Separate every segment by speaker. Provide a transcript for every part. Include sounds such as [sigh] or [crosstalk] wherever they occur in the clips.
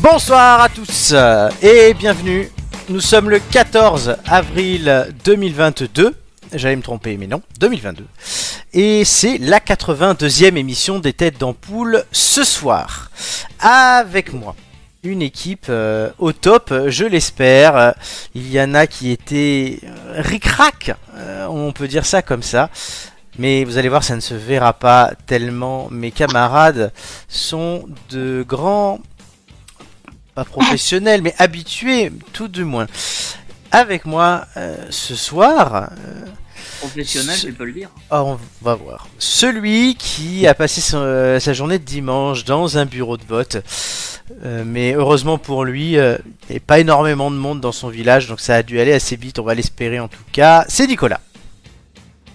Speaker 1: Bonsoir à tous euh, et bienvenue. Nous sommes le 14 avril 2022. J'allais me tromper, mais non, 2022. Et c'est la 82e émission des Têtes d'Ampoule ce soir. Avec moi, une équipe euh, au top, je l'espère. Euh, Il y en a qui étaient euh, ric-rac, euh, on peut dire ça comme ça. Mais vous allez voir, ça ne se verra pas tellement. Mes camarades sont de grands pas professionnel, mais habitué, tout du moins. Avec moi euh, ce soir, euh,
Speaker 2: Professionnel,
Speaker 1: Ce-
Speaker 2: je peux le dire.
Speaker 1: on va voir. Celui qui a passé son- euh, sa journée de dimanche dans un bureau de vote. Euh, mais heureusement pour lui, euh, il n'y avait pas énormément de monde dans son village, donc ça a dû aller assez vite, on va l'espérer en tout cas. C'est Nicolas.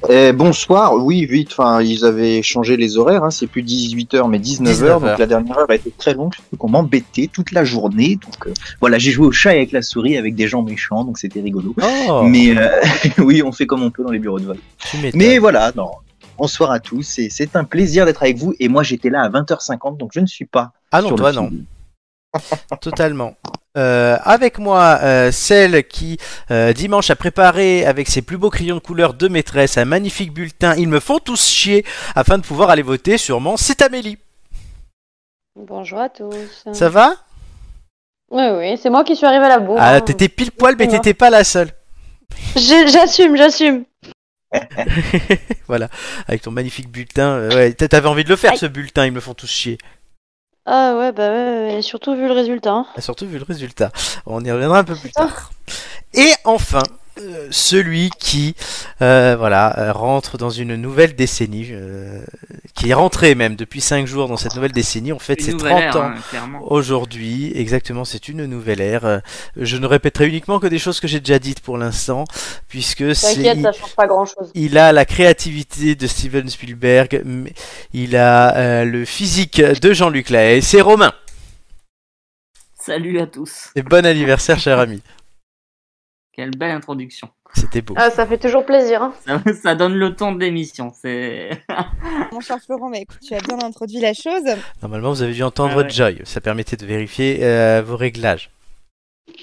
Speaker 3: Eh, bonsoir, oui, vite, enfin, ils avaient changé les horaires, hein, c'est plus 18h mais 19h,
Speaker 1: 19 heures.
Speaker 3: donc la dernière heure a été très longue, surtout qu'on m'embêtait toute la journée, donc euh, voilà, j'ai joué au chat et avec la souris avec des gens méchants, donc c'était rigolo.
Speaker 1: Oh,
Speaker 3: Mais euh, [laughs] oui, on fait comme on peut dans les bureaux de vote.
Speaker 1: tu m'étonnes.
Speaker 3: Mais voilà, non, bonsoir à tous, et c'est un plaisir d'être avec vous, et moi j'étais là à 20h50, donc je ne suis pas.
Speaker 1: Ah non,
Speaker 3: sur le
Speaker 1: toi
Speaker 3: fil.
Speaker 1: non. Totalement. Euh, avec moi, euh, celle qui euh, dimanche a préparé avec ses plus beaux crayons de couleur de maîtresse un magnifique bulletin. Ils me font tous chier afin de pouvoir aller voter. Sûrement, c'est Amélie.
Speaker 4: Bonjour à tous.
Speaker 1: Ça va
Speaker 4: Oui, oui, c'est moi qui suis arrivée à la bourre.
Speaker 1: Ah,
Speaker 4: hein.
Speaker 1: t'étais pile poil, mais
Speaker 4: Ça va.
Speaker 1: t'étais pas la seule.
Speaker 4: J'ai- J'assume, j'assume.
Speaker 1: voilà, avec ton magnifique bulletin. euh, Ouais, t'a- t'avais envie de le faire,
Speaker 4: Aïe.
Speaker 1: ce bulletin. Ils me font tous chier.
Speaker 4: Ah ouais, bah ouais, ouais, et surtout vu le résultat. hein.
Speaker 1: Ah, Surtout vu le résultat. On y reviendra un peu plus tard. Et enfin, euh, celui qui euh, voilà, euh, rentre dans une nouvelle décennie, euh, qui est rentré même depuis 5 jours dans cette nouvelle décennie, en fait
Speaker 2: Une
Speaker 1: c'est
Speaker 2: nouvelle ère,
Speaker 1: 30 ans.
Speaker 2: hein, clairement.
Speaker 1: Aujourd'hui, exactement, c'est une nouvelle ère. Euh, Je ne répéterai uniquement que des choses que j'ai déjà dites pour l'instant, puisque c'est
Speaker 4: T'inquiète, ça change pas grand chose.
Speaker 1: il a la créativité de Steven Spielberg, mais il a euh, le physique de Jean-Luc Lahaye, c'est Romain.
Speaker 2: Salut à tous.
Speaker 1: Et bon anniversaire, cher ami.
Speaker 2: Quelle belle introduction.
Speaker 1: C'était beau.
Speaker 4: Ah, ça fait toujours plaisir. hein.
Speaker 2: Ça, [laughs] ça donne le ton de l'émission. C'est.
Speaker 5: Mon cher Florent, bah écoute, tu as bien introduit la chose.
Speaker 1: Normalement, vous avez dû entendre
Speaker 2: Ah ouais.
Speaker 1: Joy. Ça permettait de vérifier euh, vos réglages.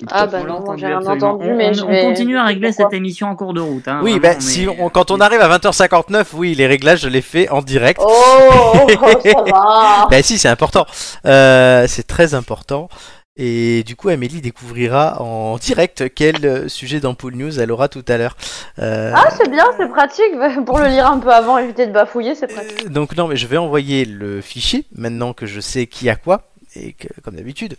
Speaker 4: Ah, bah
Speaker 2: [laughs] On l'a
Speaker 4: non,
Speaker 2: entendu
Speaker 4: j'ai rien
Speaker 2: absolument.
Speaker 4: entendu,
Speaker 2: On-
Speaker 4: mais
Speaker 2: on,
Speaker 4: je
Speaker 2: on
Speaker 4: vais-
Speaker 2: continue à régler
Speaker 4: Pourquoi
Speaker 2: cette émission en cours de route. hein,
Speaker 1: oui,
Speaker 2: vraiment,
Speaker 1: bah, si
Speaker 2: mais-
Speaker 1: on- quand on arrive à 20h59, oui, les réglages, je les fais en direct.
Speaker 4: Oh,
Speaker 1: [laughs]
Speaker 4: oh, ça va.
Speaker 1: Bah si, c'est important. Euh, c'est très important. Et du coup, Amélie découvrira en direct quel euh, sujet d'Ampoule News elle aura tout à l'heure. Euh,
Speaker 4: Ah, c'est bien, c'est pratique. [laughs] Pour le lire un peu avant, éviter de bafouiller, c'est pratique.
Speaker 1: euh, donc non, mais je vais envoyer le fichier maintenant que je sais qui a quoi et que, comme d'habitude,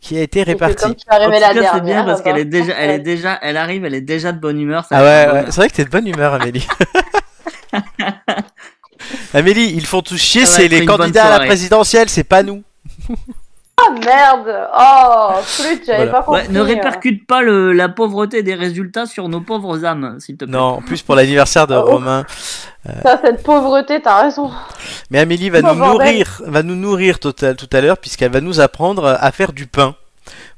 Speaker 1: qui a été
Speaker 4: Et que
Speaker 1: réparti.
Speaker 4: Comme tu es
Speaker 2: En
Speaker 4: arrivée
Speaker 2: tout
Speaker 4: la
Speaker 2: cas, c'est
Speaker 4: dernière.
Speaker 2: bien parce
Speaker 4: bah,
Speaker 2: qu'elle est déjà, elle est
Speaker 4: ouais.
Speaker 2: déjà, elle arrive, elle est déjà de bonne humeur. ça
Speaker 1: Ah
Speaker 2: fait
Speaker 1: ouais,
Speaker 2: un
Speaker 1: ouais,
Speaker 2: bonheur.
Speaker 1: c'est vrai que t'es de bonne
Speaker 2: [laughs]
Speaker 1: humeur, Amélie. Amélie, ils font tout chier,
Speaker 2: Ça va
Speaker 1: c'est
Speaker 2: être
Speaker 1: les
Speaker 2: une bonne
Speaker 1: candidats à la
Speaker 2: soirée.
Speaker 1: présidentielle, c'est pas nous.
Speaker 4: Ah merde. Oh, flûte, j'avais
Speaker 1: Voilà.
Speaker 4: pas compris.
Speaker 2: Ouais, ne
Speaker 4: euh.
Speaker 2: répercute pas le- la pauvreté des résultats sur nos pauvres âmes, s'il te plaît.
Speaker 1: Non, en plus pour l'anniversaire de
Speaker 4: Oh.
Speaker 1: Romain.
Speaker 4: hein. Ça, cette pauvreté, t'as raison.
Speaker 2: Bah,
Speaker 1: Mais Amélie va
Speaker 4: Oh,
Speaker 1: nous
Speaker 4: bordel.
Speaker 1: nourrir, va nous nourrir tout à, tout à l'heure, puisqu'elle va nous apprendre à faire du pain.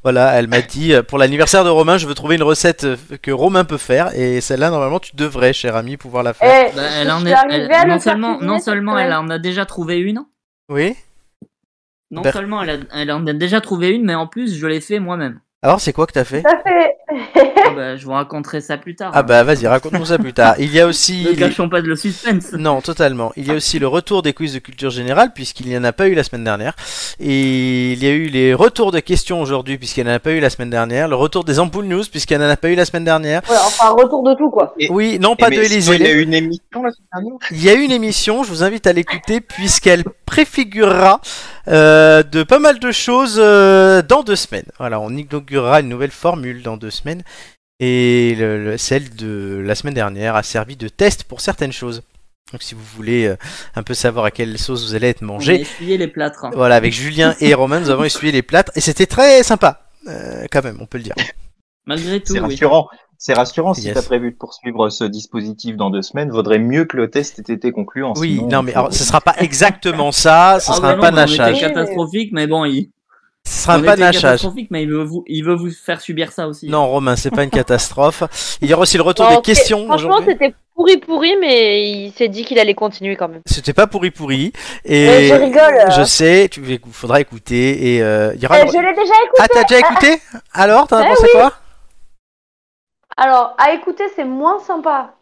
Speaker 1: Voilà, elle m'a dit, euh, pour l'anniversaire de Romain, je veux trouver une recette euh, que Romain peut faire, et celle-là, normalement, tu devrais, cher ami, pouvoir la
Speaker 4: Eh,
Speaker 1: faire.
Speaker 2: Bah,
Speaker 4: je
Speaker 2: elle en
Speaker 4: suis
Speaker 2: est,
Speaker 4: arrivée
Speaker 2: elle-
Speaker 4: à le
Speaker 2: non
Speaker 4: faire
Speaker 2: seulement,
Speaker 4: cuisiner
Speaker 2: non
Speaker 4: cette
Speaker 2: seulement,
Speaker 4: semaine.
Speaker 2: elle en a déjà trouvé une.
Speaker 4: Eh.
Speaker 1: Oui
Speaker 2: Non
Speaker 1: Ber-
Speaker 2: seulement, elle, a- elle en a déjà trouvé une, mais en plus, je l'ai fait moi-même.
Speaker 1: Alors, c'est quoi que t'as fait
Speaker 4: Ça fait.
Speaker 2: Ah bah, je vous raconterai ça plus tard.
Speaker 1: Ah bah, vas-y, raconte-nous ça plus tard. Il y a aussi...
Speaker 2: Ne
Speaker 1: les-
Speaker 2: gâchons pas de le
Speaker 1: [laughs]
Speaker 2: suspense.
Speaker 1: Non, totalement. Il y a aussi le retour des quiz de culture générale, puisqu'il n'y en a pas eu la semaine dernière. Et il y a eu les retours de questions aujourd'hui, puisqu'il n'y en a pas eu la semaine dernière. Le retour des ampoules news, puisqu'il n'y en a pas eu la semaine dernière.
Speaker 4: Ouais, enfin, retour de tout, quoi.
Speaker 1: Oui, non, pas
Speaker 3: Eh,
Speaker 1: de
Speaker 3: mais sinon,
Speaker 1: Élysée.
Speaker 3: Il y a eu une émission la semaine dernière
Speaker 1: Il y a une émission, je vous invite à l'écouter, puisqu'elle préfigurera euh, de pas mal de choses euh, dans deux semaines. Voilà, on inaugurera une nouvelle formule dans deux semaines. Et le- le- celle de la semaine dernière a servi de test pour certaines choses. Donc si vous voulez euh, un peu savoir à quelle sauce vous allez être
Speaker 2: On
Speaker 1: mangé,
Speaker 2: a essuyé les plâtres. hein.
Speaker 1: voilà, avec Julien et Romain, nous avons essuyé les plâtres. Et c'était très sympa, euh, quand même, on peut le dire.
Speaker 2: Malgré tout,
Speaker 3: C'est
Speaker 2: oui.
Speaker 3: rassurant. C'est rassurant si
Speaker 1: Yes.
Speaker 3: t'as prévu de poursuivre ce dispositif dans deux semaines. Vaudrait mieux que le test ait été conclu en
Speaker 1: Oui,
Speaker 3: sinon-
Speaker 1: non, mais alors, ce sera pas exactement ça, ce
Speaker 2: Ah
Speaker 1: sera
Speaker 2: bah
Speaker 1: un
Speaker 2: non, mais On
Speaker 1: panachage.
Speaker 2: était catastrophique, mais bon, il,
Speaker 1: Ce sera
Speaker 2: on
Speaker 1: un
Speaker 2: était
Speaker 1: panachage.
Speaker 2: catastrophique, mais il veut, vous, il veut vous faire subir ça aussi.
Speaker 1: Non, Romain, c'est pas une catastrophe. Il y aura aussi le retour
Speaker 4: Bon,
Speaker 1: des
Speaker 4: ok,
Speaker 1: questions
Speaker 4: Franchement,
Speaker 1: aujourd'hui.
Speaker 4: c'était pourri pourri, mais il s'est dit qu'il allait continuer quand même.
Speaker 1: C'était pas pourri pourri.
Speaker 4: Euh,
Speaker 1: Et
Speaker 4: je rigole. euh.
Speaker 1: je sais, tu il faudra écouter et euh, il y aura.
Speaker 4: Euh,
Speaker 1: le-
Speaker 4: je l'ai déjà écouté.
Speaker 1: Ah, t'as déjà écouté Alors, t'en as
Speaker 4: Eh
Speaker 1: pensé quoi
Speaker 4: Alors, à écouter, c'est moins sympa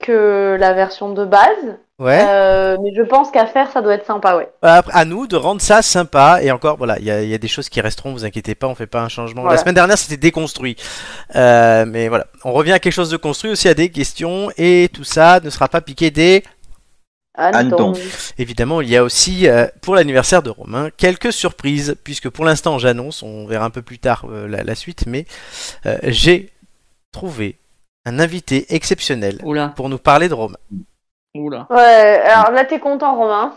Speaker 4: que la version de base.
Speaker 1: Ouais. Bah,
Speaker 4: euh, mais je pense qu'à faire, ça doit être sympa, ouais.
Speaker 1: Après, à nous de rendre ça sympa et encore voilà il y a, il y a des choses qui resteront vous inquiétez pas on fait pas un changement la
Speaker 4: Voilà.
Speaker 1: semaine dernière c'était déconstruit Euh, mais voilà on revient à quelque chose de construit aussi à des questions et tout ça ne sera pas piqué des
Speaker 4: Ah,
Speaker 1: Ah,
Speaker 3: Anton.
Speaker 1: évidemment il y a aussi euh, pour l'anniversaire de Romain quelques surprises puisque pour l'instant j'annonce on verra un peu plus tard euh, la, la suite mais euh, j'ai trouvé un invité exceptionnel
Speaker 2: Oula,
Speaker 1: pour nous parler de Romain
Speaker 2: oula.
Speaker 4: Ouais, alors là, t'es content, Romain.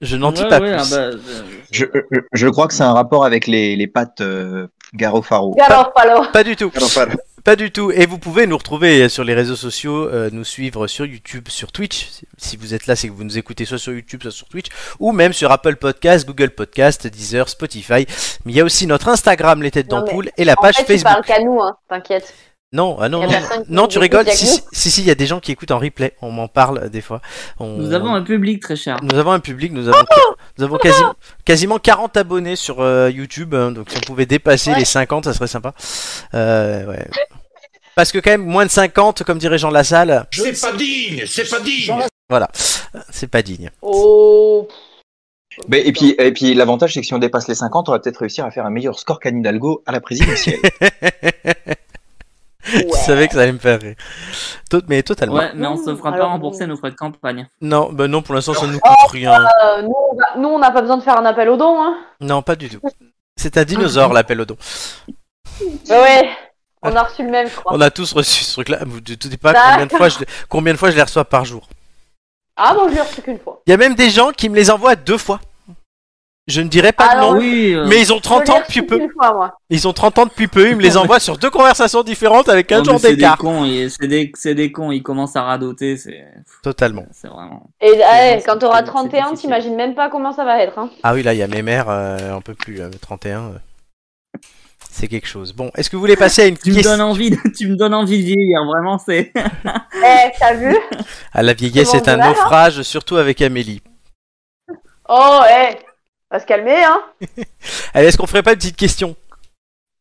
Speaker 1: je n'en dis
Speaker 2: Ouais,
Speaker 1: pas
Speaker 2: ouais,
Speaker 1: plus
Speaker 2: ah bah, euh,
Speaker 3: Je, je, je crois que c'est un rapport avec les, les pâtes euh, Garofaro.
Speaker 4: Alors, alors.
Speaker 1: pas du tout
Speaker 3: Garofalo.
Speaker 1: Pas du tout. Et vous pouvez nous retrouver euh, sur les réseaux sociaux, euh, nous suivre sur YouTube, sur Twitch. Si- Si vous êtes là, c'est que vous nous écoutez soit sur YouTube, soit sur Twitch, ou même sur Apple Podcast, Google Podcast, Deezer, Spotify. Mais il y a aussi notre Instagram, les têtes
Speaker 4: Non, mais
Speaker 1: d'ampoule, et la
Speaker 4: En
Speaker 1: page
Speaker 4: fait, Eh il
Speaker 1: Facebook.
Speaker 4: parle qu'à nous, hein, t'inquiète.
Speaker 1: Non, ah non,
Speaker 4: Il y a
Speaker 1: non,
Speaker 4: personne qui
Speaker 1: non,
Speaker 4: nous
Speaker 1: tu
Speaker 4: écoute,
Speaker 1: rigoles.
Speaker 4: il y a
Speaker 1: Si,
Speaker 4: que
Speaker 1: si, si, si, il y a des gens qui écoutent en replay. On m'en parle euh, des fois. On-
Speaker 2: Nous avons un public très cher.
Speaker 1: nous avons un public, nous avons,
Speaker 4: Oh
Speaker 1: nous avons quasi- quasiment 40 abonnés sur euh, YouTube, hein, donc si on pouvait dépasser
Speaker 4: Ouais.
Speaker 1: les 50, ça serait sympa. Euh, ouais. Parce que quand même, moins de 50, comme dirait Jean Lassalle,
Speaker 6: C'est pas digne, c'est pas digne.
Speaker 1: c'est pas digne. [laughs]
Speaker 4: Oh.
Speaker 3: Mais- et puis, et puis l'avantage, c'est que si on dépasse les 50, on va peut-être réussir à faire un meilleur score qu'Anne Hidalgo à
Speaker 1: [laughs]
Speaker 3: la présidentielle.
Speaker 1: Je savais que ça allait me faire rire. Tot- mais totalement.
Speaker 2: Ouais, mais on se fera pas
Speaker 4: Alors,
Speaker 2: rembourser nos frais de campagne.
Speaker 1: Non, bah non, pour l'instant, ça nous coûte rien.
Speaker 4: Euh, nous, on va- nous, on n'a pas besoin de faire un appel au don, hein.
Speaker 1: Non, pas du tout. C'est un
Speaker 2: Ah,
Speaker 1: dinosaure, l'appel au don.
Speaker 4: Ouais, on a reçu le même, je crois.
Speaker 1: On a tous reçu ce truc-là. Vous ne doutez pas
Speaker 4: D'accord.
Speaker 1: combien de, fois
Speaker 4: [laughs]
Speaker 1: je, combien de fois je les reçois par jour.
Speaker 4: Ah, moi, je l'ai reçu qu'une fois.
Speaker 1: Il y a même des gens qui me les envoient deux fois. Je ne dirais pas de
Speaker 4: Alors,
Speaker 1: nom,
Speaker 2: Oui, euh,
Speaker 1: mais ils ont
Speaker 4: Je
Speaker 1: 30
Speaker 4: l'ai
Speaker 1: ans
Speaker 4: reçu
Speaker 1: depuis peu.
Speaker 4: qu'une fois, moi.
Speaker 1: Ils ont 30 ans depuis peu, ils me les envoient sur deux conversations différentes avec
Speaker 2: non,
Speaker 1: un
Speaker 2: mais
Speaker 1: jour
Speaker 2: c'est des
Speaker 1: d'écart.
Speaker 2: cons, et- c'est des, c'est des cons, ils commencent à radoter, c'est
Speaker 1: Totalement.
Speaker 2: c'est vraiment.
Speaker 4: Et
Speaker 2: Ouais,
Speaker 4: eh,
Speaker 2: c'est-
Speaker 4: quand t'auras
Speaker 2: c'est- c'est
Speaker 4: 31,
Speaker 2: difficile.
Speaker 4: t'imagines même pas comment ça va être. Hein.
Speaker 1: Ah oui, là, il y a mes mères, euh, on peut plus, euh, 31. euh, C'est quelque chose. Bon, est-ce que vous voulez passer à une
Speaker 2: Tu me
Speaker 1: question
Speaker 2: donnes envie, de, tu me donnes envie de vieillir, vraiment, c'est.
Speaker 4: Eh, t'as vu
Speaker 1: À la vieillesse,
Speaker 4: Comment
Speaker 1: c'est un
Speaker 4: on va, là
Speaker 1: naufrage, surtout avec Amélie.
Speaker 4: Oh, eh On va se calmer, hein
Speaker 1: Allez, est-ce qu'on ferait pas une petite question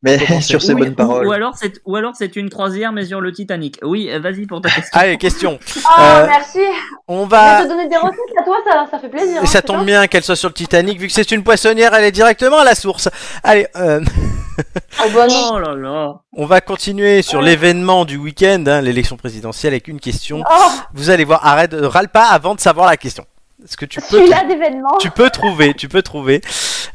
Speaker 3: Mais sur ces
Speaker 2: Ou-
Speaker 3: bonnes
Speaker 2: ou-
Speaker 3: paroles.
Speaker 2: Ou alors c'est, ou alors c'est une croisière, mais sur le Titanic. Oui, euh, vas-y pour ta question.
Speaker 1: Allez, question.
Speaker 4: Oh,
Speaker 1: Euh,
Speaker 4: merci
Speaker 1: On
Speaker 4: Je
Speaker 1: va.
Speaker 4: vais te donner des recettes à toi, ça, ça fait plaisir.
Speaker 1: Et
Speaker 4: hein,
Speaker 1: ça
Speaker 4: c'est
Speaker 1: tombe
Speaker 4: bien.
Speaker 1: bien qu'elle soit sur le Titanic, vu que c'est une poissonnière, elle est directement à la source. Allez, euh,
Speaker 4: Oh, bah non.
Speaker 2: Oh là là.
Speaker 1: on va continuer sur l'événement du week-end, hein, l'élection présidentielle, avec une question.
Speaker 4: Oh,
Speaker 1: Vous allez voir, arrête, euh, râle pas avant de savoir la question. Parce que tu peux,
Speaker 4: celui-là d'événement.
Speaker 1: tu peux trouver, tu peux trouver.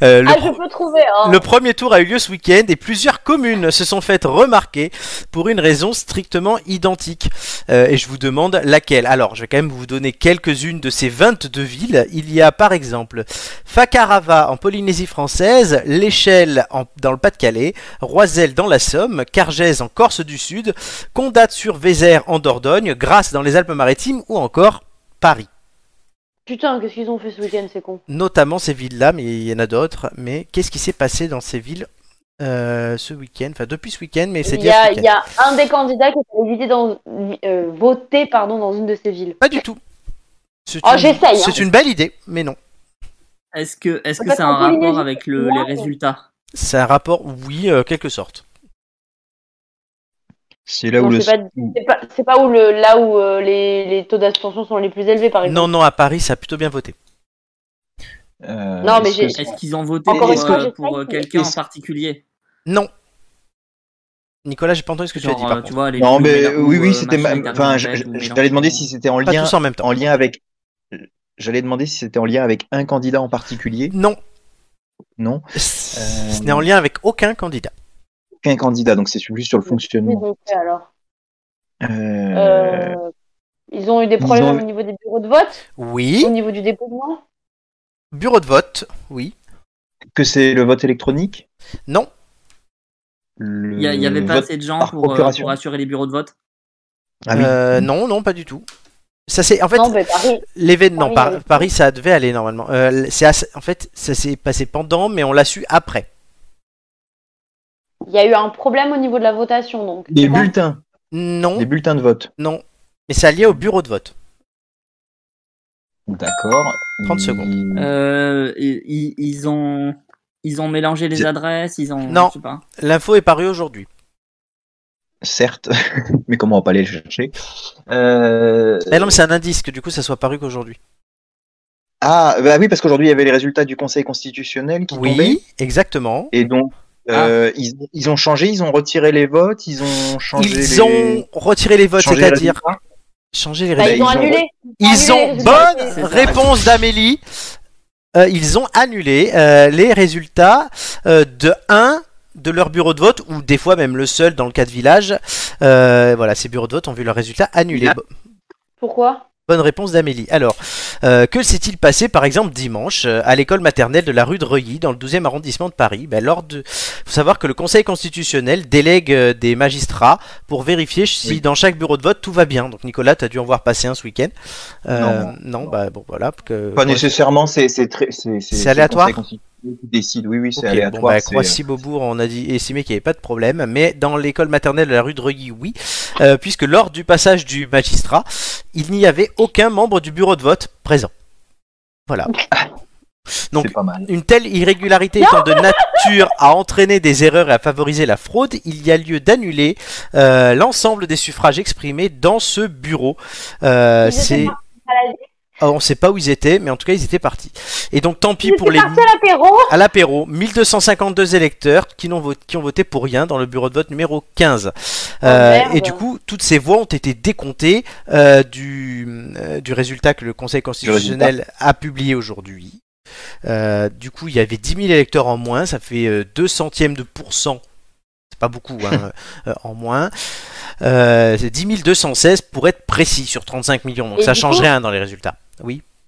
Speaker 1: Euh, le,
Speaker 4: Ah,
Speaker 1: pro-
Speaker 4: je peux trouver, hein.
Speaker 1: le premier tour a eu lieu ce week-end et plusieurs communes se sont faites remarquer pour une raison strictement identique. Euh, et je vous demande laquelle. Alors, je vais quand même vous donner quelques-unes de ces 22 villes. Il y a par exemple Fakarava en Polynésie française, L'Échelle en- dans le Pas-de-Calais, Roiselle dans la Somme, Cargèse en Corse du Sud, Condat sur Vézère en Dordogne, Grasse dans les Alpes-Maritimes ou encore Paris.
Speaker 4: Putain, qu'est-ce qu'ils ont fait ce week-end, c'est con.
Speaker 1: notamment ces villes-là, mais il y en a d'autres. Mais qu'est-ce qui s'est passé dans ces villes euh, ce week-end Enfin, depuis ce week-end, mais c'est
Speaker 4: Il
Speaker 1: lié
Speaker 4: y,
Speaker 1: à
Speaker 4: a,
Speaker 1: ce
Speaker 4: il
Speaker 1: week-end.
Speaker 4: y a un des candidats qui a évité dans, euh, voter pardon, dans une de ces villes.
Speaker 1: Pas du tout. C'est
Speaker 4: Oh,
Speaker 1: une-
Speaker 4: j'essaye, hein.
Speaker 1: C'est une belle idée, mais non.
Speaker 2: Est-ce que, est-ce que
Speaker 4: Parce
Speaker 2: c'est un
Speaker 4: qu'en Polynésie,
Speaker 2: rapport avec le-
Speaker 4: c'est
Speaker 2: les
Speaker 4: là,
Speaker 2: résultats
Speaker 1: C'est un rapport, oui, euh, quelque sorte.
Speaker 3: C'est là
Speaker 4: Non,
Speaker 3: où le.
Speaker 4: c'est pas- C'est pas, c'est pas où le, là où euh, les, les taux d'abstention sont les plus élevés, par exemple.
Speaker 1: Non, non, à Paris, ça a plutôt bien voté.
Speaker 3: Euh,
Speaker 4: Non, mais
Speaker 3: est-ce
Speaker 4: j'ai-
Speaker 3: que-
Speaker 2: Est-ce qu'ils ont voté
Speaker 4: Encore
Speaker 2: pour,
Speaker 4: une fois,
Speaker 2: euh,
Speaker 4: j'essaye,
Speaker 2: pour, euh,
Speaker 4: mais-
Speaker 2: quelqu'un en
Speaker 3: Est-ce-
Speaker 2: particulier
Speaker 1: Non. Nicolas, j'ai pas entendu ce que tu as dit.
Speaker 2: Genre,
Speaker 1: Par
Speaker 2: euh, tu
Speaker 1: contre.
Speaker 2: vois, les
Speaker 3: Non,
Speaker 2: Pouls,
Speaker 3: mais
Speaker 2: Mélenchon,
Speaker 3: oui,
Speaker 2: euh,
Speaker 3: oui, c'était.
Speaker 2: machin,
Speaker 3: ma-
Speaker 2: Internet,
Speaker 3: Enfin, je-
Speaker 2: ou
Speaker 3: je-
Speaker 2: Mélenchon.
Speaker 3: j'allais demander si c'était en
Speaker 1: Pas
Speaker 3: lien,
Speaker 1: tous en même temps.
Speaker 3: en lien avec. J'allais demander si c'était en lien avec un candidat en particulier.
Speaker 1: Non,
Speaker 3: Non,
Speaker 1: ce
Speaker 2: Euh,
Speaker 1: n'est en lien avec aucun candidat.
Speaker 3: qu'un candidat, donc c'est juste sur le
Speaker 4: Ils
Speaker 3: fonctionnement.
Speaker 4: ont fait, alors.
Speaker 3: Euh,
Speaker 4: Euh, Ils ont eu des
Speaker 3: ils
Speaker 4: problèmes
Speaker 3: ont-
Speaker 4: au niveau des bureaux de vote,
Speaker 1: Oui,
Speaker 4: au niveau du déploiement.
Speaker 1: bureau de vote, oui.
Speaker 3: Que c'est le vote électronique
Speaker 1: Non,
Speaker 2: Il y, a- il y avait pas assez de gens
Speaker 3: par
Speaker 2: pour, euh,
Speaker 3: procuration.
Speaker 2: pour assurer les bureaux de vote.
Speaker 3: Ah oui.
Speaker 1: euh, non, non, pas du tout. Ça c'est en fait
Speaker 4: Non, mais Paris.
Speaker 1: L'événement,
Speaker 4: Paris,
Speaker 1: Par-
Speaker 4: euh,
Speaker 1: Paris, ça devait aller normalement. Euh, c'est assez- En fait, ça s'est passé pendant, mais on l'a su après.
Speaker 4: Il y a eu un problème au niveau de la votation, donc.
Speaker 3: Des
Speaker 4: c'est ça
Speaker 3: bulletins,
Speaker 1: Non,
Speaker 3: des bulletins de vote.
Speaker 1: non, Mais c'est lié au bureau de vote.
Speaker 3: D'accord. Hmm,
Speaker 1: 30 secondes.
Speaker 2: Euh, i- i- ils ont ils ont mélangé les
Speaker 3: C'est-
Speaker 2: adresses, ils ont
Speaker 1: Non.
Speaker 2: je sais pas.
Speaker 1: L'info est parue aujourd'hui.
Speaker 3: Certes, [laughs] mais comment on va pas aller le chercher Euh,
Speaker 1: Eh non, mais c'est un indice que du coup ça soit paru qu'aujourd'hui.
Speaker 3: Ah, bah oui, parce qu'aujourd'hui, il y avait les résultats du Conseil constitutionnel qui tombaient.
Speaker 1: Oui, exactement.
Speaker 3: Et donc,
Speaker 2: Ah.
Speaker 3: euh, ils, ils ont changé, ils ont retiré les votes, ils ont changé les...
Speaker 1: Ils ont retiré les votes,
Speaker 3: changé les
Speaker 1: c'est-à-dire
Speaker 3: résultats.
Speaker 1: changer les
Speaker 4: Bah,
Speaker 1: résultats.
Speaker 3: ils
Speaker 4: ils, ont
Speaker 3: ont-
Speaker 4: annulé.
Speaker 1: Ils ont
Speaker 4: annulé les résultats.
Speaker 1: bonne
Speaker 4: C'est ça.
Speaker 1: réponse d'Amélie. Euh, ils ont annulé euh, les résultats euh, de un de leur bureau de vote ou des fois même le seul dans le cas de village. Euh, voilà, ces bureaux de vote ont vu leurs résultats annulés. Bo-
Speaker 4: Pourquoi
Speaker 1: Bonne réponse d'Amélie. Alors, euh, que s'est-il passé par exemple dimanche euh, à l'école maternelle de la rue de Reuilly dans le 12e arrondissement de Paris Ben, lors de... faut savoir que le Conseil constitutionnel délègue euh, des magistrats pour vérifier si
Speaker 3: Oui.
Speaker 1: dans chaque bureau de vote tout va bien. Donc Nicolas, tu as dû en voir passer un ce week-end. Euh,
Speaker 3: Non.
Speaker 1: bah bon voilà. Que...
Speaker 3: Pas nécessairement, c'est c'est très- c'est-
Speaker 1: C'est
Speaker 3: c'est le
Speaker 1: aléatoire
Speaker 3: Conseil constitutionnel qui décide, oui, oui, c'est hein.
Speaker 1: Ok,
Speaker 3: aléatoire.
Speaker 1: Bon, bah,
Speaker 3: c'est-
Speaker 1: Croissy-Beaubourg, on a dit, estimé qu'il n'y avait pas de problème, mais dans l'école maternelle de la rue de Reuilly, oui, euh, puisque lors du passage du magistrat, il n'y avait aucun membre du bureau de vote présent. Voilà. Donc,
Speaker 3: C'est pas mal.
Speaker 1: une telle irrégularité étant de nature à entraîner des erreurs et à favoriser la fraude, il y a lieu d'annuler euh, l'ensemble des suffrages exprimés dans ce bureau. Euh,
Speaker 4: Ils étaient
Speaker 1: c'est...
Speaker 4: partis à la-
Speaker 1: Ah, on ne sait pas où ils étaient, mais en tout cas, ils étaient partis. Et donc, tant pis
Speaker 4: Ils
Speaker 1: pour
Speaker 4: étaient
Speaker 1: les...
Speaker 4: partis à l'apéro.
Speaker 1: À l'apéro, 1252 électeurs qui, n'ont voté, qui ont voté pour rien dans le bureau de vote numéro 15. Euh,
Speaker 4: Oh, merde.
Speaker 1: et du coup, toutes ces voix ont été décomptées euh, du, euh, du résultat que le Conseil constitutionnel a publié aujourd'hui. Euh, du coup, il y avait 10 000 électeurs en moins, ça fait euh, 2 centièmes de pourcent. C'est pas beaucoup
Speaker 4: [laughs]
Speaker 1: hein, euh, en moins. Euh, c'est 10 216 pour être précis sur 35 millions. Donc
Speaker 4: Et
Speaker 1: ça
Speaker 4: du
Speaker 1: change
Speaker 4: coup-
Speaker 1: rien dans les résultats.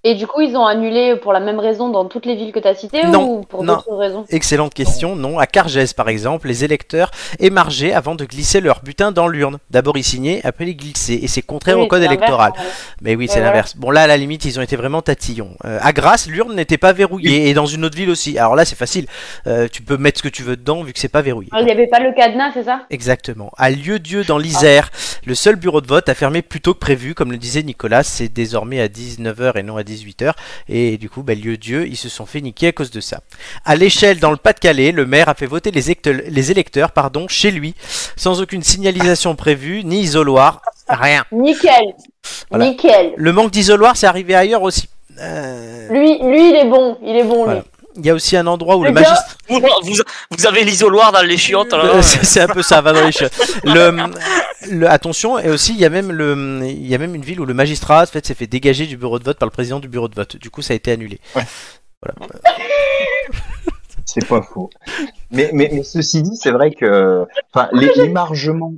Speaker 4: Et du coup, ils ont annulé pour la même raison dans toutes les villes que t'as citées
Speaker 1: Non,
Speaker 4: ou pour
Speaker 1: non.
Speaker 4: d'autres raisons
Speaker 1: Excellente question. Non, à Cargès par exemple, les électeurs émargeaient avant de glisser leur butin dans l'urne. D'abord ils signaient, après ils glissaient. Et c'est contraire
Speaker 4: Oui,
Speaker 1: au code
Speaker 4: c'est l'inverse,
Speaker 1: électoral.
Speaker 4: en vrai.
Speaker 1: Mais oui, c'est
Speaker 4: Ouais,
Speaker 1: l'inverse. Bon là, à la limite, ils ont été vraiment tatillons. Euh, à Grasse, l'urne n'était pas verrouillée et dans une autre ville aussi. Alors là, c'est facile. Euh, tu peux mettre ce que tu veux dedans vu que c'est pas verrouillé.
Speaker 4: Alors, Euh, Il n'y avait pas le cadenas, c'est ça
Speaker 1: Exactement. À Lieu-Dieu dans l'Isère, le seul bureau de vote a fermé plus tôt que prévu, comme le disait Nicolas, c'est désormais à 19h et non à 18h. Et du coup, bah, Lieu-Dieu, ils se sont fait niquer à cause de ça. À l'échelle, dans le Pas-de-Calais, le maire a fait voter les, électeurs- les électeurs pardon, chez lui, sans aucune signalisation prévue, ni isoloir, rien.
Speaker 4: Nickel.
Speaker 1: Voilà.
Speaker 4: Nickel.
Speaker 1: Le manque d'isoloir, c'est arrivé ailleurs aussi. Euh,
Speaker 4: Lui, lui, il est bon. Il est bon,
Speaker 1: Voilà.
Speaker 4: lui.
Speaker 1: Il y a aussi un endroit où le
Speaker 4: Le gars-
Speaker 1: magistrat...
Speaker 7: Vous, vous- vous avez l'isoloir dans les chiottes Oh là.
Speaker 1: Euh, c'est [laughs] c'est un peu ça, va dans les chiottes. Le, le- attention, et aussi, il y, a même le, il y a même une ville où le magistrat en fait, s'est fait dégager du bureau de vote par le président du bureau de vote. Du coup, ça a été annulé.
Speaker 3: C'est pas faux. Mais, mais, mais ceci dit, c'est vrai que enfin, les- l'émargement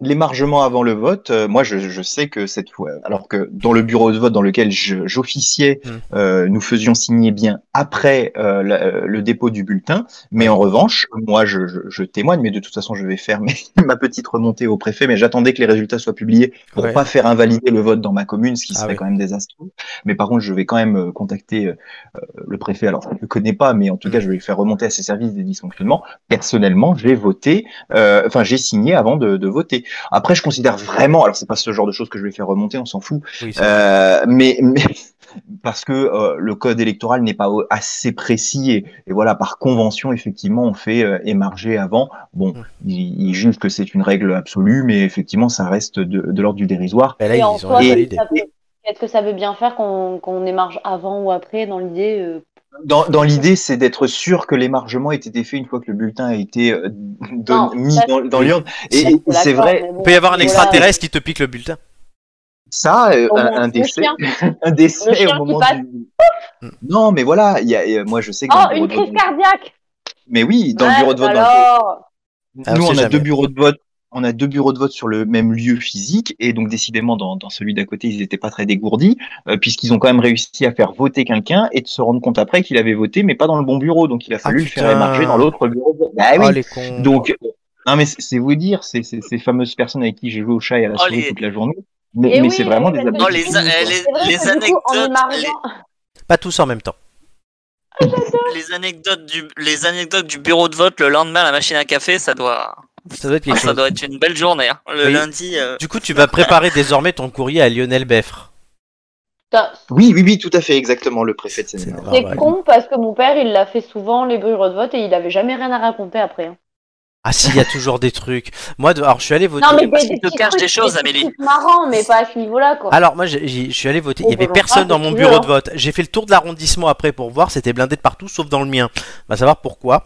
Speaker 3: l'émargement avant le vote, euh, moi je, je sais que cette fois, alors que dans le bureau de vote dans lequel je- j'officiais,
Speaker 1: Mm.
Speaker 3: euh, nous faisions signer bien après euh, la- euh, le dépôt du bulletin, mais en revanche, moi je, je, je témoigne, mais de toute façon je vais faire [laughs] mes- ma petite remontée au préfet, mais j'attendais que les résultats soient publiés pour
Speaker 1: Ouais.
Speaker 3: pas faire invalider le vote dans ma commune, ce qui
Speaker 1: Ah
Speaker 3: serait
Speaker 1: oui.
Speaker 3: quand même désastreux. Mais par contre, je vais quand même euh, contacter euh, le préfet, alors je ne le connais pas, mais
Speaker 1: Mm.
Speaker 3: en tout cas, je vais lui faire remonter à ses services des dysfonctionnements. Personnellement, j'ai voté, euh, enfin, j'ai signé avant de, de voter. Après, je considère vraiment, alors c'est pas ce genre de choses que je vais faire remonter, on s'en fout,
Speaker 1: Oui, ça-
Speaker 3: euh, mais, mais [laughs] parce que euh, le code électoral n'est pas au- assez précis et, et voilà, par convention, effectivement, on fait euh, émarger avant. Bon,
Speaker 1: Mm.
Speaker 3: ils il jugent que c'est une règle absolue, mais effectivement, ça reste de, de l'ordre du dérisoire.
Speaker 1: bah là,
Speaker 4: Et en
Speaker 1: ils ont
Speaker 4: soi,
Speaker 1: invalidé.
Speaker 4: ça peut- Peut-être que ça veut bien faire qu'on qu'on émarge avant ou après dans l'idée. euh,
Speaker 3: Dans, dans l'idée, c'est d'être sûr que l'émargement ait été fait une fois que le bulletin a été euh, don-
Speaker 4: Non,
Speaker 3: mis
Speaker 4: ça,
Speaker 3: dans, dans l'urne. Et,
Speaker 4: peut-être
Speaker 3: et
Speaker 4: que
Speaker 3: c'est
Speaker 4: l'accord,
Speaker 3: vrai,
Speaker 4: mais bon,
Speaker 1: Il peut y avoir un
Speaker 4: voilà.
Speaker 1: extraterrestre qui te pique le bulletin.
Speaker 3: ça, euh,
Speaker 4: Au
Speaker 3: un,
Speaker 4: moins,
Speaker 3: un
Speaker 4: le
Speaker 3: décès,
Speaker 4: chien.
Speaker 3: [laughs] un décès
Speaker 4: Le chien
Speaker 3: au
Speaker 4: qui
Speaker 3: moment
Speaker 4: passe.
Speaker 3: du- Non, mais voilà, il y a, euh, moi je sais que dans
Speaker 4: Oh,
Speaker 3: le
Speaker 4: une
Speaker 3: bureau de
Speaker 4: crise
Speaker 3: vote-
Speaker 4: cardiaque
Speaker 3: mais oui, dans
Speaker 4: Ouais,
Speaker 3: le bureau de vote, dans lequel-
Speaker 4: Alors,
Speaker 1: Ah, on
Speaker 3: Nous, on
Speaker 1: sait
Speaker 3: a
Speaker 1: jamais.
Speaker 3: deux bureaux de vote. On a deux bureaux de vote sur le même lieu physique et donc décidément dans, dans celui d'à côté ils n'étaient pas très dégourdis euh, puisqu'ils ont quand même réussi à faire voter quelqu'un et de se rendre compte après qu'il avait voté mais pas dans le bon bureau donc il a fallu le faire
Speaker 1: Ah, putain.
Speaker 3: émarger dans l'autre bureau. de vote. Bah oui.
Speaker 1: Oh, les cons.
Speaker 3: Donc euh, non mais c'est- c'est vous dire c'est c'est- ces fameuses personnes avec qui j'ai joué au chat et à la
Speaker 7: Oh,
Speaker 3: souris
Speaker 7: les-
Speaker 3: toute la journée mais,
Speaker 4: Eh
Speaker 3: mais
Speaker 4: oui,
Speaker 3: c'est vraiment des
Speaker 4: parce que-
Speaker 7: Oh, les,
Speaker 3: abrutis,
Speaker 7: eh,
Speaker 3: quoi.
Speaker 7: les-
Speaker 4: c'est vrai
Speaker 7: les
Speaker 4: que du coup, en
Speaker 7: anecdotes, les,
Speaker 4: émargeant,
Speaker 1: Pas tous en même temps.
Speaker 7: les anecdotes du, les anecdotes du bureau de vote le lendemain à la machine à café, ça doit.
Speaker 1: Ça doit être
Speaker 7: Ah,
Speaker 1: quelque
Speaker 7: ça
Speaker 1: chose.
Speaker 7: doit être une belle journée. hein. Le
Speaker 1: Oui.
Speaker 7: lundi. euh,
Speaker 1: Du coup, tu vas préparer désormais ton courrier à Lionel Beffre.
Speaker 4: Putain,
Speaker 3: Oui, oui, oui, tout à fait, exactement, le préfet de Seine-et-Marne.
Speaker 1: Ah
Speaker 4: C'est
Speaker 1: ouais.
Speaker 4: con parce que mon père, il l'a fait souvent, les bureaux de vote, et il avait jamais rien à raconter après. hein.
Speaker 1: Ah si, il y a toujours des trucs. Moi, de- alors je suis allé voter.
Speaker 4: Non, mais
Speaker 7: parce
Speaker 4: des,
Speaker 7: qu'il te
Speaker 4: petits
Speaker 7: cache
Speaker 4: trucs,
Speaker 7: des choses,
Speaker 4: petits
Speaker 7: Amélie.
Speaker 4: trucs marrants, mais pas à ce niveau-là, quoi.
Speaker 1: Alors moi, j'ai- j'ai- je suis allé voter. Il y
Speaker 4: Oh,
Speaker 1: avait
Speaker 4: bah,
Speaker 1: personne
Speaker 4: bah,
Speaker 1: dans mon
Speaker 4: c'est
Speaker 1: bureau
Speaker 4: bien.
Speaker 1: de vote. J'ai fait le tour de l'arrondissement après pour voir. C'était blindé de partout, sauf dans le mien. On va savoir pourquoi.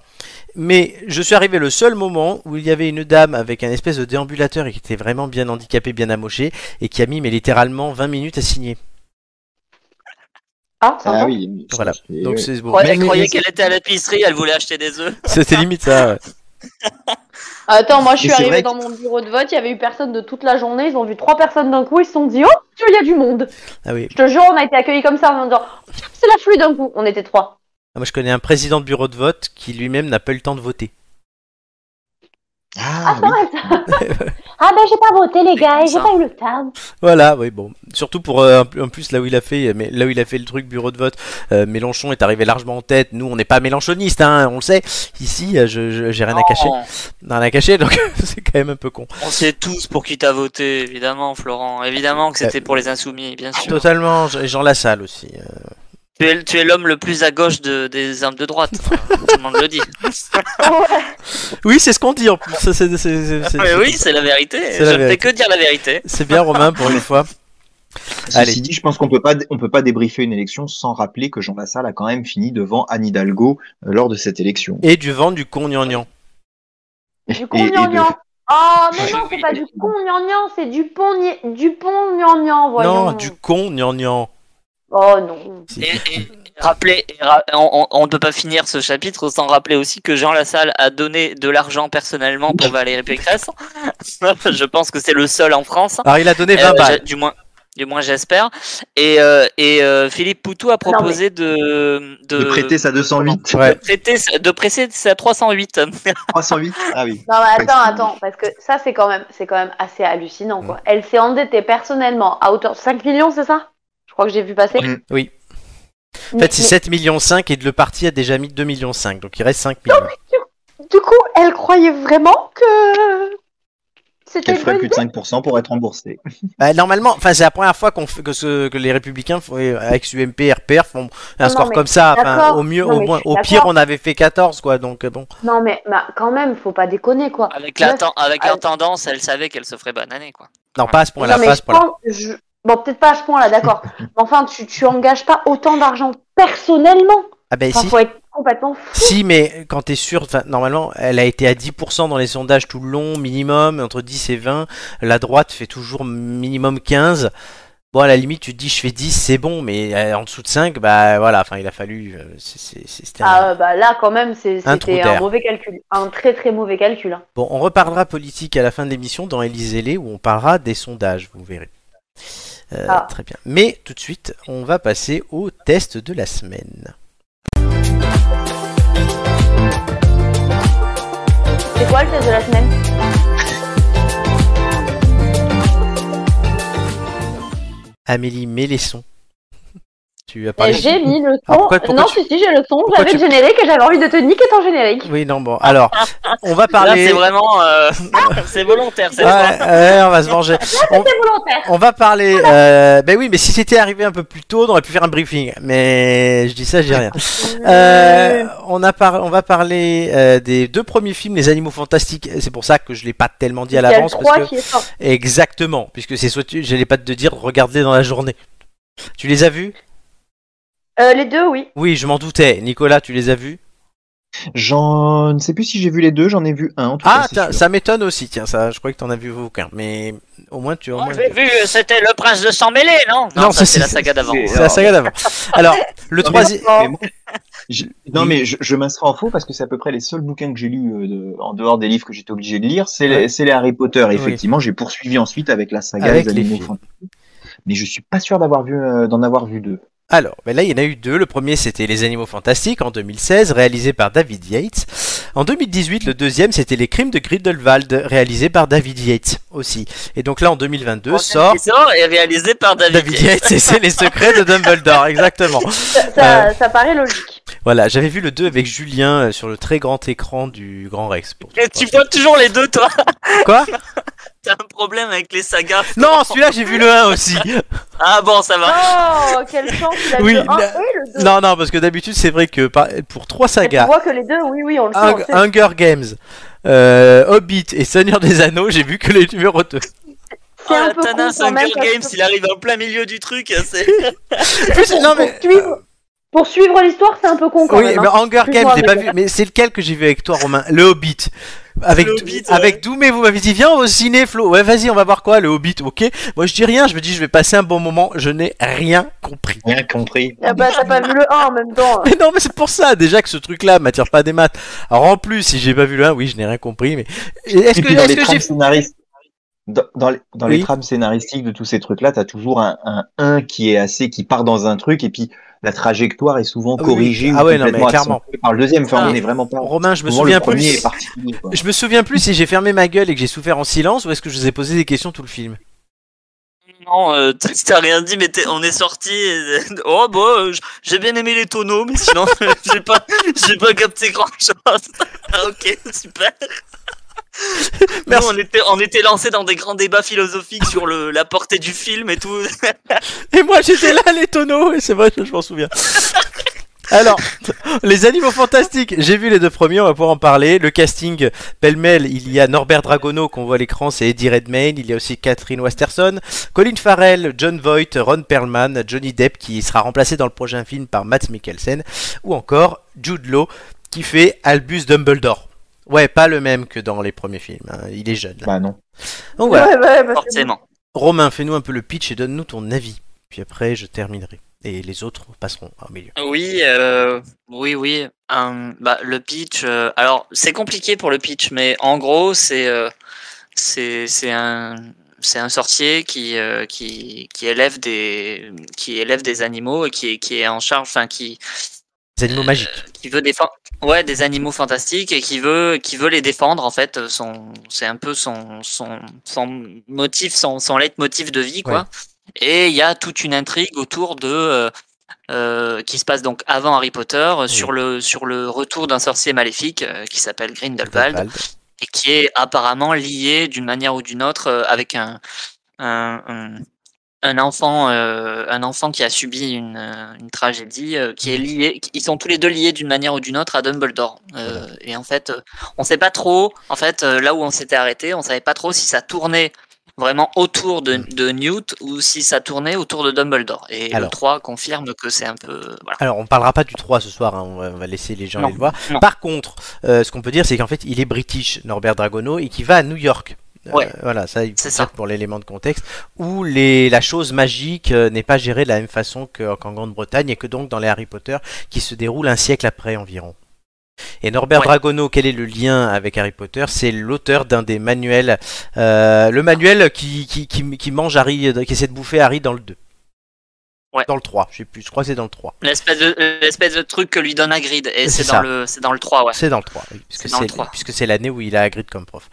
Speaker 1: Mais je suis arrivé le seul moment où il y avait une dame avec un espèce de déambulateur et qui était vraiment bien handicapée, bien amochée, et qui a mis mais littéralement 20 minutes à signer.
Speaker 4: Ah, sympa.
Speaker 3: Ah oui,
Speaker 1: Voilà.
Speaker 3: Et
Speaker 1: Donc
Speaker 3: oui.
Speaker 1: c'est bon.
Speaker 7: Ouais,
Speaker 1: Mais-
Speaker 7: elle
Speaker 1: mais-
Speaker 7: croyait qu'elle était à l'épicerie, elle voulait acheter des œufs.
Speaker 1: [laughs] C'était limite ça. ouais.
Speaker 4: Attends, moi je
Speaker 3: Mais
Speaker 4: suis
Speaker 3: c'est vrai
Speaker 4: arrivée
Speaker 3: que-
Speaker 4: dans mon bureau de vote, il y avait eu personne de toute la journée, ils ont vu trois personnes d'un coup, ils se sont dit Oh, Dieu, il y a du monde
Speaker 1: Ah oui.
Speaker 4: Je te jure, on a été accueillis comme ça en disant Oh, putain, C'est la flûte d'un coup, on était trois.
Speaker 1: Ah, Moi, je connais un président de bureau de vote qui lui-même n'a pas eu le temps de voter.
Speaker 4: Ah,
Speaker 3: Ah,
Speaker 4: c'est
Speaker 3: oui.
Speaker 4: vrai ça [laughs] Ah ben j'ai pas voté les gars, et j'ai
Speaker 7: ça.
Speaker 4: pas eu le temps.
Speaker 1: Voilà, oui, bon. Surtout pour euh, en plus là où il a fait, mais là où il a fait le truc bureau de vote, euh, Mélenchon est arrivé largement en tête. Nous, on n'est pas mélenchonistes, hein, on le sait. Ici, euh, je je- j'ai rien à cacher,
Speaker 7: Non,
Speaker 1: rien à cacher, donc [laughs] c'est quand même un peu con.
Speaker 7: on sait tous pour qui t'as voté, évidemment, Florent. Évidemment que
Speaker 1: Euh,
Speaker 7: c'était pour les insoumis, bien sûr.
Speaker 1: Totalement, Jean Jean Lassalle aussi. euh.
Speaker 7: Tu es, tu es l'homme le plus à gauche de- des hommes de
Speaker 1: [laughs]
Speaker 7: droite. Enfin, tout le monde le dit.
Speaker 1: Oui, c'est ce qu'on dit en plus. ça, c'est- c'est- c'est- c'est-
Speaker 7: Ah, Mais oui, c'est la vérité.
Speaker 1: C'est
Speaker 7: Je
Speaker 1: la
Speaker 7: ne fais
Speaker 1: vérité.
Speaker 7: que dire la vérité.
Speaker 1: C'est bien Romain pour une fois.
Speaker 3: Ceci
Speaker 1: Allez.
Speaker 3: dit, je pense qu'on peut pas, on peut pas débriefer une élection sans rappeler que Jean Lassalle a quand même fini devant Anne Hidalgo euh, lors de cette élection.
Speaker 1: Et du vent du con gnangnan.
Speaker 4: Du
Speaker 3: Et-
Speaker 4: con
Speaker 3: et de-
Speaker 4: gnangnan Oh
Speaker 7: Ouais.
Speaker 4: mais non, c'est pas du con gnangnan, c'est du pont gna- du pont gnangnan, voyons.
Speaker 1: Non, du con gnangnan.
Speaker 4: Oh non.
Speaker 1: Si.
Speaker 7: Et, et- et rappeler, et ra- on on- on ne peut pas finir ce chapitre sans rappeler aussi que Jean Lassalle a donné de l'argent personnellement pour Valérie Pécresse. [laughs] Je pense que c'est le seul en France.
Speaker 1: Alors, Ah, il a donné 20
Speaker 7: Euh,
Speaker 1: balles.
Speaker 7: j'ai- du moins, du moins j'espère. Et, euh, et euh, Philippe Poutou a proposé de,
Speaker 3: de
Speaker 1: Euh,
Speaker 3: prêter sa 208.
Speaker 1: Ouais.
Speaker 3: [laughs]
Speaker 7: de prêter sa- de presser sa 308.
Speaker 3: 308 Ah oui.
Speaker 4: Non mais attends, attends, parce que ça c'est quand même c'est quand même assez hallucinant quoi. Elle s'est endettée personnellement à hauteur de 5 millions, c'est ça Je crois que j'ai vu passer.
Speaker 3: Oui.
Speaker 1: Oui. En
Speaker 4: Mais-
Speaker 1: fait, c'est 7 millions 5 et de le parti a déjà mis 2 millions 5, donc il reste 5 millions.
Speaker 4: mais du coup, elle croyait vraiment que c'était
Speaker 3: Qu'elle
Speaker 4: une bonne
Speaker 3: ferait plus
Speaker 4: idée.
Speaker 3: de 5% pour être remboursée.
Speaker 1: Bah, normalement, enfin c'est la première fois qu'on fait- que, ce- que les républicains font- euh, avec UMP, RPR font un
Speaker 4: Non,
Speaker 1: score
Speaker 4: mais
Speaker 1: comme ça. Enfin,
Speaker 4: d'accord.
Speaker 1: au mieux,
Speaker 4: Non,
Speaker 1: au
Speaker 4: mais
Speaker 1: moins,
Speaker 4: je suis
Speaker 1: au pire,
Speaker 4: d'accord.
Speaker 1: on avait fait 14 quoi. Donc euh, bon,
Speaker 4: Non mais bah, quand même, faut pas déconner quoi.
Speaker 1: Ah,
Speaker 7: Avec la,
Speaker 4: Neuf-
Speaker 7: ten- avec la
Speaker 4: euh,
Speaker 7: tendance, elle savait qu'elle se ferait bananer. Quoi.
Speaker 1: non pas à ce point-là,
Speaker 4: Non, mais
Speaker 1: pas à ce
Speaker 4: je
Speaker 1: point-là.
Speaker 4: pense- je- Bon, peut-être pas à ce
Speaker 3: [laughs]
Speaker 4: point-là, d'accord. mais enfin, tu, tu engages pas autant d'argent personnellement.
Speaker 1: Ah ben
Speaker 4: Enfin,
Speaker 1: si,
Speaker 4: faut être complètement fou.
Speaker 1: si, mais quand t'es sûr, enfin, normalement, elle a été à 10% dans les sondages tout le long, minimum entre 10 et 20. La droite fait toujours minimum 15. Bon, à la limite, tu te dis je fais 10, c'est bon, mais euh, en dessous de 5, bah voilà. Enfin, il a fallu. euh, c'est- c'est- c'est- c'était un-
Speaker 4: Ah, euh, bah là, quand même, c'est-
Speaker 1: Un trou
Speaker 4: c'était un,
Speaker 1: d'air.
Speaker 4: mauvais calcul. Un très très mauvais calcul. hein.
Speaker 1: Bon, on reparlera politique à la fin de l'émission dans Élysée-les où on parlera des sondages, vous verrez. Euh,
Speaker 4: Ah.
Speaker 1: Très bien. Mais tout de suite, on va passer au test de la semaine.
Speaker 4: C'est quoi le test de la semaine
Speaker 1: Amélie, mets les sons. [laughs] Tu as
Speaker 4: Eh,
Speaker 1: parlé.
Speaker 4: J'ai mis le son.
Speaker 1: Ah, pourquoi- pourquoi
Speaker 4: non,
Speaker 1: tu-
Speaker 4: si, si, j'ai le son.
Speaker 1: pourquoi
Speaker 4: J'avais
Speaker 1: tu-
Speaker 4: le générique et j'avais envie de te niquer ton générique.
Speaker 1: Oui, non, bon. Alors, on va
Speaker 7: Là,
Speaker 1: parler.
Speaker 7: c'est vraiment euh, [laughs] c'est volontaire.
Speaker 1: Ah.
Speaker 7: cette fois.
Speaker 1: Ouais, ouais, on va se venger. On,
Speaker 4: C'est volontaire.
Speaker 1: on va parler. euh, Ben oui, mais si c'était arrivé un peu plus tôt, on aurait pu faire un briefing. Mais je dis ça, j'ai
Speaker 4: [laughs]
Speaker 1: rien. Euh, on, a par- on va parler euh, des deux premiers films, Les Animaux Fantastiques. C'est pour ça que je l'ai pas tellement dit à
Speaker 4: Il y a le
Speaker 1: l'avance. parce
Speaker 4: 3
Speaker 1: que...
Speaker 4: qui est sorti.
Speaker 1: Exactement, puisque c'est soit tu- j'allais pas te dire, regarde-les dans la journée. Tu les as vus
Speaker 4: Euh, les deux, oui.
Speaker 1: Oui, je m'en doutais. Nicolas, tu les as vus
Speaker 3: J'en ne sais plus si j'ai vu les deux, j'en ai vu un en tout
Speaker 1: Ah,
Speaker 3: cas. c'est
Speaker 1: tiens,
Speaker 3: sûr.
Speaker 1: ça m'étonne aussi, tiens, ça, je croyais que t'en as vu aucun, mais au moins tu. Au
Speaker 7: Moi,
Speaker 1: moins...
Speaker 7: Oh, j'ai Ah, vu, euh, c'était le prince de sang mêlé, non
Speaker 1: Non, ça,
Speaker 7: ça c'est
Speaker 1: c'est-
Speaker 7: la saga d'avant.
Speaker 3: c'est-
Speaker 1: C'est la saga
Speaker 7: [laughs]
Speaker 1: d'avant. Alors, le
Speaker 3: Non, mais-
Speaker 1: troisième.
Speaker 3: mais moi, je- Non mais je, je m'inscris en faux parce que c'est à peu près les seuls bouquins que j'ai lus euh, de- en dehors des livres que j'étais obligé de lire, c'est les, c'est les Harry Potter. Et
Speaker 1: Oui.
Speaker 3: Effectivement, j'ai poursuivi ensuite avec la saga
Speaker 1: Avec
Speaker 3: des
Speaker 1: les
Speaker 3: animaux
Speaker 1: films.
Speaker 3: fantastiques. Mais je suis pas sûr d'avoir vu euh, d'en avoir vu deux.
Speaker 1: Alors, ben là, il y en a eu deux. Le premier, c'était Les Animaux Fantastiques en 2016, réalisé par David Yates. En 2018, le deuxième, c'était Les Crimes de Grindelwald, réalisé par David Yates aussi. Et donc là, en 2022, sort
Speaker 7: Qui sort et réalisé par David,
Speaker 1: David
Speaker 7: Yates.
Speaker 1: Yates et c'est Les Secrets de Dumbledore, exactement.
Speaker 4: Ça, ça, ça paraît logique.
Speaker 1: Voilà, j'avais vu le 2 avec Julien euh, sur le très grand écran du Grand Rex. pour-
Speaker 7: Et Eh, tu vois toujours les deux, toi [laughs]
Speaker 1: Quoi
Speaker 7: T'as un problème avec les sagas
Speaker 1: Non, celui-là j'ai vu le 1 aussi.
Speaker 4: [laughs]
Speaker 7: Ah bon, ça va.
Speaker 4: Oh, quel chance il a
Speaker 1: Oui,
Speaker 4: le 1
Speaker 1: la-
Speaker 4: et le 2.
Speaker 1: Non, non, parce que d'habitude c'est vrai que par- pour trois
Speaker 4: Et tu
Speaker 1: sagas,
Speaker 4: vois que les deux, oui, oui, on le sait. on le
Speaker 1: Hung-
Speaker 4: sait.
Speaker 1: Hunger Games, euh, Hobbit et Seigneur des Anneaux, j'ai vu que les numéros
Speaker 4: [laughs]
Speaker 1: 2.
Speaker 4: C'est un peu con
Speaker 7: Ah, Tana,
Speaker 4: quand même. parce
Speaker 7: Euh, Games,
Speaker 4: que
Speaker 7: il arrive en plein milieu du truc. C'est...
Speaker 1: [laughs]
Speaker 4: pour-
Speaker 1: non, mais...
Speaker 4: pour suivre- Pour suivre l'histoire, c'est un peu con quand
Speaker 1: Oui,
Speaker 4: même.
Speaker 1: mais
Speaker 4: hein.
Speaker 1: Hunger Games,
Speaker 4: Excuse-moi,
Speaker 1: j'ai pas
Speaker 4: mais-
Speaker 1: vu, mais c'est lequel que j'ai vu avec toi, Romain Le Hobbit. Avec,
Speaker 7: Le Hobbit, ouais.
Speaker 1: avec Doumé, vous m'avez dit, viens au ciné, Flo. Ouais, vas-y, on va voir quoi, le Hobbit, ok. Moi, je dis rien, je me dis, je vais passer un bon moment, je n'ai rien compris.
Speaker 3: Rien compris.
Speaker 4: Ah bah, t'as pas vu le 1 en même temps.
Speaker 1: [laughs] Mais non, mais c'est pour ça, déjà, que ce truc-là m'attire pas des maths. Alors, en plus, si j'ai pas vu le 1, oui, je n'ai rien compris, mais. Est-ce
Speaker 3: Et
Speaker 1: que,
Speaker 3: puis dans
Speaker 1: est-ce
Speaker 3: les
Speaker 1: que
Speaker 3: trames
Speaker 1: j'ai.
Speaker 3: scénaristiques, dans, dans les, dans les
Speaker 1: Oui.
Speaker 3: trames scénaristiques de tous ces trucs-là, t'as toujours un, un 1 qui est assez, qui part dans un truc, et puis la trajectoire est souvent
Speaker 1: Ah oui, oui.
Speaker 3: corrigée
Speaker 1: Ah
Speaker 3: ou
Speaker 1: ouais, non, mais
Speaker 3: complètement
Speaker 1: clairement.
Speaker 3: accentuée par le deuxième. Enfin,
Speaker 7: Ah.
Speaker 3: on est vraiment pas.
Speaker 1: Romain, je me
Speaker 3: souvent,
Speaker 1: souviens
Speaker 3: le premier
Speaker 1: plus.
Speaker 3: est particulier. quoi.
Speaker 1: Je me souviens plus si j'ai fermé ma gueule et que j'ai souffert en silence ou est-ce que je vous ai posé des questions tout le film.
Speaker 7: Non, euh, t'as t'as rien dit, mais t'es- on est sorti. et- [laughs] Oh, bah, euh, j- j'ai bien aimé les tonneaux, mais sinon, [laughs] j'ai pas, j'ai pas capté grand [laughs] chose. ok, super. Nous,
Speaker 1: Merci.
Speaker 7: on était, on était lancé dans des grands débats philosophiques sur le, la portée du film et tout.
Speaker 1: Et moi j'étais là, les tonneaux, et c'est vrai, je m'en souviens. Alors, les animaux fantastiques, j'ai vu les deux premiers, on va pouvoir en parler. Le casting, pêle-mêle, il y a Norbert Dragono qu'on voit à l'écran, c'est Eddie Redmayne, il y a aussi Catherine Wasterson, Colin Farrell, John Voight, Ron Perlman, Johnny Depp qui sera remplacé dans le prochain film par Matt Mikkelsen, ou encore Jude Law qui fait Albus Dumbledore. Ouais, pas le même que dans les premiers films, hein, il est jeune. là.
Speaker 3: Bah non.
Speaker 1: Donc voilà,
Speaker 4: Ouais, ouais, parce que-
Speaker 7: Forcément.
Speaker 1: Romain, fais-nous un peu le pitch et donne-nous ton avis. Puis après, je terminerai. Et les autres passeront au milieu.
Speaker 7: Oui, euh, oui, oui. Hum, bah, le pitch. euh, alors, c'est compliqué pour le pitch, mais en gros, c'est euh, c'est c'est un c'est un sorcier qui euh, qui qui élève des qui élève des animaux et qui est- qui est en charge, enfin qui
Speaker 1: Les animaux magiques.
Speaker 7: qui veut défendre ouais des animaux fantastiques et qui veut qui veut les défendre en fait euh, son c'est un peu son son son motif son son leitmotiv de vie quoi et il y a toute une intrigue autour de euh, euh, qui se passe donc avant Harry Potter euh, sur le sur le retour d'un sorcier maléfique euh, qui s'appelle Grindelwald et qui est apparemment lié d'une manière ou d'une autre euh, avec un, un, un, un enfant euh, un enfant qui a subi une, euh, une tragédie euh, qui est lié qui- ils sont tous les deux liés d'une manière ou d'une autre à Dumbledore Euh, et en fait euh, on sait pas trop en fait euh, là où on s'était arrêté on savait pas trop si ça tournait vraiment autour
Speaker 1: Mm.
Speaker 7: de, de Newt ou si ça tournait autour de Dumbledore et le
Speaker 1: Alors.
Speaker 7: 3 confirme que c'est un peu voilà
Speaker 1: Alors, on parlera pas du 3 ce soir, hein, on va- on va laisser les gens
Speaker 7: Non,
Speaker 1: aller le voir.
Speaker 7: non.
Speaker 1: Par contre, euh, ce qu'on peut dire, c'est qu'en fait, il est british, Norbert Dragono, et qui va à New York. Euh,
Speaker 7: Ouais.
Speaker 1: voilà, ça, il faut
Speaker 7: C'est ça.
Speaker 1: dire pour l'élément de contexte, où les, la chose magique euh, n'est pas gérée de la même façon que- qu'en Grande-Bretagne et que donc dans les Harry Potter, qui se déroule un siècle après environ. Et Norbert
Speaker 7: Ouais.
Speaker 1: Dragono, quel est le lien avec Harry Potter C'est l'auteur d'un des manuels, euh, le manuel qui, qui, qui, qui mange Harry, qui essaie de bouffer Harry dans le 2.
Speaker 7: Ouais.
Speaker 1: Dans le 3, je sais plus, je crois que c'est dans le 3.
Speaker 7: l'espèce de euh, l'espèce de truc que lui donne Hagrid et
Speaker 1: C'est
Speaker 7: c'est dans
Speaker 1: ça.
Speaker 7: le c'est dans le 3 ouais
Speaker 1: C'est dans le 3, oui, puisque
Speaker 7: Bah, C'est dans le
Speaker 1: c'est
Speaker 7: 3.
Speaker 1: puisque c'est l'année où il a Hagrid comme prof.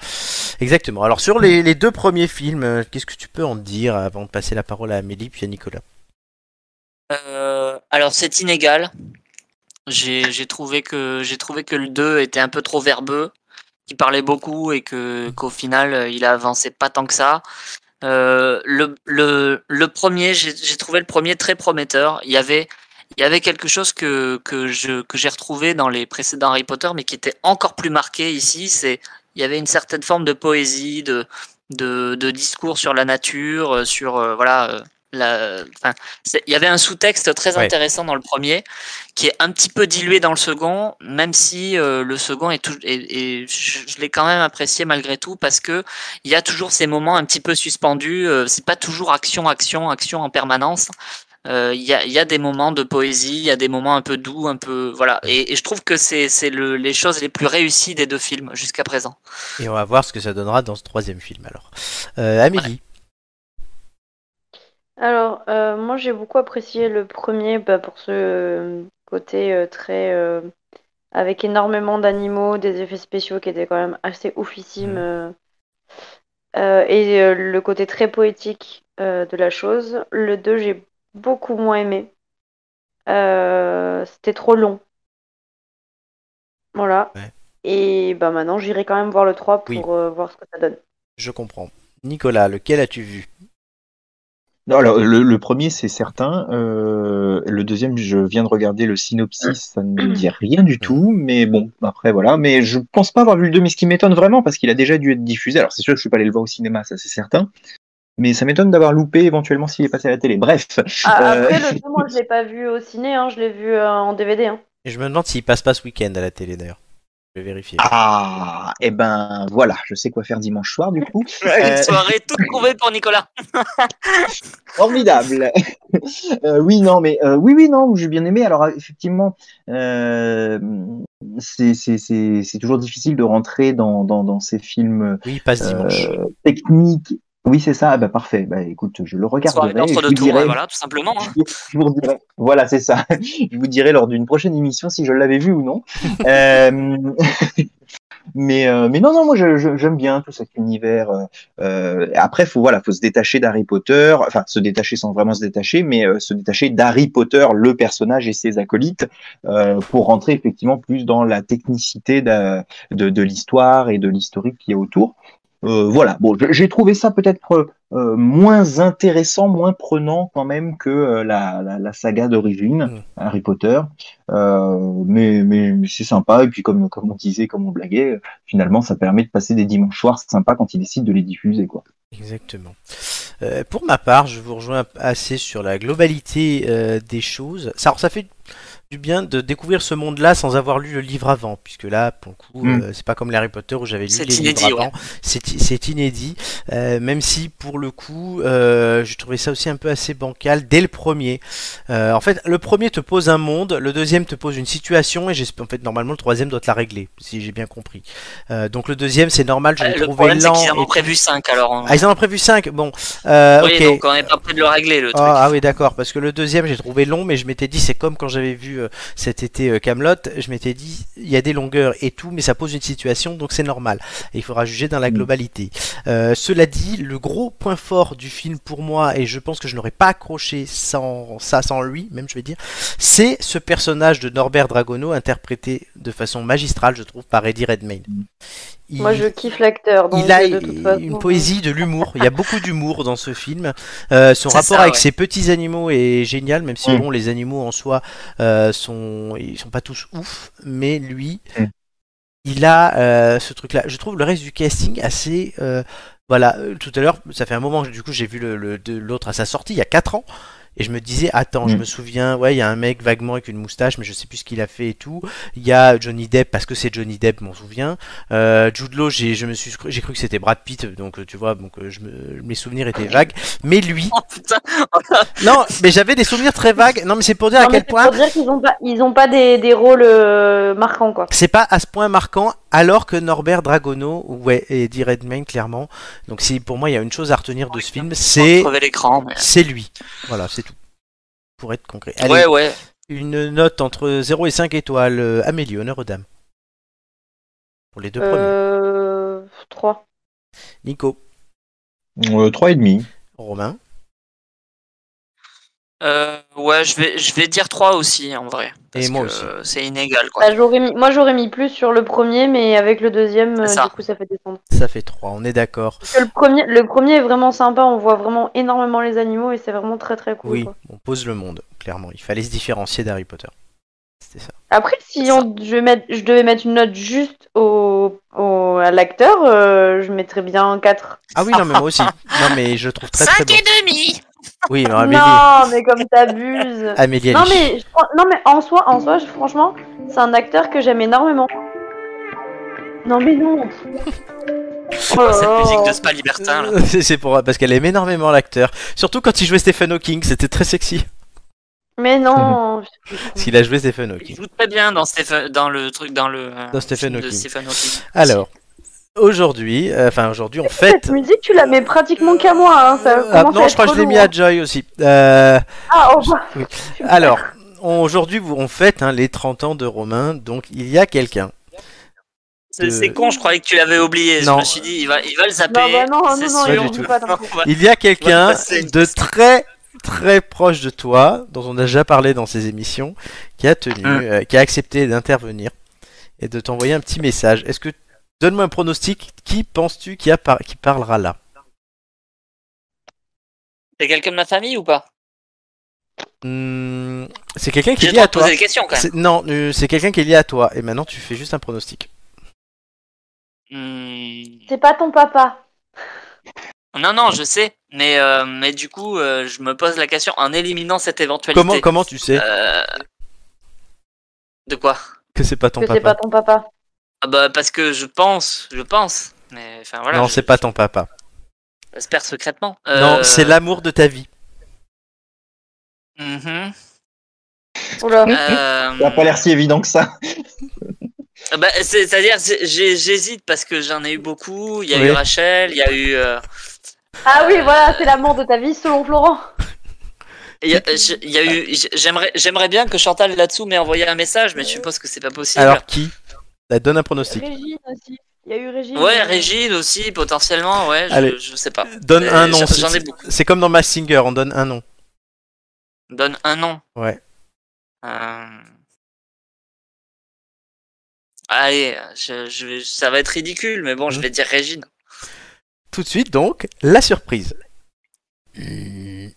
Speaker 1: Exactement. Alors sur les, les deux premiers films, euh, qu'est-ce que tu peux en dire avant de passer la parole à Amélie puis à Nicolas
Speaker 7: Euh, alors c'est inégal. J'ai j'ai trouvé que j'ai trouvé que le 2 était un peu trop verbeux, qu'il parlait beaucoup et que qu'au final euh, il a avancé pas tant que ça. Euh, le, le, le premier, j'ai j'ai trouvé le premier très prometteur. Il y avait il y avait quelque chose que que je que j'ai retrouvé dans les précédents Harry Potter, mais qui était encore plus marqué ici. C'est il y avait une certaine forme de poésie, de de, de discours sur la nature, euh, sur euh, voilà euh, la, enfin, c'est- Il y avait un sous-texte très
Speaker 1: Ouais.
Speaker 7: intéressant dans le premier, qui est un petit peu dilué dans le second, même si euh, le second est tout, et, et je, je l'ai quand même apprécié malgré tout parce que il y a toujours ces moments un petit peu suspendus. euh, c'est pas toujours action, action, action en permanence. Euh, Il y, a, il y a des moments de poésie, il y a des moments un peu doux, un peu voilà. Et, et je trouve que c'est c'est le, les choses les plus réussies des deux films jusqu'à présent.
Speaker 1: Et on va voir ce que ça donnera dans ce troisième film alors. Euh, Amélie,
Speaker 4: Alors, euh, moi j'ai beaucoup apprécié le premier bah, pour ce euh, côté euh, très. euh, avec énormément d'animaux, des effets spéciaux qui étaient quand même assez oufissimes.
Speaker 1: Mhm.
Speaker 4: euh, euh, et euh, le côté très poétique euh, de la chose. Le 2, j'ai beaucoup moins aimé. Euh, c'était trop long. Voilà.
Speaker 1: Ouais.
Speaker 4: Et bah maintenant, j'irai quand même voir le 3 pour
Speaker 1: Oui.
Speaker 4: euh, voir ce que ça donne.
Speaker 1: Je comprends. Nicolas, lequel as-tu vu
Speaker 3: Non, alors, le, le premier, c'est certain. Euh, le deuxième, je viens de regarder le synopsis, ça ne me dit rien du tout. Mais bon, après, voilà. Mais je pense pas avoir vu le 2, mais ce qui m'étonne vraiment, parce qu'il a déjà dû être diffusé. Alors, c'est sûr que je suis pas allé le voir au cinéma, ça c'est certain. Mais ça m'étonne d'avoir loupé éventuellement s'il est passé à la télé. Bref.
Speaker 4: Ah,
Speaker 1: [laughs]
Speaker 3: Euh,
Speaker 4: Après, le 2, moi, je l'ai pas vu au ciné, hein, je l'ai vu euh, en DVD. Hein.
Speaker 1: Et je me demande s'il passe pas ce week-end à la télé d'ailleurs. Je vais vérifier.
Speaker 3: Ah, et ben voilà, je sais quoi faire dimanche soir du coup.
Speaker 7: Une
Speaker 3: Euh,
Speaker 7: soirée toute courbée pour Nicolas. [laughs]
Speaker 3: Formidable. Euh, oui, non, mais euh, oui, oui, non, j'ai bien aimé. Alors euh, effectivement, euh, c'est c'est- c'est- c'est toujours difficile de rentrer dans, dans, dans ces films
Speaker 1: Oui, il passe dimanche.
Speaker 3: euh, techniques. Oui, c'est ça. Ah, bah parfait. Bah écoute, je le
Speaker 7: Soirée
Speaker 3: regarderai. et
Speaker 7: d'entre
Speaker 3: je
Speaker 7: deux
Speaker 3: vous
Speaker 7: tours,
Speaker 3: dirai-
Speaker 7: ouais, voilà, tout simplement. hein.
Speaker 3: [laughs] je vous dirai- Voilà, c'est ça. [laughs] Je vous dirai lors d'une prochaine émission si je l'avais vu ou non. Euh, mais, euh, mais non, non, moi je- je- j'aime bien tout cet univers. euh, euh, après, faut voilà, faut se détacher d'Harry Potter, enfin se détacher sans vraiment se détacher, mais euh, se détacher d'Harry Potter, le personnage et ses acolytes, euh, pour rentrer effectivement plus dans la technicité d'a- de, de l'histoire et de l'historique qui est autour. Euh, voilà, bon, je- j'ai trouvé ça peut-être euh, euh, moins intéressant, moins prenant quand même que euh, la, la, la saga d'origine,
Speaker 1: Mm.
Speaker 3: Harry Potter. Euh, mais mais, mais c'est sympa, et puis comme, comme on disait, comme on blaguait, euh, finalement ça permet de passer des dimanches soirs sympas quand ils décident de les diffuser. quoi.
Speaker 1: Exactement. Euh, pour ma part, je vous rejoins assez sur la globalité euh, des choses. Ça, alors, ça fait du bien de découvrir ce monde-là sans avoir lu le livre avant, puisque là, pour le coup,
Speaker 3: Mm.
Speaker 1: euh, c'est pas comme l'Harry Potter où j'avais lu
Speaker 7: C'est
Speaker 1: les
Speaker 7: inédit,
Speaker 1: livres avant. C'est i- C'est inédit, Euh, même si pour le coup, euh, je trouvais ça aussi un peu assez bancal dès le premier. Euh, en fait, le premier te pose un monde, le deuxième te pose une situation, et j'espère en fait normalement le troisième doit te la régler, si j'ai bien compris. Euh, donc le deuxième, c'est normal, je l'ai
Speaker 7: Le
Speaker 1: trouvé
Speaker 7: problème, c'est
Speaker 1: lent.
Speaker 7: qu'ils en ont
Speaker 1: et
Speaker 7: prévu 5 alors. hein.
Speaker 1: ah, ils en ont prévu 5 Bon, euh,
Speaker 7: Oui,
Speaker 1: ok.
Speaker 7: donc on n'est pas prêt de le régler le
Speaker 1: Ah,
Speaker 7: truc.
Speaker 1: ah oui, d'accord, parce que le deuxième, j'ai trouvé long, mais je m'étais dit, c'est comme quand j'avais vu euh, cet été Camelot, je m'étais dit, il y a des longueurs et tout, mais ça pose une situation, donc c'est normal. Et il faudra juger dans la
Speaker 3: Mm.
Speaker 1: globalité. Euh, cela dit, le gros point fort du film pour moi, et je pense que je n'aurais pas accroché sans ça, sans lui, même je vais dire, c'est ce personnage de Norbert Dragono, interprété de façon magistrale, je trouve, par Eddie Redmayne. Il-
Speaker 4: Moi, je kiffe l'acteur. donc,
Speaker 1: il a
Speaker 4: euh, de toute façon,
Speaker 1: une poésie de l'humour. Il y a beaucoup d'humour dans ce film. Euh, son
Speaker 7: C'est
Speaker 1: rapport
Speaker 7: ça,
Speaker 1: avec
Speaker 7: ouais.
Speaker 1: ses petits animaux est génial, même si
Speaker 3: Mm.
Speaker 1: bon, les animaux en soi euh, sont, ils sont pas tous ouf, mais lui,
Speaker 3: Mm.
Speaker 1: il a euh, ce truc-là. Je trouve le reste du casting assez, euh, voilà. euh, Tout à l'heure, ça fait un moment que du coup j'ai vu l'autre le, de- l'autre à sa sortie il y a 4 ans. Et je me disais, attends, je
Speaker 3: Mm.
Speaker 1: me souviens, ouais, il y a un mec vaguement avec une moustache, mais je sais plus ce qu'il a fait et tout. Il y a Johnny Depp, parce que c'est Johnny Depp, m'en souviens. Euh, Jude Law, j'ai, je me suis, cru- j'ai cru que c'était Brad Pitt, donc euh, tu vois, donc euh, je me- mes souvenirs étaient vagues. Mais lui,
Speaker 7: [laughs] Oh putain,
Speaker 1: non, mais j'avais des souvenirs très vagues. Non, mais c'est pour dire
Speaker 4: Non,
Speaker 1: à
Speaker 4: mais
Speaker 1: quel
Speaker 4: c'est
Speaker 1: point
Speaker 4: pour dire qu'ils ont pas, ils ont pas des, des rôles euh, marquants, quoi.
Speaker 1: c'est pas à ce point marquant, alors que Norbert Dragono, ouais, et Eddie Redmayne clairement. Donc si pour moi il y a une chose à retenir de ce film, c'est
Speaker 7: crever l'écran. mais-
Speaker 1: c'est lui. Voilà, c'est tout. Pour être concret. Allez,
Speaker 7: Ouais, ouais.
Speaker 1: une note entre 0 et 5 étoiles. euh, Amélie, honneur aux dames. Pour les deux premiers.
Speaker 4: Euh, 3.
Speaker 1: Nico,
Speaker 3: Euh, trois et demi.
Speaker 1: Romain,
Speaker 7: Euh, ouais, je vais, je vais dire 3 aussi en vrai. Parce
Speaker 1: Et moi
Speaker 7: que
Speaker 1: aussi.
Speaker 7: C'est inégal quoi.
Speaker 4: Bah, j'aurais mis- Moi, j'aurais mis plus sur le premier, mais avec le deuxième, euh,
Speaker 7: C'est ça.
Speaker 4: du coup, ça fait descendre.
Speaker 1: ça fait 3, on est d'accord.
Speaker 4: Parce que le premier, le premier est vraiment sympa, on voit vraiment énormément les animaux et c'est vraiment très très cool.
Speaker 1: Oui,
Speaker 4: quoi.
Speaker 1: on pose le monde, clairement. Il fallait se différencier d'Harry Potter. C'était ça.
Speaker 4: Après, si
Speaker 7: Ça.
Speaker 4: on- je, vais mettre- je devais mettre une note juste au, au- à l'acteur, euh, je mettrais bien un 4.
Speaker 1: Ah
Speaker 4: [laughs]
Speaker 1: oui, non, mais moi aussi. Non, mais je trouve très très
Speaker 7: 5
Speaker 1: bon.
Speaker 7: et demi
Speaker 1: Oui, non, Amélie.
Speaker 4: Non, mais comme t'abuses.
Speaker 1: Amélie, elle
Speaker 4: non,
Speaker 1: est chiante.
Speaker 4: mais, je- non, mais en soi, en soi je- franchement, c'est un acteur que j'aime énormément. Non, mais non.
Speaker 1: [laughs]
Speaker 4: Oh là
Speaker 7: Cette
Speaker 4: là.
Speaker 7: musique de
Speaker 1: Euh,
Speaker 7: Spa Libertin là.
Speaker 1: [laughs] C'est- C'est pour parce qu'elle aime énormément l'acteur. Surtout quand il jouait Stephen Hawking, c'était très sexy.
Speaker 4: [laughs]
Speaker 1: [laughs]
Speaker 4: Mais non.
Speaker 1: Parce qu'il a joué Stephen
Speaker 7: Il
Speaker 1: Hawking.
Speaker 7: joue très bien dans, Stephen- dans le truc, dans le. euh,
Speaker 1: Dans Stephen
Speaker 7: film de
Speaker 1: Hawking.
Speaker 7: Stephen Hawking.
Speaker 1: Alors, aujourd'hui, euh, enfin aujourd'hui, en fait.
Speaker 4: [laughs] Cette musique, tu la mets pratiquement qu'à moi. Hein. Ça
Speaker 1: Ah,
Speaker 4: commence à
Speaker 1: non, je
Speaker 4: être
Speaker 1: crois que je l'ai
Speaker 4: relou,
Speaker 1: mis à Joy aussi. Euh,
Speaker 4: hein. Ah, oh, bah,
Speaker 1: oui.
Speaker 4: super.
Speaker 1: Alors, on- aujourd'hui, vous- on fête hein, les 30 ans de Romain, donc il y a quelqu'un.
Speaker 7: C'est
Speaker 1: Euh,
Speaker 7: c'est con, je croyais que tu l'avais oublié.
Speaker 1: non.
Speaker 7: Je me suis dit, il va, il va le zapper.
Speaker 4: Non, bah non, non,
Speaker 7: c'est
Speaker 4: non,
Speaker 1: il
Speaker 7: sûr.
Speaker 1: joue
Speaker 4: pas dans le
Speaker 7: On va-
Speaker 1: Il y a quelqu'un
Speaker 7: Ouais, c'est une
Speaker 1: de très très proche de toi, dont on a déjà parlé dans ces émissions, qui a tenu,
Speaker 7: Hein.
Speaker 1: euh, qui a accepté d'intervenir et de t'envoyer un petit message. Est-ce que donne-moi un pronostic Qui penses-tu qui, a par- qui parlera là
Speaker 7: [laughs] C'est quelqu'un de ma famille ou pas
Speaker 1: Hmm, C'est quelqu'un qui
Speaker 7: J'ai
Speaker 1: est
Speaker 7: le
Speaker 1: lié
Speaker 7: droit
Speaker 1: à
Speaker 7: de
Speaker 1: toi.
Speaker 7: poser des questions quand même.
Speaker 1: C'est- Non, euh, c'est quelqu'un qui est lié à toi. Et maintenant, tu fais juste un pronostic.
Speaker 7: Hmm.
Speaker 4: C'est pas ton papa.
Speaker 7: Non, non, je sais, mais, euh, mais du coup, euh, je me pose la question en éliminant cette éventualité.
Speaker 1: Comment comment tu sais
Speaker 7: Euh, De quoi
Speaker 1: que c'est pas ton
Speaker 4: que c'est
Speaker 1: papa
Speaker 4: pas ton papa.
Speaker 7: ah bah, Parce que je pense, je pense. Mais enfin voilà.
Speaker 1: Non,
Speaker 7: je-
Speaker 1: c'est pas ton papa.
Speaker 7: J'espère secrètement.
Speaker 1: Non,
Speaker 7: Euh,
Speaker 1: c'est l'amour de ta vie.
Speaker 7: mhm.
Speaker 4: Oula.
Speaker 7: Euh,
Speaker 3: Ça n'a pas l'air si évident que ça.
Speaker 7: Ah bah, c'est- C'est-à-dire, j'ai- j'ai- j'hésite parce que j'en ai eu beaucoup. Il y a
Speaker 1: Oui.
Speaker 7: eu Rachel, il y a eu. euh,
Speaker 4: Ah oui, voilà, c'est l'amour de ta vie selon Florent.
Speaker 7: il y a- euh, je- il y a eu. j'- J'aimerais j'aimerais bien que Chantal là-dessous m'ait envoyé un message, mais je suppose que c'est pas possible.
Speaker 1: Alors qui Bah, Donne un pronostic.
Speaker 4: Régine aussi. Il y a eu Régine.
Speaker 7: Ouais, Régine aussi, potentiellement, ouais,
Speaker 1: Allez.
Speaker 7: je, je sais pas.
Speaker 1: Donne
Speaker 7: Euh,
Speaker 1: un nom.
Speaker 7: j'en-
Speaker 1: c'est-
Speaker 7: J'en ai beaucoup.
Speaker 1: C'est comme dans Mask Singer, on donne un nom.
Speaker 7: Donne un nom.
Speaker 1: Ouais.
Speaker 7: Euh, Allez, je, je vais- ça va être ridicule, mais bon, je
Speaker 1: Mhm.
Speaker 7: vais dire Régine.
Speaker 1: Tout de suite, donc, la surprise.
Speaker 8: Les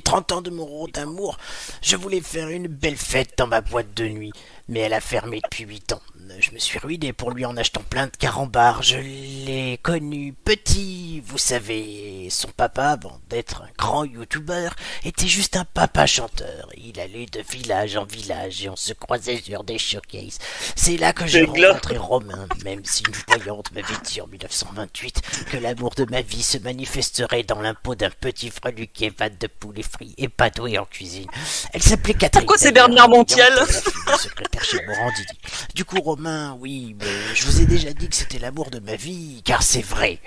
Speaker 8: 30 ans de mon rôle d'amour, je voulais faire une belle fête dans ma boîte de nuit, mais elle a fermé depuis 8 ans. Je me suis ruiné pour lui en achetant plein de carambars. Je l'ai connu petit, vous savez. Son papa, avant d'être un grand youtubeur, était juste un papa chanteur. Il allait de village en village et on se croisait sur des showcases. C'est là que j'ai
Speaker 7: C'est glauque.
Speaker 8: rencontré Romain, même si une voyante m'avait dit en 1928 que l'amour de ma vie se manifesterait dans l'impôt d'un petit freluquet pâte de poulet frit et padoué en cuisine. Elle s'appelait Catherine.
Speaker 7: Pourquoi c'est
Speaker 8: d'ailleurs,
Speaker 7: Bernard
Speaker 8: la
Speaker 7: Montiel
Speaker 8: voyante, la fille du secrétaire chez Morandini. Du coup, Romain, oui, mais je vous ai déjà dit que c'était l'amour de ma vie, car c'est vrai.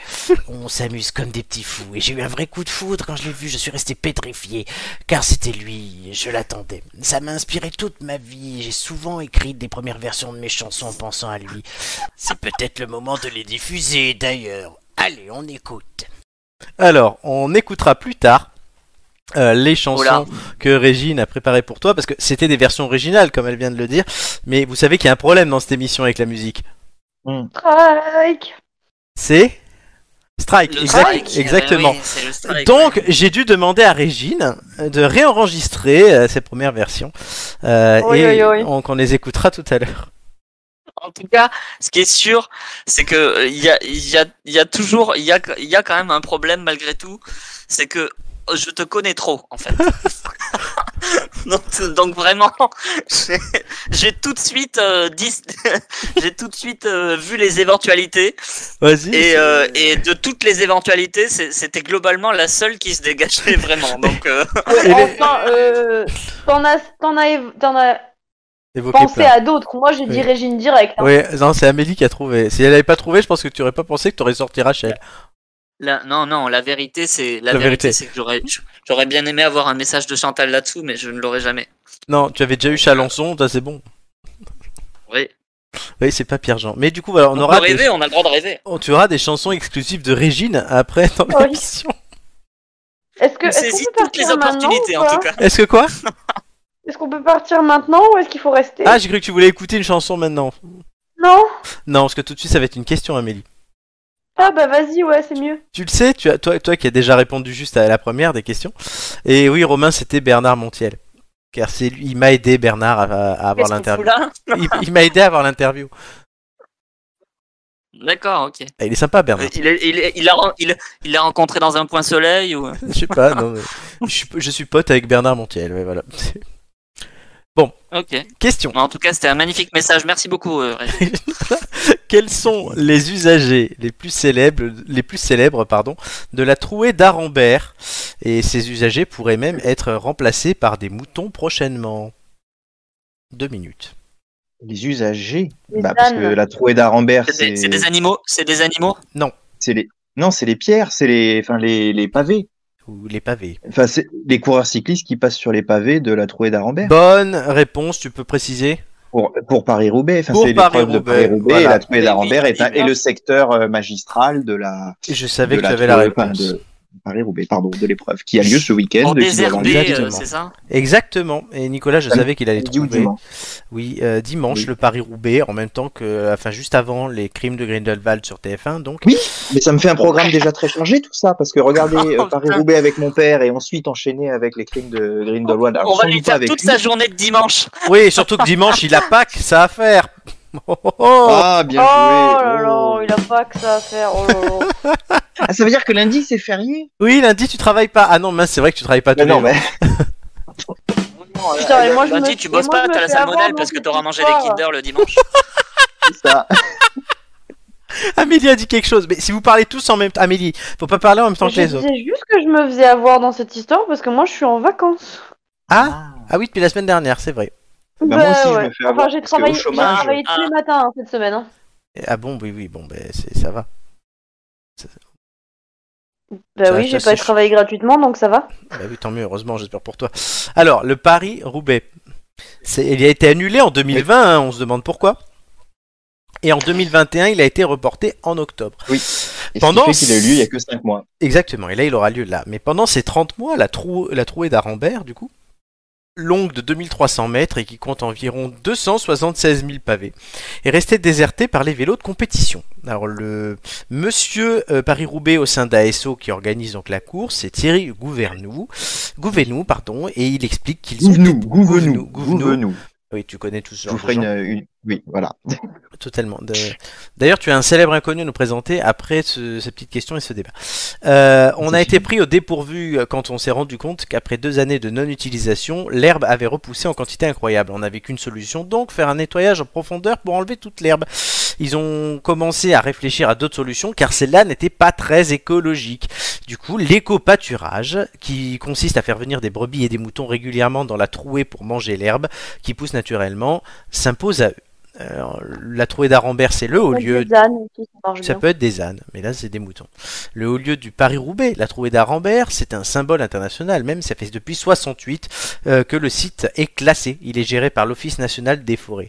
Speaker 8: On s'amuse comme des petits fous, et j'ai eu un vrai coup de foudre quand je l'ai vu, je suis resté pétrifié, car c'était lui, je l'attendais. Ça m'a inspiré toute ma vie, j'ai souvent écrit des premières versions de mes chansons en pensant à lui. C'est peut-être le moment de les diffuser, d'ailleurs. Allez, on écoute.
Speaker 1: Alors, on écoutera plus tard euh, les chansons
Speaker 7: Oula.
Speaker 1: que Régine a préparées pour toi, parce que c'était des versions originales, comme elle vient de le dire. Mais vous savez qu'il y a un problème dans cette émission avec la musique.
Speaker 4: Strike.
Speaker 1: C'est Strike,
Speaker 7: Le
Speaker 1: exact-
Speaker 7: strike.
Speaker 1: exactement.
Speaker 7: Eh
Speaker 8: Ah bah
Speaker 7: ben oui, c'est le strike,
Speaker 1: Donc
Speaker 7: ouais.
Speaker 1: j'ai dû demander à Régine de réenregistrer euh, ses premières versions euh,
Speaker 4: Oui,
Speaker 1: et
Speaker 4: oui, oui.
Speaker 1: on, qu'on les écoutera tout à l'heure.
Speaker 7: En tout cas, ce qui est sûr, c'est que euh, il y a, il y, a, il y a toujours, il y a, il y a quand même un problème malgré tout, c'est que oh, je te connais trop en fait. [laughs] donc, donc vraiment, [laughs] j'ai- j'ai tout de suite, euh, dis- [laughs] j'ai tout de suite euh, vu les éventualités
Speaker 1: Vas-y.
Speaker 7: et, euh, et de toutes les éventualités, c'est- c'était globalement la seule qui se dégageait [laughs] vraiment. Donc euh,
Speaker 1: Et les-
Speaker 4: Enfin, euh, t'en as, t'en as, év- t'en as
Speaker 1: évoquer
Speaker 4: pensé
Speaker 1: plein.
Speaker 4: à d'autres. Moi, j'ai dit
Speaker 1: Oui.
Speaker 4: Régine direct. hein.
Speaker 1: Oui, non, c'est Amélie qui a trouvé. Si elle avait pas trouvé, je pense que tu aurais pas pensé que tu aurais sorti Rachel.
Speaker 7: La- non, non, la vérité, c'est la,
Speaker 1: La
Speaker 7: vérité,
Speaker 1: vérité.
Speaker 7: c'est que j'aurais, j'aurais bien aimé avoir un message de Chantal là-dessous, mais je ne l'aurais jamais.
Speaker 1: Non, tu avais déjà eu Chalençon, ça c'est bon.
Speaker 7: Oui.
Speaker 1: Oui, c'est pas Pierre-Jean. Mais du coup, voilà, on,
Speaker 7: On,
Speaker 1: aura
Speaker 7: peut
Speaker 1: des...
Speaker 7: rêver, on a le droit de rêver.
Speaker 1: on- tu auras des chansons exclusives de Régine après dans
Speaker 4: Oui.
Speaker 1: l'émission.
Speaker 4: Est-ce que,
Speaker 7: On
Speaker 4: est-ce qu'on
Speaker 7: saisit
Speaker 4: peut
Speaker 7: toutes
Speaker 4: partir
Speaker 7: les
Speaker 4: maintenant
Speaker 7: opportunités
Speaker 4: ou
Speaker 7: en
Speaker 4: pas
Speaker 7: tout cas.
Speaker 1: Est-ce que quoi
Speaker 4: Est-ce qu'on peut partir maintenant ou est-ce qu'il faut rester
Speaker 1: Ah, j'ai cru que tu voulais écouter une chanson maintenant.
Speaker 4: Non.
Speaker 1: Non, parce que tout de suite, ça va être une question, Amélie.
Speaker 4: Ah bah vas-y, ouais, c'est mieux.
Speaker 1: Tu le sais, tu as, toi, toi qui as déjà répondu juste à la première des questions. Et oui, Romain, c'était Bernard Montiel. Car c'est lui, il m'a aidé, Bernard, à, à avoir
Speaker 7: Qu'est-ce qu'on
Speaker 1: l'interview.
Speaker 7: fout là
Speaker 1: Il, il m'a aidé à avoir l'interview.
Speaker 7: D'accord, ok.
Speaker 1: Ah, Il est sympa, Bernard.
Speaker 7: Il, est- il, est- il, a, ren- il, il l'a rencontré dans un point soleil ou. euh,
Speaker 1: [laughs] Je sais pas, non. mais Je, suis- je suis pote avec Bernard Montiel, ouais, voilà. [laughs]
Speaker 7: Ok.
Speaker 1: Question. [laughs]
Speaker 7: En tout cas, c'était un magnifique message. Merci beaucoup, euh, Régis.
Speaker 1: Quels sont les usagers les plus célèbres, les plus célèbres pardon, de la trouée d'Arambert Et ces usagers pourraient même être remplacés par des moutons prochainement. Deux minutes.
Speaker 3: Les usagers.
Speaker 4: Les
Speaker 3: Bah, parce
Speaker 4: ânes.
Speaker 3: que la trouée d'Arambert,
Speaker 7: C'est
Speaker 3: c'est
Speaker 7: des- c'est des animaux. C'est des animaux.
Speaker 3: c'est les. Non, c'est les pierres, c'est les, enfin, les, les pavés.
Speaker 1: Ou les pavés.
Speaker 3: Enfin, c'est les coureurs cyclistes qui passent sur les pavés de la trouée d'Arambert.
Speaker 1: Bonne réponse, tu peux préciser
Speaker 3: Pour, pour Paris-Roubaix, enfin,
Speaker 1: Pour
Speaker 3: c'est l'épreuve de
Speaker 1: Paris-Roubaix,
Speaker 3: Paris-Roubaix,
Speaker 1: voilà.
Speaker 3: et la trouée
Speaker 7: Oui,
Speaker 3: d'Arambert
Speaker 7: oui,
Speaker 3: est, un-
Speaker 7: oui.
Speaker 3: est le secteur euh, magistral de la.
Speaker 1: Je savais
Speaker 3: de
Speaker 1: que tu avais la
Speaker 3: trouée, enfin,
Speaker 1: réponse.
Speaker 3: de- préparer Roubaix, pardon, de l'épreuve, qui a lieu ce week-end.
Speaker 7: Pour
Speaker 3: qui doit avoir lieu
Speaker 7: désherber, euh,
Speaker 1: exactement.
Speaker 7: c'est ça
Speaker 1: Exactement. Et Nicolas, je
Speaker 3: Samedi
Speaker 1: savais qu'il allait
Speaker 3: samedi ou
Speaker 1: trouver.
Speaker 3: dimanche.
Speaker 1: Oui, euh, dimanche,
Speaker 3: Oui.
Speaker 1: le Paris-Roubaix, en même temps que, enfin, juste avant les crimes de Grindelwald sur TF1. Donc,
Speaker 3: Mais ça me fait un programme déjà très chargé tout ça, parce que regardez
Speaker 7: Oh,
Speaker 3: euh, Paris-Roubaix avec mon père et ensuite enchaîner avec les crimes de Grindelwald. Alors,
Speaker 7: On va
Speaker 3: sans
Speaker 7: lui
Speaker 3: doute pas
Speaker 7: faire
Speaker 3: avec
Speaker 7: toute
Speaker 3: lui.
Speaker 7: sa journée de dimanche.
Speaker 1: oui, surtout que dimanche, il a Pâques, ça à faire. Oh, oh, oh.
Speaker 3: Ah, bien
Speaker 4: Oh
Speaker 3: joué.
Speaker 4: là
Speaker 3: oh.
Speaker 4: là, il a pas que ça à faire. Oh là
Speaker 3: [laughs]
Speaker 4: là.
Speaker 3: Ah, ça veut dire que lundi c'est férié
Speaker 1: Oui, lundi, tu travailles pas. Ah non, mince, c'est vrai que tu travailles pas tous
Speaker 3: Mais
Speaker 1: les
Speaker 3: Non,
Speaker 1: jours.
Speaker 3: mais
Speaker 4: Putain, et moi, je
Speaker 7: lundi,
Speaker 4: me-
Speaker 7: Bah, tu
Speaker 4: et
Speaker 7: bosses
Speaker 4: moi,
Speaker 7: pas,
Speaker 4: je me
Speaker 7: t'as la
Speaker 4: fais
Speaker 7: salmonelle
Speaker 4: avoir,
Speaker 7: parce
Speaker 4: donc
Speaker 7: que t'auras
Speaker 4: je
Speaker 7: mangé
Speaker 4: peux
Speaker 7: des
Speaker 4: pas.
Speaker 7: Kinder le dimanche.
Speaker 3: c'est ça.
Speaker 1: Amélie a dit quelque chose. Mais si vous parlez tous en même temps, Amélie, faut pas parler en même temps que
Speaker 4: Je
Speaker 1: les autres.
Speaker 4: disais juste que je me faisais avoir dans cette histoire parce que moi je suis en vacances.
Speaker 1: Ah, ah oui, depuis la semaine dernière, c'est vrai.
Speaker 3: Bah, moi aussi, je me fais avoir,
Speaker 4: Enfin, j'ai
Speaker 3: parce que au
Speaker 4: travaillé, j'ai
Speaker 3: chômage-
Speaker 4: travaillé
Speaker 7: ah.
Speaker 4: tous les matins hein, cette semaine. hein.
Speaker 1: Et- Ah bon, oui, oui, bon, ben c'est- ça va.
Speaker 4: Bah
Speaker 1: Ça,
Speaker 4: oui,
Speaker 1: ça,
Speaker 4: j'ai
Speaker 1: c'est-
Speaker 4: pas travaillé gratuitement donc ça va.
Speaker 1: Bah oui, tant mieux, heureusement, j'espère pour toi. Alors, le Paris-Roubaix, C'est- il a été annulé en 2020, hein, on se demande pourquoi. Et en 2021, il a été reporté en octobre.
Speaker 3: Et
Speaker 1: Pendant-
Speaker 3: Ce qui fait qu'il a eu lieu il y a que 5 mois.
Speaker 1: Exactement, et là, il aura lieu là. Mais pendant ces 30 mois, la, trou- la trouée d'Arambert, du coup, longue de 2300 mètres et qui compte environ 276 000 pavés, est restée désertée par les vélos de compétition. Alors, le monsieur euh, Paris-Roubaix au sein d'ASO qui organise donc la course, c'est Thierry Gouvernou, Gouvenou, pardon, et il explique qu'ils ont
Speaker 3: Gouvenou,
Speaker 1: Gouvenou,
Speaker 3: gouvenou, gouvenou.
Speaker 1: Oui, tu connais tous
Speaker 3: Je vous ferai une, une- Oui, voilà.
Speaker 1: Totalement. De- D'ailleurs, tu as un célèbre inconnu à nous présenter après ce, cette petite question et ce débat. Euh, on a
Speaker 3: C'est
Speaker 1: été pris au dépourvu euh, quand on s'est rendu compte qu'après deux années de non-utilisation, l'herbe avait repoussé en quantité incroyable. On n'avait qu'une solution, donc faire un nettoyage en profondeur pour enlever toute l'herbe. Ils ont commencé à réfléchir à d'autres solutions car celle-là n'était pas très écologique. Du coup, l'éco-pâturage, qui consiste à faire venir des brebis et des moutons régulièrement dans la trouée pour manger l'herbe qui pousse naturellement, s'impose à eux. Alors, la trouée d'Arambert, c'est le haut lieu.
Speaker 4: Des ânes aussi, ça marche
Speaker 1: Ça
Speaker 4: bien.
Speaker 1: peut être des ânes, mais là, c'est des moutons. Le haut lieu du Paris-Roubaix, la trouée d'Arambert, c'est un symbole international. Même, ça fait depuis 68 euh, que le site est classé. Il est géré par l'Office national des forêts.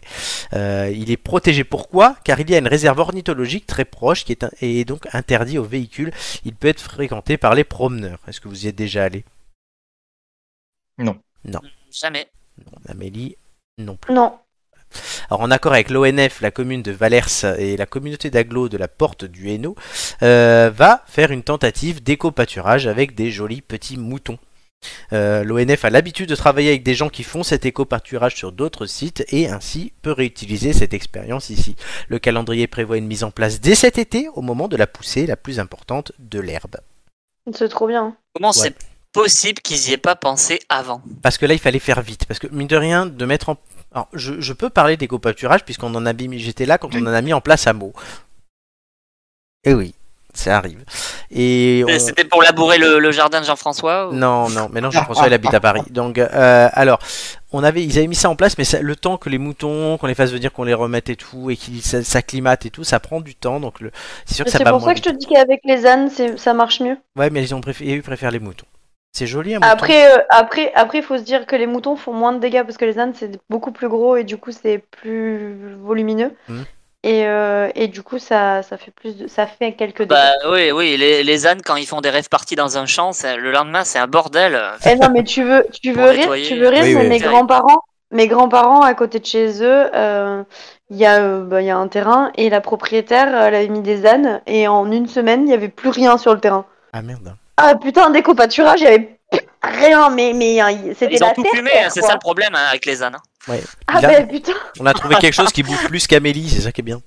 Speaker 1: Euh, il est protégé. Pourquoi Car il y a une réserve ornithologique très proche qui est, un- et est donc interdit aux véhicules. Il peut être fréquenté par les promeneurs. Est-ce que vous y êtes déjà allé
Speaker 7: [laughs] Jamais.
Speaker 1: Non, Amélie, non plus.
Speaker 4: Non.
Speaker 1: Alors, en accord avec l'ONF, la commune de Valers et la communauté d'agglo de la Porte du Hainaut euh, va faire une tentative d'éco-pâturage avec des jolis petits moutons. Euh, L'ONF a l'habitude de travailler avec des gens qui font cet éco-pâturage sur d'autres sites et ainsi peut réutiliser cette expérience ici. Le calendrier prévoit une mise en place dès cet été au moment de la poussée la plus importante de l'herbe.
Speaker 4: C'est trop bien.
Speaker 7: Comment
Speaker 1: Ouais.
Speaker 7: c'est possible qu'ils y aient pas pensé avant
Speaker 1: Parce que là, il fallait faire vite. Parce que, mine de rien, de mettre en. Alors, je, je peux parler d'éco-pâturage, puisqu'on en a mis. J'étais là quand on en a mis en place à Meaux. Eh oui, ça arrive. Et. on-
Speaker 7: C'était pour labourer le, le jardin de Jean-François ou-
Speaker 1: Non, non, mais non, Jean-François, il habite à Paris. Donc, euh, alors, on avait, ils avaient mis ça en place, mais ça- le temps que les moutons, qu'on les fasse venir, qu'on les remette et tout, et qu'ils ça- s'acclimatent et tout, ça prend du temps. Donc, le... c'est sûr
Speaker 4: Mais
Speaker 1: que ça
Speaker 4: C'est
Speaker 1: va
Speaker 4: pour
Speaker 1: moins
Speaker 4: ça que je te dis qu'avec les ânes, c'est- ça marche mieux.
Speaker 1: vite. Ouais, mais ils ont préféré, ils préfèrent les moutons. C'est joli, un mouton.
Speaker 4: Après, euh, après, après, il faut se dire que les moutons font moins de dégâts parce que les ânes c'est beaucoup plus gros et du coup c'est plus volumineux.
Speaker 1: Mhm.
Speaker 4: Et, euh, et du coup, ça, ça fait plus, de- ça fait quelques dégâts.
Speaker 7: Bah oui, oui, les, les ânes, quand ils font des rêves parties dans un champ, c'est- le lendemain, c'est un bordel.
Speaker 4: Eh non, mais tu veux, tu
Speaker 7: Pour
Speaker 4: veux rire,
Speaker 7: nettoyer,
Speaker 4: tu veux rire,
Speaker 1: Oui,
Speaker 4: mais
Speaker 1: oui.
Speaker 4: mes grands-parents, mes grands-parents à côté de chez eux, euh, il y a, euh, bah, il y a un terrain et la propriétaire, elle avait mis des ânes et en une semaine, il n'y avait plus rien sur le terrain.
Speaker 1: Ah merde.
Speaker 4: Ah putain, des pâturage, il y avait rien, mais, mais hein, c'était
Speaker 7: Ils ont
Speaker 4: la
Speaker 7: tout
Speaker 4: terre,
Speaker 7: fumé,
Speaker 4: terre,
Speaker 7: hein, c'est
Speaker 4: quoi.
Speaker 7: ça le problème hein, avec les ânes. hein.
Speaker 1: Ouais.
Speaker 4: Ah
Speaker 1: Il a-
Speaker 4: ben putain.
Speaker 1: On a trouvé quelque chose qui bouffe plus qu'Amélie, c'est ça qui est bien.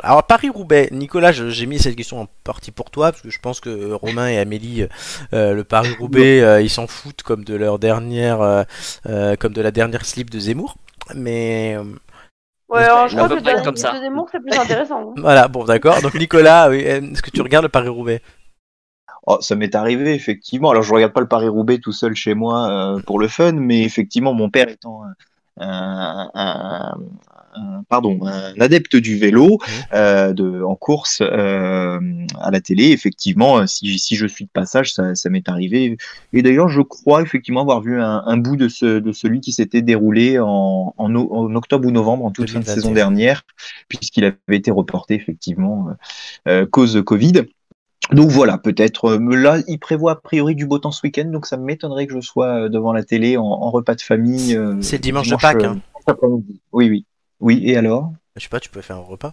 Speaker 1: Alors Paris-Roubaix, Nicolas, je- j'ai mis cette question en partie pour toi, parce que je pense que euh, Romain et Amélie, euh, euh, le Paris-Roubaix, euh, ils s'en foutent comme de leur dernière euh, euh, comme de la dernière slip de Zemmour. Mais euh,
Speaker 4: Ouais,
Speaker 1: Mais
Speaker 4: alors, je
Speaker 7: c'est à
Speaker 4: crois
Speaker 7: peu
Speaker 4: que le
Speaker 7: près
Speaker 4: dernier
Speaker 7: comme ça.
Speaker 4: de Zemmour, c'est
Speaker 7: [laughs]
Speaker 4: plus intéressant.
Speaker 1: voilà, bon d'accord. Donc Nicolas, oui, euh, est-ce que tu regardes le Paris-Roubaix
Speaker 3: Oh, ça m'est arrivé, effectivement. Alors, je regarde pas le Paris-Roubaix tout seul chez moi euh, pour le fun, mais effectivement, mon père étant euh, un, un- un- un- pardon, un adepte du vélo euh, de, en course euh, à la télé. Effectivement, euh, si, si je suis de passage, ça, ça m'est arrivé. Et d'ailleurs, je crois effectivement avoir vu un, un bout de, ce, de celui qui s'était déroulé en, en, o- en octobre ou novembre, en toute fin de
Speaker 1: 2021.
Speaker 3: saison dernière, puisqu'il avait été reporté effectivement euh, euh, cause de Covid. Donc voilà, peut-être. euh, Là, il prévoit a priori du beau temps ce week-end, donc ça m'étonnerait que je sois euh, devant la télé en, en repas de famille. euh,
Speaker 1: C'est le dimanche de Pâques, hein.
Speaker 3: euh, après-midi. Oui, oui. Oui, et alors
Speaker 1: Je sais pas, tu peux faire un repas.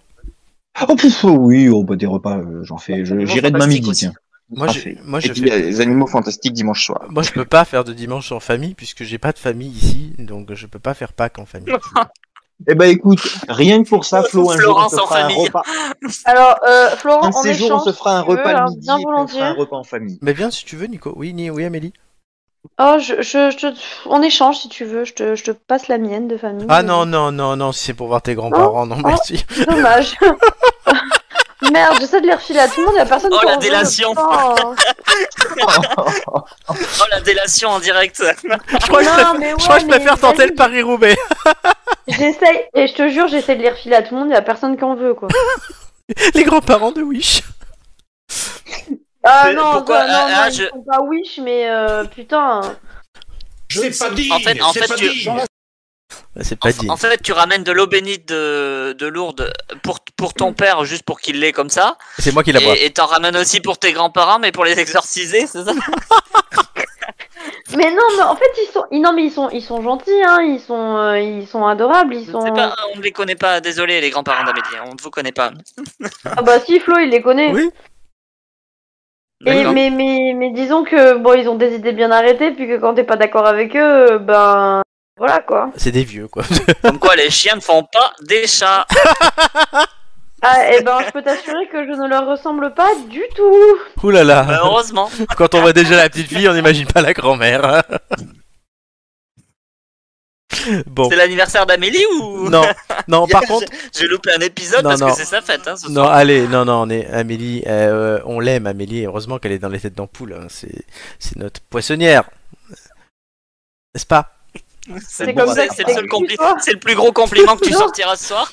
Speaker 3: Oh pouf, oh oui, oh, bah, des repas, euh, j'en fais. je- J'irai demain
Speaker 7: fantastique
Speaker 3: midi,
Speaker 7: aussi.
Speaker 3: tiens.
Speaker 1: Moi,
Speaker 3: Parfait.
Speaker 1: je, moi,
Speaker 3: Et
Speaker 1: je
Speaker 3: puis,
Speaker 1: fais-
Speaker 3: euh, les animaux fantastiques dimanche soir.
Speaker 1: moi, je peux pas faire de dimanche en famille puisque j'ai pas de famille ici, donc je peux pas faire Pâques en
Speaker 4: [laughs]
Speaker 1: famille.
Speaker 3: Eh ben écoute, rien que pour ça, Flo, un jour on
Speaker 7: Florence
Speaker 3: se
Speaker 7: en
Speaker 3: fera un
Speaker 7: famille.
Speaker 3: repas.
Speaker 4: Alors, euh, Florent,
Speaker 3: Un
Speaker 4: en
Speaker 3: de ces jours, on
Speaker 4: échange,
Speaker 3: se fera un
Speaker 4: si tu veux,
Speaker 3: repas
Speaker 4: alors,
Speaker 3: le midi
Speaker 4: bien
Speaker 3: et puis on fera un
Speaker 4: volontiers.
Speaker 3: repas en famille.
Speaker 1: Mais viens si tu veux, Nico. Oui, ni, oui, Amélie.
Speaker 4: Oh, je, je, je te- en échange, si tu veux, je te, je te passe la mienne de famille.
Speaker 1: Ah non, non, non, non, si c'est pour voir tes grands-parents,
Speaker 4: Oh,
Speaker 1: non, merci.
Speaker 4: Dommage. [laughs] Merde, j'essaie de les refiler à tout le monde et à personne
Speaker 7: Oh,
Speaker 4: qui
Speaker 7: la
Speaker 4: en veut.
Speaker 7: délation.
Speaker 4: Putain.
Speaker 7: Oh la délation en direct.
Speaker 1: [laughs] Je crois que je
Speaker 4: Non,
Speaker 1: préfère,
Speaker 4: mais
Speaker 1: je crois
Speaker 4: ouais,
Speaker 1: que je
Speaker 4: mais
Speaker 1: préfère tenter
Speaker 4: vas-y.
Speaker 1: le Paris-Roubaix.
Speaker 4: J'essaye, et je te jure, j'essaie de les refiler à tout le monde et à personne qui en veut, quoi.
Speaker 1: [laughs] Les grands-parents de Wish.
Speaker 4: Ah
Speaker 7: Mais
Speaker 4: non,
Speaker 7: pourquoi
Speaker 4: non, non,
Speaker 7: Ah,
Speaker 4: non,
Speaker 7: ah,
Speaker 4: ils
Speaker 7: je-
Speaker 4: sont pas wish, mais euh, putain.
Speaker 6: C'est pas digne.
Speaker 7: En fait- en
Speaker 6: c'est
Speaker 7: fait,
Speaker 6: pas
Speaker 7: tu-
Speaker 6: digne.
Speaker 1: Ah, C'est pas dit.
Speaker 7: En, en fait, tu ramènes de l'eau bénite de, de Lourdes pour, pour ton père, juste pour qu'il l'ait comme ça.
Speaker 1: C'est moi qui la bois.
Speaker 7: Et et t'en ramènes aussi pour tes grands-parents, mais pour les [laughs] exorciser, c'est ça
Speaker 4: Mais non, mais en fait, ils sont, ils- non, mais ils sont, ils sont gentils, hein, ils sont, euh, ils sont adorables, ils
Speaker 7: Je
Speaker 4: sont.
Speaker 7: sais pas, On ne les connaît pas, désolé les grands-parents d'Amélie, hein, on ne vous connaît pas.
Speaker 4: Ah bah si, Flo, il les connaît.
Speaker 1: Oui.
Speaker 4: Et,
Speaker 7: D'accord.
Speaker 4: mais, mais, mais disons que bon, ils ont des idées bien arrêtées, puis que quand t'es pas d'accord avec eux, euh, ben voilà quoi.
Speaker 1: C'est des vieux, quoi. [laughs]
Speaker 7: Comme quoi les chiens ne font pas des chats. [laughs]
Speaker 4: Ah, et ben je peux t'assurer que je ne leur ressemble pas du tout.
Speaker 1: Ouh là là.
Speaker 7: Heureusement.
Speaker 1: Quand on voit déjà la petite fille, on n'imagine pas la grand-mère. [laughs] Bon.
Speaker 7: C'est l'anniversaire d'Amélie ou
Speaker 4: [laughs]
Speaker 1: Non, non,
Speaker 7: [laughs]
Speaker 1: par contre,
Speaker 7: J'ai loupé un épisode
Speaker 1: Non,
Speaker 7: parce
Speaker 1: non.
Speaker 7: que c'est sa fête. Hein, ce
Speaker 1: non, allez, non, non, on est Amélie, euh, on l'aime, Amélie, heureusement qu'elle est dans les têtes d'ampoule, hein, c'est, c'est notre poissonnière. N'est-ce pas
Speaker 7: soir.
Speaker 4: C'est
Speaker 7: C'est
Speaker 4: comme
Speaker 7: bon,
Speaker 4: ça
Speaker 7: c'est-
Speaker 4: que
Speaker 7: c'est
Speaker 4: ça
Speaker 7: le seul compli-
Speaker 4: explique, toi.
Speaker 7: c'est le plus gros compliment que tu
Speaker 4: Non.
Speaker 7: sortiras ce soir.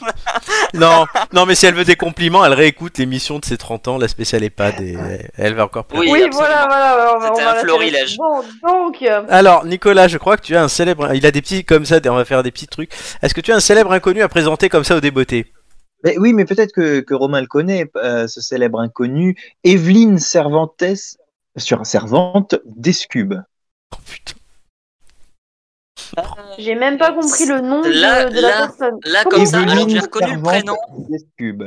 Speaker 1: Non, non, mais si elle veut des compliments, elle réécoute l'émission de ses 30 ans, la spéciale EHPAD, et elle va encore plus.
Speaker 7: Oui,
Speaker 4: Oui,
Speaker 7: absolument.
Speaker 4: voilà, voilà, voilà, on va- on
Speaker 7: C'était
Speaker 4: va
Speaker 7: un
Speaker 4: rester
Speaker 7: florilège.
Speaker 4: là-dessus. Bon, donc, euh,
Speaker 1: Alors, Nicolas, je crois que tu as un célèbre. Il a des petits comme ça, on va faire des petits trucs. Est-ce que tu as un célèbre inconnu à présenter comme ça au débeauté
Speaker 3: Mais Ben oui, mais peut-être que, que Romain le connaît, euh, ce célèbre inconnu, Evelyne Cervantes, sur Servante d'Escube.
Speaker 1: Oh putain.
Speaker 4: j'ai même pas compris le nom de-
Speaker 7: Là-
Speaker 4: de, la
Speaker 7: là-
Speaker 4: personne.
Speaker 7: Là,
Speaker 4: Comment
Speaker 7: comme ça,
Speaker 4: vous
Speaker 7: alors j'ai
Speaker 4: dites
Speaker 7: reconnu le prénom.
Speaker 3: Servante d'Escube.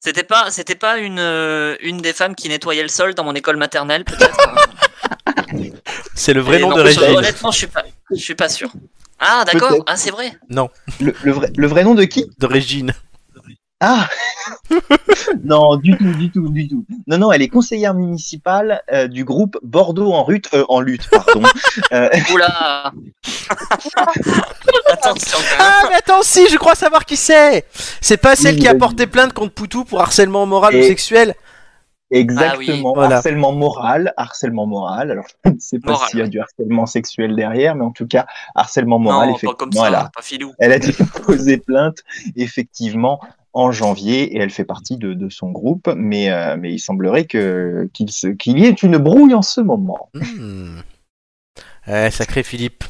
Speaker 7: C'était pas, c'était pas une, euh, une des femmes qui nettoyait le sol dans mon école maternelle, peut-être.
Speaker 1: C'est le vrai
Speaker 7: Et
Speaker 1: nom
Speaker 7: non,
Speaker 1: de
Speaker 7: je-
Speaker 1: Régine.
Speaker 7: Honnêtement, je suis pas, je suis pas sûr. Ah, d'accord.
Speaker 3: Peut-être.
Speaker 7: Ah, c'est vrai.
Speaker 3: Le, le vrai, le vrai nom de qui
Speaker 1: De Régine.
Speaker 3: Ah [laughs] Non, du tout, du tout, du tout. Non, non, elle est conseillère municipale euh, du groupe Bordeaux en lutte, euh, en
Speaker 7: [laughs]
Speaker 3: lutte, pardon. Euh,
Speaker 7: Oula. Attention. quand même.
Speaker 1: Ah, mais attends, si, je crois savoir qui c'est C'est pas celle
Speaker 3: Oui,
Speaker 1: qui a
Speaker 3: vas-y.
Speaker 1: porté plainte contre Poutou pour harcèlement moral ou
Speaker 3: Et-
Speaker 1: sexuel
Speaker 7: Ah
Speaker 3: exactement,
Speaker 1: Voilà.
Speaker 3: harcèlement moral, harcèlement moral. Alors, je ne sais pas
Speaker 7: Moral,
Speaker 3: s'il y a du harcèlement sexuel derrière, mais en tout cas, harcèlement moral,
Speaker 7: non, pas
Speaker 3: effectivement,
Speaker 7: comme ça.
Speaker 3: elle a,
Speaker 7: Pas filou.
Speaker 3: elle [laughs] a déposé plainte, effectivement, en janvier, et elle fait partie de, de son groupe, mais, euh, mais il semblerait que- qu'il se- qu'il y ait une brouille en ce moment.
Speaker 1: Hmm. Eh, sacré Philippe.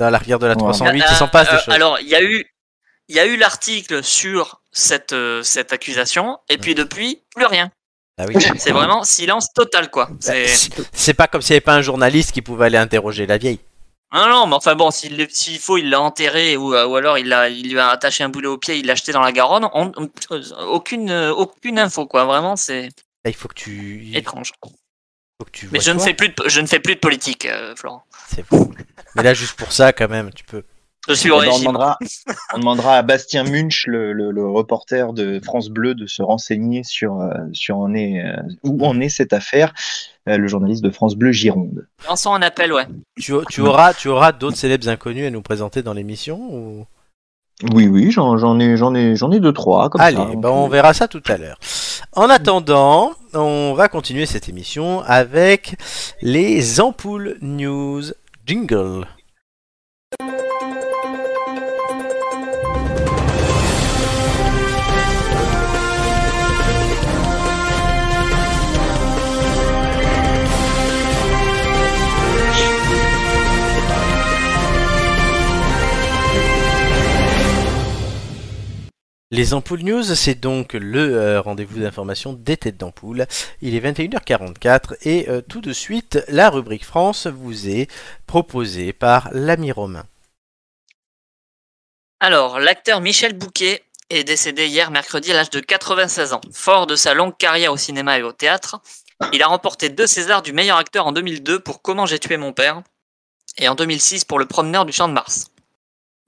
Speaker 1: Dans l'arrière de la
Speaker 3: Ouais.
Speaker 1: 308, il
Speaker 7: Euh,
Speaker 1: s'en passe
Speaker 7: euh,
Speaker 1: des choses.
Speaker 7: Alors, il y a eu, il y a eu l'article sur cette, euh, cette accusation, et puis depuis, plus rien.
Speaker 1: Ah oui.
Speaker 7: C'est vraiment silence total, quoi. C'est-
Speaker 1: C'est pas comme s'il n'y avait pas un journaliste qui pouvait aller interroger la vieille.
Speaker 7: Non, non, mais enfin bon, s'il le- s'il faut, il l'a enterré, ou, euh, ou alors il, l'a- il lui a attaché un boulet au pied, il l'a jeté dans la Garonne. On- on- euh, aucune, euh, aucune info, quoi. Vraiment, c'est
Speaker 1: Ah, Il faut que tu. Il
Speaker 7: étrange.
Speaker 1: faut que tu
Speaker 7: Mais
Speaker 1: vois
Speaker 7: je ne,
Speaker 1: toi.
Speaker 7: fais plus de, je ne fais plus de politique, euh, Florent.
Speaker 1: C'est bon. Mais là, juste pour ça, quand même, tu peux.
Speaker 7: Je suis
Speaker 3: Eh
Speaker 7: au
Speaker 3: ben, on,
Speaker 7: régime.
Speaker 3: demandera, on demandera à Bastien Munch, le, le- le reporter de France Bleu, de se renseigner sur, euh, sur en est, euh, où en est cette affaire, euh, le journaliste de France Bleu Gironde.
Speaker 7: Lançons un appel, ouais.
Speaker 1: Tu, tu auras, tu auras d'autres célèbres inconnus à nous présenter dans l'émission ou...
Speaker 3: Oui, oui, j'en j'en ai, j'en ai, j'en ai deux, trois. Comme
Speaker 1: Allez,
Speaker 3: ça.
Speaker 1: bah, on verra ça tout à l'heure. En attendant, on va continuer cette émission avec les ampoules news jingle. Les ampoules news, c'est donc le euh, rendez-vous d'information des têtes d'ampoule. Il est 21h44 et euh, tout de suite, la rubrique France vous est proposée par l'ami Romain.
Speaker 7: Alors, l'acteur Michel Bouquet est décédé hier mercredi à l'âge de 96 ans. Fort de sa longue carrière au cinéma et au théâtre, il a remporté deux Césars du meilleur acteur en 2002 pour Comment j'ai tué mon père et en 2006 pour Le promeneur du champ de Mars.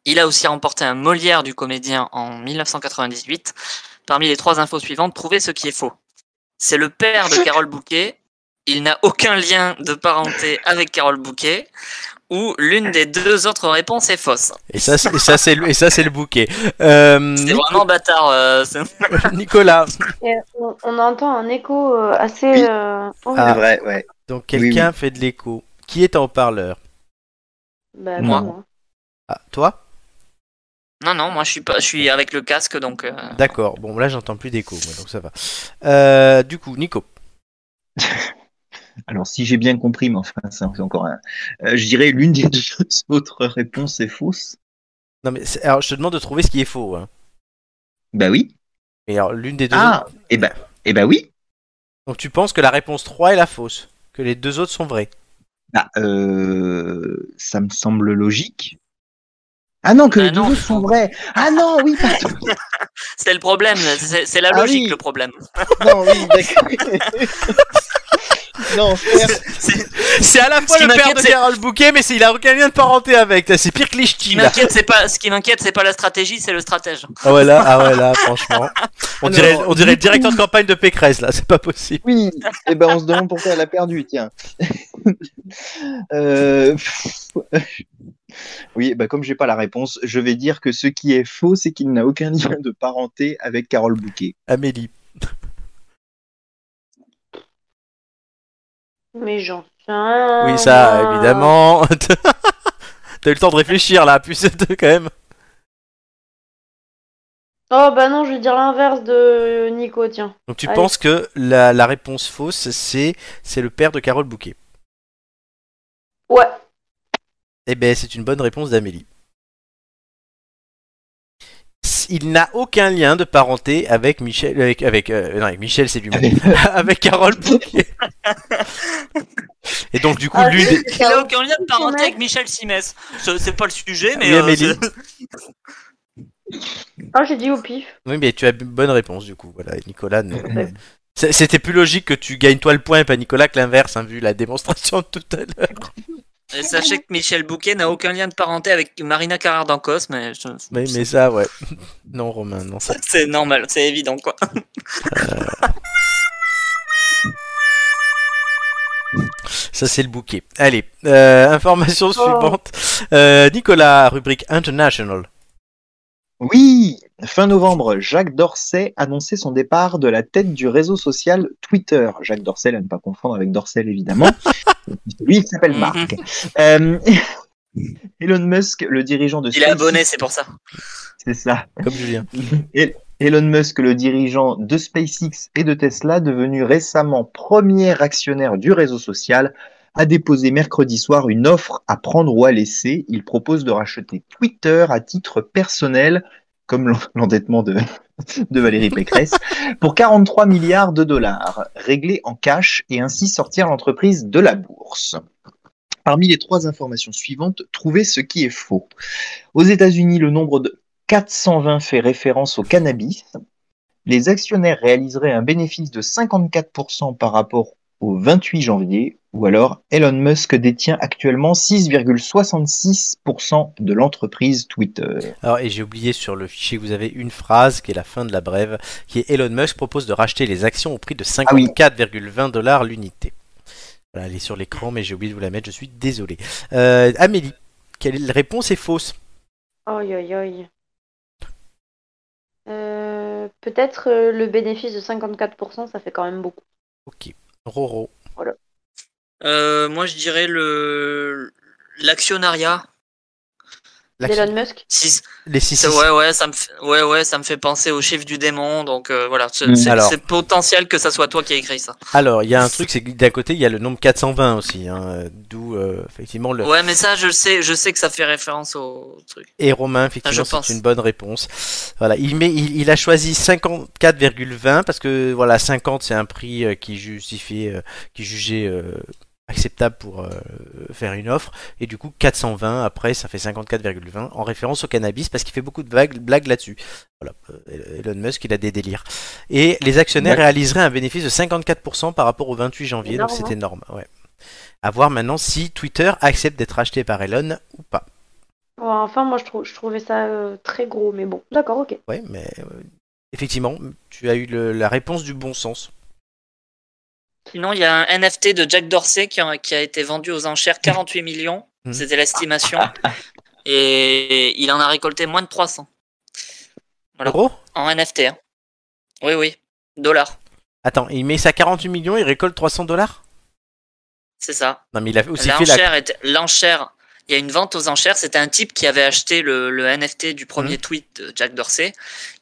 Speaker 7: Il a aussi remporté un Molière du comédien en 1998. Parmi les trois infos suivantes, trouvez ce qui est faux. C'est le père de Carole Bouquet, il n'a aucun lien de parenté avec Carole Bouquet, ou l'une des deux autres réponses est fausse.
Speaker 1: Et ça, c'est- et ça, c'est le, et ça, c'est le bouquet. Euh,
Speaker 7: C'est
Speaker 1: Nico-
Speaker 7: vraiment bâtard. euh, c'est-
Speaker 1: [laughs] Nicolas,
Speaker 4: Et on, on entend un écho euh, assez. euh,
Speaker 1: Ah.
Speaker 3: C'est vrai, ouais.
Speaker 1: donc
Speaker 3: Oui, oui.
Speaker 1: quelqu'un fait de l'écho. Qui est en parleur
Speaker 4: bah, pas
Speaker 7: Moi.
Speaker 4: moi.
Speaker 1: Ah, toi
Speaker 7: Non, non, moi je suis, pas, je suis avec le casque, donc... euh,
Speaker 1: D'accord. Bon, là, j'entends plus d'écho, moi, donc ça va. Euh, du coup, Nico.
Speaker 3: Alors, si j'ai bien compris, mais enfin, c'est c'est encore un. euh, je dirais l'une des [laughs] deux autres réponses est fausse.
Speaker 1: Non, mais c'est- alors, je te demande de trouver ce qui est faux. Hein.
Speaker 3: Bah oui.
Speaker 1: Mais alors, l'une des deux.
Speaker 3: Ah, et ben, et ben oui.
Speaker 1: Donc, tu penses que la réponse 3 est la fausse, que les deux autres sont vraies.
Speaker 3: Bah, euh, ça me semble logique. Ah non, que
Speaker 1: Bah
Speaker 7: Ah
Speaker 3: les deux
Speaker 7: non.
Speaker 3: autres sont vrais. Ah non, oui, pardon.
Speaker 7: C'est le problème, c'est c'est la
Speaker 3: Ah
Speaker 7: logique
Speaker 3: oui.
Speaker 7: le problème.
Speaker 3: Non,
Speaker 7: [laughs]
Speaker 3: oui, d'accord. non, frère.
Speaker 7: C'est-
Speaker 1: C'est à la fois
Speaker 7: Ce
Speaker 1: le
Speaker 7: qui
Speaker 1: père
Speaker 7: m'inquiète,
Speaker 1: de
Speaker 7: c'est-
Speaker 1: Carole Bouquet, mais c'est- il a aucun lien de parenté avec. là, C'est pire que les
Speaker 7: Ce
Speaker 1: ch'tis,
Speaker 7: qui
Speaker 1: là.
Speaker 7: m'inquiète, c'est pas, ce qui m'inquiète, c'est pas la stratégie, c'est le stratège.
Speaker 1: Ah ouais, là, ah ouais, là, franchement. On
Speaker 3: Alors,
Speaker 1: dirait, on dirait le
Speaker 3: du coup-
Speaker 1: directeur de campagne de Pécresse, là. C'est pas possible.
Speaker 3: Oui, et ben on se demande pourquoi elle a perdu, tiens. [laughs] Euh, pff, Oui, bah comme j'ai pas la réponse, je vais dire que ce qui est faux, c'est qu'il n'a aucun lien de parenté avec Carole Bouquet.
Speaker 1: Amélie.
Speaker 4: Mais j'en sais rien.
Speaker 1: Oui, ça,
Speaker 4: moi.
Speaker 1: évidemment. [laughs] T'as eu le temps de réfléchir, là. Puis c'est [laughs] quand même.
Speaker 4: Oh bah non, je vais dire l'inverse de Nico, tiens.
Speaker 1: Donc, tu
Speaker 4: Allez.
Speaker 1: penses que la, la réponse fausse, c'est, c'est le père de Carole Bouquet.
Speaker 4: Ouais.
Speaker 1: Eh ben, c'est une bonne réponse d'Amélie. Il n'a aucun lien de parenté avec Michel. Avec, avec, euh, non, avec Michel, c'est du monde. avec Carole Bouquet. Et donc, du coup,
Speaker 4: Ah,
Speaker 1: l'une des-
Speaker 7: Il a aucun lien de parenté
Speaker 4: Simès.
Speaker 7: avec Michel Simès. Ce- C'est pas le sujet, mais.
Speaker 1: Oui,
Speaker 7: euh,
Speaker 1: Amélie.
Speaker 7: c'est-
Speaker 4: Ah, j'ai dit au pif.
Speaker 1: Oui, mais tu as une bonne réponse, du coup. Voilà, et Nicolas. ne- C'est- C'était plus logique que tu gagnes toi le point et pas Nicolas que l'inverse, hein, vu la démonstration de tout à l'heure.
Speaker 7: [laughs] Et sachez que Michel Bouquet n'a aucun lien de parenté avec Marina Carrère d'Ancos, mais, je-
Speaker 1: Mais, mais ça, ouais. Non, Romain, non. ça-
Speaker 7: [laughs] c'est normal, c'est évident quoi.
Speaker 1: Ça, c'est le bouquet. Allez, euh, information suivante. Euh, Nicolas, rubrique International.
Speaker 3: Oui, fin novembre, Jacques Dorset annonçait son départ de la tête du réseau social Twitter. Jacques Dorset, à ne pas confondre avec Dorset,
Speaker 7: [laughs]
Speaker 3: évidemment. Lui, il s'appelle
Speaker 7: Mhm.
Speaker 3: Marc. Euh, [laughs] Elon Musk, le dirigeant de
Speaker 7: Il est
Speaker 3: SpaceX-
Speaker 7: abonné, c'est pour ça.
Speaker 3: c'est ça.
Speaker 1: Comme Julien.
Speaker 3: Elon Musk, le dirigeant de SpaceX et de Tesla, devenu récemment premier actionnaire du réseau social, a déposé mercredi soir une offre à prendre ou à laisser. Il propose de racheter Twitter à titre personnel, comme l'en- [laughs] l'endettement de, de Valérie Pécresse, pour 43 milliards de dollars, réglés en cash et ainsi sortir l'entreprise de la bourse. Parmi les trois informations suivantes, trouvez ce qui est faux. Aux États-Unis, le nombre de 420 fait référence au cannabis. Les actionnaires réaliseraient un bénéfice de 54% par rapport au 28 janvier, ou alors Elon Musk détient actuellement 6,66% de l'entreprise Twitter.
Speaker 1: Alors, et j'ai oublié sur le fichier que vous avez une phrase qui est la fin de la brève, qui est Elon Musk propose de racheter les actions au prix de 54,20 dollars l'unité. Voilà, elle est sur l'écran, mais j'ai oublié de vous la mettre, je suis désolé. Euh, Amélie, quelle réponse est fausse
Speaker 4: Aïe aïe aïe. Euh, Peut-être euh, le bénéfice de 54%, ça fait quand même beaucoup.
Speaker 1: Ok. Roro.
Speaker 7: Euh, moi je dirais le l'actionnariat.
Speaker 1: La-
Speaker 4: Elon Musk.
Speaker 7: Si,
Speaker 1: Les 6
Speaker 7: Ça, ouais, ouais, ça me fait, ouais, ouais, ça me fait penser au chiffre du démon. Donc euh, voilà, c'est
Speaker 3: Mm.
Speaker 7: c'est-
Speaker 1: Alors.
Speaker 7: c'est potentiel que ça soit toi qui as écrit ça.
Speaker 1: Alors, il y a un truc, c'est que d'un côté, il y a le nombre 420 aussi, hein, euh, d'où euh, effectivement le.
Speaker 7: Ouais, mais ça, je sais, je sais que ça fait référence au truc.
Speaker 1: Et Romain, effectivement,
Speaker 7: Ah, je pense.
Speaker 1: c'est une bonne réponse. Voilà, il, met, il, il a choisi 54,20 parce que voilà, 50 c'est un prix euh, qui justifie, euh, qui jugeait euh, acceptable pour euh, faire une offre. Et du coup, 420 après, ça fait 54,20 en référence au cannabis parce qu'il fait beaucoup de blagues, blagues là-dessus. Voilà, euh, Elon Musk, il a des délires. Et les actionnaires
Speaker 3: D'accord.
Speaker 1: réaliseraient un bénéfice de 54% par rapport au 28 janvier, donc
Speaker 4: Énorme,
Speaker 1: c'est énorme. Ouais. À voir maintenant si Twitter accepte d'être acheté par Elon ou pas.
Speaker 4: Ouais, enfin, moi, je, trou- je trouvais ça euh, très gros, mais bon, d'accord, ok.
Speaker 1: Ouais, mais euh, effectivement, tu as eu le- la réponse du bon sens.
Speaker 7: Sinon, il y a un NFT de Jack Dorsey qui a, qui a été vendu aux enchères 48 millions.
Speaker 1: Mm.
Speaker 7: C'était [laughs] l'estimation. Et il en a récolté moins de 300 Voilà.
Speaker 1: Gros
Speaker 7: en NFT. hein. Oui, oui, dollars.
Speaker 1: Attends, il met ça 48 millions, il récolte 300 dollars
Speaker 7: C'est ça.
Speaker 1: Non, mais il a aussi fait la.
Speaker 7: L'enchère était- l'enchère. Il y a une vente aux enchères. C'était un type qui avait acheté le, le NFT du premier
Speaker 1: Mmh.
Speaker 7: tweet de Jack Dorsey.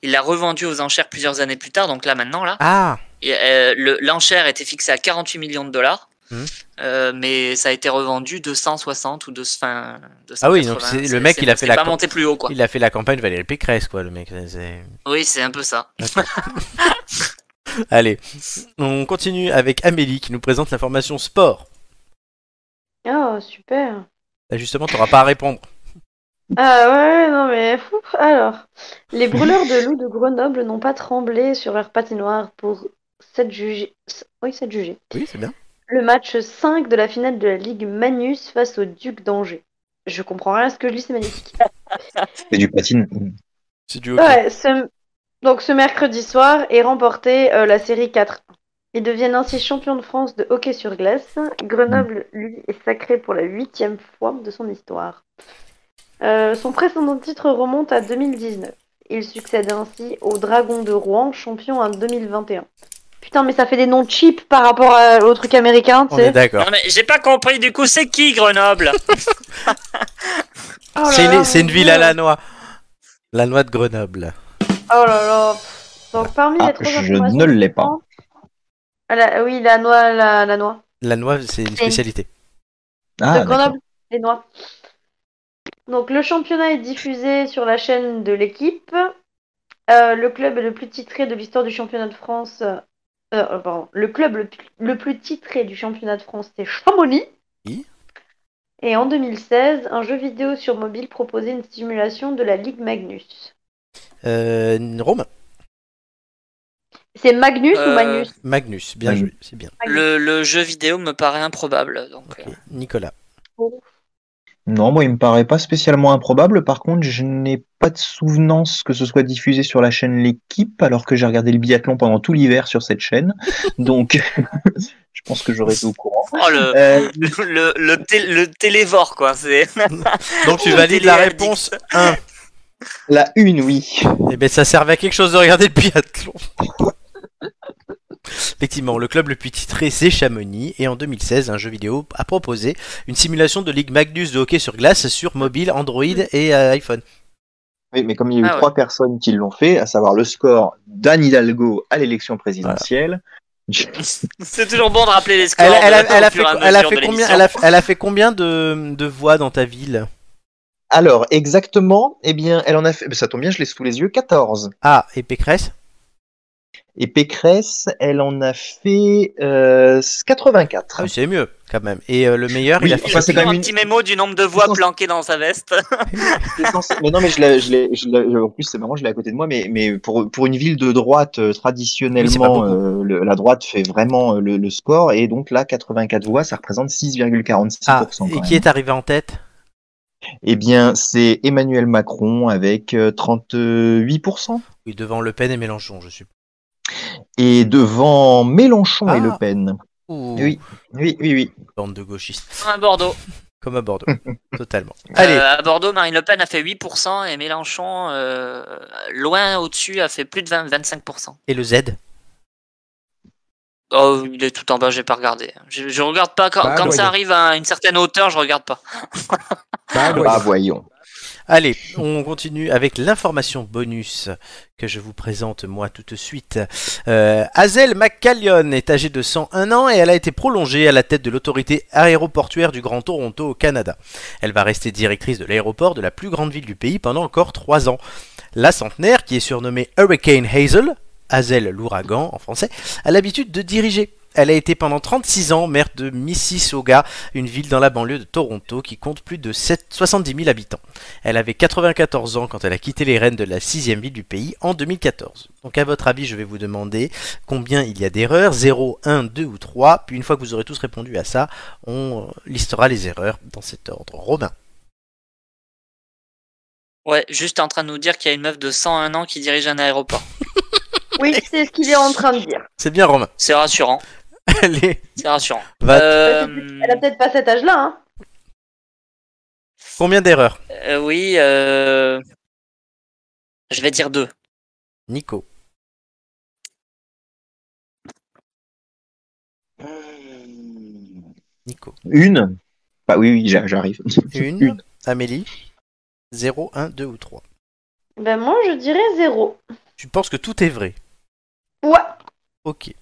Speaker 7: Il l'a revendu aux enchères plusieurs années plus tard. Donc là, maintenant, là,
Speaker 1: Ah
Speaker 7: Et, euh, le- l'enchère était fixée à 48 millions de dollars.
Speaker 1: Mhm.
Speaker 7: Euh, mais ça a été revendu 260 ou de fin
Speaker 1: Ah oui, donc c'est- le mec, il a fait la
Speaker 7: pas
Speaker 1: com-
Speaker 7: monté plus haut quoi.
Speaker 1: Il a fait la campagne Valérie Pécresse, quoi, le mec. c'est- c'est-
Speaker 7: Oui, c'est un peu ça.
Speaker 1: Allez, on continue avec Amélie qui nous présente l'information sport.
Speaker 4: Oh, super.
Speaker 1: Là, justement, t'auras pas à répondre.
Speaker 4: Ah ouais, non mais fou. Alors, les brûleurs de loups de Grenoble n'ont pas tremblé sur leur patinoire pour cette jugé. Oui, cette jugé.
Speaker 1: Oui, c'est bien.
Speaker 4: Le match 5 de la finale de la Ligue Magnus face au Duc d'Angers. Je comprends rien à ce que je lis, c'est magnifique.
Speaker 3: C'est du patine.
Speaker 1: C'est du hockey.
Speaker 4: Ouais, ce- donc ce mercredi soir est remporté euh, la série 4. Ils deviennent ainsi champions de France de hockey sur glace. Grenoble,
Speaker 1: Mm.
Speaker 4: lui, est sacré pour la huitième fois de son histoire. Euh, son précédent titre remonte à 2019. Il succède ainsi au Dragon de Rouen, champion en 2021. Putain, mais ça fait des noms cheap par rapport à- au truc américain, tu
Speaker 1: On est
Speaker 4: sais.
Speaker 1: d'accord.
Speaker 7: Non mais j'ai pas compris du coup c'est qui Grenoble
Speaker 4: Oh là
Speaker 1: c'est
Speaker 4: là,
Speaker 1: une, c'est
Speaker 4: mon
Speaker 1: une ville
Speaker 4: Dieu.
Speaker 1: à Lannoy. Lannoy de Grenoble.
Speaker 4: Oh là là. pff. Donc parmi
Speaker 3: Ah,
Speaker 4: les trois
Speaker 3: je
Speaker 4: informations
Speaker 3: ne l'ai pas.
Speaker 4: Ah là, oui, la noix, la, la noix.
Speaker 1: Lannoy, c'est une spécialité.
Speaker 3: Ah,
Speaker 4: de Grenoble, les noix. Donc le championnat est diffusé sur la chaîne de l'équipe. Euh, le club est le plus titré de l'histoire du championnat de France. euh, euh, pardon. Le club le, le plus titré du championnat de France, c'est Chamonix.
Speaker 1: Oui.
Speaker 4: Et en 2016, un jeu vidéo sur mobile proposait une simulation de la Ligue Magnus.
Speaker 1: Euh, Rome
Speaker 4: C'est Magnus ou
Speaker 7: Euh,
Speaker 4: Magnus
Speaker 1: Magnus, bien
Speaker 3: Magnus.
Speaker 1: joué, c'est bien.
Speaker 7: le, le jeu vidéo me paraît improbable donc euh,
Speaker 1: Ok, Nicolas.
Speaker 3: Non, moi, il me paraît pas spécialement improbable. Par contre, je n'ai pas de souvenance que ce soit diffusé sur la chaîne L'équipe, alors que j'ai regardé le biathlon pendant tout l'hiver sur cette chaîne. Donc, [laughs] je pense que j'aurais été au courant.
Speaker 7: oh, le, [laughs]
Speaker 3: Euh,
Speaker 7: le, le, le té- le télévore quoi c'est
Speaker 1: Donc tu
Speaker 7: Oh,
Speaker 1: valides la
Speaker 7: téléaddict.
Speaker 1: réponse 1.
Speaker 3: la une, oui.
Speaker 1: Eh ben ça servait à quelque chose de regarder le
Speaker 3: [laughs]
Speaker 1: biathlon. Effectivement, le club le plus titré c'est Chamonix et en 2016 un jeu vidéo a proposé une simulation de Ligue Magnus de hockey sur glace sur mobile, Android et euh, iPhone.
Speaker 3: Oui, mais comme il y a eu
Speaker 7: Ah ouais.
Speaker 3: trois personnes qui l'ont fait, à savoir le score d'Anne Hidalgo à l'élection présidentielle.
Speaker 7: c'est toujours bon de rappeler les scores
Speaker 1: Elle, elle a,
Speaker 7: de-
Speaker 1: elle a
Speaker 7: au
Speaker 1: fait,
Speaker 7: fur et à
Speaker 1: elle a
Speaker 7: mesure
Speaker 1: fait
Speaker 7: de
Speaker 1: combien,
Speaker 7: l'émission.
Speaker 1: elle a, elle a fait combien de, de voix dans ta ville
Speaker 3: Alors, exactement, eh bien, elle en a fait, ça tombe bien, je l'ai sous les yeux, 14.
Speaker 1: Ah, et Pécresse
Speaker 3: Et Pécresse, elle en a fait euh, 84.
Speaker 1: Ah oui, c'est mieux quand même. Et euh, le meilleur,
Speaker 3: Oui,
Speaker 1: il a fait...
Speaker 7: Il
Speaker 3: enfin,
Speaker 7: a
Speaker 3: c'est
Speaker 7: toujours
Speaker 3: quand
Speaker 7: un
Speaker 3: même
Speaker 7: petit
Speaker 3: une-
Speaker 7: mémo du nombre de voix planquées dans
Speaker 1: [laughs]
Speaker 7: sa veste
Speaker 3: C'est censé- mais [laughs] non, mais je l'ai, je l'ai- je l'ai- en plus, c'est marrant, je l'ai à côté de moi, mais, mais pour, pour une ville de droite, euh, traditionnellement,
Speaker 1: Oui,
Speaker 3: euh, le- la droite fait vraiment euh, le, le score, et donc là, 84 voix, ça représente 6,46%.
Speaker 1: Ah,
Speaker 3: quand
Speaker 1: et
Speaker 3: même.
Speaker 1: qui est arrivé en tête
Speaker 3: Eh bien, c'est Emmanuel Macron avec euh, 38%,
Speaker 1: Oui, devant Le Pen et Mélenchon, je suppose.
Speaker 3: et devant Mélenchon
Speaker 1: Ah.
Speaker 3: et Le Pen. Oui, oui, oui, oui.
Speaker 1: Bande de gauchistes,
Speaker 7: à Bordeaux
Speaker 1: comme à
Speaker 3: [laughs]
Speaker 1: Bordeaux, totalement. Allez,
Speaker 7: Euh, à Bordeaux, Marine Le Pen a fait 8% et Mélenchon, euh, loin au-dessus, a fait plus de 20, 25%.
Speaker 1: et le Z
Speaker 7: Oh, il est tout en bas, j'ai pas regardé. Je, je regarde pas quand,
Speaker 9: Bah,
Speaker 7: quand
Speaker 9: voyons.
Speaker 7: ça arrive à une certaine hauteur, je regarde pas.
Speaker 9: Bah,
Speaker 3: Ah,
Speaker 9: voyons.
Speaker 3: voyons.
Speaker 1: Allez, on continue avec l'information bonus que je vous présente moi tout de suite. Euh, Hazel McCallion est âgée de 101 ans et elle a été prolongée à la tête de l'autorité aéroportuaire du Grand Toronto au Canada. Elle va rester directrice de l'aéroport de la plus grande ville du pays pendant encore 3 ans. La centenaire, qui est surnommée Hurricane Hazel, Hazel l'ouragan en français, a l'habitude de diriger. Elle a été pendant 36 ans maire de Mississauga, une ville dans la banlieue de Toronto qui compte plus de 7 70 000 habitants. Elle avait 94 ans quand elle a quitté les rênes de la sixième ville du pays en 2014. Donc à votre avis, je vais vous demander combien il y a d'erreurs, 0, 1, 2 ou 3. Puis une fois que vous aurez tous répondu à ça, on listera les erreurs dans cet ordre. Robin.
Speaker 7: Ouais, juste en train de nous dire qu'il y a une meuf de 101 ans qui dirige un aéroport.
Speaker 4: Oui, c'est ce qu'il est en train de dire.
Speaker 1: C'est bien Romain.
Speaker 7: C'est rassurant.
Speaker 1: [laughs] Allez,
Speaker 7: C'est rassurant.
Speaker 1: va-
Speaker 7: Euh,
Speaker 4: Elle a peut-être pas cet âge-là. Hein.
Speaker 1: combien d'erreurs
Speaker 7: euh, oui, euh, je vais dire deux.
Speaker 1: Nico. Nico.
Speaker 3: Une Bah oui, oui, j'a- j'arrive.
Speaker 1: Une. Amélie. 0, 1, 2 ou 3.
Speaker 4: Ben moi, je dirais zéro.
Speaker 1: Tu penses que tout est vrai
Speaker 4: Ouais.
Speaker 1: Ok.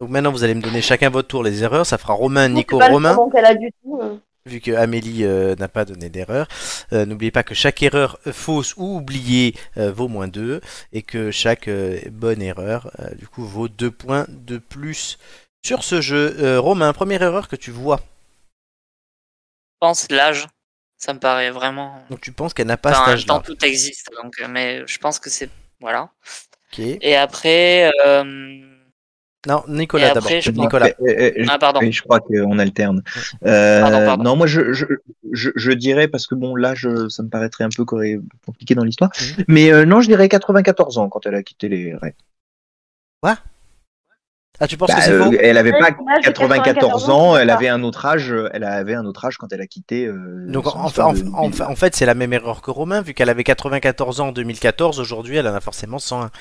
Speaker 1: Donc maintenant, vous allez me donner chacun votre tour les erreurs. Ça fera Romain, Nico,
Speaker 4: C'est pas le
Speaker 1: Romain.
Speaker 4: moment qu'elle a du tout. hein.
Speaker 1: vu que Amélie euh, n'a pas donné d'erreur. Euh, N'oubliez pas que chaque erreur euh, fausse ou oubliée euh, vaut moins 2 et que chaque euh, bonne erreur euh, du coup vaut 2 points de plus sur ce jeu. Euh, Romain, première erreur que tu vois,
Speaker 7: Je pense l'âge. Ça me paraît vraiment.
Speaker 1: donc tu penses qu'elle n'a pas
Speaker 7: Enfin, en
Speaker 1: cet
Speaker 7: même temps,
Speaker 1: âge-là.
Speaker 7: tout existe. Donc, euh, mais je pense que c'est voilà.
Speaker 1: Ok.
Speaker 7: Et après, euh,
Speaker 1: Non, Nicolas
Speaker 7: Et
Speaker 1: d'abord.
Speaker 7: après, je pense-
Speaker 1: Nicolas.
Speaker 3: Euh, euh, je-
Speaker 7: ah pardon.
Speaker 3: Oui, je crois qu'on alterne. Euh,
Speaker 7: Pardon, pardon.
Speaker 3: Non, moi je, je, je, je dirais, parce que bon, là, je, ça me paraîtrait un peu corré- compliqué dans l'histoire,
Speaker 1: Mhm.
Speaker 3: mais euh, non, je dirais 94 ans quand elle a quitté les rênes.
Speaker 1: Ah, tu penses
Speaker 3: Bah,
Speaker 1: que c'est
Speaker 3: euh,
Speaker 1: faux
Speaker 3: elle avait
Speaker 4: Ouais,
Speaker 3: pas
Speaker 4: c'est dommage,
Speaker 3: 94 ans,
Speaker 4: c'est
Speaker 3: elle
Speaker 4: ça.
Speaker 3: avait un autre âge, euh, elle avait un autre âge quand elle a quitté. euh,
Speaker 1: Donc
Speaker 3: son
Speaker 1: en, en-
Speaker 3: histoire de-
Speaker 1: en- en- en fait, c'est la même erreur que Romain, vu qu'elle avait 94 ans en 2014, aujourd'hui elle en a forcément 101.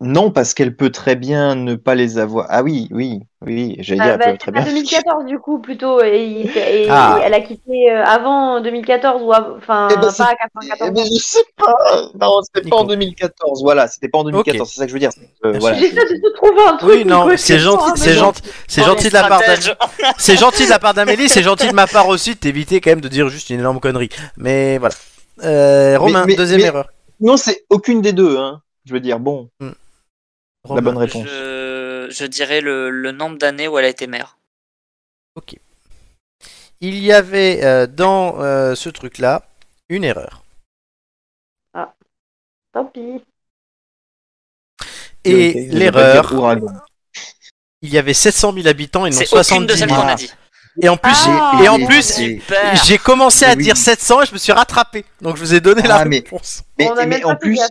Speaker 3: Non, parce qu'elle peut très bien ne pas les avoir. Ah oui, oui, oui, j'allais
Speaker 4: Ah,
Speaker 3: dire,
Speaker 4: bah,
Speaker 3: elle peut
Speaker 4: c'est
Speaker 3: très
Speaker 4: pas
Speaker 3: bien.
Speaker 4: 2014 du coup plutôt et, et- et
Speaker 1: Ah.
Speaker 4: elle a quitté euh, avant 2014 ou av- enfin
Speaker 3: Eh ben, c'est-
Speaker 4: pas à
Speaker 3: Eh
Speaker 4: 94
Speaker 3: ben, je sais pas. Non, c'était pas
Speaker 1: Nico.
Speaker 3: en 2014. Voilà, c'était pas en 2014. C'est ça que je veux dire. Euh,
Speaker 1: Merci.
Speaker 3: voilà.
Speaker 4: J'essaie de te trouver un truc.
Speaker 1: Oui, non,
Speaker 4: Nico,
Speaker 1: c'est
Speaker 4: je comprends,
Speaker 1: gentil,
Speaker 4: mais
Speaker 1: c'est
Speaker 4: bon.
Speaker 1: gentil, c'est
Speaker 7: Oh,
Speaker 1: gentil de la part d'Amélie.
Speaker 7: [laughs] stratège.
Speaker 1: C'est gentil de la part d'Amélie, c'est gentil de ma part aussi de t'éviter quand même de dire juste une énorme connerie. Mais voilà. Euh, Romain,
Speaker 3: Mais- mais-
Speaker 1: deuxième
Speaker 3: mais-
Speaker 1: erreur.
Speaker 3: Non, c'est aucune des deux. Hein. Je veux dire, bon,
Speaker 1: Romain.
Speaker 3: la bonne réponse.
Speaker 7: Je, je dirais le, le nombre d'années où elle a été mère.
Speaker 1: Il y avait euh, dans euh, ce truc-là une erreur.
Speaker 4: Tant pis.
Speaker 1: Et
Speaker 3: Ok, je vais pas
Speaker 1: l'erreur,
Speaker 3: dire ouragan.
Speaker 1: il y avait 700 000 habitants et non
Speaker 7: C'est aucune
Speaker 1: 70
Speaker 7: de celles
Speaker 1: 000.
Speaker 7: qu'on a dit. Ah.
Speaker 1: Et en plus,
Speaker 4: Ah.
Speaker 1: et en
Speaker 3: Oui,
Speaker 1: plus,
Speaker 3: c'est-
Speaker 7: Super.
Speaker 1: j'ai commencé à
Speaker 3: Oui.
Speaker 1: dire 700 et je me suis rattrapé. Donc je vous ai donné la
Speaker 3: Ah, mais-
Speaker 1: réponse.
Speaker 3: Mais,
Speaker 4: On a
Speaker 3: mais
Speaker 4: même
Speaker 3: en
Speaker 4: pas fait
Speaker 3: plus,
Speaker 4: gaffe.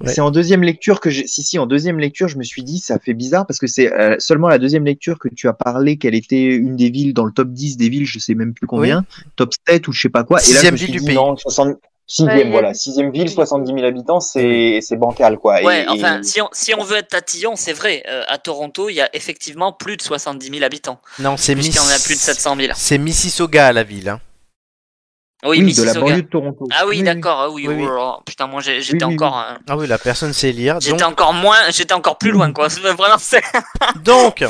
Speaker 1: Ouais.
Speaker 3: c'est en deuxième lecture que j'ai. Si si, en deuxième lecture, je me suis dit, ça fait bizarre parce que c'est euh, seulement à la deuxième lecture que tu as parlé qu'elle était une des villes dans le top 10 des villes, je sais même plus combien, top 7 ou je sais pas quoi. Et là, je
Speaker 1: Sixième
Speaker 3: me suis
Speaker 1: ville du
Speaker 3: dit,
Speaker 1: pays.
Speaker 3: non, 60 Sixième,
Speaker 4: Ouais, il y a-
Speaker 3: voilà, sixième ville, 70 000 habitants, c'est c'est bancal, quoi. Et-
Speaker 7: Ouais,
Speaker 3: Ah, et-
Speaker 7: enfin, si on, si on veut être tatillon, c'est vrai. euh, à Toronto, il y a effectivement plus de 70 000 habitants.
Speaker 1: Non, c'est Miss...
Speaker 7: Puisqu'il y en a plus de 700 000.
Speaker 1: C'est Mississauga à la ville. hein.
Speaker 7: Oui,
Speaker 3: oui, de la
Speaker 7: Mississauga.
Speaker 3: banlieue de Toronto.
Speaker 7: Ah oui, d'accord. ah Oui,
Speaker 1: Oui, oui.
Speaker 7: oh là là. Putain, moi j'ai-
Speaker 3: Oui,
Speaker 7: j'étais
Speaker 3: oui, oui.
Speaker 7: encore, euh,
Speaker 1: Ah oui, la personne sait lire. Donc,
Speaker 7: j'étais encore moins, j'étais encore plus loin quoi. [laughs] Vraiment, c'est-
Speaker 1: Donc,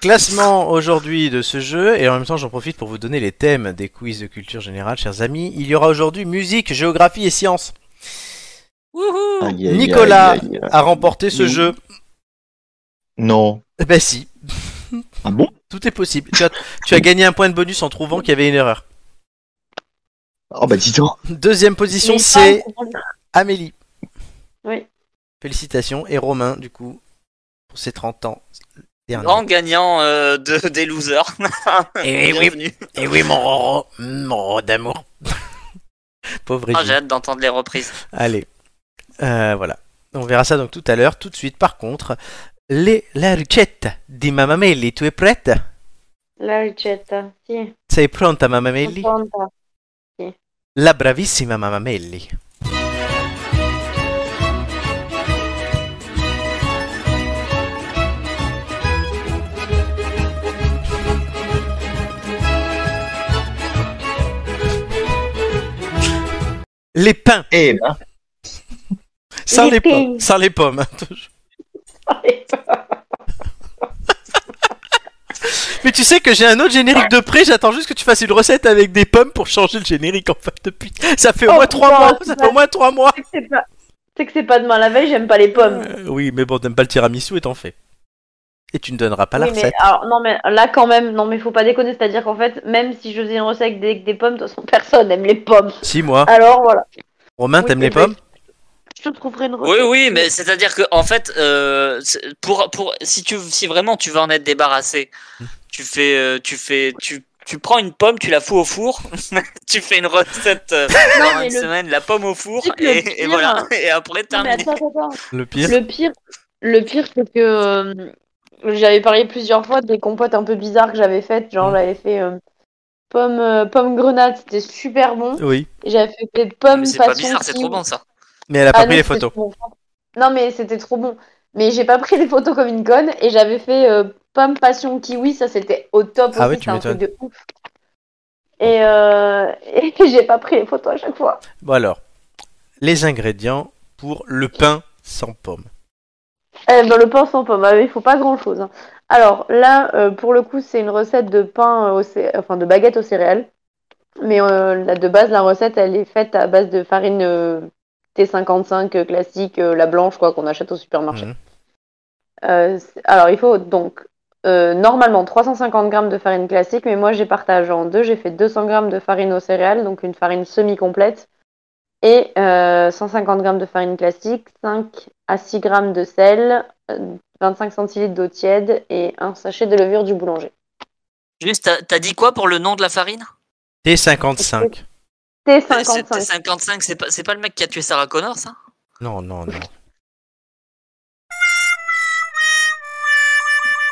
Speaker 1: classement aujourd'hui de ce jeu, et en même temps j'en profite pour vous donner les thèmes des quiz de culture générale, chers amis. Il y aura aujourd'hui musique, géographie et sciences
Speaker 7: Wouhou.
Speaker 3: Aïe, aïe, aïe,
Speaker 1: Nicolas.
Speaker 3: aïe, aïe.
Speaker 1: à remporter ce
Speaker 3: Oui.
Speaker 1: jeu.
Speaker 3: Non.
Speaker 1: Eh Ben si,
Speaker 3: Ah bon
Speaker 1: tout est possible. Tu as, tu as gagné un point de bonus en trouvant qu'il y avait une erreur.
Speaker 3: Oh bah dis donc.
Speaker 1: Deuxième position,
Speaker 4: Mais
Speaker 1: c'est
Speaker 4: pas, on comprend.
Speaker 1: Amélie.
Speaker 4: Oui.
Speaker 1: Félicitations, et Romain, du coup, pour ses 30 ans. derniers.
Speaker 7: Grand gagnant euh, de, [laughs] des losers.
Speaker 8: Eh oui.
Speaker 7: Bienvenue.
Speaker 8: Et oui, mon roro, Mm, mon roro d'amour.
Speaker 1: [laughs] Pauvre
Speaker 7: Ah,
Speaker 1: Eddie.
Speaker 7: j'ai hâte d'entendre les reprises.
Speaker 1: Allez, Euh, voilà. On verra ça donc tout à l'heure. Tout de suite, par contre, les, la ricette di Mamma Melli. Tu es prête
Speaker 4: La ricetta. hein. Si.
Speaker 1: Sei pronta, Mamma
Speaker 4: on
Speaker 1: Melli
Speaker 4: prend ça.
Speaker 1: La bravissima Mamma Melli. Les pains.
Speaker 3: Eh ben,
Speaker 1: Sans les,
Speaker 4: Les
Speaker 1: pommes.
Speaker 4: pains.
Speaker 1: Sans les pommes. Mais tu sais que j'ai un autre générique de près, j'attends juste que tu fasses une recette avec des pommes pour changer le générique en fait depuis. Ça fait au
Speaker 4: Oh,
Speaker 1: moins trois
Speaker 4: non,
Speaker 1: mois,
Speaker 4: c'est
Speaker 1: ça fait
Speaker 4: pas-
Speaker 1: au moins trois mois.
Speaker 4: Tu sais que c'est pas- tu sais que c'est pas demain la veille, j'aime pas les pommes.
Speaker 1: Euh, oui, mais bon, t'aimes pas le tiramisu et t'en fais. Et tu ne donneras pas la
Speaker 4: Oui, mais
Speaker 1: recette.
Speaker 4: alors, non, mais là, quand même, non, mais faut pas déconner. C'est-à-dire qu'en fait, même si je faisais une recette avec des, des pommes, de toute façon, personne n'aime les pommes.
Speaker 1: Si moi,
Speaker 4: Alors voilà.
Speaker 1: Romain,
Speaker 4: Ah, Oui,
Speaker 1: Hein, t'aimes
Speaker 4: mais
Speaker 1: les pommes
Speaker 4: Je te trouverai une
Speaker 7: Oui,
Speaker 4: recette.
Speaker 7: oui, mais c'est-à-dire que en fait, euh, c'est- pour pour si tu si vraiment tu veux en être débarrassé, tu fais euh, tu fais tu tu prends une pomme, tu la fous au four, [laughs] tu fais une recette euh, pendant
Speaker 4: mais
Speaker 7: une
Speaker 4: le-
Speaker 7: semaine, la pomme au four
Speaker 4: Tu sais que le
Speaker 7: et, et
Speaker 4: pire-
Speaker 7: voilà. Et après
Speaker 4: Non, mais
Speaker 7: terminé.
Speaker 4: attends, attends, attends.
Speaker 1: Le pire.
Speaker 4: Le pire, le pire c'est que euh, j'avais parlé plusieurs fois des compotes un peu bizarres que j'avais faites. Genre,
Speaker 1: Mm.
Speaker 4: j'avais fait euh, pomme, euh, pomme grenade, c'était super bon.
Speaker 1: Oui,
Speaker 4: Et J'avais fait des pommes
Speaker 7: Mais C'est pas
Speaker 4: façon
Speaker 7: bizarre, c'est
Speaker 4: kiwi.
Speaker 7: trop bon ça.
Speaker 1: mais elle a
Speaker 4: Ah
Speaker 1: pas pris
Speaker 4: non,
Speaker 1: les
Speaker 4: c'était
Speaker 1: photos.
Speaker 4: trop bon. Non, mais c'était trop bon. Mais j'ai pas pris les photos comme une conne et j'avais fait euh, pomme passion kiwi, ça c'était au top
Speaker 1: Ah
Speaker 4: aussi,
Speaker 1: ouais, tu
Speaker 4: c'était un
Speaker 1: m'étonnes.
Speaker 4: truc de ouf. Et, euh, [laughs] et j'ai pas pris les photos à chaque fois.
Speaker 1: Bon alors, les ingrédients pour le pain sans pommes.
Speaker 4: Eh ben, le pain sans pomme, ah oui, il faut pas grand chose. Alors là, euh, pour le coup, c'est une recette de pain, au cé- enfin de baguette aux céréales. Mais euh, la- de base, la recette, elle est faite à base de farine euh, T55 euh, classique, euh, la blanche, quoi, qu'on achète au supermarché.
Speaker 1: Mhm.
Speaker 4: Euh, c'est- alors, il faut donc euh, normalement 350 grammes de farine classique, mais moi j'ai partagé en deux. J'ai fait 200 grammes de farine aux céréales, donc une farine semi-complète, et euh, 150 grammes de farine classique, 5 à 6 grammes de sel, euh, 25 centilitres d'eau tiède et un sachet de levure du boulanger.
Speaker 7: Juste, t'as- t'as dit quoi pour le nom de la farine
Speaker 1: T55.
Speaker 7: C'était
Speaker 4: T55.
Speaker 7: 55, c'est pas c'est pas le mec qui a tué Sarah hein Connor ça
Speaker 4: Ah,
Speaker 1: Non, non, non.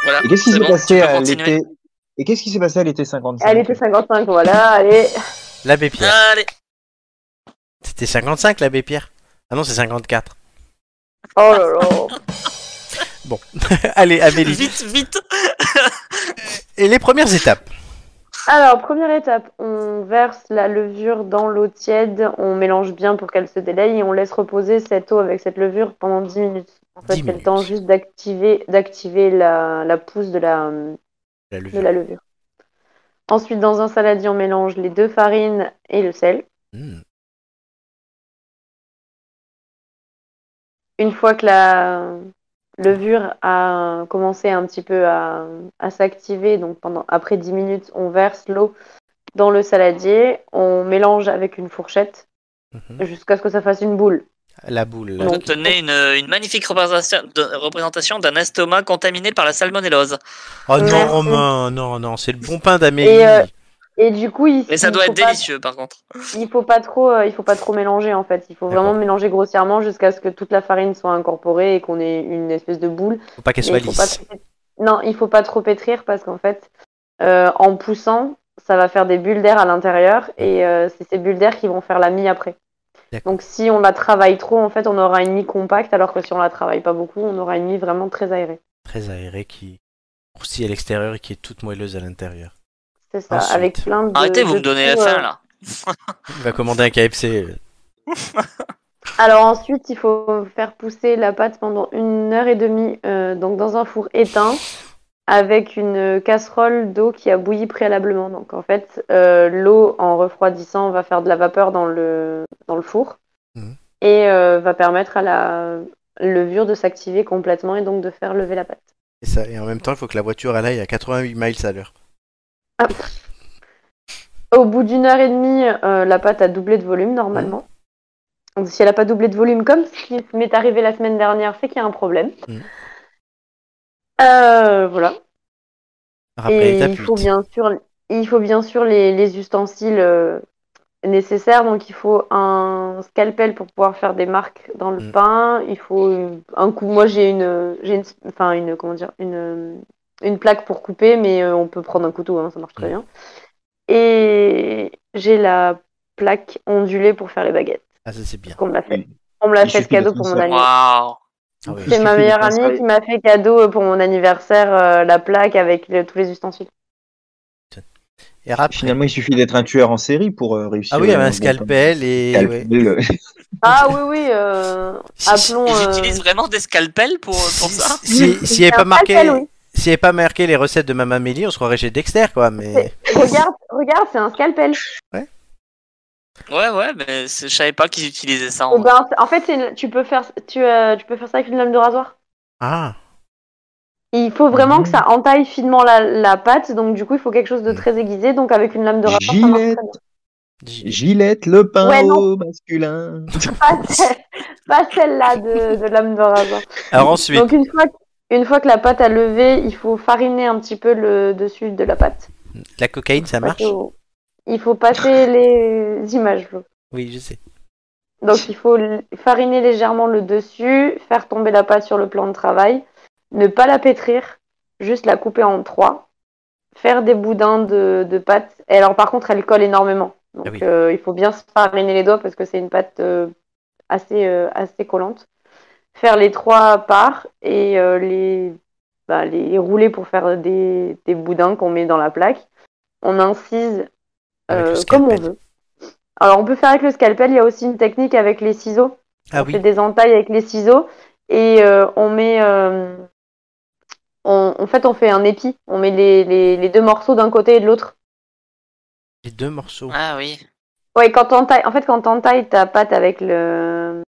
Speaker 7: Voilà.
Speaker 3: et qu'est-ce qui
Speaker 7: c'est
Speaker 3: s'est
Speaker 7: bon, tu
Speaker 3: passé
Speaker 7: peux
Speaker 3: à
Speaker 7: continuer.
Speaker 3: l'été Et qu'est-ce qui s'est passé à l'été 55
Speaker 4: Elle était 55, voilà, allez.
Speaker 1: L'abbé Pierre.
Speaker 7: Allez,
Speaker 1: C'était 55 l'abbé Pierre. Ah non, c'est 54.
Speaker 4: Oh là là.
Speaker 1: [laughs] Allez, Amélie.
Speaker 7: vite, vite.
Speaker 1: Et les premières étapes.
Speaker 4: Alors, première étape, on verse la levure dans l'eau tiède, on mélange bien pour qu'elle se délaye et on laisse reposer cette eau avec cette levure pendant 10 minutes. En fait,
Speaker 1: 10
Speaker 4: c'est le temps
Speaker 1: minutes.
Speaker 4: juste d'activer d'activer la, la pousse de la,
Speaker 1: La
Speaker 4: de
Speaker 1: levure.
Speaker 4: la levure. Ensuite, dans un saladier, on mélange les deux farines et le sel.
Speaker 1: Hmm.
Speaker 4: une fois que la levure a commencé un petit peu à, à s'activer, donc pendant, après 10 minutes, on verse l'eau dans le saladier, on mélange avec une fourchette
Speaker 1: Mhm.
Speaker 4: jusqu'à ce que ça fasse une boule.
Speaker 1: La boule.
Speaker 4: Non.
Speaker 7: Vous obtenez une, une magnifique représentation de- représentation d'un estomac contaminé par la salmonellose.
Speaker 1: Oh non,
Speaker 4: Merci.
Speaker 1: Romain, non, non, c'est le bon pain d'Amélie.
Speaker 4: Et, euh, Et du coup, il,
Speaker 7: Mais ça
Speaker 4: il
Speaker 7: doit
Speaker 4: faut
Speaker 7: être
Speaker 4: pas-
Speaker 7: délicieux par contre.
Speaker 4: il faut pas trop, euh, il faut pas trop mélanger en fait. Il faut
Speaker 1: D'accord.
Speaker 4: vraiment mélanger grossièrement jusqu'à ce que toute la farine soit incorporée et qu'on ait une espèce de boule.
Speaker 1: Faut pas qu'elle
Speaker 4: Et
Speaker 1: soit
Speaker 4: il faut pas
Speaker 1: lisse.
Speaker 4: trop- Non, il faut pas trop pétrir parce qu'en fait, euh, en poussant, ça va faire des bulles d'air à l'intérieur et euh, c'est ces bulles d'air qui vont faire la mie après.
Speaker 1: D'accord.
Speaker 4: Donc si on la travaille trop, en fait, on aura une mie compacte alors que si on la travaille pas beaucoup, on aura une mie vraiment très aérée.
Speaker 1: Très aérée qui croustille à l'extérieur et qui est toute moelleuse à l'intérieur.
Speaker 4: C'est ça,
Speaker 1: Ensuite.
Speaker 4: avec plein de.
Speaker 7: Arrêtez, vous
Speaker 4: de
Speaker 7: me donnez la
Speaker 4: trous,
Speaker 7: faim
Speaker 4: euh.
Speaker 7: là.
Speaker 1: Il va commander un KFC. euh,
Speaker 4: Alors ensuite, il faut faire pousser la pâte pendant une heure et demie, euh, donc dans un four éteint, avec une casserole d'eau qui a bouilli préalablement. Donc en fait, euh, l'eau en refroidissant va faire de la vapeur dans le, dans le four
Speaker 1: Mhm.
Speaker 4: et euh, va permettre à la levure de s'activer complètement et donc de faire lever la pâte.
Speaker 1: Et, ça, et en même temps, il faut que la voiture elle aille à 88 miles à l'heure.
Speaker 4: Au bout d'une heure et demie, euh, la pâte a doublé de volume normalement. Donc, si elle n'a pas doublé de volume, comme ce qui m'est arrivé la semaine dernière, c'est qu'il y a un problème.
Speaker 1: Mhm.
Speaker 4: Euh, voilà.
Speaker 1: Après
Speaker 4: et
Speaker 1: l'étape
Speaker 4: il faut
Speaker 1: 8.
Speaker 4: bien sûr, il faut bien sûr les, les ustensiles euh, nécessaires. Donc il faut un scalpel pour pouvoir faire des marques dans le
Speaker 1: Mm.
Speaker 4: pain. Il faut une- un coup. Moi j'ai une, j'ai une, enfin une comment dire, une, une plaque pour couper, mais euh, on peut prendre un couteau, hein, ça marche très
Speaker 1: Mm.
Speaker 4: bien. Et j'ai la plaque ondulée pour faire les baguettes.
Speaker 1: Ah, ça c'est bien.
Speaker 4: Qu'on me l'a fait.
Speaker 3: Oui.
Speaker 4: On me l'a
Speaker 3: Il
Speaker 4: fait
Speaker 3: suffit de
Speaker 4: cadeau pour
Speaker 3: faire
Speaker 4: mon
Speaker 3: ça.
Speaker 4: anniversaire.
Speaker 7: Waouh.
Speaker 1: Ah oui.
Speaker 3: Il
Speaker 4: C'est ma
Speaker 3: suffit de
Speaker 4: meilleure
Speaker 3: faire ça.
Speaker 4: amie qui m'a fait euh, cadeau pour mon anniversaire euh, la plaque avec le- tous les ustensiles.
Speaker 1: Et rap.
Speaker 3: Finalement, il suffit d'être un tueur en série pour euh, réussir.
Speaker 1: Ah oui, il y avait
Speaker 3: euh,
Speaker 1: un
Speaker 3: bon
Speaker 1: scalpel et.
Speaker 3: temps.
Speaker 1: ouais.
Speaker 3: Scalpel, euh,
Speaker 4: Ah oui, oui. euh, appelons.
Speaker 7: Ils
Speaker 4: euh,
Speaker 7: utilisent vraiment des scalpels pour, pour
Speaker 4: [laughs]
Speaker 7: ça
Speaker 1: Si- si- S'il n'y avait
Speaker 4: un
Speaker 1: pas marqué.
Speaker 4: scalpel, oui.
Speaker 1: S'il n'y avait pas marqué les recettes de Maman Mélie, on se croirait chez Dexter, quoi. Mais
Speaker 4: Regarde, regarde, c'est un scalpel.
Speaker 7: Ouais, ouais, mais c'est- je savais pas qu'ils utilisaient ça.
Speaker 4: Oh
Speaker 7: En... vrai.
Speaker 4: ben, en fait, c'est une- tu peux faire, tu, euh, tu peux faire ça avec une lame de rasoir.
Speaker 1: ah,
Speaker 4: Il faut vraiment que
Speaker 1: Mhm.
Speaker 4: ça entaille finement la, la pâte, donc du coup, il faut quelque chose de très aiguisé. Donc avec une lame de rasoir, ça marche
Speaker 3: Gillette, Gillette, le pain
Speaker 4: Ouais, non.
Speaker 3: au masculin.
Speaker 4: très bien. Pas, [laughs] celle- pas celle-là de, de lame de rasoir.
Speaker 1: alors ensuite,
Speaker 4: Donc une fois, que- une fois que la pâte a levé, il faut fariner un petit peu le dessus de la pâte.
Speaker 1: la cocaïne, ça marche
Speaker 4: Passer au- Il faut passer les images. Flo.
Speaker 1: Oui, je sais.
Speaker 4: Donc il faut l- fariner légèrement le dessus, faire tomber la pâte sur le plan de travail, ne pas la pétrir, juste la couper en trois, faire des boudins de, de pâte. Et alors par contre elle colle énormément. Donc
Speaker 1: Ah oui.
Speaker 4: euh, il faut bien se fariner les doigts parce que c'est une pâte euh, assez, euh, assez collante. Faire les trois parts et euh, les, bah, les rouler pour faire des, des boudins qu'on met dans la plaque. On incise
Speaker 1: Avec le
Speaker 4: euh,
Speaker 1: scalpel.
Speaker 4: comme on veut. Alors on peut faire avec le scalpel, il y a aussi une technique avec les ciseaux.
Speaker 1: Ah
Speaker 4: On
Speaker 1: oui,
Speaker 4: fait des entailles avec les ciseaux et euh, on met. euh, on- en fait, on fait un épi. On met les, les- les deux morceaux d'un côté et de l'autre.
Speaker 1: les deux morceaux.
Speaker 7: Ah oui.
Speaker 4: Ouais, quand t'entailles- en fait, quand t'entailles ta pâte avec le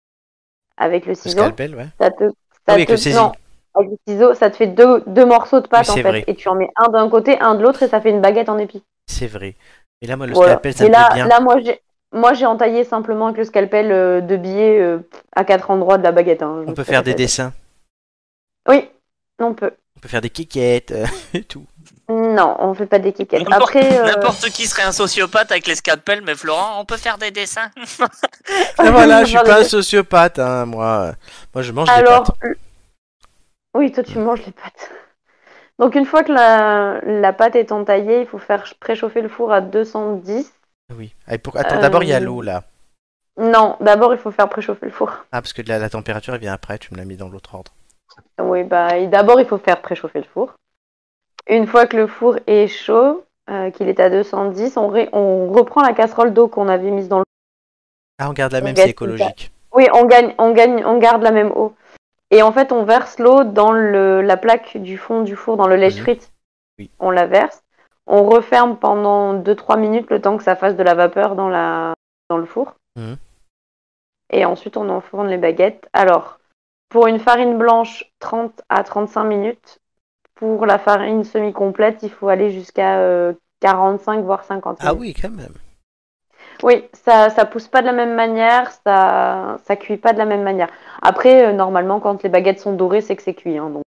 Speaker 4: avec le
Speaker 1: Le
Speaker 4: ciseau,
Speaker 1: scalpel, ouais.
Speaker 4: ça te, ça
Speaker 1: Ah oui, avec
Speaker 4: te-
Speaker 1: le saisi.
Speaker 4: non, avec le ciseau, ça te fait deux, deux morceaux de pâte
Speaker 1: Oui,
Speaker 4: en
Speaker 1: c'est
Speaker 4: fait,
Speaker 1: vrai.
Speaker 4: et tu en mets un d'un côté, un de l'autre, et ça fait une baguette en épi.
Speaker 1: C'est vrai. Mais là, moi, le
Speaker 4: Voilà.
Speaker 1: scalpel, ça
Speaker 4: et
Speaker 1: me
Speaker 4: là,
Speaker 1: plaît bien.
Speaker 4: là, moi, j'ai, moi, j'ai entaillé simplement avec le scalpel euh, deux billets euh, à quatre endroits de la baguette. hein.
Speaker 1: On peut faire des dessins,
Speaker 4: Oui, on peut.
Speaker 1: on peut faire des kikettes euh, [laughs] et tout.
Speaker 4: Non, on fait pas des kikettes.
Speaker 7: N'importe-
Speaker 4: Après, euh, [laughs]
Speaker 7: N'importe qui serait un sociopathe avec les scalpels, mais Florent, on peut faire des dessins. [laughs]
Speaker 4: Ah,
Speaker 1: Et
Speaker 4: [laughs]
Speaker 1: voilà, je suis
Speaker 4: genre
Speaker 1: pas un
Speaker 4: des-
Speaker 1: sociopathe, hein, moi. Moi, je mange des pâtes.
Speaker 4: Alors, le- oui, toi tu manges les pâtes. Donc une fois que la, la pâte est entaillée, il faut faire préchauffer le four à 210.
Speaker 1: Oui. Ah, pour- Attends, d'abord, il y a
Speaker 4: Euh,
Speaker 1: l'eau, là.
Speaker 4: Non, d'abord il faut faire préchauffer le four. [laughs]
Speaker 1: Ah, parce que de la, la température, elle vient après, tu me l'as mis dans l'autre ordre.
Speaker 4: Oui, bah et d'abord il faut faire préchauffer le four. Une fois que le four est chaud, euh, qu'il est à 210, on, ré- on reprend la casserole d'eau qu'on avait mise dans le
Speaker 1: Ah, on garde la
Speaker 4: On
Speaker 1: même, c'est
Speaker 4: gâte
Speaker 1: écologique.
Speaker 4: Oui, on gagne, on gagne, on garde la même eau. Et en fait, on verse l'eau dans le, la plaque du fond du four, dans le lèche frites.
Speaker 1: Mhm. Oui.
Speaker 4: On la verse. On referme pendant 2-3 minutes le temps que ça fasse de la vapeur dans, la, dans le four.
Speaker 1: Mhm.
Speaker 4: Et ensuite, on enfourne les baguettes. Alors, pour une farine blanche, 30 à 35 minutes. Pour la farine semi-complète, il faut aller jusqu'à euh, 45 voire 50
Speaker 1: Ah
Speaker 4: minutes.
Speaker 1: oui, quand même.
Speaker 4: Oui, ça ça pousse pas de la même manière, ça ça cuit pas de la même manière. Après, euh, normalement, quand les baguettes sont dorées, c'est que c'est cuit. hein, donc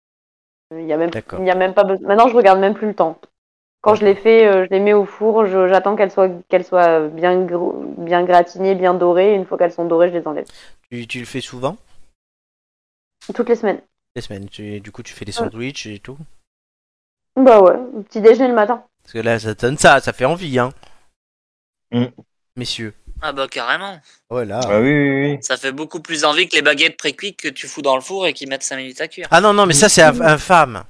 Speaker 4: il y a même
Speaker 1: D'accord.
Speaker 4: il y a même pas besoin. Maintenant, je regarde même plus le temps. Quand je les fais, euh, je les mets au four, je- j'attends qu'elles soient qu'elles soient bien gro- bien gratinées, bien dorées. Une fois qu'elles sont dorées, je les enlève.
Speaker 1: Tu, tu le fais souvent,
Speaker 4: Toutes les semaines.
Speaker 1: les semaines. Tu- du coup, tu fais des sandwichs et tout.
Speaker 4: Bah ouais, au petit déjeuner le matin.
Speaker 1: Parce que là, ça donne ça, ça fait envie, hein.
Speaker 3: Mm.
Speaker 1: Messieurs.
Speaker 7: Ah bah carrément.
Speaker 1: Voilà.
Speaker 3: Ah oui, oui, oui.
Speaker 7: Ça fait beaucoup plus envie que les baguettes pré-cuites que tu fous dans le four et qui mettent 5 minutes à cuire.
Speaker 1: Ah non, non, mais ça, c'est inf- infâme.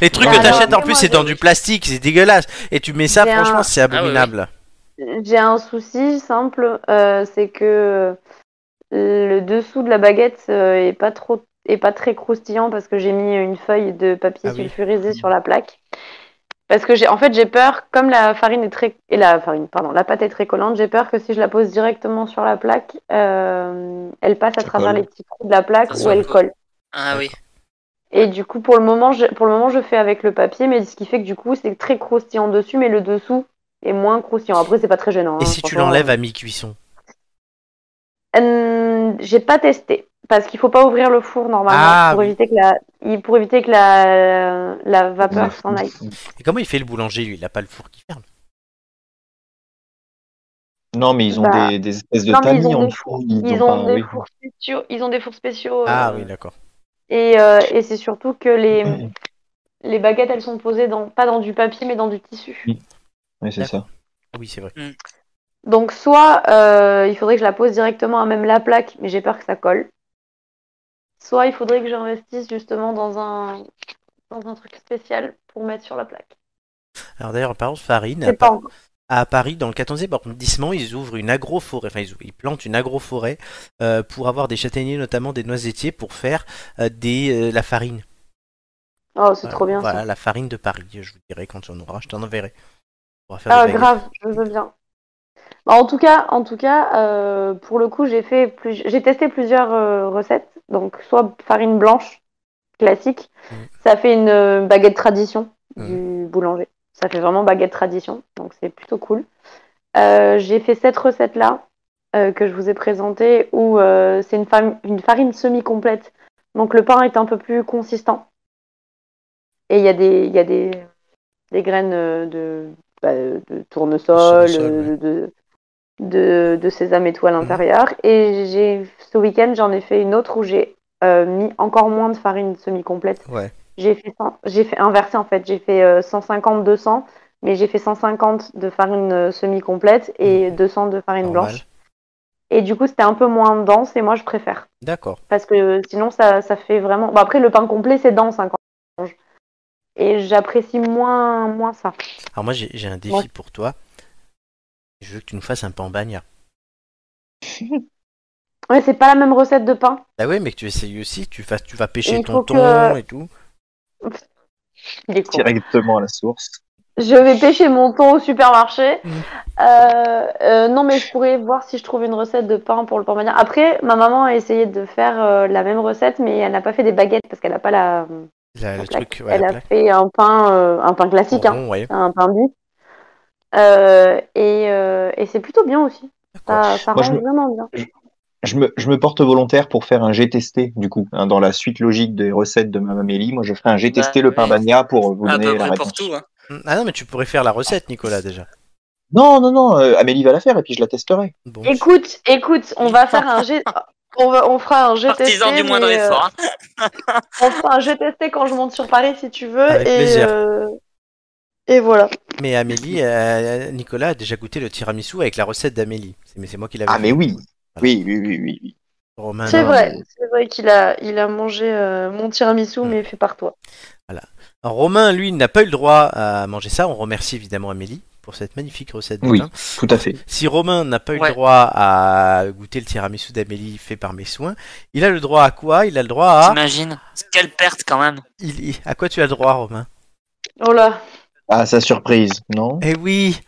Speaker 1: Les trucs
Speaker 4: Bah
Speaker 1: que
Speaker 4: alors,
Speaker 1: t'achètes en plus,
Speaker 4: moi,
Speaker 1: c'est dans
Speaker 4: j'ai-
Speaker 1: du plastique, c'est dégueulasse. Et tu mets ça,
Speaker 4: J'ai un-
Speaker 1: franchement, c'est
Speaker 7: oui,
Speaker 1: abominable.
Speaker 4: J'ai un souci simple, euh, c'est que euh, le dessous de la baguette euh, est pas trop est pas très croustillant parce que j'ai mis une feuille de papier
Speaker 1: Ah oui.
Speaker 4: sulfurisé sur la plaque. Parce que j'ai en fait j'ai peur comme la farine est très et la farine pardon la pâte est très collante j'ai peur que si je la pose directement sur la plaque euh, elle passe à
Speaker 3: Ça
Speaker 4: travers
Speaker 3: colle.
Speaker 4: les petits trous de la plaque
Speaker 7: Ça
Speaker 4: où elle
Speaker 7: colle.
Speaker 4: colle.
Speaker 7: Ah oui.
Speaker 4: Et du coup, pour le moment, je, pour le moment, je fais avec le papier, mais ce qui fait que du coup, c'est très croustillant dessus, mais le dessous est moins croustillant. Après, c'est pas très gênant.
Speaker 1: Et
Speaker 4: hein,
Speaker 1: si tu
Speaker 4: franchement.
Speaker 1: l'enlèves à mi-cuisson
Speaker 4: Euh, J'ai pas testé parce qu'il faut pas ouvrir le four normalement
Speaker 1: Ah,
Speaker 4: pour
Speaker 1: oui.
Speaker 4: éviter que la, il- pour éviter que la, la vapeur s'en aille.
Speaker 1: Et comment il fait le boulanger, lui Il a pas le four qui ferme.
Speaker 3: Non, mais ils ont
Speaker 4: Bah,
Speaker 3: des, des espèces de
Speaker 4: non, mais ils
Speaker 3: tamis
Speaker 4: ont
Speaker 3: en
Speaker 4: des
Speaker 3: dessous.
Speaker 4: Ils
Speaker 3: pas-
Speaker 4: ont des
Speaker 3: oui.
Speaker 4: fours spéciaux. Ils ont des fours spéciaux.
Speaker 1: Ah
Speaker 4: euh,
Speaker 1: oui, d'accord.
Speaker 4: Et, euh, et c'est surtout que les,
Speaker 3: Oui,
Speaker 4: les baguettes, elles sont posées dans, pas dans du papier, mais dans du tissu.
Speaker 3: oui, c'est ça.
Speaker 1: Ah Oui, c'est vrai.
Speaker 4: Donc soit euh, il faudrait que je la pose directement à même la plaque, mais j'ai peur que ça colle. Soit il faudrait que j'investisse justement dans un, dans un truc spécial pour mettre sur la plaque.
Speaker 1: Alors d'ailleurs, par exemple, Farine, à,
Speaker 4: C'est pas encore.
Speaker 1: à Paris, dans le 14e arrondissement, ils ouvrent une agroforêt, enfin ils, ouvrent- ils plantent une agroforêt euh, pour avoir des châtaigniers, notamment des noisettiers, pour faire euh, des, euh, la farine.
Speaker 4: Oh, c'est
Speaker 1: Voilà,
Speaker 4: trop bien
Speaker 1: Euh, Voilà,
Speaker 4: ça.
Speaker 1: la farine de Paris, je vous dirai quand j'en auras, je t'en enverrai. On pourra faire
Speaker 4: Ah,
Speaker 1: des baguettes.
Speaker 4: grave, je veux bien. Bah, en tout cas, en tout cas euh, pour le coup, j'ai fait plus... j'ai testé plusieurs euh, recettes. Donc, soit farine blanche classique,
Speaker 1: Mhm.
Speaker 4: ça fait une euh, baguette tradition
Speaker 1: Mm.
Speaker 4: du boulanger. Ça fait vraiment baguette tradition, donc c'est plutôt cool. Euh, j'ai fait cette recette-là euh, que je vous ai présentée où euh, c'est une, fam- une farine semi-complète. Donc, le pain est un peu plus consistant. Et il y a des, il y a des, des graines euh, de, bah, de tournesol,
Speaker 1: Tournesol, Mhm.
Speaker 4: euh, de, de, de sésame et tout à l'intérieur. Et j'ai ce week-end, j'en ai fait une autre où j'ai euh, mis encore moins de farine semi-complète.
Speaker 1: Ouais.
Speaker 4: J'ai fait, cent- j'ai fait inversé en fait. J'ai fait euh, 150, 200, mais j'ai fait 150 de farine euh, semi-complète et 200 de farine
Speaker 1: Mhm. Normal.
Speaker 4: blanche. Et du coup, c'était un peu moins dense et moi, je préfère.
Speaker 1: D'accord.
Speaker 4: Parce que sinon, ça, ça fait vraiment. Bon, après, le pain complet, c'est dense hein, quand on mange. Et j'apprécie moins, moins ça.
Speaker 1: Alors moi, j'ai j'ai un défi
Speaker 4: Ouais.
Speaker 1: pour toi. Je veux que tu nous fasses un pan bagnat.
Speaker 4: Ouais, c'est pas la même recette de pain.
Speaker 1: Ah ouais, mais que tu essayes aussi, que tu, fasses, tu vas pêcher
Speaker 4: Il
Speaker 1: ton
Speaker 4: faut
Speaker 1: thon
Speaker 4: que-
Speaker 1: et tout.
Speaker 4: Il est con.
Speaker 3: directement à la source.
Speaker 4: Je vais pêcher mon thon au supermarché.
Speaker 1: Mm.
Speaker 4: Euh, euh, non, mais je pourrais voir si je trouve une recette de pain pour le pain mania. Après, ma maman a essayé de faire euh, la même recette, mais elle n'a pas fait des baguettes parce qu'elle n'a pas la.
Speaker 1: Là,
Speaker 4: la
Speaker 1: le
Speaker 4: plaque.
Speaker 1: truc, ouais,
Speaker 4: elle
Speaker 1: la
Speaker 4: a
Speaker 1: plaque. Oh.
Speaker 4: fait un pain, euh, un pain classique, hein,
Speaker 1: Rond, ouais.
Speaker 4: un pain bis. Euh, et euh, et c'est plutôt bien aussi. Ça, ça
Speaker 3: Moi, je
Speaker 4: rend
Speaker 3: me-
Speaker 4: vraiment bien.
Speaker 3: Je me, je me porte volontaire pour faire un G testé, du coup, hein, dans la suite logique des recettes de Mme Amélie. Moi, je ferai un G
Speaker 7: Bah,
Speaker 3: testé le pain
Speaker 7: oui.
Speaker 3: bagna pour vous
Speaker 7: À
Speaker 3: donner
Speaker 7: peu
Speaker 3: la
Speaker 7: près pour
Speaker 3: réponse.
Speaker 7: tout. hein.
Speaker 1: Ah non, mais tu pourrais faire la recette, Nicolas, déjà.
Speaker 3: Non, non, non, euh, Amélie va la faire et puis je la testerai.
Speaker 1: Bon,
Speaker 4: Écoute, écoute, on va faire
Speaker 7: [laughs]
Speaker 4: un jet. On, va, on fera un jet
Speaker 7: Partisan
Speaker 4: testé,
Speaker 7: du moindre
Speaker 4: mais, euh,
Speaker 7: effort. hein.
Speaker 4: on fera un jet testé quand je monte sur Paris si tu veux.
Speaker 1: Avec
Speaker 4: et,
Speaker 1: plaisir.
Speaker 4: euh, et voilà.
Speaker 1: Mais Amélie, euh, Nicolas a déjà goûté le tiramisu avec la recette d'Amélie. C'est- Mais c'est moi qui l'avais
Speaker 3: Ah, mais
Speaker 1: fait.
Speaker 3: oui. Oui, oui, oui, oui. oui.
Speaker 1: Romain,
Speaker 4: c'est
Speaker 1: Ah non,
Speaker 4: vrai,
Speaker 1: mais-
Speaker 4: c'est vrai qu'il a, il a mangé euh, mon tiramisu,
Speaker 1: Mm.
Speaker 4: mais fait par toi.
Speaker 1: Alors, Romain, lui, n'a pas eu le droit à manger ça. On remercie évidemment Amélie pour cette magnifique recette Hein. de
Speaker 3: Oui.
Speaker 1: pain.
Speaker 3: Tout à fait.
Speaker 1: Si Romain n'a pas eu
Speaker 7: Ouais.
Speaker 1: le droit à goûter le tiramisu d'Amélie fait par mes soins, il a le droit à quoi Il a le droit à...
Speaker 7: T'imagines Quelle perte quand même.
Speaker 1: Il- il- À quoi tu as le droit, Romain
Speaker 4: Oh là,
Speaker 3: Ah, sa surprise, non
Speaker 1: Eh oui,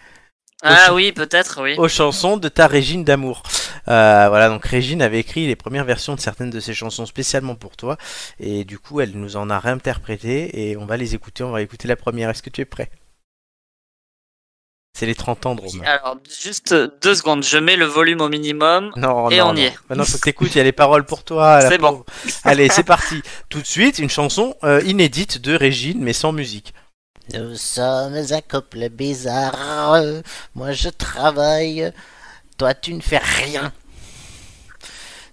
Speaker 7: Ah oui, peut-être, oui.
Speaker 1: aux chansons de ta Régine d'amour. Euh, voilà, donc Régine avait écrit les premières versions de certaines de ses chansons spécialement pour toi, et du coup elle nous en a réinterprété, et on va les écouter, on va écouter la première. Est-ce que tu es prêt C'est les 30 ans de Romain.
Speaker 7: Alors, juste deux secondes, je mets le volume au minimum.
Speaker 1: Non,
Speaker 7: Et
Speaker 1: non,
Speaker 7: on y
Speaker 1: non.
Speaker 7: est.
Speaker 1: Maintenant, faut que t'écoutes, il y a les paroles pour toi. la
Speaker 7: C'est bon.
Speaker 1: pauvre. Allez, c'est parti. Tout de suite, une chanson euh, inédite de Régine, mais sans musique.
Speaker 8: Nous sommes un couple bizarre. Moi je travaille, toi tu ne fais rien.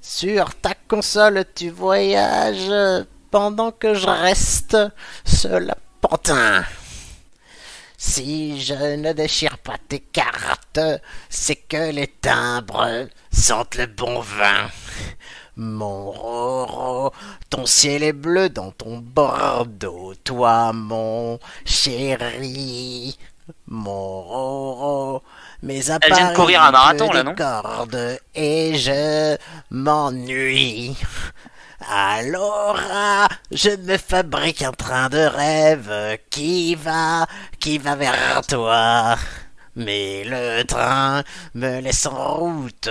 Speaker 8: Sur ta console tu voyages pendant que je reste ce lapantin. Si je ne déchire pas tes cartes, c'est que les timbres sentent le bon vin. Mon roro, ton ciel est bleu dans ton Bordeaux, toi mon chéri, mon roro. Mais à
Speaker 7: Elle vient de
Speaker 8: Paris,
Speaker 7: courir un
Speaker 8: que
Speaker 7: marathon, là,
Speaker 8: des
Speaker 7: non
Speaker 8: cordes et je m'ennuie. Alors, ah, je me fabrique un train de rêve qui va, qui va vers toi. Mais le train me laisse en route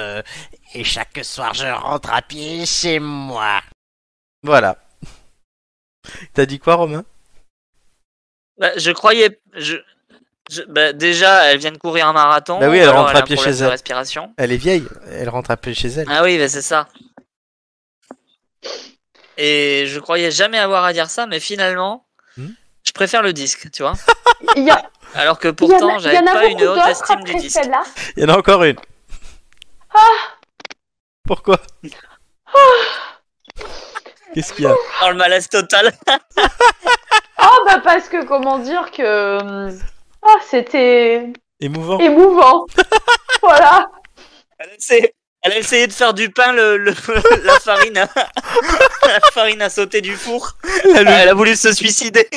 Speaker 8: et chaque soir je rentre à pied chez moi.
Speaker 1: Voilà. T'as dit quoi, Romain
Speaker 7: Bah, je croyais. Je... je- bah, déjà, elle vient de courir un marathon.
Speaker 1: Bah oui,
Speaker 7: ou
Speaker 1: elle
Speaker 7: alors
Speaker 1: rentre à
Speaker 7: a un
Speaker 1: pied
Speaker 7: problème
Speaker 1: chez
Speaker 7: de
Speaker 1: elle.
Speaker 7: respiration.
Speaker 1: Elle est vieille, elle rentre un peu chez elle.
Speaker 7: Ah oui, bah, c'est ça. Et je croyais jamais avoir à dire ça, mais finalement,
Speaker 1: Hmm.
Speaker 7: je préfère le disque,
Speaker 1: [laughs]
Speaker 7: tu vois.
Speaker 4: il y, a-
Speaker 7: Alors que
Speaker 4: il y en a-
Speaker 7: pourtant,
Speaker 4: il y
Speaker 7: j'avais
Speaker 4: en a
Speaker 7: pas une
Speaker 4: beaucoup
Speaker 7: haute
Speaker 4: d'autres
Speaker 7: estime du
Speaker 4: après
Speaker 7: disque.
Speaker 4: celle-là.
Speaker 1: Il y en a encore une.
Speaker 7: Ah.
Speaker 1: Pourquoi
Speaker 7: Ah.
Speaker 1: Qu'est-ce qu'il y a
Speaker 7: Dans le malaise total.
Speaker 4: Oh bah parce que comment dire que. Ah, c'était
Speaker 1: Émouvant.
Speaker 4: émouvant. [laughs] voilà.
Speaker 7: Elle a essayé, elle a essayé de faire du pain, le, [laughs] le- la [laughs] farine. a- la farine a sauté du four.
Speaker 1: La, lo-
Speaker 7: Elle a voulu se suicider.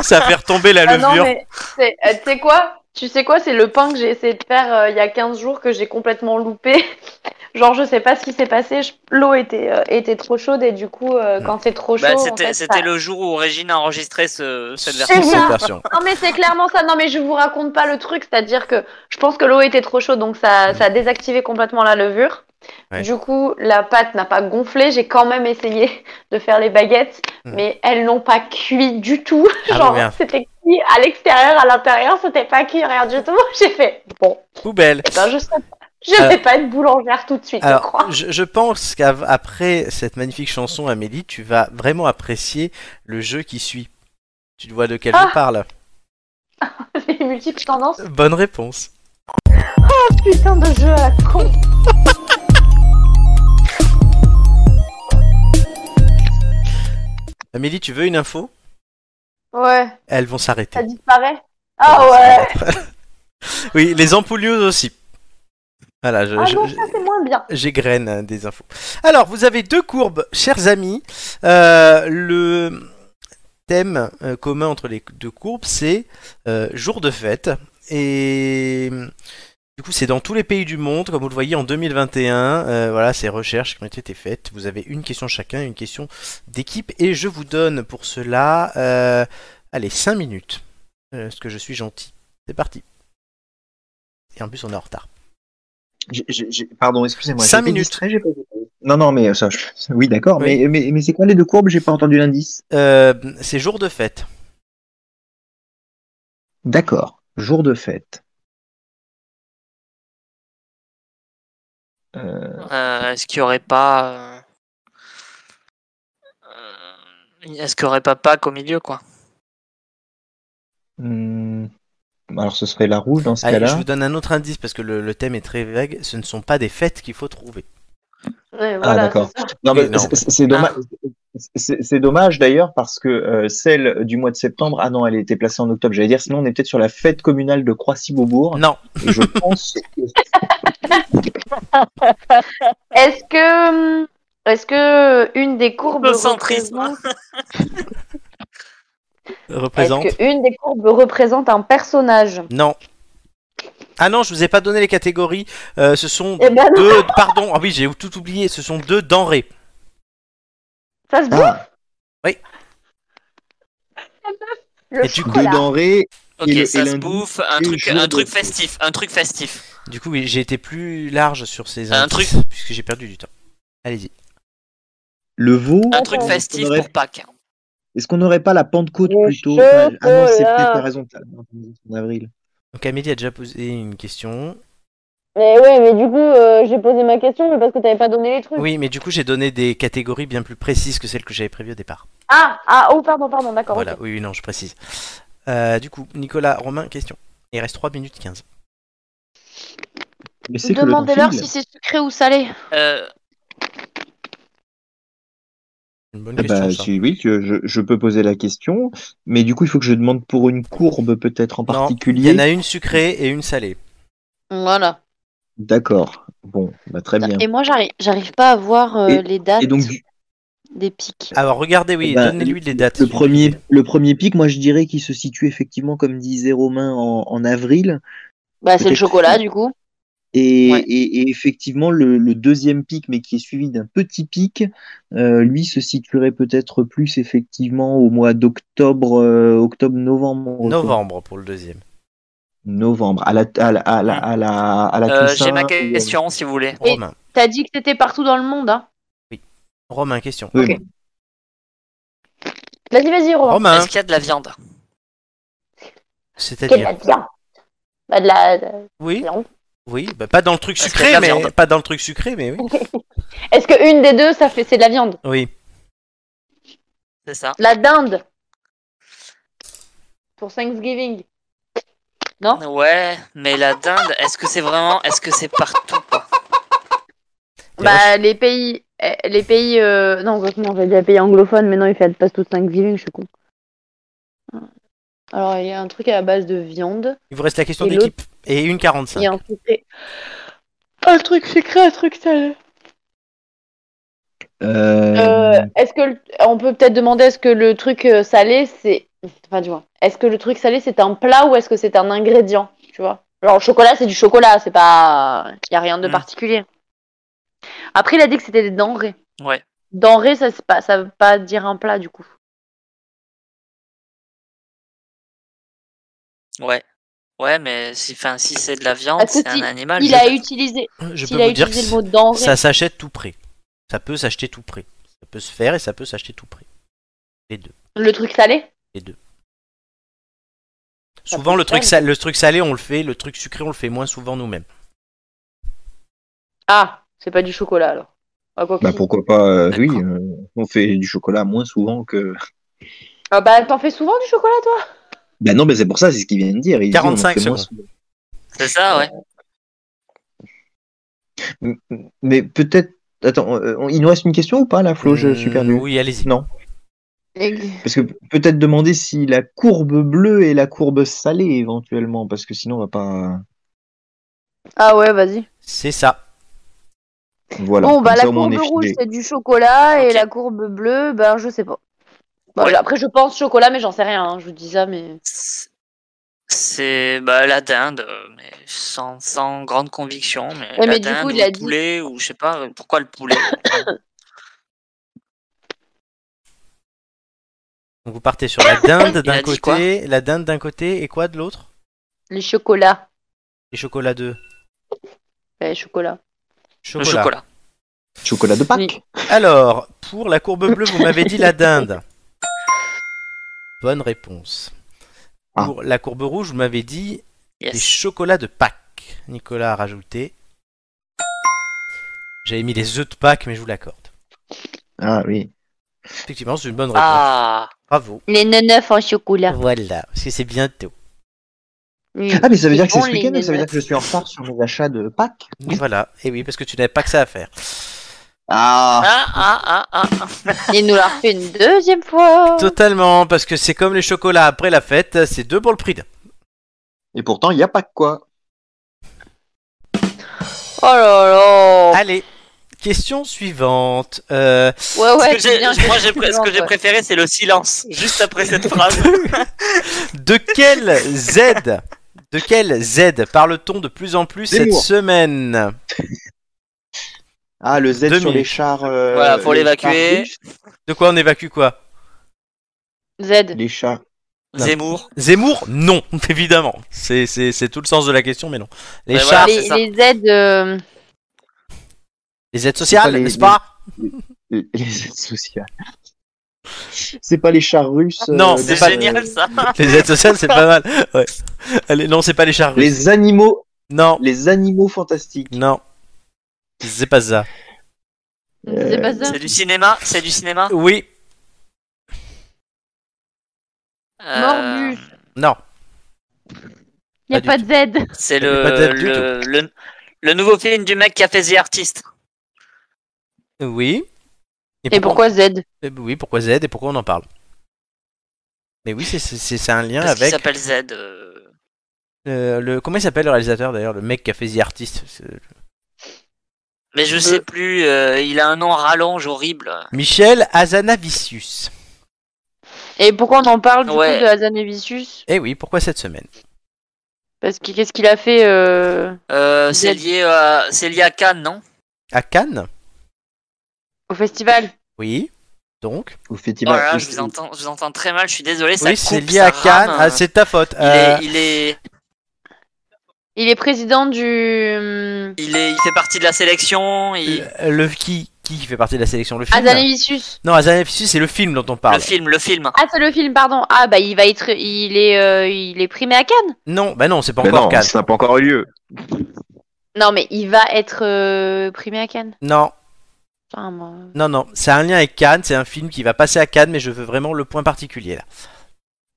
Speaker 1: Ça va faire tomber la
Speaker 4: Ah non,
Speaker 1: levure.
Speaker 4: mais c'est- euh, tu sais quoi Tu sais quoi C'est le pain que j'ai essayé de faire euh, il y a 15 jours que j'ai complètement loupé. [laughs] Genre, je sais pas ce qui s'est passé. je- L'eau était, euh, était trop chaude et du coup, euh, quand c'est trop chaud.
Speaker 7: Bah,
Speaker 4: en
Speaker 7: c'était
Speaker 4: fait,
Speaker 7: c'était
Speaker 4: ça-
Speaker 7: le jour où Régine a enregistré ce, cette version.
Speaker 4: C'est ça.
Speaker 1: Cette version.
Speaker 4: Non, mais c'est clairement ça. Non, mais je vous raconte pas le truc. C'est-à-dire que je pense que l'eau était trop chaude donc ça, ça a désactivé complètement la levure.
Speaker 1: Ouais.
Speaker 4: Du coup, la pâte n'a pas gonflé. J'ai quand même essayé de faire les baguettes,
Speaker 1: Hmm.
Speaker 4: mais elles n'ont pas cuit du tout.
Speaker 1: Ah bon,
Speaker 4: Genre,
Speaker 1: merde.
Speaker 4: c'était cuit à l'extérieur, à l'intérieur, c'était pas cuit, rien du tout. [laughs] J'ai fait, bon,
Speaker 1: Poubelle.
Speaker 4: eh ben, je serai- je
Speaker 1: Alors-
Speaker 4: vais pas être boulangère tout de [laughs] suite, je crois.
Speaker 1: Euh. Alors, je, je pense qu'après cette magnifique chanson, Amélie, tu vas vraiment apprécier le jeu qui suit. Tu vois de quel
Speaker 4: Ah.
Speaker 1: je parle
Speaker 4: Les multiples tendances.
Speaker 1: Bonne réponse.
Speaker 4: Euh, Putain de jeu à la con.
Speaker 1: Amélie, tu veux une info
Speaker 4: Ouais,
Speaker 1: Elles vont
Speaker 4: ça
Speaker 1: s'arrêter.
Speaker 4: disparaît. Ah ouais.
Speaker 1: [laughs] Oui, les ampoulioses aussi. Voilà, je-
Speaker 4: Ah
Speaker 1: je-
Speaker 4: non,
Speaker 1: je-
Speaker 4: ça c'est moins bien.
Speaker 1: j'égrène hein, des infos. Alors, vous avez deux courbes, chers amis. Euh, le thème euh, commun entre les deux courbes, c'est euh, jour de fête. Et du coup, c'est dans tous les pays du monde, comme vous le voyez en 2021. Euh, voilà, ces recherches qui ont été faites. Vous avez une question chacun, une question d'équipe. Et je vous donne pour cela, euh, allez, 5 minutes. Euh, Est-ce que je suis gentil C'est parti. Et en plus, on est en retard.
Speaker 3: J'ai- j'ai- j'ai- Pardon, excusez-moi.
Speaker 1: Cinq
Speaker 3: j'étais
Speaker 1: minutes.
Speaker 3: distrait, j'ai pas compris. Non, non, mais euh, ça, je- oui, d'accord.
Speaker 1: Oui.
Speaker 3: Mais, mais, mais c'est quoi les deux courbes J'ai pas entendu l'indice.
Speaker 1: Euh, c'est jour de fête.
Speaker 3: D'accord. Jour de fête. Euh,
Speaker 7: Euh, Est-ce qu'il n'y aurait pas. euh, euh, Est-ce qu'il n'y aurait pas Pâques au milieu, quoi
Speaker 3: hmm, alors, ce serait la rouge dans ce
Speaker 1: Allez, je
Speaker 3: cas-là.
Speaker 1: vous donne un autre indice parce que le, le thème est très vague. Ce ne sont pas des fêtes qu'il faut trouver.
Speaker 4: Ouais,
Speaker 1: Ah,
Speaker 4: voilà,
Speaker 3: d'accord.
Speaker 4: c'est ça.
Speaker 3: Non, mais
Speaker 1: Non. Ah.
Speaker 3: c'est- c'est c'est dommage. C'est c'est dommage d'ailleurs parce que euh, celle du mois de septembre, ah non, elle était placée en octobre. J'allais dire, sinon on est peut-être sur la fête communale de
Speaker 7: Oh.
Speaker 3: Croissy-Beaubourg.
Speaker 1: Non, [laughs]
Speaker 3: Et je pense que
Speaker 4: Est-ce que hum, est-ce que une des courbes
Speaker 7: Le centrisme.
Speaker 4: représente-
Speaker 7: Euh,
Speaker 1: représente.
Speaker 4: est-ce que une des courbes représente un personnage
Speaker 1: Non. Ah non, je vous ai pas donné les catégories. Euh, ce sont
Speaker 4: Eh ben non.
Speaker 1: deux. Pardon. Ah oui, j'ai tout oublié. Ce sont deux denrées.
Speaker 4: Ça se bouffe
Speaker 3: Ah.
Speaker 1: Oui.
Speaker 4: Le
Speaker 1: Et du coup,
Speaker 3: deux
Speaker 4: chocolat.
Speaker 3: denrées
Speaker 7: Ok,
Speaker 3: Et le- et
Speaker 7: ça se
Speaker 3: lundi,
Speaker 7: bouffe. Un
Speaker 3: et
Speaker 7: truc,
Speaker 3: jour
Speaker 7: un
Speaker 3: de
Speaker 7: truc
Speaker 3: fête.
Speaker 7: festif. Un truc festif.
Speaker 1: Du coup, oui, j'ai été plus large sur ces
Speaker 7: Un
Speaker 1: indices
Speaker 7: truc.
Speaker 1: puisque j'ai perdu du temps. Allez-y.
Speaker 3: Le veau.
Speaker 7: Un truc
Speaker 3: Est-ce qu'on
Speaker 7: festif
Speaker 3: aurait-
Speaker 7: pour Pâques.
Speaker 3: Est-ce qu'on n'aurait pas la Pentecôte
Speaker 4: Le
Speaker 3: plutôt Enfin, Ah non, c'est
Speaker 4: chocolat.
Speaker 3: peut-être la raison. t'as- En avril.
Speaker 1: Donc Amélie a déjà posé une question.
Speaker 4: Mais oui, mais du coup, euh, j'ai posé ma question mais parce que t'avais pas donné les trucs.
Speaker 1: Oui, mais du coup, j'ai donné des catégories bien plus précises que celles que j'avais prévues au départ.
Speaker 4: Ah ah oh pardon pardon d'accord.
Speaker 1: Voilà,
Speaker 4: ok.
Speaker 1: oui, oui, non, je précise. Euh, du coup, Nicolas, Romain, question. Il reste 3 minutes 15.
Speaker 3: Mais c'est que le temps
Speaker 4: Demandez-leur
Speaker 3: file.
Speaker 4: si c'est sucré ou salé.
Speaker 7: Euh,
Speaker 1: Une bonne
Speaker 3: Ah
Speaker 1: question,
Speaker 3: bah,
Speaker 1: ça.
Speaker 3: si, oui, tu- je, je peux poser la question, mais du coup, il faut que je demande pour une courbe peut-être en
Speaker 1: Non, Il y
Speaker 3: particulier.
Speaker 1: en a une sucrée et une salée.
Speaker 4: Voilà.
Speaker 3: D'accord. Bon, bah, très bien.
Speaker 4: Et moi j'arrive j'arrive pas à voir euh,
Speaker 3: Et-
Speaker 4: les dates
Speaker 3: Et donc, du-
Speaker 4: des pics.
Speaker 1: Alors regardez, oui,
Speaker 3: Eh ben,
Speaker 1: donnez-lui les dates.
Speaker 3: le premier, le premier pic, moi, je dirais qu'il se situe effectivement, comme disait Romain, en, en avril.
Speaker 4: Bah c'est le
Speaker 3: peut-être-
Speaker 4: chocolat du coup.
Speaker 3: Et,
Speaker 7: Ouais.
Speaker 3: et- et effectivement, le, le deuxième pic, mais qui est suivi d'un petit pic, euh, lui se situerait peut-être plus effectivement au mois d'octobre, euh, octobre-novembre.
Speaker 1: Novembre pour le deuxième.
Speaker 3: Novembre, à la, à la, à la, à la, à la
Speaker 7: Mm. euh,
Speaker 3: Toussaint,
Speaker 7: J'ai ma
Speaker 3: ou, euh,
Speaker 7: question si vous voulez.
Speaker 4: Et-
Speaker 1: Romain.
Speaker 4: T'as dit que c'était partout dans le monde hein.
Speaker 1: Romain, question.
Speaker 3: oui,
Speaker 4: Ok. Vas-y vas-y Romain.
Speaker 1: Romain,
Speaker 7: Est-ce qu'il y a de la viande
Speaker 4: Qu'est-ce
Speaker 1: c'est-à-dire.
Speaker 4: que t'as dit Bah de la.
Speaker 1: Oui,
Speaker 4: Non.
Speaker 1: oui, bah, pas dans le truc
Speaker 7: Parce qu'il y
Speaker 1: sucré,
Speaker 7: a de la
Speaker 1: mais
Speaker 7: viande.
Speaker 1: pas dans le truc sucré, mais oui.
Speaker 4: Est-ce que une des deux, ça fait c'est de la viande
Speaker 1: Oui.
Speaker 7: C'est ça.
Speaker 4: La dinde Pour Thanksgiving. Non
Speaker 7: Ouais, mais la dinde, est-ce que c'est vraiment. Est-ce que c'est partout quoi
Speaker 1: Les
Speaker 4: Bah les pays. eh, Les pays. euh, Non, quoi que non, on va dire les pays anglophones, mais non, il fait pas tout Thanksgiving, je suis con. Alors il y a un truc à la base de viande.
Speaker 1: Il vous reste la question
Speaker 4: Et l'autre-
Speaker 1: d'équipe. Et une 45.
Speaker 4: Il y a un truc. Un truc sucré, un truc salé.
Speaker 3: euh,
Speaker 4: Euh, est-ce que le- on peut peut-être demander est-ce que le truc euh, salé c'est Enfin, du moins. Est-ce que le truc salé, c'est un plat ou est-ce que c'est un ingrédient Tu vois Genre, le chocolat, c'est du chocolat, c'est pas. Il a rien de
Speaker 7: Mm.
Speaker 4: particulier. Après, il a dit que c'était des denrées.
Speaker 7: Ouais.
Speaker 4: Denrées, ça, c'est pas... ça veut pas dire un plat, du coup.
Speaker 7: Ouais. Ouais, mais si, enfin, si c'est de la viande,
Speaker 4: Ah, si,
Speaker 7: c'est un
Speaker 4: si.
Speaker 7: animal.
Speaker 4: il
Speaker 7: je-
Speaker 4: a utilisé,
Speaker 1: Je
Speaker 4: il
Speaker 1: peux
Speaker 4: a
Speaker 1: vous dire que
Speaker 4: utilisé le mot denrée.
Speaker 1: ça s'achète tout prêt. Ça peut s'acheter tout prêt. Ça peut se faire et ça peut s'acheter tout prêt.
Speaker 4: Le truc salé Ça
Speaker 1: Souvent,
Speaker 4: peut
Speaker 1: le
Speaker 4: se
Speaker 1: truc,
Speaker 4: faire,
Speaker 1: sa- le truc salé, on le fait. Le truc sucré, on le fait moins souvent nous-mêmes.
Speaker 4: Ah, c'est pas du chocolat alors. Ah, quoi que
Speaker 3: Bah
Speaker 4: si.
Speaker 3: pourquoi pas, euh, oui,
Speaker 7: D'accord.
Speaker 3: euh, on fait du chocolat moins souvent que.
Speaker 4: Ah bah t'en fais souvent du chocolat toi
Speaker 3: Bah non, mais c'est pour ça, c'est ce qu'il vient de dire. Il dit, on en
Speaker 1: 45
Speaker 3: fait moins
Speaker 1: secondes.
Speaker 7: C'est ça, ouais.
Speaker 3: souvent. M- Mais peut-être. Attends, euh, on- il nous reste une question ou pas là, Flo Je
Speaker 4: Euh,
Speaker 3: suis
Speaker 1: Mm,
Speaker 3: perdu.
Speaker 1: Oui, allez-y.
Speaker 3: Non. Parce que peut-être demander si la courbe bleue et la courbe salée éventuellement, parce que sinon on va pas.
Speaker 4: Ah ouais, vas-y.
Speaker 1: C'est ça.
Speaker 3: Voilà.
Speaker 4: bon, bah
Speaker 3: comme
Speaker 4: la
Speaker 3: ça, au moins, on
Speaker 4: courbe
Speaker 3: est
Speaker 4: rouge
Speaker 3: fidèles.
Speaker 4: c'est du chocolat
Speaker 7: Ok.
Speaker 4: et la courbe bleue, ben je sais pas. Bon,
Speaker 7: Ouais.
Speaker 4: Après je pense chocolat mais j'en sais rien, hein, je vous dis ça mais...
Speaker 7: C'est- C'est bah, la dinde, euh, mais sans, sans grande conviction. Mais,
Speaker 4: Ouais,
Speaker 7: la
Speaker 4: mais du
Speaker 7: dinde
Speaker 4: coup,
Speaker 7: ou
Speaker 4: il
Speaker 7: le
Speaker 4: a dit-
Speaker 7: poulet, ou je sais pas, euh, pourquoi le poulet
Speaker 4: [coughs]
Speaker 1: Donc vous partez sur la
Speaker 7: [coughs]
Speaker 1: dinde d'un
Speaker 7: a dit quoi
Speaker 1: côté, la dinde d'un côté et quoi de l'autre
Speaker 4: Les chocolats.
Speaker 1: Les chocolats de
Speaker 4: Ben, chocolat.
Speaker 7: Le
Speaker 1: chocolat.
Speaker 7: chocolat.
Speaker 3: Chocolat de Pâques.
Speaker 4: Oui.
Speaker 1: Alors, pour la courbe bleue, vous m'avez dit la dinde. [coughs] Bonne réponse.
Speaker 3: Ah.
Speaker 1: Pour la courbe rouge, vous m'avez dit les
Speaker 7: Yes.
Speaker 1: chocolats de Pâques. Nicolas a rajouté. J'avais mis les œufs de Pâques, mais je vous l'accorde.
Speaker 3: Ah oui.
Speaker 1: Effectivement, c'est une bonne réponse.
Speaker 7: Ah
Speaker 1: Bravo.
Speaker 4: Les neufs
Speaker 7: [laughs]
Speaker 4: en chocolat. Mmh.
Speaker 1: Voilà, parce que c'est bientôt.
Speaker 4: Oui.
Speaker 3: Ah mais ça veut dire que
Speaker 4: Bon,
Speaker 3: c'est ce
Speaker 4: les-
Speaker 3: week-end,
Speaker 4: les
Speaker 3: ça veut dire
Speaker 4: notes.
Speaker 3: que je suis en retard sur mes achats de Pâques.
Speaker 1: Voilà, et oui, parce que tu n'avais pas que ça à faire.
Speaker 3: Ah.
Speaker 7: ah ah ah ah, ah.
Speaker 4: Il nous l'a refait une deuxième fois.
Speaker 7: Oh.
Speaker 1: Totalement, parce que c'est comme les chocolats après la fête, c'est deux pour le prix d'un.
Speaker 3: Et pourtant, il n'y a pas que quoi.
Speaker 4: Oh là
Speaker 7: Ah,
Speaker 4: là.
Speaker 1: Allez, question suivante. Euh,
Speaker 4: Ouais
Speaker 7: Ce
Speaker 4: ouais,
Speaker 7: que
Speaker 4: c'est
Speaker 7: j'ai-
Speaker 4: bien,
Speaker 7: moi,
Speaker 4: je
Speaker 7: j'ai
Speaker 4: suis
Speaker 7: pré- ce
Speaker 4: contente,
Speaker 7: que j'ai
Speaker 4: ouais.
Speaker 7: préféré, c'est le silence, juste après
Speaker 1: [laughs]
Speaker 7: cette phrase.
Speaker 1: de quel Z De quel Z parle-t-on de plus en plus cette
Speaker 3: Zemmour.
Speaker 1: semaine
Speaker 3: Ah, le Z
Speaker 1: Demi.
Speaker 3: sur les chars. euh,
Speaker 7: Voilà, faut
Speaker 3: les
Speaker 7: l'évacuer.
Speaker 3: chars russes.
Speaker 1: De quoi on évacue quoi
Speaker 4: Z.
Speaker 3: Les chars.
Speaker 7: Zemmour.
Speaker 1: Zemmour Non, [laughs] évidemment. C'est, c'est, c'est tout le sens de la question, mais non. Les
Speaker 7: Ouais,
Speaker 1: chars,
Speaker 7: voilà.
Speaker 4: les,
Speaker 7: Ah, c'est ça.
Speaker 4: les Z. euh,
Speaker 1: les aides sociales,
Speaker 3: C'est pas les-
Speaker 1: n'est-ce pas
Speaker 3: Les les aides sociales. C'est pas les chars russes.
Speaker 1: Non,
Speaker 3: euh,
Speaker 1: C'est
Speaker 7: C'est
Speaker 1: pas-
Speaker 7: génial ça.
Speaker 1: Les aides sociales, c'est pas mal. Ouais. Allez, non, c'est pas les chars. russes.
Speaker 3: Les animaux,
Speaker 1: Non,
Speaker 3: les animaux fantastiques.
Speaker 1: non. C'est pas ça.
Speaker 4: C'est
Speaker 3: Euh,
Speaker 4: pas ça
Speaker 7: Euh, C'est du cinéma, c'est du cinéma.
Speaker 1: Oui,
Speaker 7: Euh,
Speaker 4: Morbus.
Speaker 1: non.
Speaker 4: Il a
Speaker 1: pas
Speaker 4: pas
Speaker 1: du
Speaker 4: de Z.
Speaker 7: c'est
Speaker 1: Pas
Speaker 7: le,
Speaker 1: d'être du
Speaker 7: le, le, le nouveau film du mec qui a fait The Artist.
Speaker 1: Oui.
Speaker 4: Et pourquoi Z
Speaker 1: Eh ben Oui, pourquoi Z et pourquoi on en parle Mais oui, c'est- c'est c'est- c'est un lien
Speaker 7: Parce qu'il
Speaker 1: avec
Speaker 7: s'appelle Z. euh,
Speaker 1: euh, le comment il s'appelle le réalisateur d'ailleurs, le mec qui a fait The Artist, c'est-
Speaker 7: Mais je sais plus, euh, il a un nom à rallonge horrible.
Speaker 1: Michel Azanavicius.
Speaker 4: Et pourquoi on en parle du
Speaker 7: Ouais.
Speaker 4: coup de Hazanavicius
Speaker 1: Eh oui, pourquoi cette semaine
Speaker 4: Parce que qu'est-ce qu'il a fait euh,
Speaker 7: Euh, c'est
Speaker 4: Z.
Speaker 7: lié, à- c'est lié à Cannes, non
Speaker 1: À Cannes
Speaker 4: au festival
Speaker 1: Oui. Donc
Speaker 3: Au
Speaker 7: Oh
Speaker 3: festival.
Speaker 7: là là, je vous entends, je vous entends très mal, je suis désolé, ça
Speaker 1: oui,
Speaker 7: coupe,
Speaker 1: c'est lié
Speaker 7: ça
Speaker 1: à Cannes.
Speaker 7: rame.
Speaker 1: Ah, c'est de ta faute.
Speaker 7: Il
Speaker 1: Euh,
Speaker 7: est, il est,
Speaker 4: Il est président du hum,
Speaker 7: il est, il fait partie de la sélection. il-
Speaker 1: le, le- qui qui fait partie de la sélection le film
Speaker 4: Hazanavicius.
Speaker 1: Non, Azanavicius, c'est le film dont on
Speaker 7: le
Speaker 1: parle.
Speaker 7: film, le film.
Speaker 4: Ah c'est le film pardon. Ah bah il va être il est euh, il est primé à Cannes.
Speaker 1: Non, bah non, c'est pas
Speaker 3: Mais
Speaker 1: encore
Speaker 3: Ben non,
Speaker 1: Cannes.
Speaker 3: ça n'a pas encore eu lieu.
Speaker 4: Non mais il va être euh, primé à Cannes. euh,
Speaker 1: Non,
Speaker 4: Putain, moi.
Speaker 1: non, non, c'est un lien avec Cannes. C'est un film qui va passer à Cannes, mais je veux vraiment le point particulier là.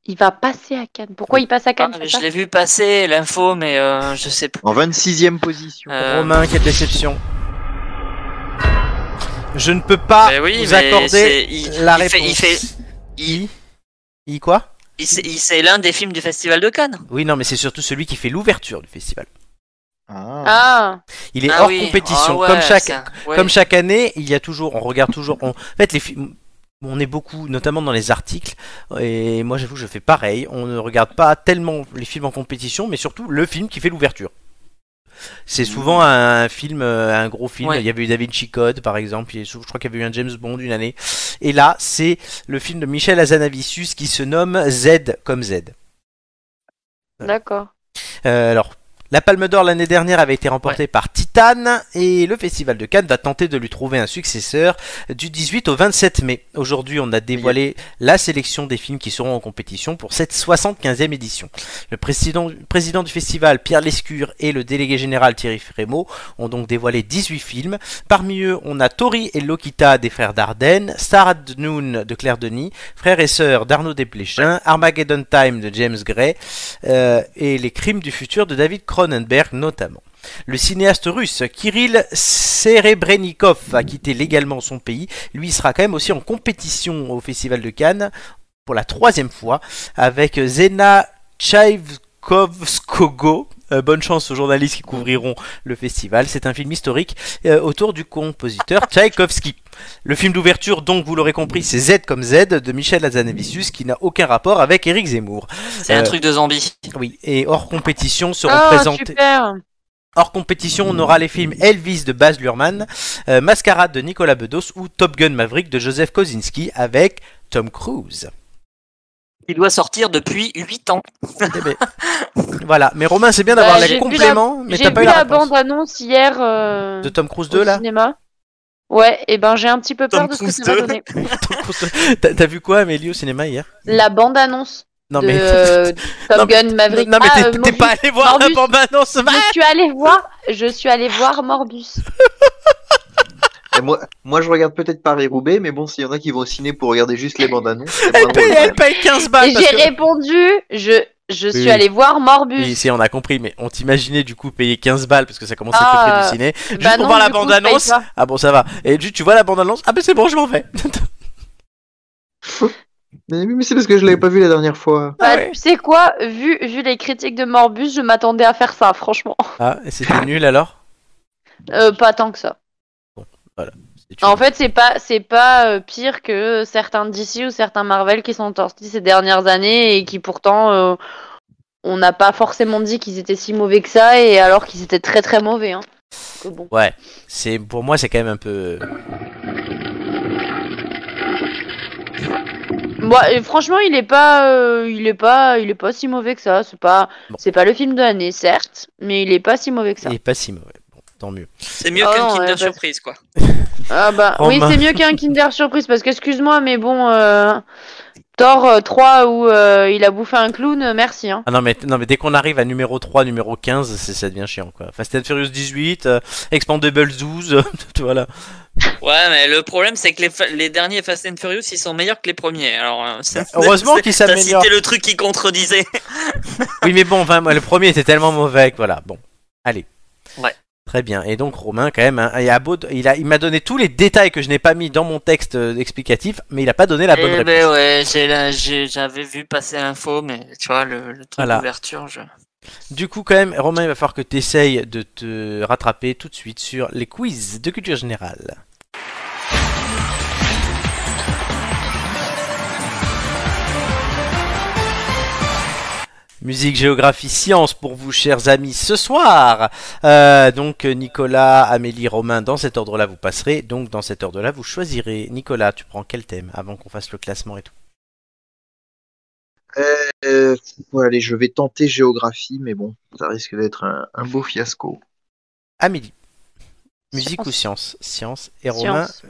Speaker 4: Il va passer à Cannes. Pourquoi il passe à
Speaker 7: Ah,
Speaker 4: Cannes
Speaker 7: mais
Speaker 4: c'est
Speaker 7: je
Speaker 4: ça
Speaker 7: l'ai vu passer l'info, mais euh, je sais plus.
Speaker 3: En 26e position.
Speaker 7: Euh,
Speaker 1: Romain, quelle déception. Je ne peux pas
Speaker 7: mais oui,
Speaker 1: vous
Speaker 7: mais
Speaker 1: accorder
Speaker 7: c'est- il-
Speaker 1: la
Speaker 7: il
Speaker 1: réponse.
Speaker 7: fait- il fait- il-
Speaker 1: I. I quoi
Speaker 7: il- c'est il- c'est l'un des films du Festival de Cannes.
Speaker 1: Oui, non, mais c'est surtout celui qui fait l'ouverture du festival.
Speaker 3: Ah.
Speaker 4: Ah
Speaker 1: Il est
Speaker 7: Ah
Speaker 1: hors
Speaker 7: oui,
Speaker 1: compétition.
Speaker 7: ah ouais,
Speaker 1: comme, chaque,
Speaker 7: ça, ouais.
Speaker 1: comme chaque année, il y a toujours, on regarde toujours. on- En fait, les films. on est beaucoup, notamment dans les articles, et moi j'avoue que je fais pareil, on ne regarde pas tellement les films en compétition, mais surtout le film qui fait l'ouverture. C'est souvent un film, euh, un gros film.
Speaker 7: Mm. Ouais.
Speaker 1: Il y avait eu Da Vinci Code, par exemple. Il y a- Je crois qu'il y avait eu un James Bond une année. Et là, c'est le film de Michel Azanavicius qui se nomme Z comme Z.
Speaker 4: D'accord.
Speaker 1: Euh, alors, la Palme d'Or l'année dernière avait été remportée par Titan et le Festival de Cannes va tenter de lui trouver un successeur du 18 au 27 mai. Aujourd'hui, on a dévoilé la sélection des films qui seront en compétition pour cette 75e édition. Le président, président du festival, Pierre Lescure, et le délégué général Thierry Frémaux ont donc dévoilé 18 films. Parmi eux, on a Tori et Lokita des frères Dardenne, Sarah Noon de Claire Denis, Frères et Sœurs d'Arnaud Desplechin, Armageddon Time de James Gray, euh, et Les Crimes du futur de David Cronenberg notamment. Le cinéaste russe Kirill Serebrennikov a quitté légalement son pays. Lui il sera quand même aussi en compétition au Festival de Cannes pour la troisième fois avec Zena Chaïkovskogo. Euh, bonne chance aux journalistes qui couvriront le festival. C'est un film historique euh, autour du compositeur Tchaïkovski. Le film d'ouverture, donc, vous l'aurez compris, c'est Z comme Z de Michel Hazanavicius qui n'a aucun rapport avec Eric Zemmour.
Speaker 7: C'est
Speaker 1: Euh,
Speaker 7: un truc de zombie.
Speaker 1: Oui, et hors compétition seront
Speaker 10: Ah,
Speaker 1: présentés.
Speaker 10: super
Speaker 1: Hors compétition, on aura les films Elvis de Baz Luhrmann, euh, Mascarade de Nicolas Bedos ou Top Gun Maverick de Joseph Kosinski avec Tom Cruise.
Speaker 7: Il doit sortir depuis 8 ans.
Speaker 1: Voilà, mais Romain, c'est bien d'avoir
Speaker 4: Bah,
Speaker 1: les
Speaker 4: j'ai vu
Speaker 1: compléments,
Speaker 4: la-
Speaker 1: mais
Speaker 4: j'ai
Speaker 1: t'as pas
Speaker 4: vu
Speaker 1: eu la,
Speaker 4: la
Speaker 1: réponse.
Speaker 4: bande-annonce hier euh,
Speaker 1: De Tom Cruise
Speaker 4: au
Speaker 1: 2 là
Speaker 4: cinéma. Ouais, et ben j'ai un petit peu peur
Speaker 7: Tom
Speaker 4: de ce que
Speaker 7: Cruise
Speaker 4: ça va
Speaker 7: 2.
Speaker 4: donner.
Speaker 1: Tom Cruise 2. [laughs] T'as t'as vu quoi, Amélie, au cinéma hier
Speaker 4: La bande-annonce
Speaker 1: Non,
Speaker 4: de
Speaker 1: mais.
Speaker 4: euh,
Speaker 1: [laughs] Non,
Speaker 4: Top
Speaker 1: mais-
Speaker 4: Gun Maverick.
Speaker 1: Non, mais
Speaker 4: Ah,
Speaker 1: t'es-
Speaker 4: euh,
Speaker 1: t'es
Speaker 4: Morbus.
Speaker 1: pas allé voir la
Speaker 4: Morbus.
Speaker 1: bande-annonce
Speaker 4: Je suis allée voir, je suis allée voir Morbus.
Speaker 3: Et moi, moi, je regarde peut-être Paris-Roubaix, mais bon, s'il y en a qui vont au ciné pour regarder juste les bandes annonces, c'est pas
Speaker 1: Elle paye,
Speaker 3: drôle.
Speaker 1: elle paye 15 balles
Speaker 4: Et
Speaker 1: parce
Speaker 4: j'ai
Speaker 1: que-
Speaker 4: répondu, je, je suis
Speaker 1: oui.
Speaker 4: allée voir Morbus.
Speaker 1: Oui, c'est, on a compris, mais on t'imaginait du coup payer 15 balles parce que ça commence à
Speaker 4: Ah,
Speaker 1: être le prix du ciné. Juste pour voir la
Speaker 4: du coup, je
Speaker 1: bande-annonce.
Speaker 4: paye pas.
Speaker 1: Ah bon, ça va. Et tu, tu vois la bande-annonce Ah ben c'est bon, je m'en vais. [laughs]
Speaker 3: Mais, mais c'est parce que je l'avais pas vu la dernière fois.
Speaker 4: Bah,
Speaker 1: Ah ouais.
Speaker 4: Tu sais quoi, vu, vu les critiques de Morbus, je m'attendais à faire ça, franchement.
Speaker 1: ah, et c'était nul alors
Speaker 4: Euh, pas tant que ça.
Speaker 1: C'est
Speaker 4: En
Speaker 1: une-
Speaker 4: fait, c'est pas, c'est pas euh, pire que certains DC ou certains Marvel qui sont sortis ces dernières années et qui pourtant, euh, on n'a pas forcément dit qu'ils étaient si mauvais que ça et alors qu'ils étaient très très mauvais. Hein. Donc, euh, bon.
Speaker 1: Ouais, c'est pour moi c'est quand même un peu.
Speaker 4: Moi, et franchement, il est pas, euh, il est pas, il est pas si mauvais que ça. C'est pas,
Speaker 1: Bon.
Speaker 4: c'est pas le film de l'année, certes, mais il est pas si mauvais que ça.
Speaker 1: Il est pas si mauvais. Bon, tant mieux.
Speaker 7: C'est mieux
Speaker 4: Ah
Speaker 7: qu'un
Speaker 4: non,
Speaker 7: Kinder
Speaker 4: ouais, bah-
Speaker 7: Surprise, quoi.
Speaker 4: Ah bah
Speaker 1: Oh,
Speaker 4: oui,
Speaker 1: mince.
Speaker 4: c'est
Speaker 1: [laughs]
Speaker 4: mieux qu'un Kinder Surprise parce que excuse-moi, mais bon, euh, Thor euh, 3 où euh, il a bouffé un clown, euh, merci. Hein.
Speaker 1: Ah non mais, non, mais dès qu'on arrive à numéro 3, numéro 15, c'est- ça devient chiant quoi. Fast and Furious 18, euh, Expandables [laughs] 12, tu vois là.
Speaker 7: Ouais, mais le problème, c'est que les, fa- les derniers Fast and Furious, ils sont meilleurs que les premiers. Alors, euh, ça-
Speaker 1: [laughs] Heureusement
Speaker 7: c'est-
Speaker 1: qu'ils
Speaker 7: T'as
Speaker 1: s'améliorent.
Speaker 7: cité le truc qui
Speaker 1: [laughs]
Speaker 7: contredisait.
Speaker 1: Oui mais bon, enfin, moi, le premier était tellement mauvais que voilà, bon. Allez.
Speaker 7: Ouais.
Speaker 1: Très bien. Et donc Romain quand même, hein, il a beau- il a- il m'a donné tous les détails que je n'ai pas mis dans mon texte euh, explicatif, mais il a pas donné la Ah, bonne
Speaker 7: Eh
Speaker 1: réponse.
Speaker 7: ben ouais, j'ai la- j'ai- j'avais vu passer l'info, mais tu vois, le, le truc
Speaker 1: Voilà.
Speaker 7: d'ouverture, je...
Speaker 1: Du coup, quand même, Romain, il va falloir que tu essayes de te rattraper tout de suite sur les quiz de culture générale. Musique, géographie, science pour vous, chers amis, ce soir. Euh, donc, Nicolas, Amélie, Romain, dans cet ordre-là, vous passerez. Donc, dans cet ordre-là, vous choisirez. Nicolas, tu prends quel thème avant qu'on fasse le classement et tout
Speaker 3: Euh, ouais, allez, je vais tenter géographie, mais bon, ça risque d'être un, un beau fiasco.
Speaker 1: Amélie. Musique ou science Science et Romain,
Speaker 4: Science.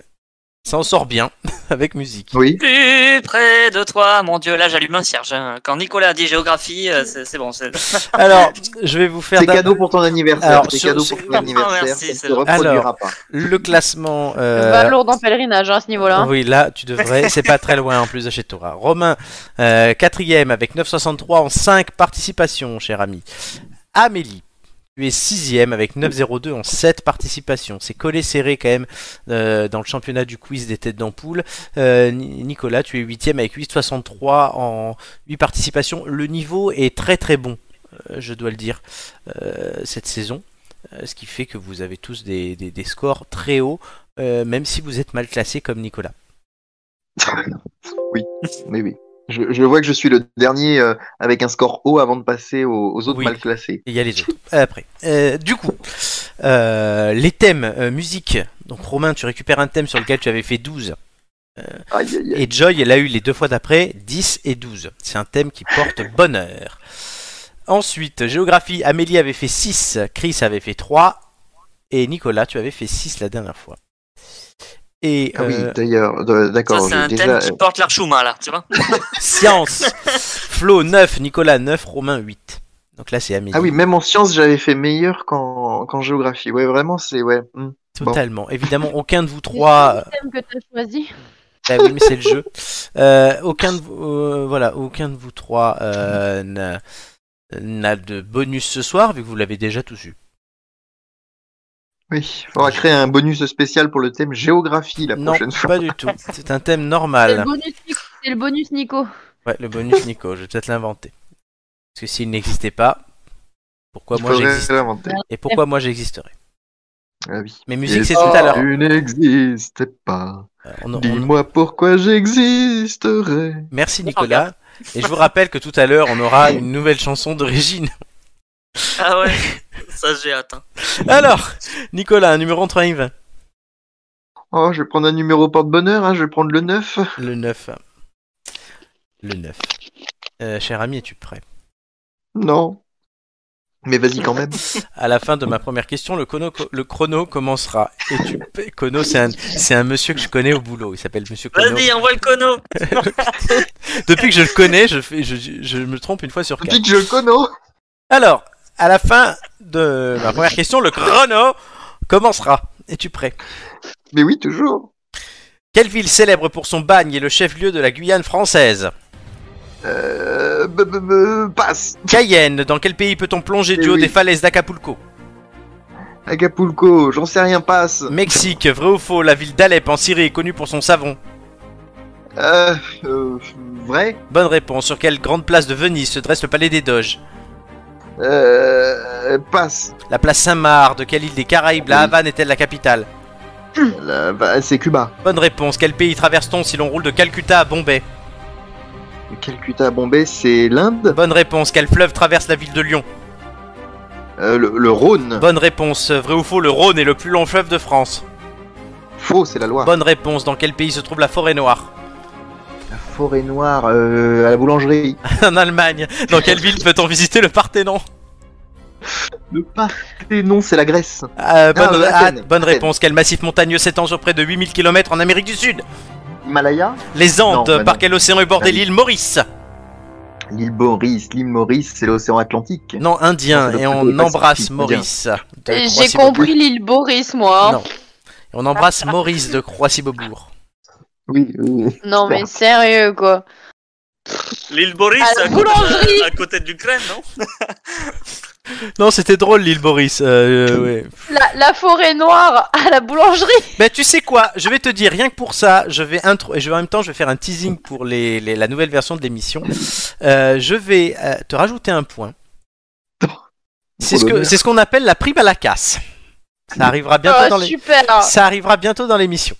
Speaker 1: Ça en sort bien [laughs] avec musique.
Speaker 3: Oui.
Speaker 7: Plus près de toi, mon dieu, là j'allume un cierge. hein. Quand Nicolas dit géographie, euh, c'est c'est bon. c'est-
Speaker 1: Alors, je vais vous faire
Speaker 3: C'est
Speaker 1: d'ab-
Speaker 3: cadeau pour ton anniversaire.
Speaker 1: Alors,
Speaker 3: C'est
Speaker 1: sur- Ah,
Speaker 3: cadeau
Speaker 1: sur-
Speaker 3: pour ton anniversaire.
Speaker 7: merci,
Speaker 3: ça ne
Speaker 7: c'est
Speaker 3: se
Speaker 7: vrai.
Speaker 3: reproduira
Speaker 1: Alors,
Speaker 3: pas.
Speaker 1: le classement. euh,
Speaker 4: Va lourd en pèlerinage hein, à ce niveau-là. hein.
Speaker 1: Oui, là, tu devrais. C'est pas très loin en plus de chez toi. Romain, euh, quatrième avec 9,63 en 5 participations, cher ami. Amélie, tu es sixième avec 9,02 en 7 participations. C'est collé serré quand même euh, dans le championnat du quiz des têtes d'ampoule. Euh, Ni- Nicolas, tu es huitième avec 8,63 en 8 participations. Le niveau est très très bon, euh, je dois le dire, euh, cette saison. Euh, Ce qui fait que vous avez tous des, des- des scores très hauts, euh, même si vous êtes mal classés comme Nicolas.
Speaker 3: Oui, oui. Je, je vois que je suis le dernier euh, avec un score haut avant de passer aux, aux autres
Speaker 1: Oui.
Speaker 3: mal classés.
Speaker 1: Et il y a les autres après. Euh, du coup, euh, les thèmes euh, musique. Donc Romain, tu récupères un thème sur lequel tu avais fait 12.
Speaker 3: Aïe, aïe, aïe.
Speaker 1: Et Joy, elle a eu les deux fois d'après 10 et 12. C'est un thème qui porte bonheur. Ensuite, géographie, Amélie avait fait 6, Chris avait fait 3, et Nicolas, tu avais fait 6 la dernière fois. Et
Speaker 3: Ah oui,
Speaker 1: euh,
Speaker 3: d'ailleurs, de-
Speaker 7: Ça,
Speaker 3: d'accord.
Speaker 7: c'est un
Speaker 3: j'ai
Speaker 7: thème
Speaker 3: déjà-
Speaker 7: qui porte l'archouma, là, tu vois.
Speaker 3: [laughs]
Speaker 1: science, Flo 9, Nicolas 9, Romain 8. Donc là, c'est Amélie.
Speaker 3: Ah oui, même en sciences, j'avais fait meilleur qu'en qu'en géographie. Ouais, vraiment, c'est. Ouais. hmm.
Speaker 1: Totalement. Évidemment, aucun de vous trois. euh,
Speaker 4: C'est le thème que t'as choisi.
Speaker 1: Bah oui, mais c'est le jeu. Euh, aucun de vous, euh, voilà, aucun de vous trois euh, n'a- n'a de bonus ce soir, vu que vous l'avez déjà tous eu.
Speaker 3: Oui, faudra créer un bonus spécial pour le thème géographie la
Speaker 1: Non,
Speaker 3: prochaine fois.
Speaker 1: pas du tout. C'est un thème
Speaker 4: C'est le
Speaker 1: normal.
Speaker 4: bonus Nico- C'est le bonus Nico.
Speaker 1: Ouais, le bonus Nico, je vais peut-être l'inventer. Parce que s'il n'existait pas, pourquoi
Speaker 3: Il
Speaker 1: Bah, moi
Speaker 3: faudrait
Speaker 1: j'existe
Speaker 3: l'inventer.
Speaker 1: Et pourquoi moi j'existerais
Speaker 3: Ah oui.
Speaker 1: Mais musique,
Speaker 3: Et
Speaker 1: c'est tout à l'heure.
Speaker 3: Tu n'existes pas.
Speaker 1: Euh, on- on-
Speaker 3: Dis-moi pourquoi j'existerai.
Speaker 1: Merci Nicolas. Et je vous rappelle que tout à l'heure, on aura une nouvelle chanson d'origine.
Speaker 7: Ah ouais, [laughs] ça j'ai hâte. hein.
Speaker 1: Alors, Nicolas, un numéro entre 1 et 20.
Speaker 3: Oh, je vais prendre un numéro porte-bonheur, hein, je vais prendre le 9.
Speaker 1: Le 9. Le 9. Euh, cher ami, es-tu prêt
Speaker 3: Non. Mais vas-y
Speaker 1: [laughs]
Speaker 3: quand même.
Speaker 1: À la fin de ma première question, le chrono, le chrono commencera. Et tu paies- Chrono, c'est un, c'est un monsieur que je connais au boulot. Il s'appelle Monsieur Chrono.
Speaker 7: Vas-y, envoie le cono.
Speaker 1: Depuis que je le connais, je, fais, je, je- je me trompe une fois sur quatre.
Speaker 3: Dis que je le connais.
Speaker 1: Alors, à la fin de ma première question, le chrono commencera. Es-tu prêt
Speaker 3: Mais oui, toujours.
Speaker 1: Quelle ville célèbre pour son bagne est le chef-lieu de la Guyane française
Speaker 3: Euh, b- b- b- passe.
Speaker 1: Cayenne, dans quel pays peut-on plonger du
Speaker 3: Eh
Speaker 1: haut
Speaker 3: oui.
Speaker 1: des falaises d'Acapulco
Speaker 3: Acapulco, j'en sais rien, passe.
Speaker 1: Mexique, vrai ou faux, la ville d'Alep en Syrie est connue pour son savon
Speaker 3: Euh, euh, vrai.
Speaker 1: Bonne réponse. Sur quelle grande place de Venise se dresse le palais des Doges
Speaker 3: Euh, passe.
Speaker 1: La place Saint-Marc, de quelle île des Caraïbes la
Speaker 3: Oui.
Speaker 1: Havane est-elle la capitale
Speaker 3: Là, bah, c'est Cuba.
Speaker 1: Bonne réponse. Quel pays traverse-t-on si l'on roule de Calcutta à Bombay
Speaker 3: Calcutta, Bombay, c'est l'Inde.
Speaker 1: Bonne réponse. Quel fleuve traverse la ville de Lyon
Speaker 3: Euh, le, le Rhône.
Speaker 1: Bonne réponse. Vrai ou faux, le Rhône est le plus long fleuve de France
Speaker 3: Faux, c'est la Loire.
Speaker 1: Bonne réponse. Dans quel pays se trouve la forêt noire [laughs]
Speaker 3: La forêt noire euh, à la boulangerie.
Speaker 1: En Allemagne. Dans quelle ville peut-on visiter le Parthénon
Speaker 3: Le Parthénon, c'est la Grèce.
Speaker 1: Euh, bonne,
Speaker 3: Ah, euh,
Speaker 1: ah,
Speaker 3: Athènes.
Speaker 1: bonne
Speaker 3: Athènes.
Speaker 1: réponse. Quel massif montagneux s'étend sur près de 8000 km en Amérique du Sud
Speaker 3: Himalaya.
Speaker 1: Les Andes.
Speaker 3: Non, bah
Speaker 1: Par
Speaker 3: non.
Speaker 1: quel océan est bordée
Speaker 3: Ah oui.
Speaker 1: l'île Maurice
Speaker 3: L'île Maurice. L'île Maurice, c'est l'océan Atlantique.
Speaker 1: Non, Indien.
Speaker 3: Non, c'est le
Speaker 1: Et
Speaker 3: plus
Speaker 1: on
Speaker 3: beau
Speaker 1: embrasse
Speaker 3: Pacifique,
Speaker 1: Maurice. de
Speaker 4: J'ai
Speaker 1: Croissy-Beaubourg.
Speaker 4: compris l'île Boris, moi. hein.
Speaker 1: Non. Et on embrasse Maurice de Croissy-Beaubourg.
Speaker 3: Oui, oui.
Speaker 4: Non, mais sérieux, quoi.
Speaker 7: L'île Boris,
Speaker 4: À la
Speaker 7: à côté-
Speaker 4: boulangerie.
Speaker 7: à côté de l'Ukraine, non
Speaker 1: Non, c'était drôle l'île euh, Boris.
Speaker 4: La, la forêt noire à la boulangerie.
Speaker 1: Mais tu sais quoi Je vais te dire rien que pour ça, je vais intro et je vais en même temps je vais faire un teasing pour les, les- la nouvelle version de l'émission. Euh, je vais euh, te rajouter un point. C'est ce que
Speaker 3: l'honneur.
Speaker 1: c'est ce qu'on appelle la prime à la casse. Ça arrivera bientôt dans
Speaker 4: Oh,
Speaker 1: les...
Speaker 4: super.
Speaker 1: ça arrivera bientôt dans l'émission.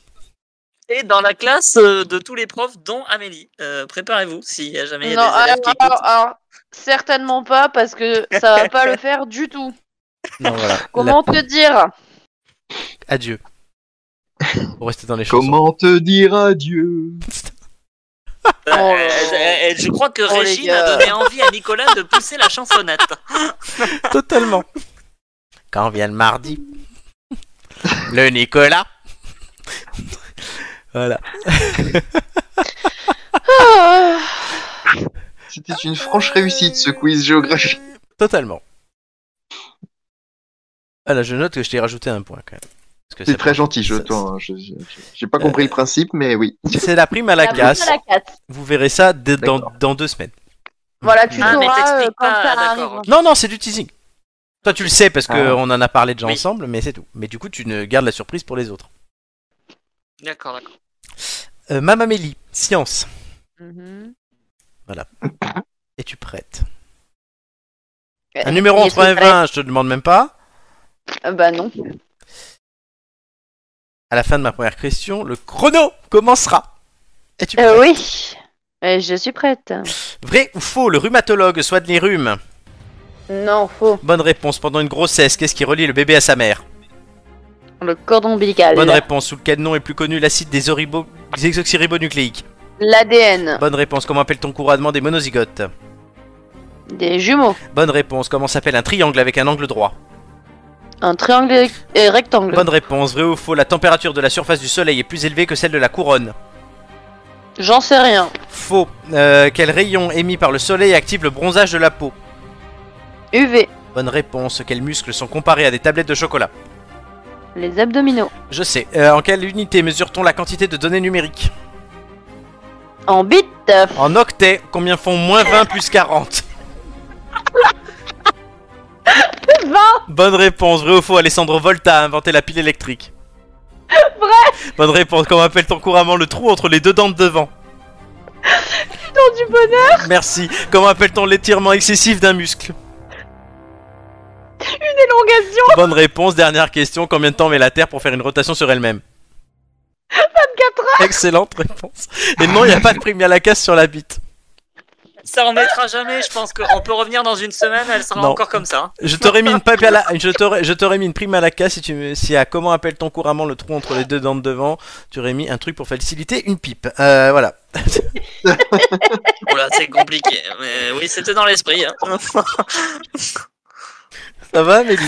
Speaker 7: Et dans la classe euh, de tous les profs, dont Amélie. Euh, Préparez-vous, s'il y a jamais des
Speaker 4: Non, alors,
Speaker 7: élèves qui écoutent.
Speaker 4: alors, alors, certainement pas parce que ça va
Speaker 7: [laughs]
Speaker 4: pas le faire du tout.
Speaker 1: Non, voilà.
Speaker 4: Comment te dire
Speaker 1: La- Adieu. Pour rester dans les choses.
Speaker 3: Comment te dire adieu
Speaker 7: Euh,
Speaker 4: Oh.
Speaker 7: euh, euh, je crois que
Speaker 4: Oh, les
Speaker 7: Régine
Speaker 4: gars.
Speaker 7: a donné envie à Nicolas de pousser la chansonnette.
Speaker 1: Totalement. Quand vient le mardi, le Nicolas. Voilà.
Speaker 4: Ah,
Speaker 3: C'était une franche réussite ce quiz géographique.
Speaker 1: Totalement. Voilà, je note que je t'ai rajouté un point quand même. Parce que
Speaker 3: C'est
Speaker 1: ça-
Speaker 3: très gentil, je
Speaker 1: ça-
Speaker 3: t'en- je- je- J'ai pas compris le principe, mais oui.
Speaker 1: C'est la prime à la
Speaker 4: la prime à
Speaker 1: casse.
Speaker 4: la casse.
Speaker 1: Vous verrez ça dès- dans,
Speaker 3: D'accord.
Speaker 1: dans deux semaines.
Speaker 4: Voilà, tu
Speaker 7: Ah, mais
Speaker 4: sauras
Speaker 7: t'expliques
Speaker 4: euh, quand
Speaker 7: pas,
Speaker 4: ça
Speaker 7: d'accord,
Speaker 4: arrive.
Speaker 7: ok.
Speaker 1: Non, non, c'est du teasing. Toi, tu le sais parce
Speaker 3: Ah.
Speaker 1: qu'on en a parlé déjà
Speaker 7: Oui.
Speaker 1: ensemble, mais c'est tout. Mais du coup, tu ne gardes la surprise pour les autres.
Speaker 7: D'accord, d'accord.
Speaker 1: Euh, Mam Amélie, science.
Speaker 4: Mhm.
Speaker 1: Es-tu prête Un numéro entre 1 et 20, je te demande même pas.
Speaker 4: Euh, Bah non.
Speaker 1: À la fin de ma première question, le chrono commencera. Es-tu prête
Speaker 4: Euh, oui.
Speaker 9: Et je suis prête.
Speaker 1: Vrai ou faux, le rhumatologue soigne les rhumes
Speaker 9: Non, faux.
Speaker 1: Bonne réponse. Pendant une grossesse, qu'est-ce qui relie le bébé à sa mère
Speaker 9: Le cordon ombilical.
Speaker 1: Bonne réponse. Sous lequel nom est plus connu l'acide des, oribo... des exoxyribonucléiques
Speaker 9: L'ADN.
Speaker 1: Bonne réponse. Comment appelle-t-on couramment des monozygotes
Speaker 9: Des jumeaux.
Speaker 1: Bonne réponse. Comment s'appelle un triangle avec un angle droit
Speaker 9: Un triangle et- et rectangle.
Speaker 1: Bonne réponse. Vrai ou faux, la température de la surface du soleil est plus élevée que celle de la couronne
Speaker 9: J'en sais rien.
Speaker 1: Faux. Euh, quel rayon émis par le soleil active le bronzage de la peau
Speaker 9: UV.
Speaker 1: Bonne réponse. Quels muscles sont comparés à des tablettes de chocolat
Speaker 9: Les abdominaux.
Speaker 1: Je sais. Euh, en quelle unité mesure-t-on la quantité de données numériques
Speaker 9: En bits.
Speaker 1: En octets, combien font moins 20 plus 40
Speaker 9: 20
Speaker 1: Bonne réponse. Vrai ou faux, Alessandro Volta a inventé la pile électrique Vrai Bonne réponse. Comment appelle-t-on couramment le trou entre les deux dents de devant
Speaker 9: Putain du bonheur
Speaker 1: Merci. Comment appelle-t-on l'étirement excessif d'un muscle
Speaker 9: Une élongation
Speaker 1: Bonne réponse. Dernière question. Combien de temps met la Terre pour faire une rotation sur elle-même
Speaker 9: 24 heures
Speaker 1: Excellente réponse. Et non, il n'y a pas de prime à la casse sur la bite.
Speaker 7: Ça en mettra jamais, je pense qu'on peut revenir dans une semaine, elle sera
Speaker 1: Non.
Speaker 7: encore comme ça.
Speaker 1: Je t'aurais mis une pipe à la... je t'aurais, je t'aurais mis une prime à la casse si tu me- si à comment appelle-t-on couramment le trou entre les deux dents de devant, tu aurais mis un truc pour faciliter une pipe. Euh, voilà.
Speaker 7: Oula, Oh c'est compliqué. Mais oui, c'était dans
Speaker 1: [laughs]
Speaker 7: l'esprit. hein.
Speaker 1: Ça va, Amélie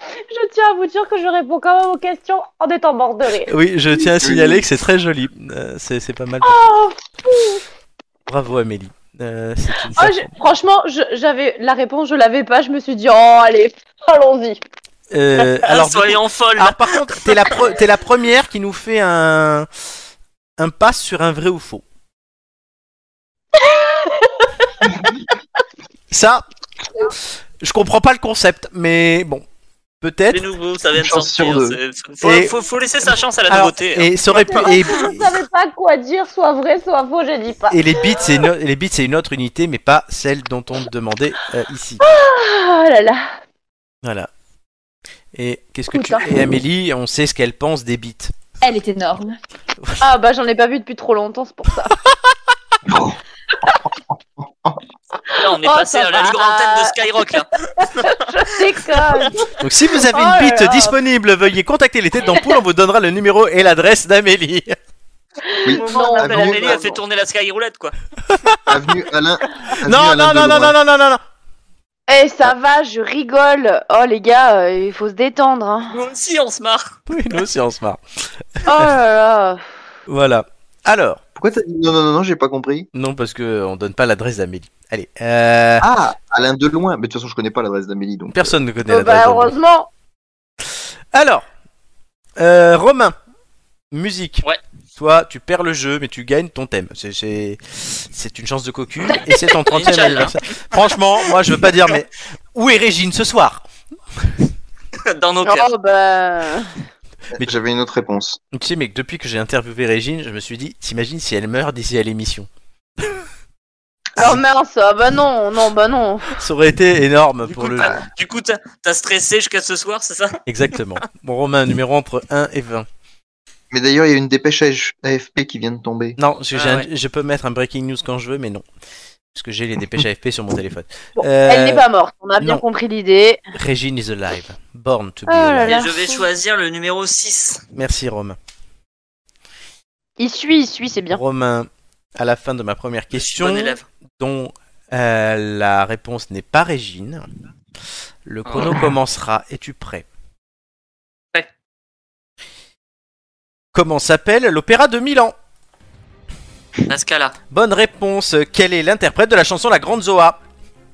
Speaker 4: Je tiens à vous dire que je réponds quand même aux questions en étant mort de rire.
Speaker 1: Oui, je tiens à signaler que c'est très joli. Euh, c'est, c'est pas mal.
Speaker 4: Oh, fou.
Speaker 1: Bravo, Amélie. Euh, c'est une
Speaker 4: Oh,
Speaker 9: Ah,
Speaker 4: je- Franchement, je- j'avais la réponse, je l'avais pas. Je me suis dit, oh, allez, allons-y.
Speaker 7: Ah,
Speaker 1: Euh, alors, du coup- ah.
Speaker 7: soyons
Speaker 1: [laughs]
Speaker 7: folles.
Speaker 1: alors, par contre, t'es la, pre- t'es la première qui nous fait un un pass sur un vrai ou faux. Ça, je comprends pas le concept, mais bon, peut-être.
Speaker 7: Les nouveaux, ça vient de
Speaker 1: Une chance
Speaker 7: sortir.
Speaker 1: sur deux.
Speaker 7: c'est- Faut,
Speaker 1: Et-
Speaker 7: faut- faut laisser sa chance à la
Speaker 1: Alors,
Speaker 7: nouveauté. hein.
Speaker 1: Et ça aurait pu. Et,
Speaker 4: Je savais pas quoi dire, soit vrai, soit faux, je dis pas.
Speaker 1: et les bits, c'est une, les bits, c'est une autre unité, mais pas celle dont on te demandait euh, ici.
Speaker 9: Oh
Speaker 4: Ah là là.
Speaker 1: Voilà. Et qu'est-ce que tu et Amélie, on sait ce qu'elle pense des bits.
Speaker 9: Elle est énorme. Ah bah j'en ai pas vu depuis trop longtemps, c'est pour
Speaker 7: [laughs]
Speaker 9: ça.
Speaker 7: Là, on est
Speaker 9: Oh,
Speaker 7: passé
Speaker 9: ça
Speaker 7: à la
Speaker 9: va.
Speaker 7: grande antenne de Skyrock. Là.
Speaker 9: je déconne.
Speaker 1: Donc si vous avez une
Speaker 9: Oh là
Speaker 1: bite
Speaker 9: là.
Speaker 1: disponible, veuillez contacter les têtes d'ampoule, on vous donnera le numéro et l'adresse d'Amélie.
Speaker 7: Au moment où on
Speaker 11: Non,
Speaker 1: Ah,
Speaker 7: appelle
Speaker 11: non,
Speaker 7: Amélie, elle
Speaker 11: non.
Speaker 7: fait tourner la Skyroulette quoi.
Speaker 11: Avenue Alain.
Speaker 1: [laughs]
Speaker 11: avenue
Speaker 1: Non,
Speaker 11: Alain
Speaker 1: non, non, non,
Speaker 11: Delon.
Speaker 1: non, non, non, non, non.
Speaker 9: Eh ça va, je rigole. Oh les gars, euh, il faut se détendre. Hein.
Speaker 7: Nous aussi, on se marre.
Speaker 1: Oui, nous aussi, on se marre.
Speaker 9: Oh là
Speaker 8: [laughs]
Speaker 9: là.
Speaker 1: Voilà. Alors,
Speaker 11: Pourquoi t'as dit non, non, non, non, j'ai pas compris
Speaker 1: non, parce que on donne pas l'adresse d'Amélie. Allez, euh,
Speaker 11: Ah, Alain Deloin. Mais de toute façon, je connais pas l'adresse d'Amélie, donc.
Speaker 1: personne ne connaît
Speaker 9: Bon,
Speaker 1: l'adresse.
Speaker 9: bah
Speaker 1: d'Amélie.
Speaker 9: heureusement.
Speaker 1: Alors, euh, Romain, musique.
Speaker 7: Ouais.
Speaker 1: Toi, tu perds le jeu, mais tu gagnes ton thème. C'est- C'est c'est une chance de cocu et c'est
Speaker 7: [laughs]
Speaker 1: ton 30e
Speaker 7: Inch'Allah.
Speaker 1: anniversaire. Franchement, moi, je veux pas dire, mais où est Régine ce soir
Speaker 7: [laughs] Dans nos cœurs.
Speaker 9: Oh bah.
Speaker 3: euh,
Speaker 11: Mais j'avais une autre réponse.
Speaker 1: Tu sais, mais que depuis que j'ai interviewé Régine, je me suis dit, t'imagines si elle meurt d'ici à l'émission.
Speaker 9: Oh mince, ah bah non, non, bah non.
Speaker 1: Ça aurait été énorme
Speaker 7: Du
Speaker 1: pour
Speaker 7: coup,
Speaker 1: le jeu.
Speaker 7: t'as- du coup, t'as t'as stressé jusqu'à ce soir, c'est ça
Speaker 1: Exactement. Bon, Romain, numéro entre 1 et 20.
Speaker 11: Mais d'ailleurs, il y a une dépêche AFP qui vient de tomber.
Speaker 1: Non, parce que
Speaker 7: Ah
Speaker 1: j'ai un-
Speaker 7: ouais.
Speaker 1: je peux mettre un breaking news quand je veux, mais non. Parce que j'ai les dépêches AFP sur mon téléphone.
Speaker 9: Bon,
Speaker 1: Euh,
Speaker 9: Elle n'est pas morte, on a bien
Speaker 1: non.
Speaker 9: compris l'idée.
Speaker 1: Régine is alive. Born to be
Speaker 9: Oh là
Speaker 1: alive.
Speaker 9: là.
Speaker 7: Et je vais choisir le numéro 6.
Speaker 1: Merci, Romain.
Speaker 9: Il suit, il suit, c'est bien.
Speaker 1: Romain, à la fin de ma première question,
Speaker 7: Bon élève.
Speaker 1: dont euh, la réponse n'est pas Régine, le chrono commencera. Es-tu prêt
Speaker 7: Prêt.
Speaker 1: Comment s'appelle l'opéra de Milan
Speaker 7: Nascala.
Speaker 1: Bonne réponse. Quel est l'interprète de la chanson La Grande Zoa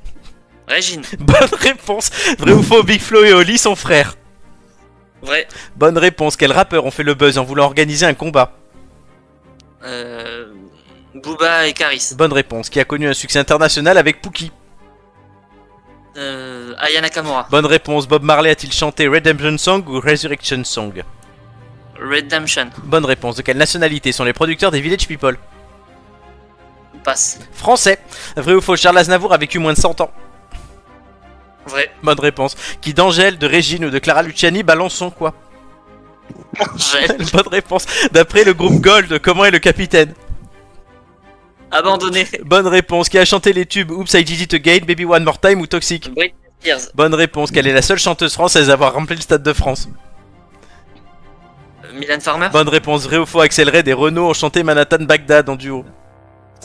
Speaker 1: [laughs]
Speaker 7: Régine.
Speaker 1: Bonne réponse. Vrai ou faux, Big Flo et Oli sont frères
Speaker 7: Vrai.
Speaker 1: Bonne réponse. Quel rappeur ont fait le buzz en voulant organiser un combat
Speaker 7: Euh, Booba et Caris.
Speaker 1: Bonne réponse. Qui a connu un succès international avec Pookie
Speaker 7: Euh, Aya Nakamura.
Speaker 1: Bonne réponse. Bob Marley a-t-il chanté Redemption Song ou Resurrection Song
Speaker 7: Redemption.
Speaker 1: Bonne réponse. De quelle nationalité sont les producteurs des Village People
Speaker 7: Passe.
Speaker 1: Français. Vrai ou faux, Charles Aznavour a vécu moins de 100 ans
Speaker 7: Vrai.
Speaker 1: Bonne réponse. Qui d'Angèle, de Régine ou de Clara Luciani balance son [laughs] quoi
Speaker 7: J'ai-
Speaker 1: Bonne réponse. D'après le groupe Gold, comment est le capitaine
Speaker 7: Abandonné.
Speaker 1: Bonne réponse. Qui a chanté les tubes Oops, I Did It Again, Baby One More Time ou Toxic
Speaker 7: Britney Spears.
Speaker 1: Bonne réponse. Quelle est la seule chanteuse française à avoir rempli le stade de France
Speaker 7: Euh, Mylène Farmer.
Speaker 1: Bonne réponse. Vrai ou faux Axel Red et Renault ont chanté Manhattan Bagdad en duo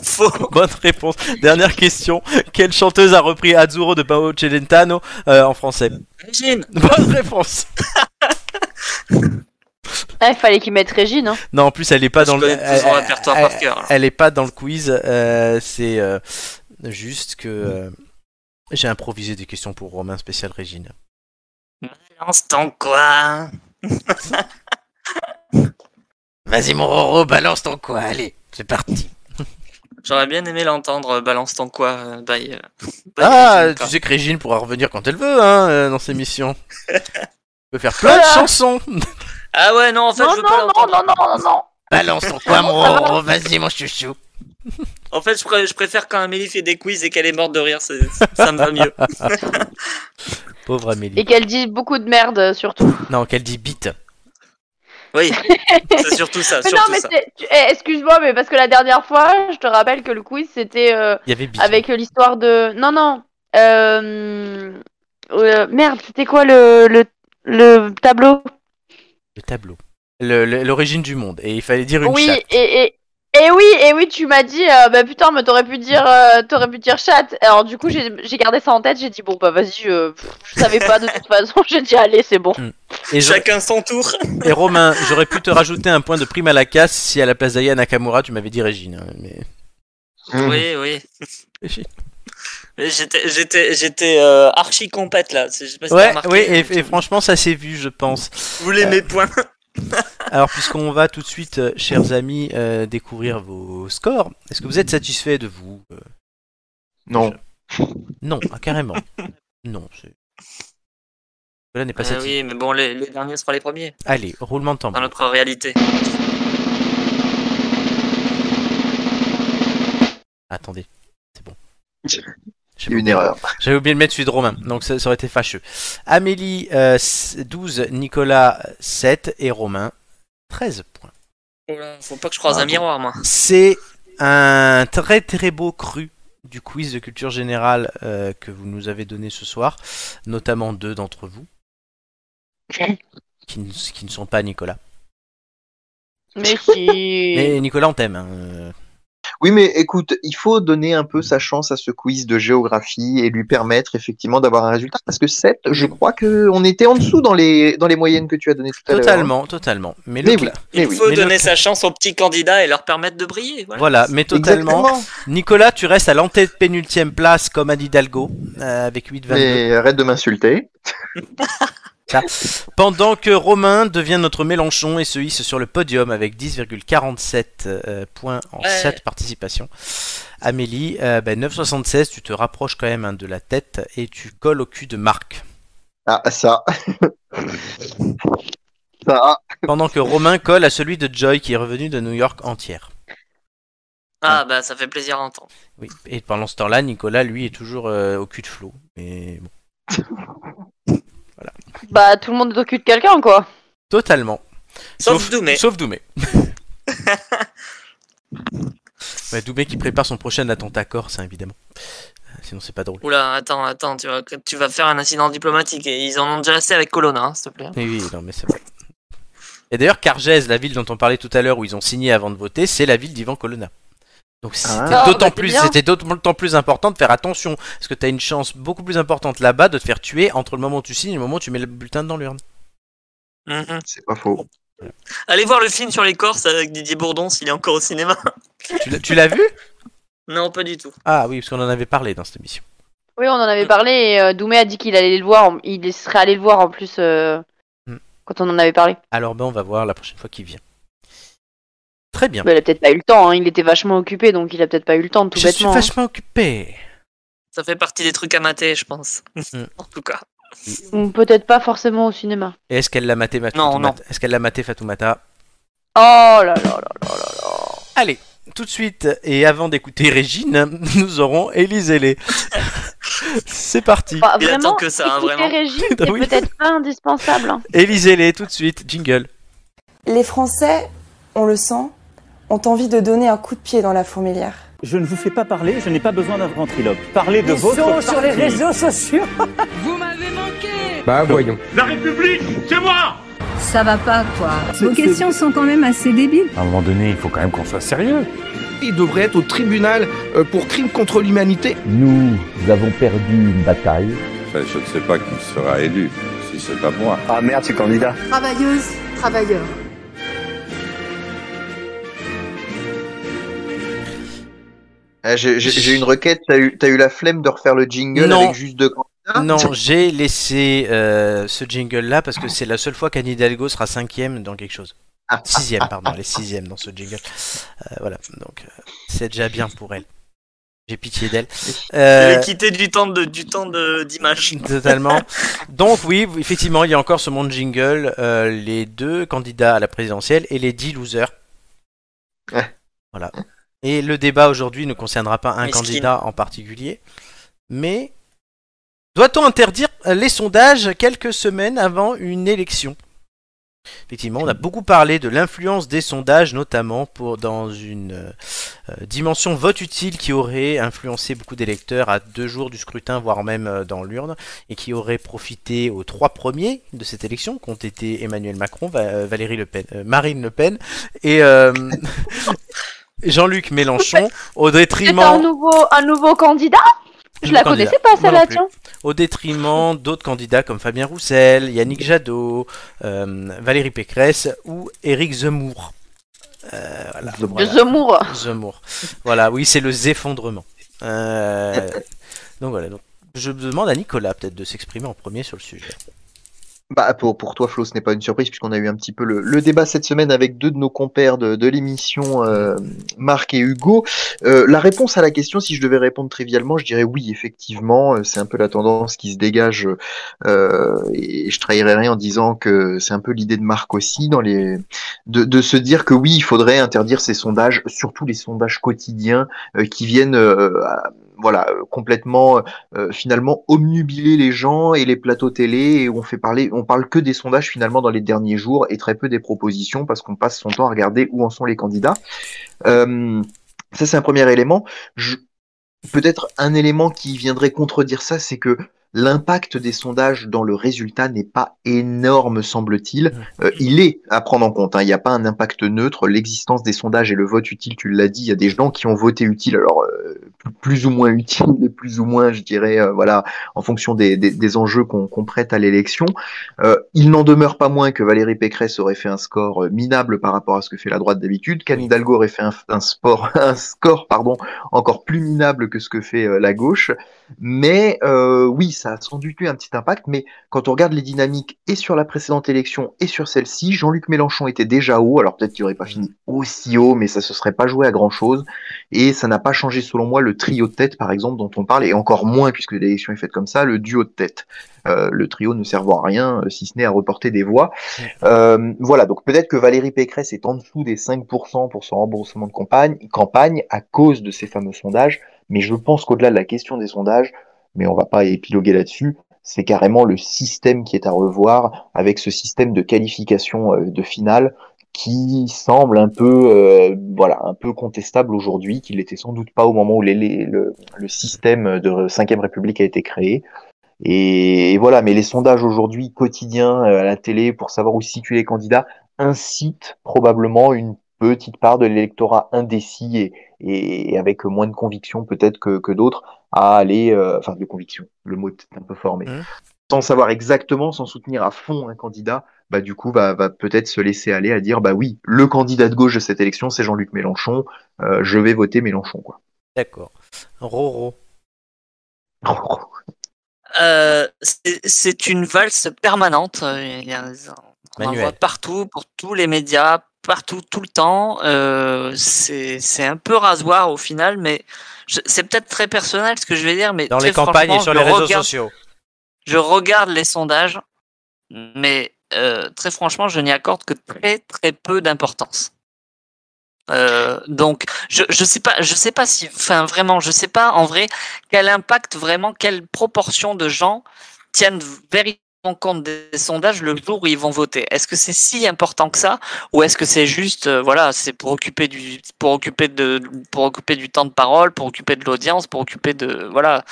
Speaker 7: Faux.
Speaker 1: [laughs] Bonne réponse. Dernière question. Quelle chanteuse a repris Azzurro de Paolo Celentano euh, en français
Speaker 7: Imagine.
Speaker 1: Bonne réponse.
Speaker 9: Eh,
Speaker 4: Ah, il fallait qu'ils mettent Régine. Hein.
Speaker 1: Non, en plus, elle est pas
Speaker 7: Je
Speaker 1: dans le. euh,
Speaker 7: connais tout son
Speaker 1: elle-
Speaker 7: répertoire
Speaker 1: elle-
Speaker 7: par cœur, là.
Speaker 1: Elle est pas dans le quiz. euh, c'est euh, juste que
Speaker 8: Mm.
Speaker 1: euh, j'ai improvisé des questions pour Romain spécial Régine.
Speaker 7: Balance ton quoi
Speaker 8: Vas-y, mon Roro, balance ton quoi, allez, c'est parti.
Speaker 7: J'aurais bien aimé l'entendre. euh, Balance ton quoi euh, by, euh, by
Speaker 1: Ah,
Speaker 7: Régine,
Speaker 1: tu
Speaker 7: quoi.
Speaker 1: sais que Régine pourra revenir quand elle veut hein, euh, dans ses
Speaker 7: [laughs]
Speaker 1: missions. Elle peut faire plein de
Speaker 4: Voilà.
Speaker 1: chansons.
Speaker 7: Ah ouais, non, en fait,
Speaker 4: non,
Speaker 7: je veux
Speaker 4: non,
Speaker 7: pas
Speaker 4: non,
Speaker 7: l'entendre.
Speaker 4: non, non, non, non.
Speaker 8: Balance ton quoi, mon Roro, vas-y, mon chouchou.
Speaker 7: En fait, je, pré- je préfère quand Amélie fait des quiz et qu'elle est morte de rire. c'est- Ça me va
Speaker 4: [laughs]
Speaker 7: mieux.
Speaker 1: Pauvre
Speaker 4: Et
Speaker 1: Amélie.
Speaker 4: qu'elle dit beaucoup de merde, euh, surtout.
Speaker 1: Non, qu'elle dit bite.
Speaker 7: Oui,
Speaker 4: [laughs]
Speaker 7: c'est surtout ça.
Speaker 4: Mais
Speaker 7: Surtout
Speaker 4: non, mais
Speaker 7: ça.
Speaker 4: c'est- tu- eh, excuse-moi, mais parce que la dernière fois, je te rappelle que le quiz, c'était euh,
Speaker 1: Il y avait bite.
Speaker 4: avec l'histoire de... Non, non. Euh, euh, merde, c'était quoi le, le, le tableau
Speaker 1: Le tableau. Le- le- L'origine du monde. Et il fallait dire une
Speaker 4: Oui,
Speaker 1: chatte.
Speaker 4: et... et... Et oui, et oui, tu m'as dit, euh, bah putain, mais t'aurais pu dire, euh, t'aurais pu dire chat. Alors du coup, j'ai j'ai gardé ça en tête. J'ai dit bon bah vas-y, euh, pff, je savais pas de toute [laughs] façon. J'ai dit allez, c'est bon.
Speaker 1: Et, j'aurais-
Speaker 7: Chacun son tour.
Speaker 1: et Romain, j'aurais pu te rajouter un point de prime à la casse si à la place d'Aya Nakamura tu m'avais dit Régine. hein, Mais...
Speaker 3: Mmh. Hum.
Speaker 7: Oui, oui.
Speaker 1: Régine.
Speaker 7: Mais J'étais, j'étais, j'étais euh, archi compète là. Je sais pas si t'as
Speaker 1: Ouais,
Speaker 7: remarqué.
Speaker 1: oui, et, et franchement ça s'est vu, je pense.
Speaker 7: Vous voulez mes points
Speaker 1: Alors, puisqu'on va tout de suite, euh, chers amis, euh, découvrir vos scores, est-ce que vous êtes satisfait de vous euh,
Speaker 3: Non.
Speaker 1: Non, ah, carrément. Non, c'est. Là n'est pas
Speaker 7: Ah
Speaker 1: satisfait.
Speaker 7: Oui, mais bon, les, les derniers seront les premiers
Speaker 3: Ah
Speaker 1: Allez, roulement de temps.
Speaker 7: dans notre réalité.
Speaker 1: Attendez, c'est bon.
Speaker 3: Il y a une erreur.
Speaker 1: J'avais oublié de mettre celui de Romain, donc ça, ça aurait été fâcheux. Amélie, euh, 12, Nicolas, 7 et Romain, 13 points.
Speaker 7: Oh là, faut pas que je croise
Speaker 3: Ah,
Speaker 7: un
Speaker 3: bon.
Speaker 7: miroir, moi.
Speaker 1: C'est un très très beau cru du quiz de culture générale euh, que vous nous avez donné ce soir, notamment deux d'entre vous, qui ne, qui ne sont pas Nicolas.
Speaker 7: [laughs]
Speaker 4: Mais si.
Speaker 1: Mais Nicolas, on t'aime. hein, euh.
Speaker 3: Oui, mais écoute, il faut donner un peu sa chance à ce quiz de géographie et lui permettre effectivement d'avoir un résultat. Parce que 7, je crois qu'on était en dessous dans les, dans les moyennes que tu as données tout à l'heure. hein.
Speaker 1: Totalement, totalement. Mais, le
Speaker 3: Mais
Speaker 1: cla-
Speaker 3: oui,
Speaker 7: Il
Speaker 3: mais oui.
Speaker 7: faut
Speaker 1: Mais
Speaker 7: donner
Speaker 1: le-
Speaker 7: sa chance aux petits candidats et leur permettre de briller. Voilà.
Speaker 1: Voilà, mais totalement.
Speaker 3: Exactement.
Speaker 1: Nicolas, tu restes à l'antépénultième place comme Anne Hidalgo, euh, avec 8,22.
Speaker 3: Mais arrête de m'insulter.
Speaker 1: Pendant que Romain devient notre Mélenchon et se hisse sur le podium avec 10,47 euh, points en
Speaker 7: Ouais.
Speaker 1: 7 participations. Amélie, euh, ben, 9,76, tu te rapproches quand même hein, de la tête et tu colles au cul de Marc.
Speaker 3: Ah, ça. [laughs] ça.
Speaker 1: Pendant que
Speaker 7: [laughs]
Speaker 1: Romain colle à celui de Joy qui est revenu de New York entière.
Speaker 7: Ah bah ça fait plaisir à entendre.
Speaker 1: Oui. Et pendant ce temps-là, Nicolas, lui, est toujours euh, au cul de flot. Mais bon,
Speaker 4: Bah tout le monde est au cul de quelqu'un quoi.
Speaker 1: totalement.
Speaker 7: Sauf, Doumé.
Speaker 1: Sauf
Speaker 7: [laughs]
Speaker 1: Doumé. Ouais, Doumé qui prépare son prochain attentat corse, hein, évidemment. Sinon, c'est pas drôle.
Speaker 7: Oula, attends, attends, tu vas, tu vas faire un incident diplomatique et ils en ont déjà assez avec Colonna, hein, s'il te plaît.
Speaker 1: Oui, oui, non, mais c'est vrai. Et d'ailleurs, Cargès, la ville dont on parlait tout à l'heure où ils ont signé avant de voter, c'est la ville d'Ivan Colonna. Donc c'était
Speaker 3: Ah,
Speaker 1: d'autant
Speaker 4: bah, c'est
Speaker 1: plus,
Speaker 4: bien.
Speaker 1: c'était d'autant plus important de faire attention, parce que t'as une chance beaucoup plus importante là-bas de te faire tuer entre le moment où tu signes et le moment où tu mets le bulletin dans l'urne.
Speaker 7: Mhm.
Speaker 3: C'est pas faux.
Speaker 7: Allez voir le film sur les Corses avec Didier Bourdon s'il est encore au cinéma. [laughs]
Speaker 1: Tu l'as- tu l'as vu
Speaker 7: Non, pas du tout.
Speaker 1: Ah oui, parce qu'on en avait parlé dans cette émission.
Speaker 4: Oui on en avait parlé et euh, Doumé a dit qu'il allait le voir, en- il serait allé le voir en plus euh,
Speaker 1: Hmm.
Speaker 4: quand on en avait parlé.
Speaker 1: Alors ben, on va voir la prochaine fois qu'il vient. Très bien.
Speaker 4: Mais il a peut-être pas eu le temps, hein, il était vachement occupé donc il a peut-être pas eu le temps tout
Speaker 1: Je suis
Speaker 4: bêtement. hein.
Speaker 1: vachement occupé.
Speaker 7: Ça fait partie des trucs à mater, je pense.
Speaker 1: Mhm.
Speaker 7: [laughs] en tout cas.
Speaker 4: Ou peut-être pas forcément au cinéma.
Speaker 1: Et est-ce qu'elle l'a maté Fatoumata
Speaker 7: Non, non.
Speaker 1: Est-ce qu'elle l'a maté Fatoumata
Speaker 4: Oh là là là là.
Speaker 1: Allez, tout de suite, et avant d'écouter Régine, [laughs] nous aurons Élise Ailé. C'est parti.
Speaker 4: Bah,
Speaker 7: Il
Speaker 4: vraiment,
Speaker 7: attend que ça, hein,
Speaker 4: écouter
Speaker 7: vraiment.
Speaker 1: [laughs]
Speaker 4: Régine, c'est
Speaker 1: Ah Oui.
Speaker 4: peut-être pas indispensable. hein.
Speaker 1: Élise Ailé, tout de suite, jingle.
Speaker 5: Les Français, on le sent, ont envie de donner un coup de pied dans la fourmilière.
Speaker 6: Je ne vous fais pas parler, je n'ai pas besoin d'un ventriloque. Parlez de votre
Speaker 12: sur les
Speaker 6: parti.
Speaker 12: réseaux sociaux.
Speaker 13: [laughs] Vous m'avez manqué
Speaker 14: Bah voyons.
Speaker 15: La République, c'est moi
Speaker 13: Ça va pas, quoi.
Speaker 16: C'est-
Speaker 13: Vos
Speaker 16: c'est-
Speaker 13: questions sont quand même assez débiles.
Speaker 16: À un moment donné, il faut quand même qu'on soit sérieux.
Speaker 17: Il devrait être au tribunal euh, pour crimes contre l'humanité.
Speaker 18: Nous avons perdu une bataille.
Speaker 19: Enfin, je ne sais pas qui sera élu, si c'est pas moi.
Speaker 20: Ah merde, tu es candidat.
Speaker 21: Travailleuse, travailleur.
Speaker 3: Ah, J'ai j'ai- j'ai une requête, t'as eu, t'as eu la flemme de refaire le jingle
Speaker 1: Non.
Speaker 3: avec juste deux candidats
Speaker 1: Non, j'ai laissé euh, ce jingle-là parce que c'est la seule fois qu'Anne Hidalgo sera cinquième dans quelque chose. Sixième, pardon, elle est sixième dans ce jingle. Euh, voilà, donc euh, c'est déjà bien pour elle. J'ai pitié d'elle.
Speaker 7: Je
Speaker 1: Euh,
Speaker 7: vais quitter du temps de du temps de- d'image.
Speaker 1: Totalement. Donc oui, effectivement, il y a encore ce monde jingle, euh, les deux candidats à la présidentielle et les dix losers. Voilà. Et le débat aujourd'hui ne concernera pas un
Speaker 22: Mesquine.
Speaker 1: candidat en particulier, mais doit-on interdire les sondages quelques semaines avant une élection Effectivement, on a beaucoup parlé de l'influence des sondages, notamment pour dans une euh, dimension vote utile qui aurait influencé beaucoup d'électeurs à deux jours du scrutin, voire même euh, dans l'urne, et qui aurait profité aux trois premiers de cette élection, qu'ont été Emmanuel Macron, Va- euh, Valérie Le Pen, euh, Marine Le Pen et euh, [laughs] Jean-Luc Mélenchon, au
Speaker 4: C'est
Speaker 1: détriment.
Speaker 4: un nouveau, un nouveau candidat Je la
Speaker 1: Nouveau candidat.
Speaker 4: connaissais pas,
Speaker 1: Moi non
Speaker 4: celle-là,
Speaker 1: plus.
Speaker 4: tiens.
Speaker 1: Au détriment d'autres candidats comme Fabien Roussel, Yannick Jadot, euh, Valérie Pécresse ou Éric Zemmour. Euh, voilà, voilà.
Speaker 4: Zemmour.
Speaker 1: [laughs] Zemmour. Voilà, oui, c'est le zeffondrement. Euh, donc voilà. donc, je demande à Nicolas peut-être de s'exprimer en premier sur le sujet.
Speaker 3: Bah, pour, pour toi, Flo, ce n'est pas une surprise, puisqu'on a eu un petit peu le, le débat cette semaine avec deux de nos compères de, de l'émission, euh, Marc et Hugo. Euh, la réponse à la question, si je devais répondre trivialement, je dirais oui, effectivement, euh, c'est un peu la tendance qui se dégage, euh, et je trahirais rien en disant que c'est un peu l'idée de Marc aussi, dans les, de, de se dire que oui, il faudrait interdire ces sondages, surtout les sondages quotidiens euh, qui viennent euh, à- voilà, euh, complètement euh, finalement omnubiler les gens et les plateaux télé et où on fait parler, on parle que des sondages finalement dans les derniers jours et très peu des propositions parce qu'on passe son temps à regarder où en sont les candidats. Euh, ça c'est un premier élément. Je- Peut-être un élément qui viendrait contredire ça, c'est que l'impact des sondages dans le résultat n'est pas énorme, semble-t-il. Euh, il est à prendre en compte. hein. Il n'y a pas un impact neutre. L'existence des sondages et le vote utile, tu l'as dit, il y a des gens qui ont voté utile. Alors, euh, plus ou moins utile, et plus ou moins, je dirais, euh, voilà, en fonction des, des- des enjeux qu'on qu'on prête à l'élection. Euh, il n'en demeure pas moins que Valérie Pécresse aurait fait un score euh, minable par rapport à ce que fait la droite d'habitude. Can Hidalgo aurait fait un, un sport, [laughs] un score, pardon, encore plus minable que ce que fait euh, la gauche. Mais euh, oui, ça a sans doute eu un petit impact. Mais quand on regarde les dynamiques et sur la précédente élection et sur celle-ci, Jean-Luc Mélenchon était déjà haut. Alors peut-être qu'il n'aurait pas fini aussi haut, mais ça se serait pas joué à grand-chose. Et ça n'a pas changé, selon moi, le trio de tête, par exemple, dont on parle, et encore moins, puisque l'élection est faite comme ça, le duo de tête. Euh, le trio ne sert à rien, euh, si ce n'est à reporter des voix. Euh, voilà, donc peut-être que Valérie Pécresse est en dessous des 5% pour son remboursement de campagne, campagne à cause de ces fameux sondages, mais je pense qu'au-delà de la question des sondages, mais on va pas épiloguer là-dessus, c'est carrément le système qui est à revoir avec ce système de qualification euh, de finale qui semble un peu euh, voilà un peu contestable aujourd'hui qu'il n'était sans doute pas au moment où les- les- le, le système de 5ème République a été créé et, et voilà, mais les sondages aujourd'hui quotidiens euh, à la télé pour savoir où se situent les candidats incitent probablement une petite part de l'électorat indécis et, et avec moins de conviction peut-être que, que d'autres à aller, euh, enfin de conviction, le mot est peut-être un peu formé, sans savoir exactement, sans soutenir à fond un candidat, bah du coup va, va peut-être se laisser aller à dire bah oui, le candidat de gauche de cette élection c'est Jean-Luc Mélenchon, euh, je vais voter Mélenchon
Speaker 1: [laughs]
Speaker 3: quoi.
Speaker 1: D'accord. Roro.
Speaker 7: Euh, c'est- c'est une valse permanente. euh, Il y a- on en
Speaker 1: Manuel.
Speaker 7: voit partout, pour tous les médias, partout, tout le temps. Euh, c'est c'est un peu rasoir au final, mais je- c'est peut-être très personnel ce que je vais dire, mais
Speaker 1: Dans
Speaker 7: très
Speaker 1: les campagnes et
Speaker 7: franchement,
Speaker 1: sur
Speaker 7: je
Speaker 1: les réseaux
Speaker 7: regarde-
Speaker 1: sociaux.
Speaker 7: Je regarde les sondages, mais euh, très franchement, je n'y accorde que très très peu d'importance. Euh, donc, je je sais pas, je sais pas si, enfin vraiment, je sais pas en vrai quel impact vraiment, quelle proportion de gens tiennent compte des sondages le jour où ils vont voter. Est-ce que c'est si important que ça ou est-ce que c'est juste euh, voilà, c'est pour occuper du pour occuper de pour occuper du temps de parole, pour occuper de l'audience, pour occuper de voilà,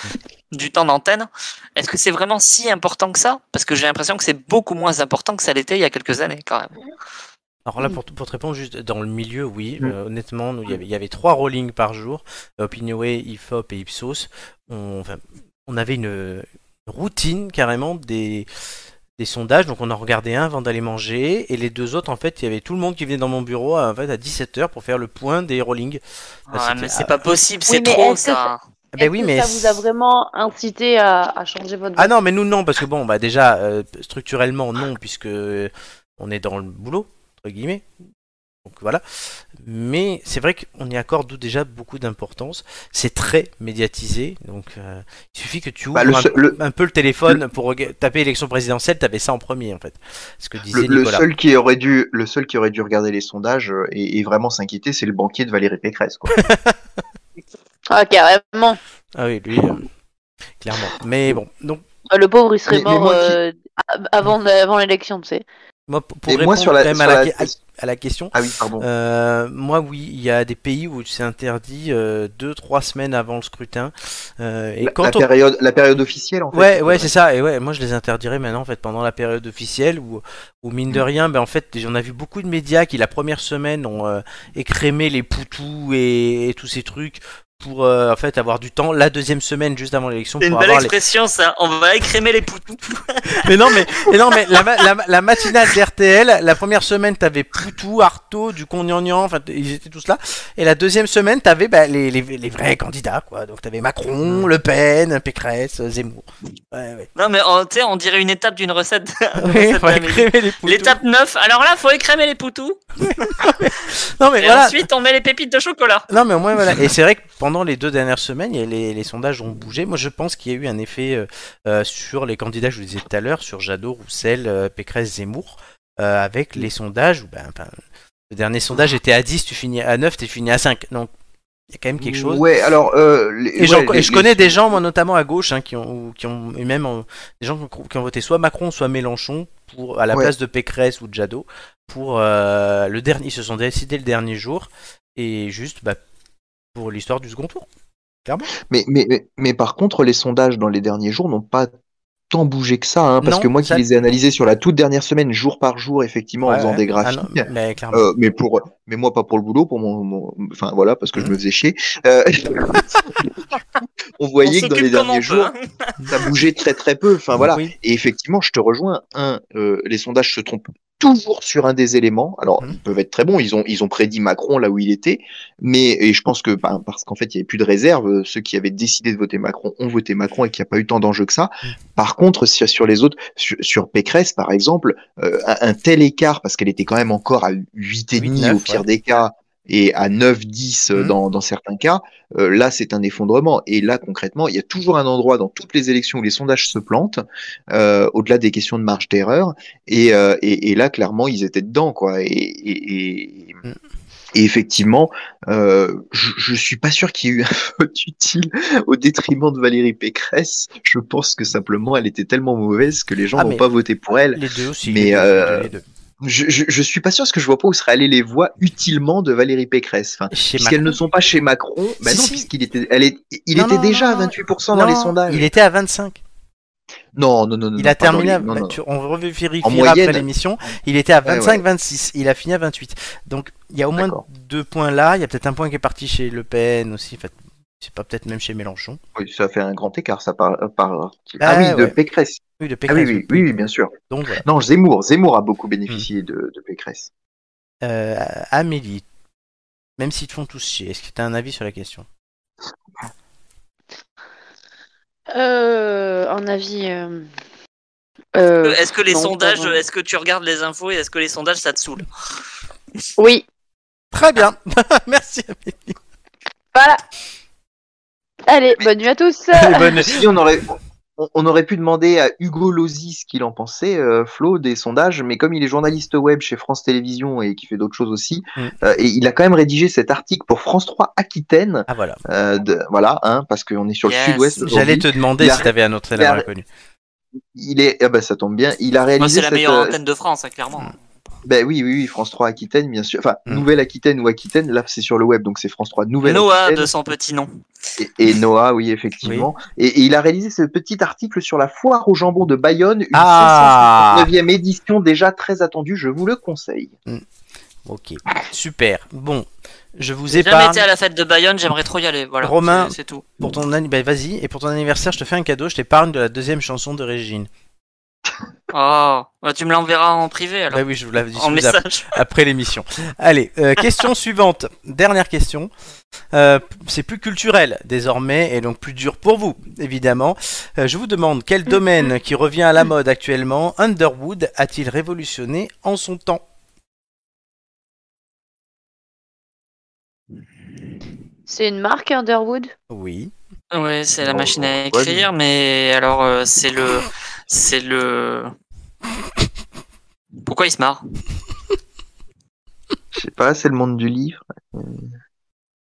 Speaker 7: du temps d'antenne Est-ce que c'est vraiment si important que ça Parce que j'ai l'impression que c'est beaucoup moins important que ça l'était il y a quelques années quand même.
Speaker 1: Alors là, pour, pour te répondre, juste dans le milieu, oui. Euh, honnêtement, nous, il y avait- il y avait trois rollings par jour. Opinionway, IFOP et Ipsos. On, enfin, on avait une routine carrément des, des sondages. Donc on en regardait un avant d'aller manger. Et les deux autres, en fait, il y avait tout le monde qui venait dans mon bureau à, en fait, à 17h pour faire le point des rollings. Bah,
Speaker 7: Ouais,
Speaker 1: c'était-
Speaker 7: mais c'est
Speaker 1: ah,
Speaker 7: pas possible, c'est
Speaker 4: Oui, mais
Speaker 7: trop
Speaker 4: est-ce que
Speaker 7: ça.
Speaker 1: Ben
Speaker 4: Est-ce
Speaker 1: oui,
Speaker 4: que
Speaker 1: mais
Speaker 4: ça vous a vraiment incité à, à changer votre
Speaker 1: Ah non, mais nous non, parce que bon, bah déjà, euh, structurellement non,
Speaker 4: Ah.
Speaker 1: puisque on est dans le boulot, entre guillemets. Donc voilà. Mais c'est vrai qu'on y accorde déjà beaucoup d'importance. C'est très médiatisé, donc euh, il suffit que tu ouvres
Speaker 3: Bah, le
Speaker 1: un,
Speaker 3: seul- le-
Speaker 1: un peu le téléphone pour rega- taper élection présidentielle, taper ça en premier en fait. Ce que disait
Speaker 3: Le, le
Speaker 1: Nicolas.
Speaker 3: seul qui aurait dû, le seul qui aurait dû regarder les sondages euh, et, et vraiment s'inquiéter, c'est le banquier de Valérie Pécresse. Quoi.
Speaker 4: Ah, carrément.
Speaker 1: Ah oui, lui, euh, clairement. Mais bon, donc
Speaker 4: Le pauvre, il serait
Speaker 1: Mais- mais
Speaker 4: mort
Speaker 1: moi qui-
Speaker 4: euh, av- avant, avant l'élection, tu sais.
Speaker 1: Moi, p- pour
Speaker 3: Et
Speaker 1: répondre
Speaker 3: moi, sur la-
Speaker 1: quand même
Speaker 3: sur
Speaker 1: à, la,
Speaker 3: la
Speaker 1: que- à-
Speaker 3: question-
Speaker 1: à la question,
Speaker 3: Ah oui, pardon.
Speaker 1: euh, moi oui, il y a des pays où c'est interdit 2-3 semaines avant le scrutin. euh, et
Speaker 3: La,
Speaker 1: quand
Speaker 3: la
Speaker 1: on-
Speaker 3: période, la période officielle, en fait.
Speaker 1: Ouais, ouais, c'est ça. Et ouais, moi je les interdirais maintenant en fait pendant la période officielle où, où mine de rien, ben en fait, on a vu beaucoup de médias qui la première semaine ont euh, écrémé les poutous et, et tous ces trucs pour euh, en fait avoir du temps. La deuxième semaine juste avant l'élection
Speaker 7: C'est une
Speaker 1: pour
Speaker 7: belle
Speaker 1: avoir les,
Speaker 7: expression ça, on va écrémer les poutous.
Speaker 1: mais non, mais, mais non, mais la, ma- la, la matinale d'RTL, la première semaine, t'avais Poutou, Artaud, du Cognagnan, enfin, t- ils étaient tous là. Et la deuxième semaine, t'avais bah, les, les, les vrais candidats, quoi. Donc, t'avais Macron, Le Pen, Pécresse, Zemmour. Ouais, ouais.
Speaker 7: Non mais on, tu sais, on dirait une étape d'une recette. [laughs] une
Speaker 1: [laughs] Oui,
Speaker 7: recette
Speaker 1: faut
Speaker 7: d'Amélie.
Speaker 1: écrémer les poutous.
Speaker 7: L'étape 9, alors là faut écrémer les poutous.
Speaker 1: Non, mais
Speaker 7: et
Speaker 1: voilà.
Speaker 7: ensuite on met les pépites de chocolat.
Speaker 1: Non, mais au moins, voilà. Et c'est vrai que pendant les deux dernières semaines, il y a les, les sondages ont bougé. Moi, je pense qu'il y a eu un effet euh, euh, sur les candidats, je vous le disais tout à l'heure, sur Jadot, Roussel, euh, Pécresse, Zemmour, euh, avec les sondages. où, Ben, ben, le dernier sondage était à 10, tu finis à 9, tu finis à 5. Donc, il y a quand même quelque chose.
Speaker 3: Ouais, alors. euh, les-
Speaker 1: Et, j'en-
Speaker 3: ouais,
Speaker 1: et
Speaker 3: les-
Speaker 1: je connais
Speaker 3: les-
Speaker 1: des gens, moi notamment à gauche, hein, qui ont, ou- qui ont et même euh, des gens qui ont- qui ont voté soit Macron, soit Mélenchon pour à la
Speaker 3: Ouais.
Speaker 1: place de Pécresse ou de Jadot pour euh, le dernier. Ils se sont décidés le dernier jour et juste bah, pour l'histoire du second tour. Clairement.
Speaker 3: Mais, mais, mais, mais par contre, les sondages dans les derniers jours n'ont pas tant bougé que ça, hein, parce
Speaker 1: Non,
Speaker 3: que moi qui
Speaker 1: ça-
Speaker 3: les ai analysés sur la toute dernière semaine, jour par jour, effectivement, en
Speaker 1: Ouais,
Speaker 3: faisant
Speaker 1: ouais.
Speaker 3: des
Speaker 1: Ah
Speaker 3: graphiques.
Speaker 1: non, mais clairement.
Speaker 3: Euh, mais pour, mais moi pas pour le boulot, pour mon, mon- enfin voilà, parce
Speaker 1: Mmh.
Speaker 3: que je me faisais chier. Euh, [laughs] on voyait
Speaker 7: On
Speaker 3: que dans les
Speaker 7: s'occupe comme on
Speaker 3: derniers
Speaker 7: peut,
Speaker 3: jours, ça bougeait très très peu.
Speaker 1: [laughs]
Speaker 3: Enfin voilà.
Speaker 1: Oui.
Speaker 3: Et effectivement, je te rejoins. Un, euh, les sondages se trompent toujours sur un des éléments. Alors
Speaker 1: Mhm.
Speaker 3: ils peuvent être très bons. Ils ont ils ont prédit Macron là où il était, mais et je pense que ben, parce qu'en fait il y avait plus de réserve. euh, Ceux qui avaient décidé de voter Macron ont voté Macron et qu'il n'y a pas eu tant d'enjeux que ça.
Speaker 1: Mhm.
Speaker 3: Par contre, sur, sur les autres, sur, sur Pécresse par exemple, euh, un- un tel écart parce qu'elle était quand même encore à 8,5 et demi au
Speaker 1: 9,
Speaker 3: pire
Speaker 1: ouais.
Speaker 3: des cas et à 9, 10 euh,
Speaker 1: Mhm.
Speaker 3: dans, dans certains cas, euh, là c'est un effondrement. Et là concrètement, il y a toujours un endroit dans toutes les élections où les sondages se plantent, euh, au-delà des questions de marge d'erreur. Et, euh, et, et là clairement, ils étaient dedans. quoi. Et, et, et- et effectivement, euh, je, je suis pas sûr qu'il y ait eu un [laughs] vote utile au détriment de Valérie Pécresse. Je pense que simplement, elle était tellement mauvaise que les gens
Speaker 1: Ah,
Speaker 3: n'ont
Speaker 1: mais
Speaker 3: pas voté pour elle.
Speaker 1: Les deux aussi. les
Speaker 3: Mais
Speaker 1: deux,
Speaker 3: euh,
Speaker 1: les deux.
Speaker 3: je, je, je suis pas sûr parce que je vois pas où seraient allées les voix utilement de Valérie Pécresse. Enfin, puisqu'elles
Speaker 1: Macron.
Speaker 3: ne sont pas chez Macron, bah
Speaker 1: Si,
Speaker 3: non,
Speaker 1: si.
Speaker 3: puisqu'il était, elle est, il
Speaker 1: Non,
Speaker 3: était
Speaker 1: non,
Speaker 3: déjà
Speaker 1: non, non,
Speaker 3: à 28% dans les
Speaker 1: non,
Speaker 3: sondages.
Speaker 1: Il était à 25.
Speaker 3: Non, non, non, non.
Speaker 1: Il
Speaker 3: non,
Speaker 1: a
Speaker 3: pas dans
Speaker 1: terminé.
Speaker 3: les-
Speaker 1: à-
Speaker 3: non,
Speaker 1: bah,
Speaker 3: non.
Speaker 1: tu- on revérifiera
Speaker 3: En moyenne. hein. Eh
Speaker 1: après l'émission. Il était à
Speaker 3: Ouais,
Speaker 1: 25,
Speaker 3: ouais.
Speaker 1: 26. Il a fini à 28. Donc il y a au moins
Speaker 3: D'accord.
Speaker 1: deux points là. Il y a peut-être un point qui est parti chez Le Pen aussi. Enfin, c'est pas peut-être même chez Mélenchon.
Speaker 3: Oui, ça fait un grand écart, ça par, par...
Speaker 1: Ah,
Speaker 3: Ah oui, de
Speaker 1: ouais.
Speaker 3: Pécresse.
Speaker 1: Oui, Hmm. de
Speaker 3: Ah
Speaker 1: Pécresse.
Speaker 3: oui, oui, oui, oui, bien sûr.
Speaker 1: Donc voilà.
Speaker 3: Non, Zemmour, Zemmour a beaucoup bénéficié de, de
Speaker 7: [laughs]
Speaker 3: Pécresse.
Speaker 1: Euh, Amélie, même s'ils te font tous chier, est-ce que tu as un avis sur la question
Speaker 4: Euh, un avis. euh,
Speaker 7: Euh,
Speaker 4: euh,
Speaker 7: Est-ce que les
Speaker 4: non,
Speaker 7: sondages,
Speaker 4: pas vraiment.
Speaker 7: est-ce que tu regardes les infos et est-ce que les sondages ça te saoule
Speaker 4: Oui,
Speaker 1: Très [laughs] bien. Ah, Merci Amélie.
Speaker 4: voilà. Allez, bonne nuit
Speaker 3: [laughs]
Speaker 4: à tous.
Speaker 7: Ah,
Speaker 3: Si on aurait, on, on aurait pu demander à Hugo Lozzi ce qu'il en pensait, euh, Flo, des sondages, mais comme il est journaliste web chez France Télévisions et qui fait d'autres choses aussi,
Speaker 1: Mm.
Speaker 3: euh, et il a quand même rédigé cet article pour France 3 Aquitaine.
Speaker 1: Ah voilà.
Speaker 3: euh, de- voilà, hein, parce qu'on est sur
Speaker 1: Yes.
Speaker 3: le sud-ouest. aujourd'hui.
Speaker 1: J'allais te demander
Speaker 3: Il a-
Speaker 1: si tu avais un autre
Speaker 3: il a-
Speaker 1: élève inconnu.
Speaker 3: il est, ah bah ça tombe bien, il a réalisé.
Speaker 7: Moi, c'est la
Speaker 3: cette,
Speaker 7: meilleure
Speaker 3: euh,
Speaker 7: antenne de France, hein, clairement.
Speaker 3: Ben oui, oui, oui, France 3 Aquitaine, bien sûr. Enfin,
Speaker 1: Hmm.
Speaker 3: Nouvelle-Aquitaine ou Aquitaine, là c'est sur le web, donc c'est France 3 Nouvelle.
Speaker 7: Noah de son petit nom.
Speaker 3: Et, et Noah, oui, effectivement. Et, et il a réalisé ce petit article sur la foire au jambon de Bayonne, une
Speaker 1: Ah
Speaker 3: 559e édition déjà très attendue, je vous le conseille.
Speaker 1: Ok, super. Bon, je vous
Speaker 7: J'ai jamais
Speaker 1: épargne.
Speaker 7: été à la fête de Bayonne, j'aimerais trop y aller. Voilà,
Speaker 1: Romain,
Speaker 7: c'est- c'est tout.
Speaker 1: Pour ton anni- bah, vas-y, et pour ton anniversaire, je te fais un cadeau, je t'épargne de la deuxième chanson de Régine.
Speaker 7: Oh, bah, tu me l'enverras en privé alors.
Speaker 1: Bah oui, je vous l'avais dit
Speaker 7: En
Speaker 1: je vous app-
Speaker 7: message. [laughs]
Speaker 1: après l'émission. Allez, euh, question suivante. Dernière question. Euh, p- c'est plus culturel désormais et donc plus dur pour vous, évidemment. Euh, je vous demande quel domaine qui revient à la mode actuellement Underwood a-t-il révolutionné en son temps
Speaker 4: C'est une marque Underwood
Speaker 1: Oui.
Speaker 7: Oui, c'est la machine à écrire, mais alors euh, c'est le, c'est le. Pourquoi il se marre
Speaker 3: Je sais pas, c'est le monde du livre. euh,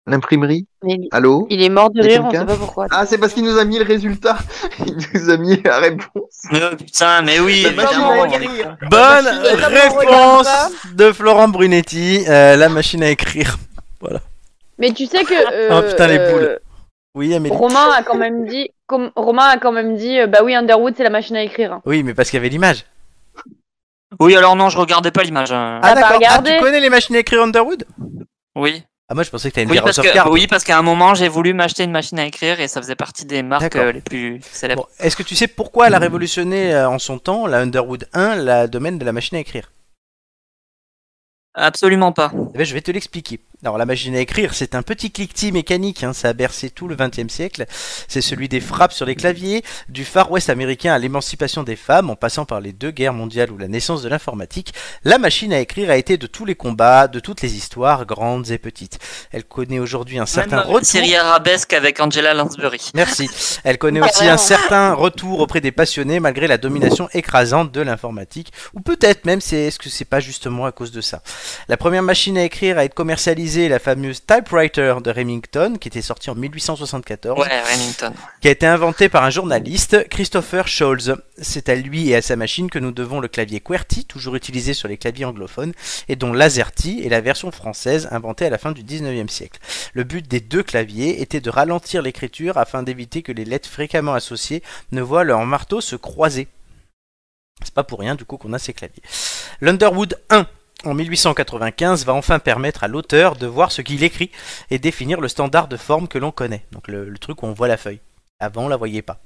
Speaker 3: L'imprimerie
Speaker 4: Mais il-
Speaker 3: Allô
Speaker 4: Il est mort de
Speaker 3: Y a
Speaker 4: rire, on
Speaker 3: quelqu'un
Speaker 4: sait pas pourquoi.
Speaker 3: Ah, c'est parce qu'il nous a mis le résultat. [laughs] Il nous a mis la réponse.
Speaker 7: Mais Euh, putain, mais oui, évidemment. on hein est-
Speaker 1: Bonne
Speaker 7: vraiment
Speaker 1: réponse de Florent Brunetti, euh, la machine à écrire. Voilà.
Speaker 4: Mais tu sais que.
Speaker 7: [laughs]
Speaker 4: euh,
Speaker 7: Ah,
Speaker 1: oh putain, les
Speaker 4: euh,
Speaker 1: boules. Oui, Amélie.
Speaker 4: Romain a quand même dit, comme, Romain a quand même dit, euh, bah oui, Underwood, c'est la machine à écrire. hein.
Speaker 1: Oui, mais parce qu'il y avait l'image.
Speaker 7: Oui, alors non, je regardais pas l'image. hein.
Speaker 1: Ah, d'accord. Ah, tu connais les machines à écrire Underwood
Speaker 7: Oui.
Speaker 1: Ah, moi je pensais que t'avais une
Speaker 7: Oui
Speaker 1: verre
Speaker 7: parce,
Speaker 1: sur
Speaker 7: que,
Speaker 1: carte.
Speaker 7: oui, parce qu'à un moment, j'ai voulu m'acheter une machine à écrire et ça faisait partie des marques
Speaker 1: D'accord.
Speaker 7: euh, les plus célèbres.
Speaker 1: Est-ce que tu sais pourquoi elle a révolutionné euh, en son temps, la Underwood 1, la domaine de la machine à écrire
Speaker 7: Absolument pas.
Speaker 1: Eh ben, je vais te l'expliquer. Alors, la machine à écrire, c'est un petit cliquetis mécanique. hein, ça a bercé tout le XXe siècle. C'est celui des frappes sur les claviers, du Far West américain à l'émancipation des femmes, en passant par les deux guerres mondiales ou la naissance de l'informatique. La machine à écrire a été de tous les combats, de toutes les histoires, grandes et petites. Elle connaît aujourd'hui un certain
Speaker 7: Même une
Speaker 1: retour.
Speaker 7: série arabesque avec Angela Lansbury.
Speaker 1: Merci. Elle connaît aussi un certain retour auprès des passionnés malgré la domination écrasante de l'informatique. Ou peut-être même c'est est-ce que c'est pas justement à cause de ça. La première machine à écrire à être commercialisée, la fameuse typewriter de Remington, qui était sortie en 1874
Speaker 7: Ouais, Remington.
Speaker 1: qui a été inventé par un journaliste, Christopher Scholz. C'est à lui et à sa machine que nous devons le clavier QWERTY, toujours utilisé sur les claviers anglophones, et dont l'AZERTY est la version française inventée à la fin du 19e siècle. Le but des deux claviers était de ralentir l'écriture afin d'éviter que les lettres fréquemment associées ne voient leur marteau se croiser. C'est pas pour rien du coup qu'on a ces claviers. L'Underwood 1 en 1895 va enfin permettre à l'auteur de voir ce qu'il écrit et définir le standard de forme que l'on connaît. Donc le, le truc où on voit la feuille. Avant, on la voyait pas.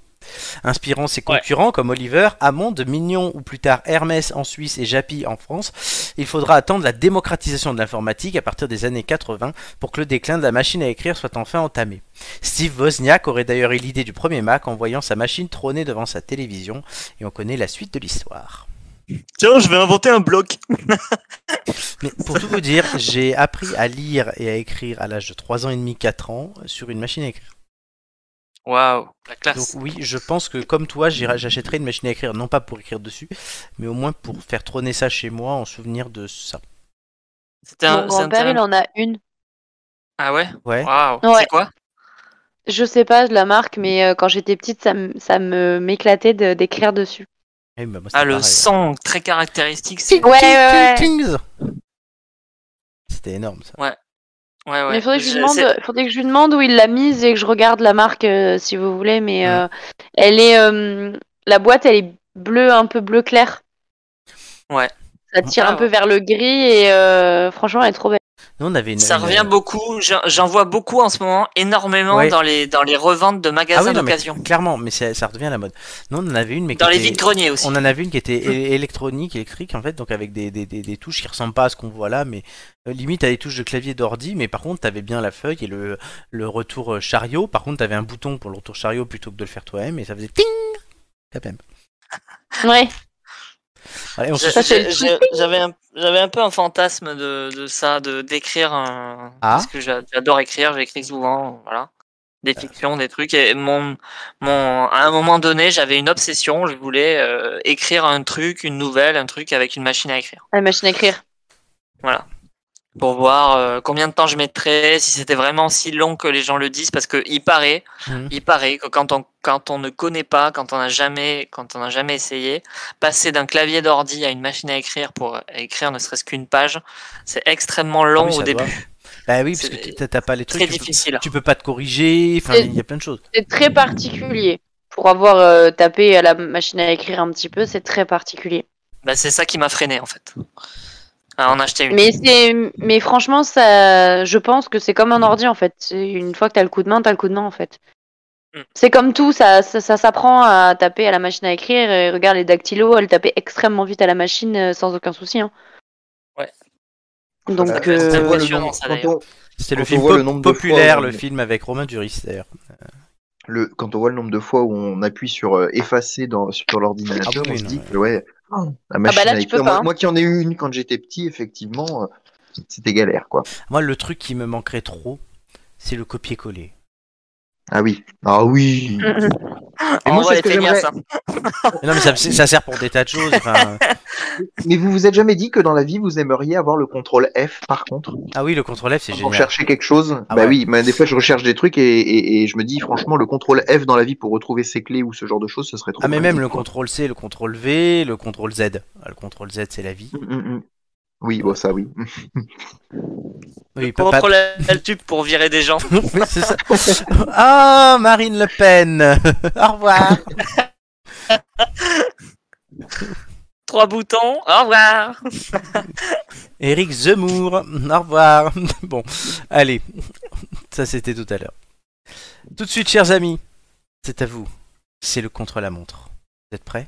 Speaker 1: Inspirant ses concurrents comme Oliver, Hammond, Mignon ou plus tard Hermès en Suisse et Japy en France, il faudra attendre la démocratisation de l'informatique à partir des années 80 pour que le déclin de la machine à écrire soit enfin entamé. Steve Wozniak aurait d'ailleurs eu l'idée du premier Mac en voyant sa machine trôner devant sa télévision et on connaît la suite de l'histoire.
Speaker 7: Tiens, je vais inventer un blog.
Speaker 1: [laughs] Mais pour tout vous dire, j'ai appris à lire et à écrire à l'âge de 3 ans et demi, 4 ans sur une machine à écrire.
Speaker 7: Waouh, la classe.
Speaker 1: Donc oui, je pense que comme toi, j'irai- j'achèterai une machine à écrire, non pas pour écrire dessus, mais au moins pour faire trôner ça chez moi en souvenir de ça.
Speaker 7: C'était un-
Speaker 4: Mon
Speaker 7: c'est un-
Speaker 4: grand-père, il en a une.
Speaker 7: Ah ouais
Speaker 1: Ouais.
Speaker 7: Waouh,
Speaker 4: Ouais.
Speaker 7: c'est quoi
Speaker 4: Je sais pas de la marque, mais euh, quand j'étais petite, ça me- ça me m'éclatait de- d'écrire dessus.
Speaker 1: Eh ben, moi, c'était
Speaker 7: Ah, le
Speaker 1: pareil. hein.
Speaker 7: son très caractéristique. c'est-
Speaker 4: Ouais, ouais,
Speaker 1: Ting, ting, ting. C'était énorme ça.
Speaker 7: Ouais. Ouais, ouais.
Speaker 4: Mais faudrait que, je
Speaker 7: Je-
Speaker 4: lui demande, euh,
Speaker 7: c'est-
Speaker 4: faudrait que je lui demande où il l'a mise et que je regarde la marque euh, si vous voulez. Mais euh, elle est, euh, la boîte, elle est bleue, un peu bleu clair.
Speaker 7: Ouais.
Speaker 4: Ça tire
Speaker 7: Ah,
Speaker 4: un peu
Speaker 7: ouais.
Speaker 4: vers le gris et euh, franchement, elle est trop belle.
Speaker 1: Nous on avait une.
Speaker 7: Ça
Speaker 1: une-
Speaker 7: revient beaucoup, j'en j'en vois beaucoup en ce moment, énormément
Speaker 1: Ouais.
Speaker 7: dans, les, dans les reventes de
Speaker 1: Ah
Speaker 7: magasins
Speaker 1: oui, non, mais
Speaker 7: d'occasion.
Speaker 1: clairement, mais c'est- ça revient à la mode. Nous on en avait une, mais qui
Speaker 7: hein. Dans les
Speaker 1: était-
Speaker 7: vides-greniers aussi.
Speaker 1: On en avait une qui était é- électronique, électrique en fait, donc avec des, des, des, des touches qui ressemblent pas à ce qu'on voit là, mais euh, limite à des touches de clavier d'ordi, mais par contre t'avais bien la feuille et le, le retour euh, chariot. Par contre t'avais un bouton pour le retour chariot plutôt que de le faire toi-même, et ça faisait ting quand même.
Speaker 4: Ouais.
Speaker 1: Allez, on
Speaker 7: Je-
Speaker 1: se-
Speaker 7: je- je- J'avais un, j'avais un peu un fantasme de, de ça, de d'écrire un-
Speaker 1: Ah.
Speaker 7: parce que j'a- j'adore écrire, j'écris souvent, voilà, des
Speaker 1: Euh.
Speaker 7: fictions, des trucs. Et mon, mon, à un moment donné, j'avais une obsession, je voulais euh, écrire un truc, une nouvelle, un truc avec une machine à écrire.
Speaker 4: La machine à écrire.
Speaker 7: Voilà. pour voir euh, combien de temps je mettrais, si c'était vraiment si long que les gens le disent, parce que il paraît,
Speaker 1: Mhm.
Speaker 7: il paraît que quand on, quand on ne connaît pas, quand on n'a jamais, quand on n'a jamais essayé, passer d'un clavier d'ordi à une machine à écrire pour euh, écrire ne serait-ce qu'une page, c'est extrêmement
Speaker 1: Ah
Speaker 7: long
Speaker 1: oui, ça
Speaker 7: au début.
Speaker 1: doit. Bah oui, parce que t- t'as t'as pas les trucs.
Speaker 7: très
Speaker 1: tu peux-
Speaker 7: difficile. hein.
Speaker 1: Tu peux pas te corriger, enfin,
Speaker 4: C'est-
Speaker 1: il y a plein de choses.
Speaker 4: C'est très particulier. Pour avoir euh, tapé à la machine à écrire un petit peu, c'est très particulier.
Speaker 7: Bah, c'est ça qui m'a freiné en fait. À en acheter une.
Speaker 4: Mais c'est, mais franchement, ça, je pense que c'est comme un ordi en fait. C'est- Une fois que t'as le coup de main, t'as le coup de main en fait. C'est comme tout, ça, ça, ça s'apprend à taper à la machine à écrire. Et regarde les dactylos, elles tapaient extrêmement vite à la machine euh, sans aucun souci. hein.
Speaker 7: Ouais.
Speaker 4: Donc,
Speaker 7: Ça doit être très
Speaker 4: euh,
Speaker 1: on voit le
Speaker 7: impressionnant,
Speaker 1: nombre-
Speaker 7: ça,
Speaker 1: quand
Speaker 7: d'ailleurs.
Speaker 1: on- C'était le
Speaker 3: Quand
Speaker 1: film
Speaker 3: on voit
Speaker 1: pop-
Speaker 3: le nombre de
Speaker 1: populaire,
Speaker 3: fois où-
Speaker 1: le film avec Romain Duris d'ailleurs.
Speaker 3: le, quand on voit le nombre de fois où on appuie sur euh, effacer dans, sur l'ordinateur,
Speaker 1: Ah oui,
Speaker 3: on se
Speaker 1: non,
Speaker 3: dit
Speaker 1: mais-
Speaker 3: que ouais,
Speaker 4: Ah
Speaker 3: la machine
Speaker 4: bah là,
Speaker 3: à
Speaker 4: tu
Speaker 3: écrire,
Speaker 4: peux pas,
Speaker 3: moi,
Speaker 4: hein.
Speaker 3: moi qui en ai eu une quand j'étais petit, effectivement, euh, c'était galère quoi.
Speaker 1: Moi, le truc qui me manquerait trop, c'est le copier-coller.
Speaker 3: Ah oui, ah oui.
Speaker 7: Mm.
Speaker 4: Mm,
Speaker 3: Et moi, c'est ce que j'aimerais-
Speaker 1: Mais non, mais ça, ça sert pour des tas de choses. enfin.
Speaker 3: Mais vous vous êtes jamais dit que dans la vie vous aimeriez avoir le contrôle F par contre
Speaker 1: Ah oui, le contrôle F, c'est
Speaker 3: pour
Speaker 1: génial.
Speaker 3: chercher quelque chose
Speaker 1: Ah
Speaker 3: Bah
Speaker 1: ouais.
Speaker 3: oui, mais des fois je recherche des trucs et, et- et je me dis franchement le contrôle F dans la vie pour retrouver ses clés ou ce genre de choses, ce serait trop.
Speaker 1: Ah, mais même
Speaker 3: pratique,
Speaker 1: le
Speaker 3: quoi.
Speaker 1: contrôle C, le contrôle V, le contrôle Z. Ah, Le contrôle Z, c'est la vie.
Speaker 3: Mm, Oui, bon ça oui.
Speaker 1: Oui,
Speaker 7: Pour
Speaker 1: papa-
Speaker 7: reprendre la- la tube pour virer des gens.
Speaker 1: [laughs] Oui, c'est ça. Ah, Marine Le Pen [laughs] Au revoir
Speaker 7: Trois boutons, au revoir.
Speaker 1: Eric Zemmour, au revoir. [laughs] Bon, allez, ça c'était tout à l'heure. Tout de suite, chers amis, c'est à vous. C'est le contre-la-montre. Vous êtes prêts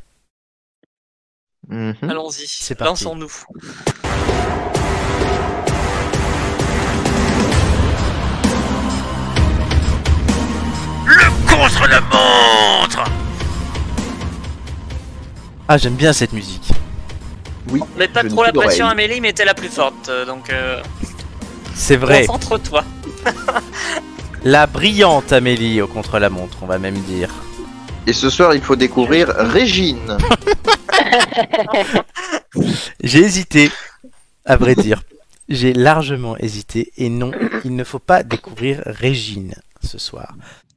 Speaker 1: Mm-hmm.
Speaker 3: Mm-hmm.
Speaker 7: Allons-y,
Speaker 1: Mhm. C'est parti.
Speaker 7: lançons-nous.
Speaker 23: Contre la montre
Speaker 1: Ah, j'aime bien cette musique.
Speaker 3: Oui.
Speaker 7: Mais pas
Speaker 1: Je
Speaker 7: trop
Speaker 1: n'ai
Speaker 7: la
Speaker 1: plus
Speaker 7: pression,
Speaker 1: d'oreille.
Speaker 7: Amélie, mais t'es la plus forte. euh, Donc, euh,
Speaker 1: C'est vrai.
Speaker 7: concentre-toi.
Speaker 1: La brillante Amélie au contre-la-montre, on va même dire.
Speaker 3: Et ce soir, il faut découvrir Régine.
Speaker 1: J'ai hésité, à vrai dire. J'ai largement hésité et non, il ne faut pas découvrir Régine ce soir.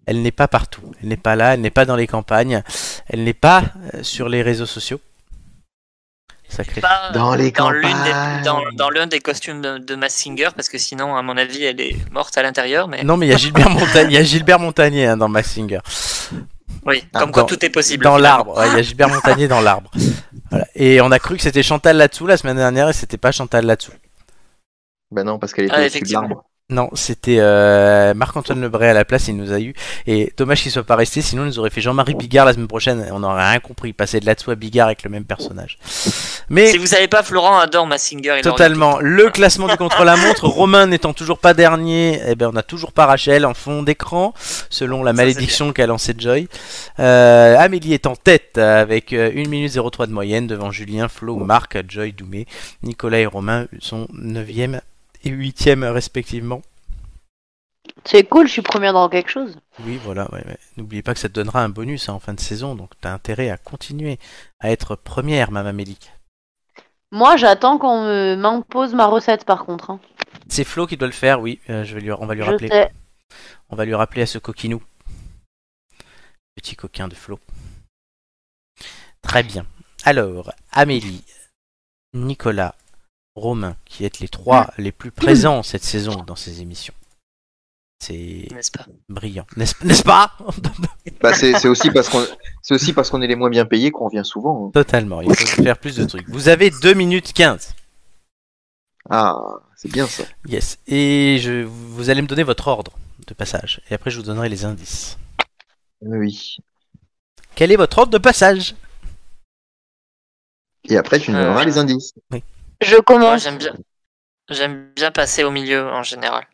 Speaker 1: Elle n'est pas partout. Elle n'est pas là, elle n'est pas dans les campagnes, elle n'est pas euh, sur les réseaux sociaux. Sacré.
Speaker 7: Pas, euh, dans l'une des- Dans, dans l'un des costumes de, de Mass Singer, parce que sinon, à mon avis, elle est morte à l'intérieur. Mais...
Speaker 1: Non, mais il y a Gilbert, Monta- il y a Gilbert Montagnier hein, dans Massinger.
Speaker 7: Oui, comme quoi tout est possible,
Speaker 1: Ah, Dans
Speaker 7: finalement.
Speaker 1: l'arbre, ouais, il y a Gilbert Montagnier dans l'arbre. Voilà. Et on a cru que c'était Chantal là-dessous la semaine dernière et c'était pas Chantal là-dessous.
Speaker 3: Bah non, parce qu'elle était
Speaker 7: Ah,
Speaker 3: au-dessus de
Speaker 7: effectivement.
Speaker 3: l'arbre.
Speaker 1: Non, c'était euh, Marc-Antoine Lebré à la place, il nous a eu. Et dommage qu'il soit pas resté, sinon il nous aurait fait Jean-Marie Bigard la semaine prochaine. On n'aurait rien compris, passer de là-dessous à Bigard avec le même personnage. Mais
Speaker 7: Si vous savez pas, Florent adore Massinger. il
Speaker 1: totalement, le classement du contre-la-montre, Romain n'étant toujours pas dernier, eh ben, on n'a toujours pas Rachel en fond d'écran, selon la malédiction qu'a lancée Joy. Euh, Amélie est en tête avec euh, 1 minute 03 de moyenne devant Julien, Flo, Marc, Joy, Doumé, Nicolas et Romain sont 9e et 8e respectivement.
Speaker 4: C'est cool, je suis première dans quelque chose.
Speaker 1: Oui, voilà. ouais, ouais. N'oubliez pas que ça te donnera un bonus hein, en fin de saison, donc t'as intérêt à continuer à être première, Mme Amélie.
Speaker 4: Moi, j'attends qu'on me- m'impose ma recette par contre. hein.
Speaker 1: C'est Flo qui doit le faire, oui. euh, je vais lui, on va lui
Speaker 4: Je
Speaker 1: rappeler.
Speaker 4: sais.
Speaker 1: On va lui rappeler à ce coquinou. Petit coquin de Flo. Très bien. Alors, Amélie, Nicolas, Romain, qui êtes les trois les plus présents cette saison dans ces émissions. C'est
Speaker 7: N'est-ce pas
Speaker 1: brillant, n'est-ce n'est-ce pas [laughs]
Speaker 3: Bah c'est c'est aussi parce qu'on c'est aussi parce qu'on est les moins bien payés qu'on revient souvent. hein.
Speaker 1: Totalement, il faut faire plus de trucs. Vous avez 2 minutes 15.
Speaker 3: Ah, c'est bien ça.
Speaker 1: Yes. Et je, vous allez me donner votre ordre de passage. Et après, je vous donnerai les indices.
Speaker 3: Oui.
Speaker 1: Quel est votre ordre de passage
Speaker 3: Et après, tu nous
Speaker 7: Euh,
Speaker 3: donneras les indices.
Speaker 4: Je
Speaker 7: Moi,
Speaker 4: commence.
Speaker 7: j'aime bien. J'aime bien passer au milieu en général.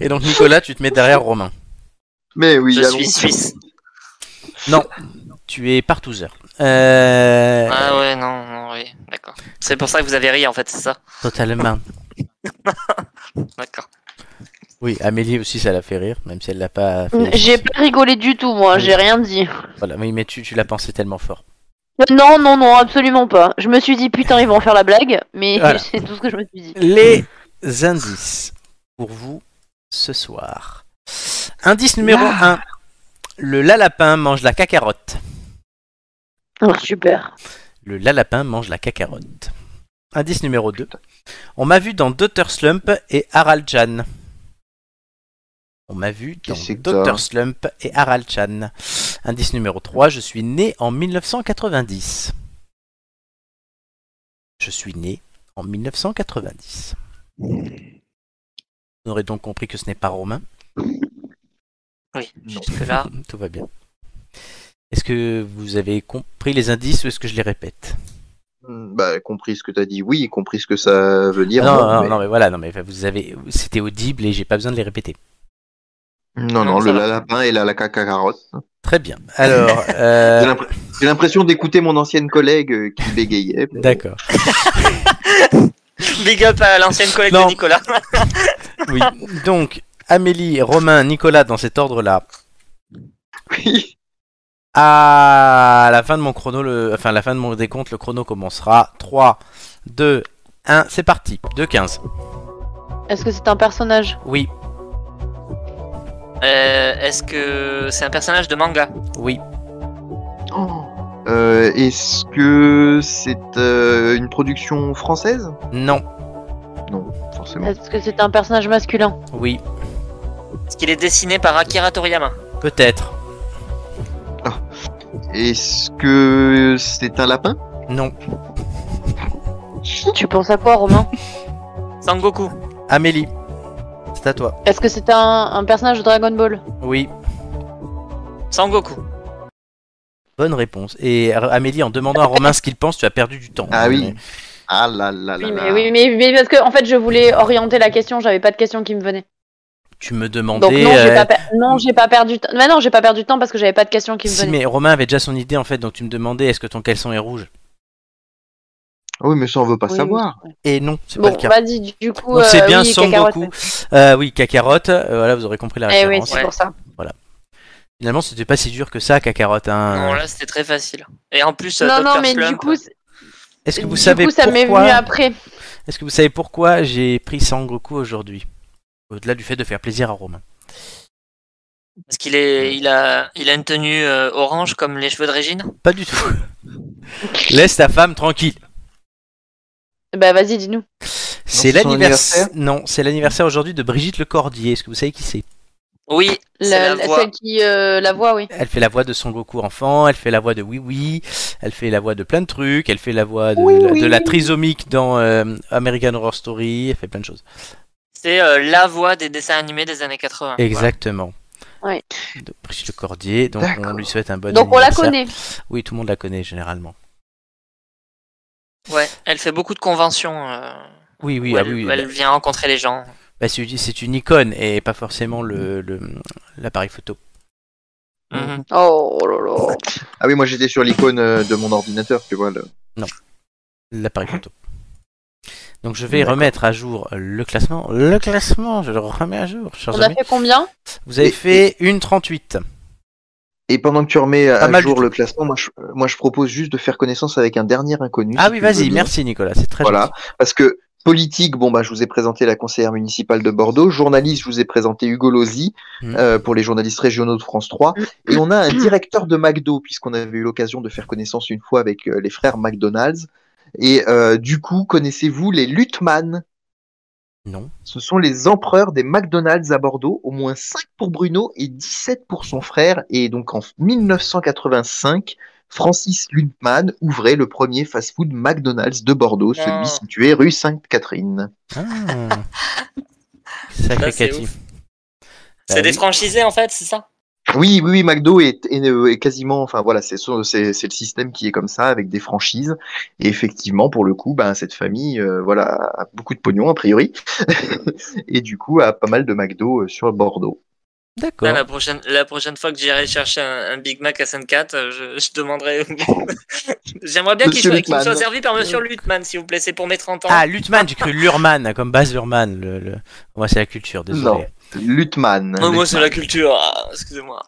Speaker 1: Et donc, Nicolas, tu te mets derrière Romain.
Speaker 3: Mais oui,
Speaker 7: je
Speaker 3: allons.
Speaker 7: suis suisse.
Speaker 1: Non, tu es partouzeur. Euh,
Speaker 7: Ah ouais, non, non, oui, d'accord. C'est pour ça que vous avez ri en fait, c'est ça
Speaker 1: Totalement.
Speaker 7: D'accord.
Speaker 1: Oui, Amélie aussi, ça l'a fait rire, même si elle l'a pas fait.
Speaker 4: Mm, J'ai pas rigolé du tout, moi, j'ai rien dit.
Speaker 1: Voilà, oui, mais tu, tu l'as pensé tellement fort.
Speaker 4: Non, non, non, absolument pas. Je me suis dit, putain, ils vont faire la blague, mais
Speaker 1: Voilà.
Speaker 4: [laughs] c'est tout ce que je me suis dit.
Speaker 1: Les indices pour vous ce soir. Indice numéro 1. Le lalapin mange la cacarotte.
Speaker 4: Oh, super.
Speaker 1: Le lalapin mange la cacarotte. Indice numéro 2. On m'a vu dans Dr. Slump et Harald Chan. On m'a vu dans
Speaker 3: que t'as
Speaker 1: Dr. Slump et Harald Chan. Indice numéro 3. Je suis né en 1990. Je suis né en 1990. Vous aurez donc compris que ce n'est pas romain.
Speaker 7: Oui, jusque-là.
Speaker 1: [laughs]
Speaker 7: [laughs]
Speaker 1: Tout va bien. Est-ce que vous avez compris les indices ou est-ce que je les répète
Speaker 3: Hmm, Bah, compris ce que t'as dit, oui, compris ce que ça veut dire.
Speaker 1: Ah non, non,
Speaker 3: mais-
Speaker 1: non, mais voilà, non, mais vous avez, c'était audible et j'ai pas besoin de les répéter.
Speaker 3: non, non, le lapin et la, la cacarotte.
Speaker 1: Très bien.
Speaker 4: [laughs]
Speaker 1: Alors, euh,
Speaker 3: J'ai l'impr- j'ai l'impression d'écouter mon ancienne collègue euh, qui bégayait. mais-
Speaker 1: D'accord.
Speaker 7: Big up à l'ancienne collègue
Speaker 1: Non.
Speaker 7: de Nicolas.
Speaker 4: [laughs]
Speaker 1: oui. Donc, Amélie, Romain, Nicolas, dans cet ordre-là.
Speaker 3: Oui.
Speaker 1: À la fin de mon chrono, le... enfin, à la fin de mon décompte, le chrono commencera. 3, 2, 1, c'est parti. 2, 15.
Speaker 4: Est-ce que c'est un personnage
Speaker 1: Oui,
Speaker 7: Euh, Est-ce que c'est un personnage de manga
Speaker 1: oui,
Speaker 4: Oh.
Speaker 3: Euh, Est-ce que c'est euh, une production française
Speaker 1: non,
Speaker 3: Non, forcément.
Speaker 4: Est-ce que c'est un personnage masculin
Speaker 1: oui,
Speaker 7: Est-ce qu'il est dessiné par Akira Toriyama
Speaker 1: peut-être.
Speaker 3: Est-ce que c'est un lapin
Speaker 1: Non.
Speaker 4: Tu penses à quoi, Romain
Speaker 7: Sangoku.
Speaker 1: Amélie, c'est à toi.
Speaker 4: Est-ce que c'est un, un personnage de Dragon Ball
Speaker 1: Oui,
Speaker 7: Sangoku.
Speaker 1: bonne réponse. Et euh, Amélie, en demandant à Romain ce qu'il pense, tu as perdu du temps.
Speaker 3: Ah oui. Ah là là là
Speaker 4: Oui,
Speaker 3: là.
Speaker 4: mais, oui mais, mais parce que en fait, je voulais orienter la question, j'avais pas de question qui me venait.
Speaker 1: Tu me
Speaker 4: Donc
Speaker 1: demandais.
Speaker 4: non, j'ai
Speaker 1: euh,
Speaker 4: pas, per- non, j'ai pas perdu. de temps. Mais non, j'ai pas perdu de temps parce que j'avais pas de question qui me
Speaker 1: Si,
Speaker 4: venait.
Speaker 1: mais Romain avait déjà son idée en fait, donc tu me demandais est-ce que ton caleçon est rouge
Speaker 3: Ah oui, mais ça on veut pas
Speaker 4: Oui,
Speaker 3: savoir.
Speaker 1: Et non, c'est
Speaker 4: Bon,
Speaker 1: pas le cas.
Speaker 4: vas-y, du- du coup.
Speaker 1: Donc c'est
Speaker 4: euh,
Speaker 1: bien
Speaker 4: oui,
Speaker 1: Son
Speaker 4: cacahuète.
Speaker 1: Goku. Euh, oui, Kakarot, euh, voilà, vous aurez compris la
Speaker 4: Eh oui,
Speaker 1: référence.
Speaker 4: c'est pour ça.
Speaker 1: Voilà. Finalement, c'était pas si dur que ça, Kakarot. hein.
Speaker 7: Non, là c'était très facile. Et en plus,
Speaker 4: Non,
Speaker 7: euh,
Speaker 4: non,
Speaker 7: Dr.
Speaker 4: mais du
Speaker 7: Slump-
Speaker 4: coup, c'est-
Speaker 1: Est-ce que vous
Speaker 4: du
Speaker 1: savez
Speaker 4: coup, ça m'est
Speaker 1: pourquoi
Speaker 4: venu après.
Speaker 1: Est-ce que vous savez pourquoi j'ai pris Sangoku aujourd'hui Au-delà du fait de faire plaisir à Romain.
Speaker 7: Parce qu'il est, il a, il a une tenue euh, orange comme les cheveux de Régine.
Speaker 1: Pas
Speaker 4: [laughs]
Speaker 1: du tout. Laisse ta femme tranquille.
Speaker 4: Bah vas-y, dis-nous.
Speaker 1: C'est
Speaker 3: c'est son
Speaker 1: l'anniversaire. Non, c'est l'anniversaire aujourd'hui de Brigitte Lecordier. Est-ce que vous savez qui c'est
Speaker 7: Oui,
Speaker 4: La-
Speaker 7: la
Speaker 4: la-
Speaker 7: voix.
Speaker 4: celle qui euh, la voix, oui.
Speaker 1: Elle fait la voix de Son Goku enfant, elle fait la voix de Oui Oui, elle fait la voix de plein de trucs, elle fait la voix de, la, de la trisomique dans euh, American Horror Story, elle fait plein de choses.
Speaker 7: c'est euh, la voix des dessins animés des années 80.
Speaker 1: Exactement.
Speaker 4: Ouais.
Speaker 1: De Brigitte Le Cordier, donc on lui souhaite un bon
Speaker 4: Donc on la
Speaker 1: anniversaire.
Speaker 4: connaît.
Speaker 1: Oui, tout le monde la connaît généralement.
Speaker 7: Ouais, elle fait beaucoup de conventions. euh,
Speaker 1: Oui, oui,
Speaker 7: où
Speaker 1: ah
Speaker 7: elle,
Speaker 1: oui,
Speaker 7: où elle vient rencontrer les gens.
Speaker 1: Bah, c'est c'est une icône et pas forcément l'appareil le, l'appareil photo. Mm-hmm. Bah
Speaker 7: Mhm.
Speaker 4: Oh là là.
Speaker 3: Ah oui, moi j'étais sur l'icône euh, de mon ordinateur, tu vois. le-
Speaker 1: L'appareil photo. Donc je vais remettre à jour le classement. Le classement, je le remets à jour. chers
Speaker 4: On a
Speaker 1: amis.
Speaker 4: fait combien
Speaker 1: Vous avez fait une 38.
Speaker 3: Et pendant que tu remets
Speaker 1: Pas
Speaker 3: à
Speaker 1: mal
Speaker 3: jour le classement, moi je, moi je propose juste de faire connaissance avec un dernier inconnu.
Speaker 1: Ah
Speaker 3: si
Speaker 1: oui,
Speaker 3: tu veux
Speaker 1: vas-y,
Speaker 3: bien.
Speaker 1: merci Nicolas, c'est très
Speaker 3: Voilà,
Speaker 1: gentil.
Speaker 3: parce que politique, bon bah je vous ai présenté la conseillère municipale de Bordeaux, journaliste, je vous ai présenté Hugo Lozzi
Speaker 1: Mm.
Speaker 3: euh, pour les journalistes régionaux de France 3, et on a un directeur de McDo puisqu'on avait eu l'occasion de faire connaissance une fois avec euh, les frères McDonald's. Et euh, du coup, connaissez-vous les Lutman
Speaker 1: Non.
Speaker 3: Ce sont les empereurs des McDonald's à Bordeaux, au moins 5 pour Bruno et 17 pour son frère. Et donc en 1985, Francis Lutman ouvrait le premier fast-food McDonald's de Bordeaux,
Speaker 7: Non.
Speaker 3: celui situé rue Sainte-Catherine.
Speaker 1: Ah. Sacré
Speaker 7: Ça, c'est
Speaker 1: Cathy.
Speaker 7: ouf.
Speaker 3: Bah
Speaker 7: C'est des
Speaker 3: oui.
Speaker 7: franchisés en fait, c'est ça
Speaker 3: Oui, oui, oui, McDo est, est- euh, est quasiment, enfin voilà, c'est son- c'est c'est le système qui est comme ça avec des franchises. Et effectivement, pour le coup, ben cette famille, euh, voilà, a beaucoup de pognon a priori, [laughs] et du coup a pas mal de McDo euh, sur Bordeaux.
Speaker 1: D'accord.
Speaker 7: Là, la, prochaine, la prochaine fois que j'irai chercher un, un Big Mac à sainte cat je, je demanderai. [laughs] J'aimerais bien qu'il
Speaker 1: Monsieur
Speaker 7: soit, qu'il me
Speaker 1: Lutman.
Speaker 7: soit servi par Monsieur Lutman, s'il vous plaît, c'est pour mes 30 ans.
Speaker 1: Ah, Lutman, j'ai cru Lurman, comme Baz Lurman. Le, le... Moi, c'est la culture, désolé.
Speaker 3: Non, Lutman.
Speaker 7: Non, moi, c'est la culture, ah, excusez-moi.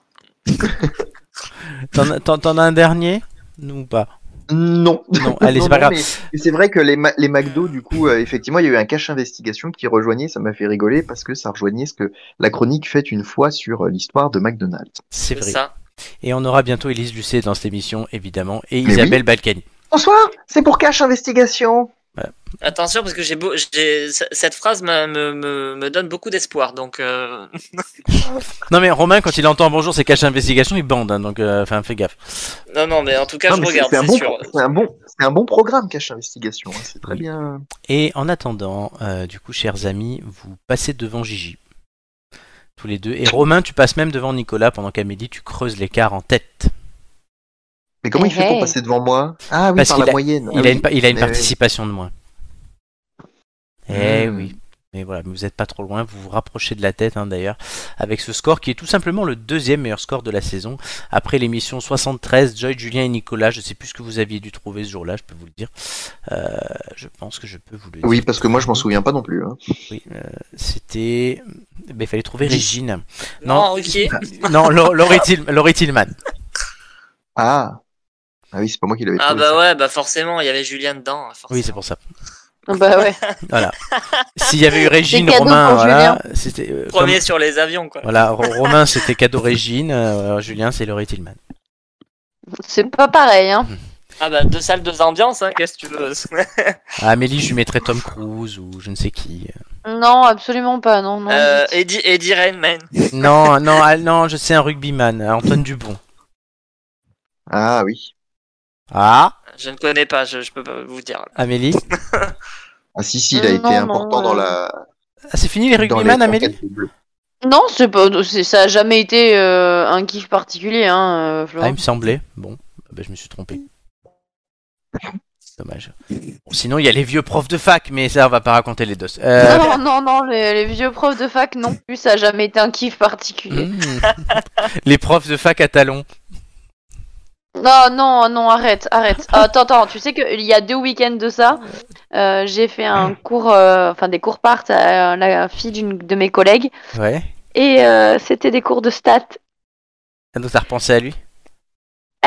Speaker 1: T'en as- T'en t'en as un dernier Non, ou pas
Speaker 3: Non. [laughs]
Speaker 1: Non, allez, c'est pas grave.
Speaker 3: mais C'est vrai que les, Ma- les McDo, du coup, euh, effectivement, il y a eu un cache investigation qui rejoignait, ça m'a fait rigoler parce que ça rejoignait ce que la chronique fait une fois sur euh, l'histoire de McDonald's.
Speaker 1: C'est vrai.
Speaker 7: ça.
Speaker 1: Et on aura bientôt Élise Lucet dans cette émission, évidemment, et
Speaker 3: Mais
Speaker 1: Isabelle
Speaker 3: oui.
Speaker 1: Balkany.
Speaker 3: Bonsoir, c'est pour cache investigation.
Speaker 7: Attention, parce que j'ai beau, j'ai- c- cette phrase me, me, me, me donne beaucoup d'espoir. Donc, euh, [laughs]
Speaker 1: Non mais Romain, quand il entend bonjour, c'est cache investigation, il bande, hein, donc euh, enfin fais gaffe.
Speaker 7: non, non, mais en tout cas,
Speaker 3: Non,
Speaker 7: je
Speaker 3: mais c'est-
Speaker 7: regarde,
Speaker 3: c'est un
Speaker 7: c'est
Speaker 3: bon
Speaker 7: sûr.
Speaker 3: pro- C'est un, bon, c'est un bon programme, cache investigation. hein, c'est très bien.
Speaker 1: Et en attendant, euh, du coup, chers amis, vous passez devant Gigi. Tous les deux. Et Romain, tu passes même devant Nicolas pendant qu'Amélie, tu creuses l'écart en tête.
Speaker 3: Mais comment il fait
Speaker 4: Eh,
Speaker 3: pour passer devant moi Ah oui,
Speaker 1: Parce
Speaker 3: par
Speaker 1: qu'il
Speaker 3: la
Speaker 1: a-
Speaker 3: moyenne.
Speaker 1: Il,
Speaker 3: Ah
Speaker 1: a une, pa-
Speaker 3: oui.
Speaker 1: il a une
Speaker 3: Eh oui.
Speaker 1: participation de moins. Eh
Speaker 3: Hmm.
Speaker 1: oui. Mais voilà, mais vous n'êtes pas trop loin, vous vous rapprochez de la tête hein, d'ailleurs, avec ce score qui est tout simplement le deuxième meilleur score de la saison. Après l'émission 73, Joy, Julien et Nicolas, je ne sais plus ce que vous aviez dû trouver ce jour-là, je peux vous le dire. Euh, je pense que je peux vous le dire.
Speaker 3: Oui, parce que moi, je m'en souviens pas non plus. hein.
Speaker 1: Oui, euh, c'était. Mais il fallait trouver
Speaker 3: Dix.
Speaker 1: Régine.
Speaker 7: Non, ok.
Speaker 1: [laughs] non, Lau- Laurie, Till- Laurie Tillman.
Speaker 3: Ah. Ah oui, c'est pas moi qui l'avais
Speaker 7: Ah
Speaker 3: trouvé.
Speaker 7: bah ouais, bah forcément, il y avait Julien dedans. hein, forcément.
Speaker 1: Oui, c'est pour ça.
Speaker 4: Bah ouais. [laughs]
Speaker 1: Voilà. S'il y avait eu Régine,
Speaker 7: Des cadeaux
Speaker 1: Romain,
Speaker 7: pour
Speaker 1: voilà,
Speaker 7: Julien.
Speaker 1: c'était. euh,
Speaker 7: Premier
Speaker 1: comme-
Speaker 7: sur les avions, quoi.
Speaker 1: Voilà, Ro- Romain, c'était cadeau Régine. euh, Julien, c'est Laurie Tillman.
Speaker 4: C'est pas pareil, hein.
Speaker 7: Ah bah deux salles, deux ambiances, hein, qu'est-ce que [laughs] tu veux
Speaker 1: À Ah, Amélie, je lui mettrais Tom Cruise ou je ne sais qui.
Speaker 4: Non, absolument pas, non, non.
Speaker 7: euh, Eddie, Eddie Rainman.
Speaker 1: Non, non, ah, non, je sais un rugbyman, euh, Antoine Dubon.
Speaker 3: Ah oui.
Speaker 1: Ah,
Speaker 7: Je ne connais pas, je, je peux pas vous dire.
Speaker 1: Amélie.
Speaker 3: Ah si, si, il a
Speaker 4: Non,
Speaker 3: été
Speaker 4: non,
Speaker 3: important dans la.
Speaker 1: Ah, c'est fini les
Speaker 3: dans
Speaker 1: rugbyman,
Speaker 3: les
Speaker 1: Amélie
Speaker 3: enquêtes des Bleus.
Speaker 4: Non, c'est pas, c'est- ça a jamais été euh, un kiff particulier, hein, euh, Florent.
Speaker 1: Ah, il me semblait. Bon, Ah ben, je me suis trompé. Dommage. Bon, sinon, il y a les vieux profs de fac, mais ça, on va pas raconter les deux. Euh,
Speaker 4: [laughs] Non, non, non, les, les vieux profs de fac non plus, ça a jamais été un kiff particulier.
Speaker 1: hmm. les profs de fac à talons.
Speaker 4: Non, non, non, arrête, arrête. Ah, Attends, attends, tu sais qu'il y a deux week-ends de ça, euh, j'ai fait un cours, euh, enfin des cours part à la fille d'une de mes collègues,
Speaker 1: Ouais.
Speaker 4: et euh, c'était des cours de stats.
Speaker 1: Ah, Donc, t'as repensé à lui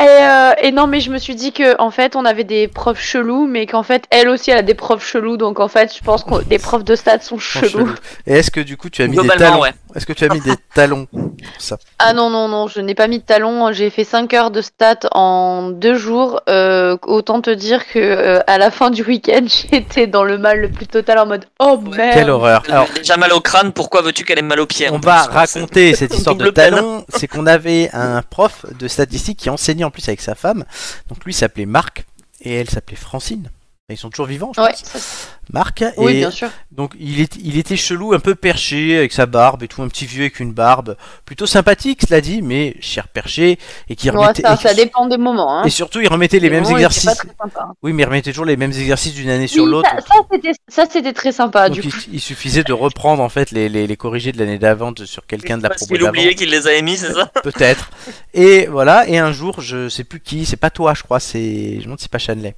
Speaker 4: Et, euh, et non, mais je me suis dit que en fait, on avait des profs chelous, mais qu'en fait, elle aussi, elle a des profs chelous, donc en fait, je pense que des profs de stats sont
Speaker 1: Sans
Speaker 4: chelous.
Speaker 1: chelou. Et est-ce que du coup, tu as mis des
Speaker 7: Globalement,
Speaker 1: talons
Speaker 7: ouais.
Speaker 1: Est-ce que tu as mis
Speaker 4: [laughs]
Speaker 1: des talons pour ça
Speaker 4: Ah non, non, non, je n'ai pas mis de talons. J'ai fait 5 heures de stats en 2 jours. Euh, autant te dire que euh, à la fin du week-end, [laughs] j'étais dans le mal le plus total en mode Oh merde
Speaker 1: Quelle horreur.
Speaker 7: Elle
Speaker 1: Alors,
Speaker 7: avait déjà mal au crâne, pourquoi veux-tu qu'elle ait mal aux pieds
Speaker 1: on
Speaker 7: en
Speaker 1: va
Speaker 7: plus
Speaker 4: [laughs]
Speaker 1: raconter cette histoire de
Speaker 7: Double peine.
Speaker 1: talons. C'est qu'on avait un prof de statistique qui enseignait en plus avec sa femme. Donc, lui s'appelait Marc et elle s'appelait Francine. Ils sont toujours vivants, je
Speaker 4: Ouais,
Speaker 1: pense.
Speaker 4: ça, c'est-
Speaker 1: Marc.
Speaker 4: oui,
Speaker 1: et
Speaker 4: bien sûr.
Speaker 1: Donc il, est- il était chelou, un peu perché, avec sa barbe et tout, un petit vieux avec une barbe. Plutôt sympathique, cela dit, mais cher perché. Et qui
Speaker 4: Bon,
Speaker 1: remettait,
Speaker 4: ça,
Speaker 1: et qui-
Speaker 4: ça dépend des moments. Hein.
Speaker 1: et surtout, il remettait les
Speaker 4: Des
Speaker 1: mêmes
Speaker 4: moments où c'était pas
Speaker 1: exercices.
Speaker 4: très sympa.
Speaker 1: Oui, mais il remettait toujours les mêmes exercices d'une année sur
Speaker 4: Oui,
Speaker 1: l'autre.
Speaker 4: ça- ça, c'était- Ça, c'était très sympa,
Speaker 1: Donc
Speaker 4: du
Speaker 1: il,
Speaker 4: coup.
Speaker 1: il suffisait de reprendre en fait les, les, les corrigés de l'année d'avant de- sur quelqu'un de la
Speaker 7: Parce
Speaker 1: promo
Speaker 7: qu'il
Speaker 1: d'avant.
Speaker 7: oubliait qu'il les avait mis, c'est ça
Speaker 1: Peut-être. Et voilà, et un jour, je sais plus qui, c'est pas toi, je crois, c'est. Je me demande si c'est pas Chanley.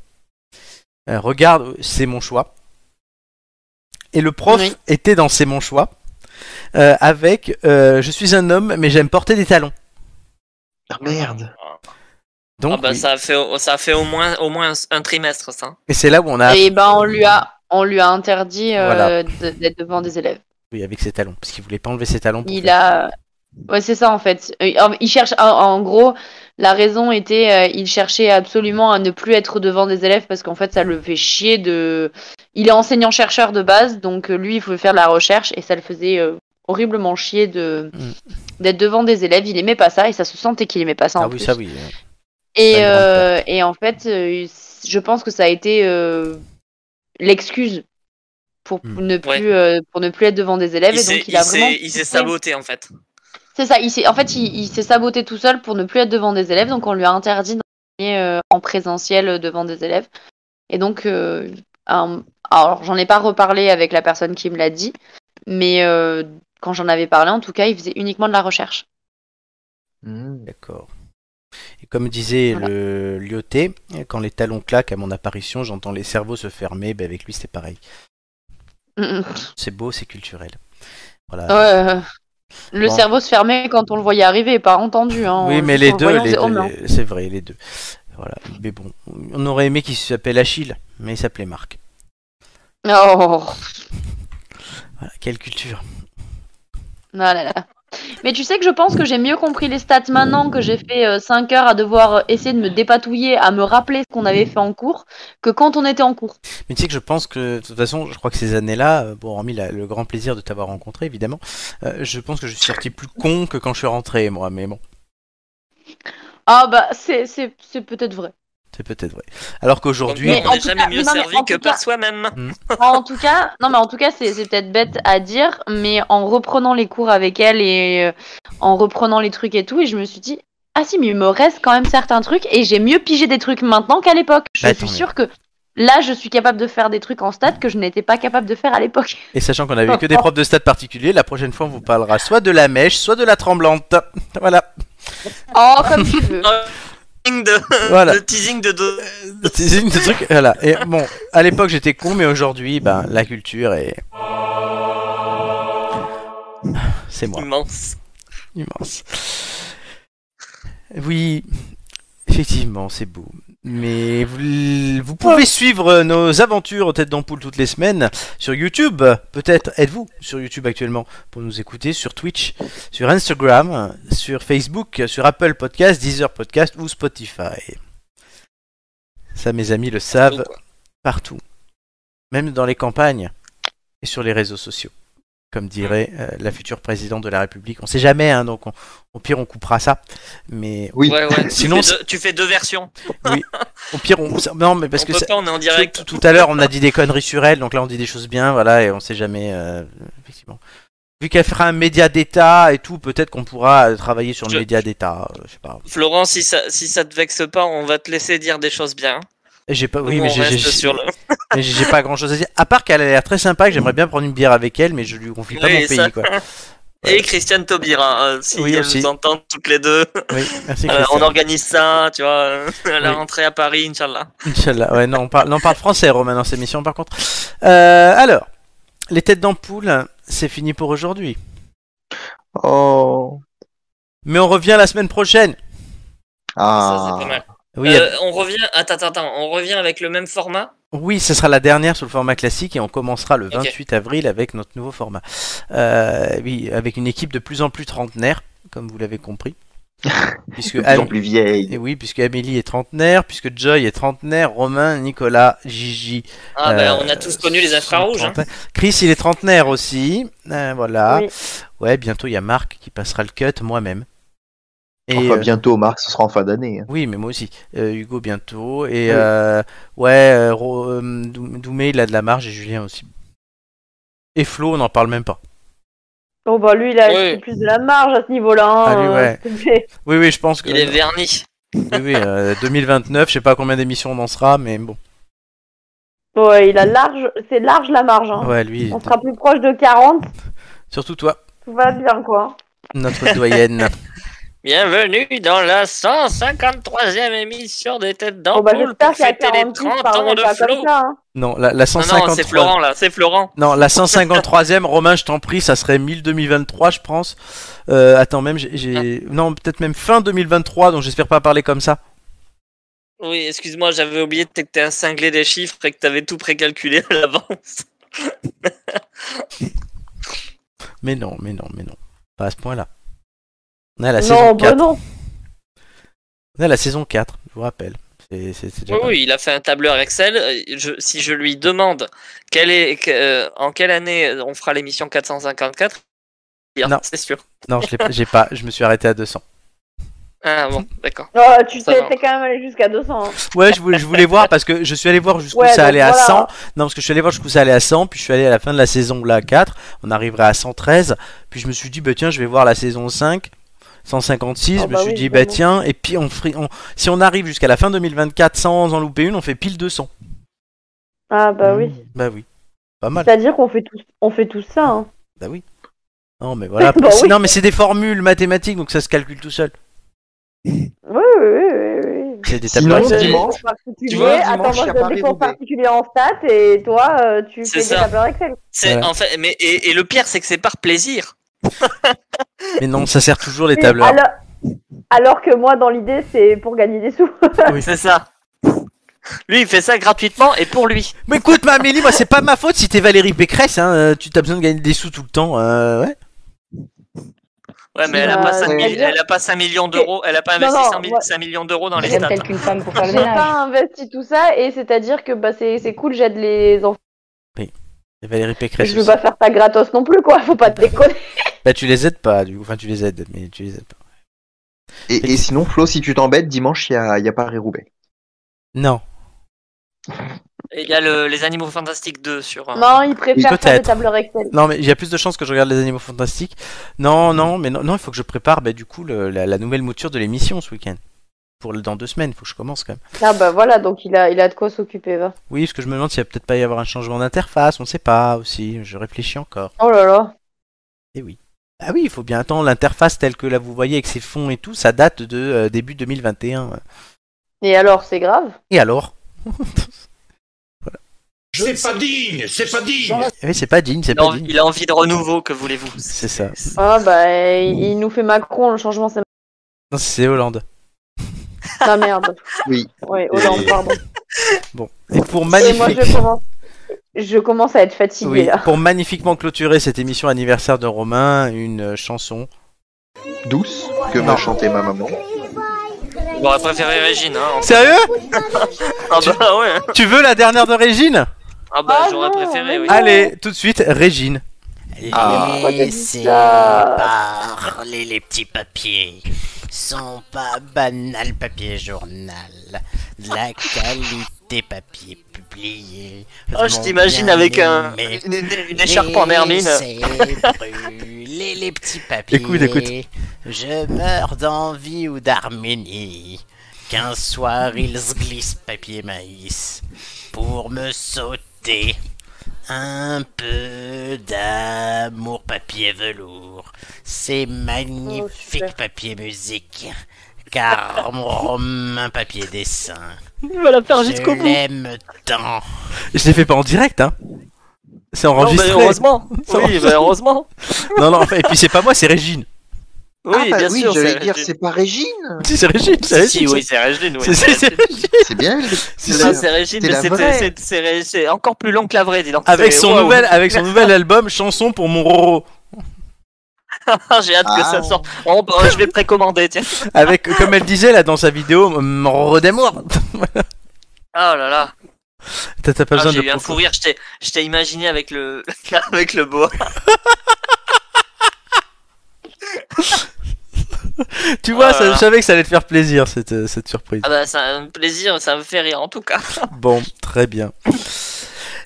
Speaker 1: Euh, regarde, c'est mon choix. Et le prof
Speaker 4: Oui.
Speaker 1: était dans C'est mon choix euh, avec euh, Je suis un homme, mais j'aime porter des talons.
Speaker 3: Ah, merde.
Speaker 1: Donc,
Speaker 7: Ah bah
Speaker 1: oui.
Speaker 7: ça a fait, au- ça a fait au moins, au moins un, un trimestre, ça. hein.
Speaker 1: Et c'est là où on a.
Speaker 4: Et ben, on lui a, on lui a interdit euh,
Speaker 1: Ah. Voilà.
Speaker 4: de- d'être devant des élèves.
Speaker 1: Oui, avec ses talons, parce qu'il voulait pas enlever ses talons. pour
Speaker 4: Il
Speaker 1: faire-
Speaker 4: a. Ouais, c'est ça en fait. Euh, en- Il cherche. En, en gros, la raison était, euh, il cherchait absolument à ne plus être devant des élèves parce qu'en fait, ça le fait chier de. Il est enseignant chercheur de base, donc euh, lui, il faut faire de la recherche et ça le faisait euh, horriblement chier de
Speaker 1: Mm.
Speaker 4: d'être devant des élèves. Il aimait pas ça et ça se sentait qu'il aimait pas ça. en
Speaker 1: Ah oui,
Speaker 4: plus.
Speaker 1: ça oui.
Speaker 4: Et,
Speaker 1: Ça, il rentre
Speaker 4: euh, et en fait, euh, je pense que ça a été euh, l'excuse pour
Speaker 1: Hmm.
Speaker 4: ne plus
Speaker 7: Ouais.
Speaker 4: euh, pour ne plus être devant des élèves.
Speaker 7: Il
Speaker 4: et
Speaker 7: s'est
Speaker 4: donc il a
Speaker 7: il
Speaker 4: vraiment.
Speaker 7: s'est- il s'est saboté, en fait.
Speaker 4: C'est ça. Il s'est en fait il, il s'est saboté tout seul pour ne plus être devant des élèves. Donc on lui a interdit d'enseigner euh, en présentiel devant des élèves. Et donc euh, un- alors j'en ai pas reparlé avec la personne qui me l'a dit, mais euh, quand j'en avais parlé, en tout cas, il faisait uniquement de la recherche.
Speaker 3: Hmm.
Speaker 1: D'accord. Et comme disait
Speaker 4: Voilà.
Speaker 1: le Lyoté, quand les talons claquent à mon apparition, j'entends les cerveaux se fermer. Ben avec lui, c'est pareil.
Speaker 4: Mm, mm.
Speaker 1: C'est beau, c'est culturel. Voilà.
Speaker 4: Ouais, euh, le
Speaker 1: Bon.
Speaker 4: cerveau se fermait quand on le voyait arriver, pas entendu. Hein.
Speaker 1: Oui, mais
Speaker 4: Juste
Speaker 1: les
Speaker 4: en le
Speaker 1: deux,
Speaker 4: voyant, on
Speaker 1: les
Speaker 4: faisait, Oh,
Speaker 1: deux,
Speaker 4: non.
Speaker 1: les- c'est vrai, les deux. Voilà. Mais bon, on aurait aimé qu'il s'appelle Achille, mais il s'appelait Marc.
Speaker 9: Oh.
Speaker 1: Voilà, quelle culture.
Speaker 9: Ah là là. Mais tu sais que je pense que j'ai mieux compris les stats maintenant que j'ai fait 5 heures à devoir euh, essayer de me dépatouiller, à me rappeler ce qu'on avait fait en cours, que quand on était en cours.
Speaker 1: Mais tu sais que je pense que, de toute façon, je crois que ces années-là, euh, bon, hormis la- le grand plaisir de t'avoir rencontré, évidemment, euh, je pense que je suis sorti plus con que quand je suis rentré, moi, mais bon,
Speaker 9: Ah bah c'est c'est- c'est peut-être vrai.
Speaker 1: c'est peut-être vrai. Alors qu'aujourd'hui,
Speaker 7: Mais
Speaker 1: bon,
Speaker 7: on n'est jamais mieux
Speaker 9: non, mais
Speaker 7: servi
Speaker 9: en
Speaker 7: que
Speaker 9: tout cas-
Speaker 7: par soi-même.
Speaker 9: Bah, en tout cas, non mais en tout cas c'est c'est peut-être bête à dire, mais en reprenant les cours avec elle et euh, en reprenant les trucs et tout, et je me suis dit ah si mais il me reste quand même certains trucs et j'ai mieux pigé des trucs maintenant qu'à l'époque. Je
Speaker 1: Bah,
Speaker 9: suis
Speaker 1: tant mieux.
Speaker 9: sûre que là je suis capable de faire des trucs en stats que je n'étais pas capable de faire à l'époque. [laughs]
Speaker 1: et sachant qu'on avait que des profs de stade particuliers, la prochaine fois, on vous parlera soit de la mèche, soit de la tremblante. [laughs] Voilà.
Speaker 9: Oh comme tu veux.
Speaker 7: De...
Speaker 1: Voilà.
Speaker 7: Le teasing de deux.
Speaker 1: [laughs] C'est une- ce truc, voilà. Et bon, à l'époque, j'étais con, mais aujourd'hui, ben, la culture est. C'est moi.
Speaker 7: Immense.
Speaker 1: Immense. Oui, effectivement, c'est beau. Mais vous, vous pouvez suivre euh, nos aventures aux têtes d'ampoule toutes les semaines sur YouTube. Peut-être êtes-vous sur YouTube actuellement pour nous écouter, sur Twitch, sur Instagram, sur Facebook, sur Apple Podcast, Deezer Podcast ou Spotify. Ça, mes amis le savent partout, même dans les campagnes et sur les réseaux sociaux, comme dirait euh, la future présidente de la République. On sait jamais, hein, donc on- au pire on coupera ça. Mais
Speaker 11: Oui.
Speaker 7: Ouais, ouais.
Speaker 1: Sinon,
Speaker 7: tu, fais deux, tu fais deux versions.
Speaker 1: oui. Au pire,
Speaker 7: [laughs]
Speaker 1: on... non, mais parce
Speaker 7: On
Speaker 1: que
Speaker 7: peut
Speaker 1: ça-
Speaker 7: pas, on est en direct.
Speaker 1: Tout, tout à l'heure, on a dit des conneries sur elle, donc là, on dit des choses bien, voilà, et on sait jamais. euh, Effectivement. Vu qu'elle fera un média d'État et tout, peut-être qu'on pourra euh, travailler sur le
Speaker 7: Je-
Speaker 1: média d'État. euh, Je sais pas.
Speaker 7: Florent, si ça, si ça te vexe pas, on va te laisser dire des choses bien.
Speaker 1: Et J'ai pas, oui,
Speaker 7: Nous,
Speaker 1: mais
Speaker 7: on
Speaker 1: j'ai- j'ai
Speaker 7: reste sur le-
Speaker 1: mais j'ai- j'ai pas grand-chose à dire. À part qu'elle a l'air très sympa, et que j'aimerais bien prendre une bière avec elle, mais je lui confie pas
Speaker 7: Oui,
Speaker 1: mon
Speaker 7: ça.
Speaker 1: pays, quoi.
Speaker 7: Et Christiane Taubira, euh, si
Speaker 1: Oui,
Speaker 7: elles
Speaker 1: aussi.
Speaker 7: vous entendent toutes les deux.
Speaker 1: Oui, merci,
Speaker 7: [laughs] Euh, on
Speaker 1: Christiane.
Speaker 7: organise ça, tu vois, euh, à la
Speaker 1: Oui.
Speaker 7: rentrée à Paris, Inch'Allah.
Speaker 1: Inch'Allah. Ouais, non, on parle, non, on parle français, Romain, dans cette émission, par contre. Euh, alors, les têtes d'ampoule, c'est fini pour aujourd'hui.
Speaker 11: Oh.
Speaker 1: Mais on revient la semaine prochaine.
Speaker 11: Ah.
Speaker 7: Pas mal.
Speaker 1: Oui,
Speaker 7: Euh, on revient. Attends, attends, attends. On revient avec le même format.
Speaker 1: Oui, ce sera la dernière sous le format classique et on commencera le 28 avril avec notre nouveau format. Euh, oui, avec une équipe de plus en plus trentenaire, comme vous
Speaker 11: [laughs]
Speaker 1: l'avez compris. Puisque
Speaker 11: De plus en
Speaker 1: Am-
Speaker 11: plus vieille.
Speaker 1: Et oui, puisque Amélie est trentenaire, puisque Joy est trentenaire, Romain, Nicolas, Gigi.
Speaker 7: Ah, bah, on a tous connu les
Speaker 1: sont
Speaker 7: infrarouges, hein.
Speaker 1: trentenaires. Euh, Chris, il est trentenaire aussi. Euh, voilà.
Speaker 7: Oui.
Speaker 1: Ouais, bientôt il y a Marc qui passera le cut, moi-même. Et,
Speaker 11: enfin,
Speaker 1: euh,
Speaker 11: bientôt, Marc, ce sera en fin d'année. hein.
Speaker 1: oui, mais moi aussi. Euh, Hugo bientôt. Et
Speaker 11: Oui.
Speaker 1: euh, ouais, euh, Ro- euh, Dou- Doumé, il a de la marge et Julien aussi. Et Flo, on n'en parle même pas.
Speaker 4: Bon bah lui il a
Speaker 7: Ouais.
Speaker 4: plus de la marge à ce niveau-là. hein,
Speaker 1: Ah, lui,
Speaker 4: euh, [laughs]
Speaker 1: ouais.
Speaker 4: s'il te plaît.
Speaker 1: Oui, oui, je pense que.
Speaker 7: hein. Il est verni.
Speaker 1: Oui, oui, euh, 2029, je sais pas combien d'émissions on en sera, mais bon.
Speaker 4: Ouais, il a large, c'est large la marge. hein.
Speaker 1: Ouais, lui,
Speaker 4: On sera plus proche de 40,
Speaker 1: surtout toi,
Speaker 4: tout va bien quoi.
Speaker 1: notre doyenne.
Speaker 7: Bienvenue dans la 153e émission des Têtes
Speaker 4: Bon bah
Speaker 7: d'Ampoule
Speaker 4: j'espère
Speaker 7: pour
Speaker 4: qu'à
Speaker 7: fêter les
Speaker 4: 46,
Speaker 7: 30
Speaker 4: pardon,
Speaker 7: ans de
Speaker 4: pas
Speaker 7: Flo.
Speaker 4: comme ça. hein.
Speaker 1: non, la, la
Speaker 7: Non,
Speaker 1: 153.
Speaker 7: non, c'est Florent là, c'est Florent.
Speaker 1: Non, la 153e, Romain, je t'en prie, ça serait 1000 2023, je pense. Euh, attends, même, j'ai- j'ai. Non, peut-être même fin 2023, donc j'espère pas parler comme ça.
Speaker 7: Oui, excuse-moi, j'avais oublié que t'étais un cinglé des chiffres et que t'avais tout précalculé à l'avance.
Speaker 1: Mais non, mais non, mais non. Pas à ce point-là. On est à la
Speaker 4: non,
Speaker 1: saison
Speaker 4: bah
Speaker 1: 4.
Speaker 4: non.
Speaker 1: On est à la saison 4, je vous rappelle. C'est, c'est- c'est déjà
Speaker 7: [laughs] Oui,
Speaker 1: pas-
Speaker 7: oui, il a fait un tableur Excel. Euh, je- si je lui demande quelle est, que- euh, en quelle année on fera l'émission 454, il dira,
Speaker 1: Non.
Speaker 7: c'est sûr.
Speaker 1: Non, je l'ai pas- j'ai pas, je me suis arrêté à 200.
Speaker 7: Ah bon, d'accord.
Speaker 4: Oh, tu
Speaker 7: Ça
Speaker 4: t'es
Speaker 7: va.
Speaker 4: t'es quand même allé jusqu'à 200. hein.
Speaker 1: Ouais, je voulais, je voulais voir parce que je suis allé voir jusqu'où
Speaker 4: Ouais,
Speaker 1: ça
Speaker 4: donc
Speaker 1: allait à
Speaker 4: voilà.
Speaker 1: 100. Non, parce que je suis allé voir jusqu'où ça allait à 100, puis je suis allé à la fin de la saison là 4, on arriverait à 113, puis je me suis dit bah tiens, je vais voir la saison 5. 156,
Speaker 4: Ah
Speaker 1: je me
Speaker 4: bah
Speaker 1: suis
Speaker 4: oui,
Speaker 1: dit bah
Speaker 4: bon.
Speaker 1: tiens et puis on, fri- on- si on arrive jusqu'à la fin 2024 sans en louper une, on fait pile 200.
Speaker 4: Ah bah oui.
Speaker 1: Bah oui. Pas mal.
Speaker 4: C'est-à-dire qu'on fait tous, on fait tous ça. hein.
Speaker 1: Bah oui. Non mais voilà,
Speaker 4: [laughs] Bah
Speaker 1: c'est-
Speaker 4: oui.
Speaker 1: non mais c'est des formules mathématiques donc ça se calcule tout seul.
Speaker 4: Oui, oui, oui, oui, oui.
Speaker 1: C'est des
Speaker 11: Sinon,
Speaker 1: tableaux
Speaker 4: Je-
Speaker 1: Excel.
Speaker 11: dimanche-
Speaker 4: je crois que tu
Speaker 11: tu
Speaker 4: veux,
Speaker 11: vois,
Speaker 4: attends,
Speaker 11: dimanche,
Speaker 4: moi
Speaker 11: il y
Speaker 4: je
Speaker 11: a
Speaker 4: donne des
Speaker 11: Paris-Roubaix.
Speaker 4: cours particuliers en stats et toi euh, tu
Speaker 7: C'est
Speaker 4: fais
Speaker 7: ça.
Speaker 4: des tableurs Excel.
Speaker 7: C'est
Speaker 1: Voilà.
Speaker 7: en fait, mais et, et le pire c'est que c'est par plaisir.
Speaker 1: Mais non, ça sert toujours les
Speaker 4: Oui,
Speaker 1: tableurs.
Speaker 4: Alors, Alors que moi, dans l'idée, c'est pour gagner des sous.
Speaker 7: C'est ça. Lui, il fait ça gratuitement et pour lui.
Speaker 1: Mais écoute, ma Amélie, moi, c'est pas ma faute si t'es Valérie Pécresse, hein, euh, tu t'as besoin de gagner des sous tout le temps, euh, ouais.
Speaker 7: Ouais, mais elle a
Speaker 1: Euh,
Speaker 7: pas 5
Speaker 1: ouais.
Speaker 7: millions, elle a pas 5 millions d'euros, elle a pas
Speaker 4: Non,
Speaker 7: investi
Speaker 4: non,
Speaker 7: 5,
Speaker 4: moi-
Speaker 7: millions d'euros dans les
Speaker 4: J'aime
Speaker 7: stats. hein.
Speaker 4: tel
Speaker 7: qu'une femme pour
Speaker 4: J'ai pas investi tout ça et c'est-à-dire que bah, c'est c'est cool, j'aide les enfants.
Speaker 1: Et Valérie Pécresse.
Speaker 4: Je veux
Speaker 1: aussi.
Speaker 4: pas faire ça gratos non plus, quoi. Faut pas te déconner.
Speaker 1: Bah, tu les aides pas, du coup. Enfin, tu les aides, mais tu les aides pas.
Speaker 11: Et, et sinon, Flo, si tu t'embêtes, dimanche, il y a, il y a Paris-Roubaix.
Speaker 1: Non.
Speaker 7: Et il y a le- les animaux fantastiques 2 sur. euh,
Speaker 4: Non, il préfère faire des
Speaker 1: Peut-être.
Speaker 4: tableurs Excel.
Speaker 1: Non, mais il y a plus de chances que je regarde les animaux fantastiques. Non, non, mais non, non, il faut que je prépare, bah, du coup, le- la, la nouvelle mouture de l'émission ce week-end. Pour le- dans deux semaines, il faut que je commence quand même.
Speaker 4: Ah bah voilà, donc il a, il a de quoi s'occuper, va.
Speaker 1: Oui, parce que je me demande s'il va peut-être pas y avoir un changement d'interface, on sait pas aussi, je réfléchis encore.
Speaker 4: Oh là là.
Speaker 1: Et oui. Ah oui, il faut bien attendre l'interface telle que là vous voyez avec ses fonds et tout, ça date de euh, début 2021.
Speaker 4: Et alors, c'est grave
Speaker 1: Et alors
Speaker 6: C'est pas digne, c'est pas digne.
Speaker 1: Eh Oui, c'est pas digne, c'est
Speaker 7: il, a
Speaker 1: pas
Speaker 7: envie,
Speaker 1: digne.
Speaker 7: il a envie de renouveau, que voulez-vous
Speaker 1: C'est ça.
Speaker 4: Ah bah, il, il nous fait Macron, le changement, c'est...
Speaker 1: Non, c'est Hollande.
Speaker 4: Ah merde.
Speaker 11: Oui.
Speaker 4: Ouais, Hollande, pardon.
Speaker 1: Bon. Et pour
Speaker 4: Et moi, je
Speaker 1: magnifique.
Speaker 4: commence, je commence à être fatiguée,
Speaker 1: Oui,
Speaker 4: là.
Speaker 1: pour magnifiquement clôturer cette émission anniversaire de Romain, une euh, chanson.
Speaker 11: Douce, que m'a chanté ma maman.
Speaker 7: Il aurait préféré Régine. Hein,
Speaker 1: [laughs]
Speaker 7: en-
Speaker 1: Sérieux
Speaker 7: Ah bah ouais.
Speaker 1: Tu veux la dernière de Régine
Speaker 7: Ah bah j'aurais préféré, oui.
Speaker 1: Allez, tout de suite, Régine.
Speaker 8: Laissez parler les petits papiers. Sont pas banal papier journal. De la qualité papier publié.
Speaker 7: Oh, je t'imagine avec un- une- une écharpe en hermine. [laughs]
Speaker 8: brûler les petits papiers.
Speaker 1: Écoute, écoute.
Speaker 8: Je meurs d'envie ou d'Arménie. Qu'un soir ils se glissent papier maïs pour me sauter. Un peu d'amour papier velours. C'est magnifique papier musique. Car mon Romain papier dessin.
Speaker 7: Il va la
Speaker 8: faire jusqu'au bout. Je l'aime tant.
Speaker 1: Je l'ai fait pas en direct, hein C'est enregistré.
Speaker 7: bah, heureusement.
Speaker 1: C'est
Speaker 7: Oui,
Speaker 1: enregistré.
Speaker 7: bah, heureusement.
Speaker 1: Non, non, enfin, et puis c'est pas moi, c'est Régine.
Speaker 7: Oui,
Speaker 11: Ah bah
Speaker 7: bien
Speaker 11: oui,
Speaker 7: sûr.
Speaker 11: j'allais
Speaker 7: c'est
Speaker 11: dire,
Speaker 7: Régine.
Speaker 11: c'est pas Régine.
Speaker 1: [laughs] Si, c'est Régine, c'est
Speaker 7: Ah. Si,
Speaker 1: Régine,
Speaker 7: oui,
Speaker 1: ça.
Speaker 7: c'est Régine.
Speaker 1: [laughs]
Speaker 7: oui.
Speaker 1: C'est- c'est- c'est Régine.
Speaker 11: C'est bien.
Speaker 1: Si,
Speaker 7: Ah,
Speaker 1: si.
Speaker 7: c'est Régine,
Speaker 1: T'es
Speaker 7: mais
Speaker 1: la
Speaker 7: c'est-
Speaker 1: vraie.
Speaker 7: c'est- c'est Régine, c'est encore plus long que la vraie, dis donc.
Speaker 1: Avec
Speaker 7: C'est-
Speaker 1: son,
Speaker 7: waouh.
Speaker 1: nouvel, avec son nouvel album Chanson pour mon Roro.
Speaker 7: Ah, J'ai hâte que ça sorte. Oh, bah, je vais précommander, tiens.
Speaker 1: Avec, comme elle disait là dans sa vidéo, mon Roro d'amour.
Speaker 7: Oh là là.
Speaker 1: [laughs] T'as t'as pas
Speaker 7: Ah,
Speaker 1: besoin
Speaker 7: J'ai
Speaker 1: de.
Speaker 7: eu un fou rire, je t'ai- je t'ai imaginé avec le, [laughs] avec le boa.
Speaker 1: Tu vois, ça,
Speaker 7: Voilà.
Speaker 1: je savais que ça allait te faire plaisir cette, euh, cette surprise.
Speaker 7: Ah bah, c'est un plaisir, ça me fait rire en tout cas.
Speaker 1: Bon, très bien.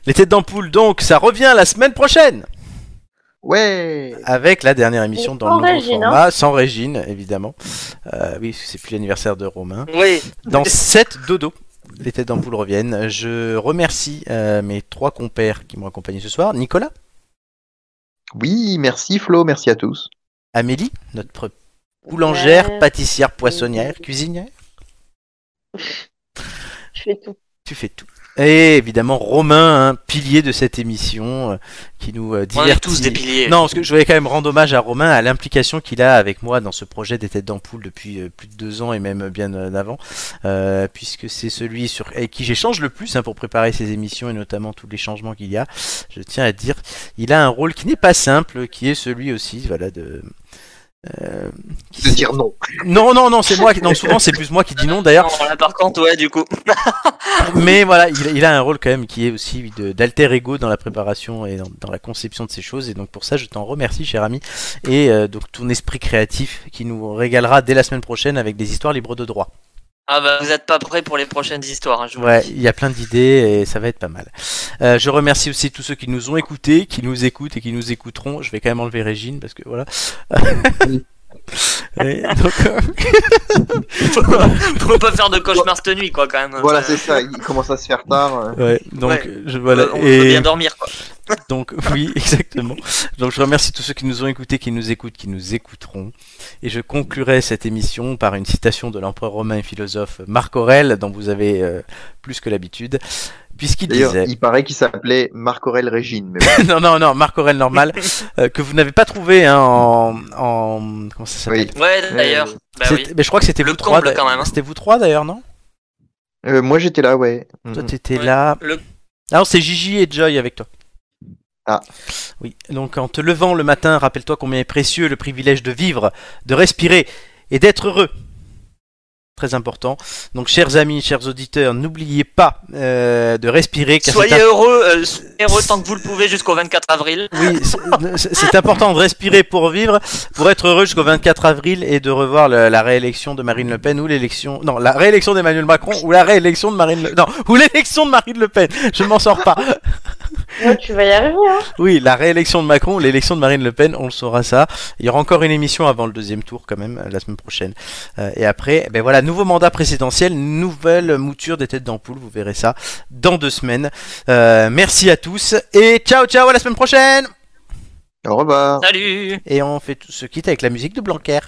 Speaker 1: Les têtes d'ampoule, donc, ça revient la semaine prochaine.
Speaker 11: Ouais.
Speaker 1: Avec la dernière émission
Speaker 11: Et
Speaker 1: dans
Speaker 11: sans
Speaker 1: le nouveau
Speaker 11: Régine, hein.
Speaker 1: format, sans Régine, évidemment. Euh, oui, parce que c'est plus l'anniversaire de Romain.
Speaker 7: Oui.
Speaker 1: Dans 7 dodo, les têtes d'ampoule reviennent. Je remercie euh, mes trois compères qui m'ont accompagné ce soir. Nicolas,
Speaker 11: Oui, merci Flo, merci à tous.
Speaker 1: Amélie, notre boulangère, pâtissière, poissonnière, cuisinière.
Speaker 4: Je fais tout.
Speaker 1: Tu fais tout. Et évidemment Romain, un pilier de cette émission, euh, qui nous euh,
Speaker 7: On est
Speaker 1: divertit.
Speaker 7: tous des piliers.
Speaker 1: Non, parce que je voulais quand même rendre hommage à Romain à l'implication qu'il a avec moi dans ce projet des têtes d'ampoule depuis euh, plus de deux ans et même bien euh, avant, euh, puisque c'est celui sur avec qui j'échange le plus hein, pour préparer ces émissions et notamment tous les changements qu'il y a. Je tiens à dire, il a un rôle qui n'est pas simple, qui est celui aussi, voilà de. euh,
Speaker 11: De dire non.
Speaker 1: Non, non, non, c'est moi. qui- Non, souvent c'est plus moi qui dis non. D'ailleurs,
Speaker 7: Non, là, par contre, ouais, du coup.
Speaker 1: mais voilà, il, il a un rôle quand même qui est aussi de- d'alter ego dans la préparation et dans, dans la conception de ces choses. Et donc pour ça, je t'en remercie, cher ami. Et euh, donc ton esprit créatif qui nous régalera dès la semaine prochaine avec des histoires libres de droit.
Speaker 7: Ah bah, vous êtes pas prêts pour les prochaines histoires, hein, je vous le
Speaker 1: Ouais,
Speaker 7: dis. [laughs]
Speaker 1: il y a plein d'idées et ça va être pas mal. Euh, je remercie aussi tous ceux qui nous ont écoutés, qui nous écoutent et qui nous écouteront. Je vais quand même enlever Régine parce que voilà. [laughs] Et donc, euh,
Speaker 7: faut, faut pas faire de cauchemars cette
Speaker 11: Ah,
Speaker 7: nuit, quoi, quand même.
Speaker 11: Voilà, c'est ça, il commence à se faire tard. euh.
Speaker 1: Ouais, donc
Speaker 7: Ouais.
Speaker 1: je voilà
Speaker 7: Euh, on
Speaker 1: et
Speaker 7: peut bien dormir, quoi.
Speaker 1: Donc [laughs] oui, exactement. Donc je remercie tous ceux qui nous ont écoutés, qui nous écoutent, qui nous écouteront. Et je conclurai cette émission par une citation de l'empereur romain et philosophe Marc Aurèle, dont vous avez euh, plus que l'habitude, puisqu'il
Speaker 11: D'ailleurs,
Speaker 1: disait...
Speaker 11: il paraît qu'il s'appelait Marc Aurel Régine. Mais
Speaker 1: [laughs] non, non, non, Marc Aurèle normal, euh, que vous n'avez pas trouvé hein, en, en... Comment ça s'appelle
Speaker 7: Ouais, d'ailleurs. Bah oui.
Speaker 1: C'était- Mais je crois que c'était
Speaker 7: Le
Speaker 1: vous trois.
Speaker 7: comble,
Speaker 1: d'a-
Speaker 7: quand même, hein.
Speaker 1: C'était vous trois d'ailleurs, non
Speaker 11: Euh, moi j'étais là, ouais. Mhm.
Speaker 1: Toi, t'étais là. Ah non, c'est Gigi et Joy avec toi.
Speaker 11: Ah.
Speaker 1: Oui, donc en te levant le matin, rappelle-toi combien est précieux le privilège de vivre, de respirer et d'être heureux. Très important. Donc, chers amis, chers auditeurs, n'oubliez pas euh, de respirer. car
Speaker 7: Soyez
Speaker 1: c'est un-
Speaker 7: heureux, euh, soyez heureux tant que vous le pouvez jusqu'au 24 avril.
Speaker 1: Oui, c'est- c'est important de respirer pour vivre, pour être heureux jusqu'au 24 avril et de revoir le- la réélection de Marine Le Pen ou l'élection, non, la réélection d'Emmanuel Macron ou la réélection de Marine Le, non, ou l'élection de Marine Le Pen. Je ne m'en sors pas.
Speaker 4: Ouais, tu vas y arriver, hein.
Speaker 1: Oui, la réélection de Macron, l'élection de Marine Le Pen, on le saura ça. Il y aura encore une émission avant le deuxième tour quand même, euh, la semaine prochaine. Euh, et après, ben voilà, nouveau mandat présidentiel, nouvelle mouture des têtes d'ampoule, vous verrez ça dans deux semaines. Euh, merci à tous et ciao ciao à la semaine prochaine
Speaker 11: Au revoir.
Speaker 7: Salut
Speaker 1: Et on fait tout, se quitte avec la musique de Blanquer.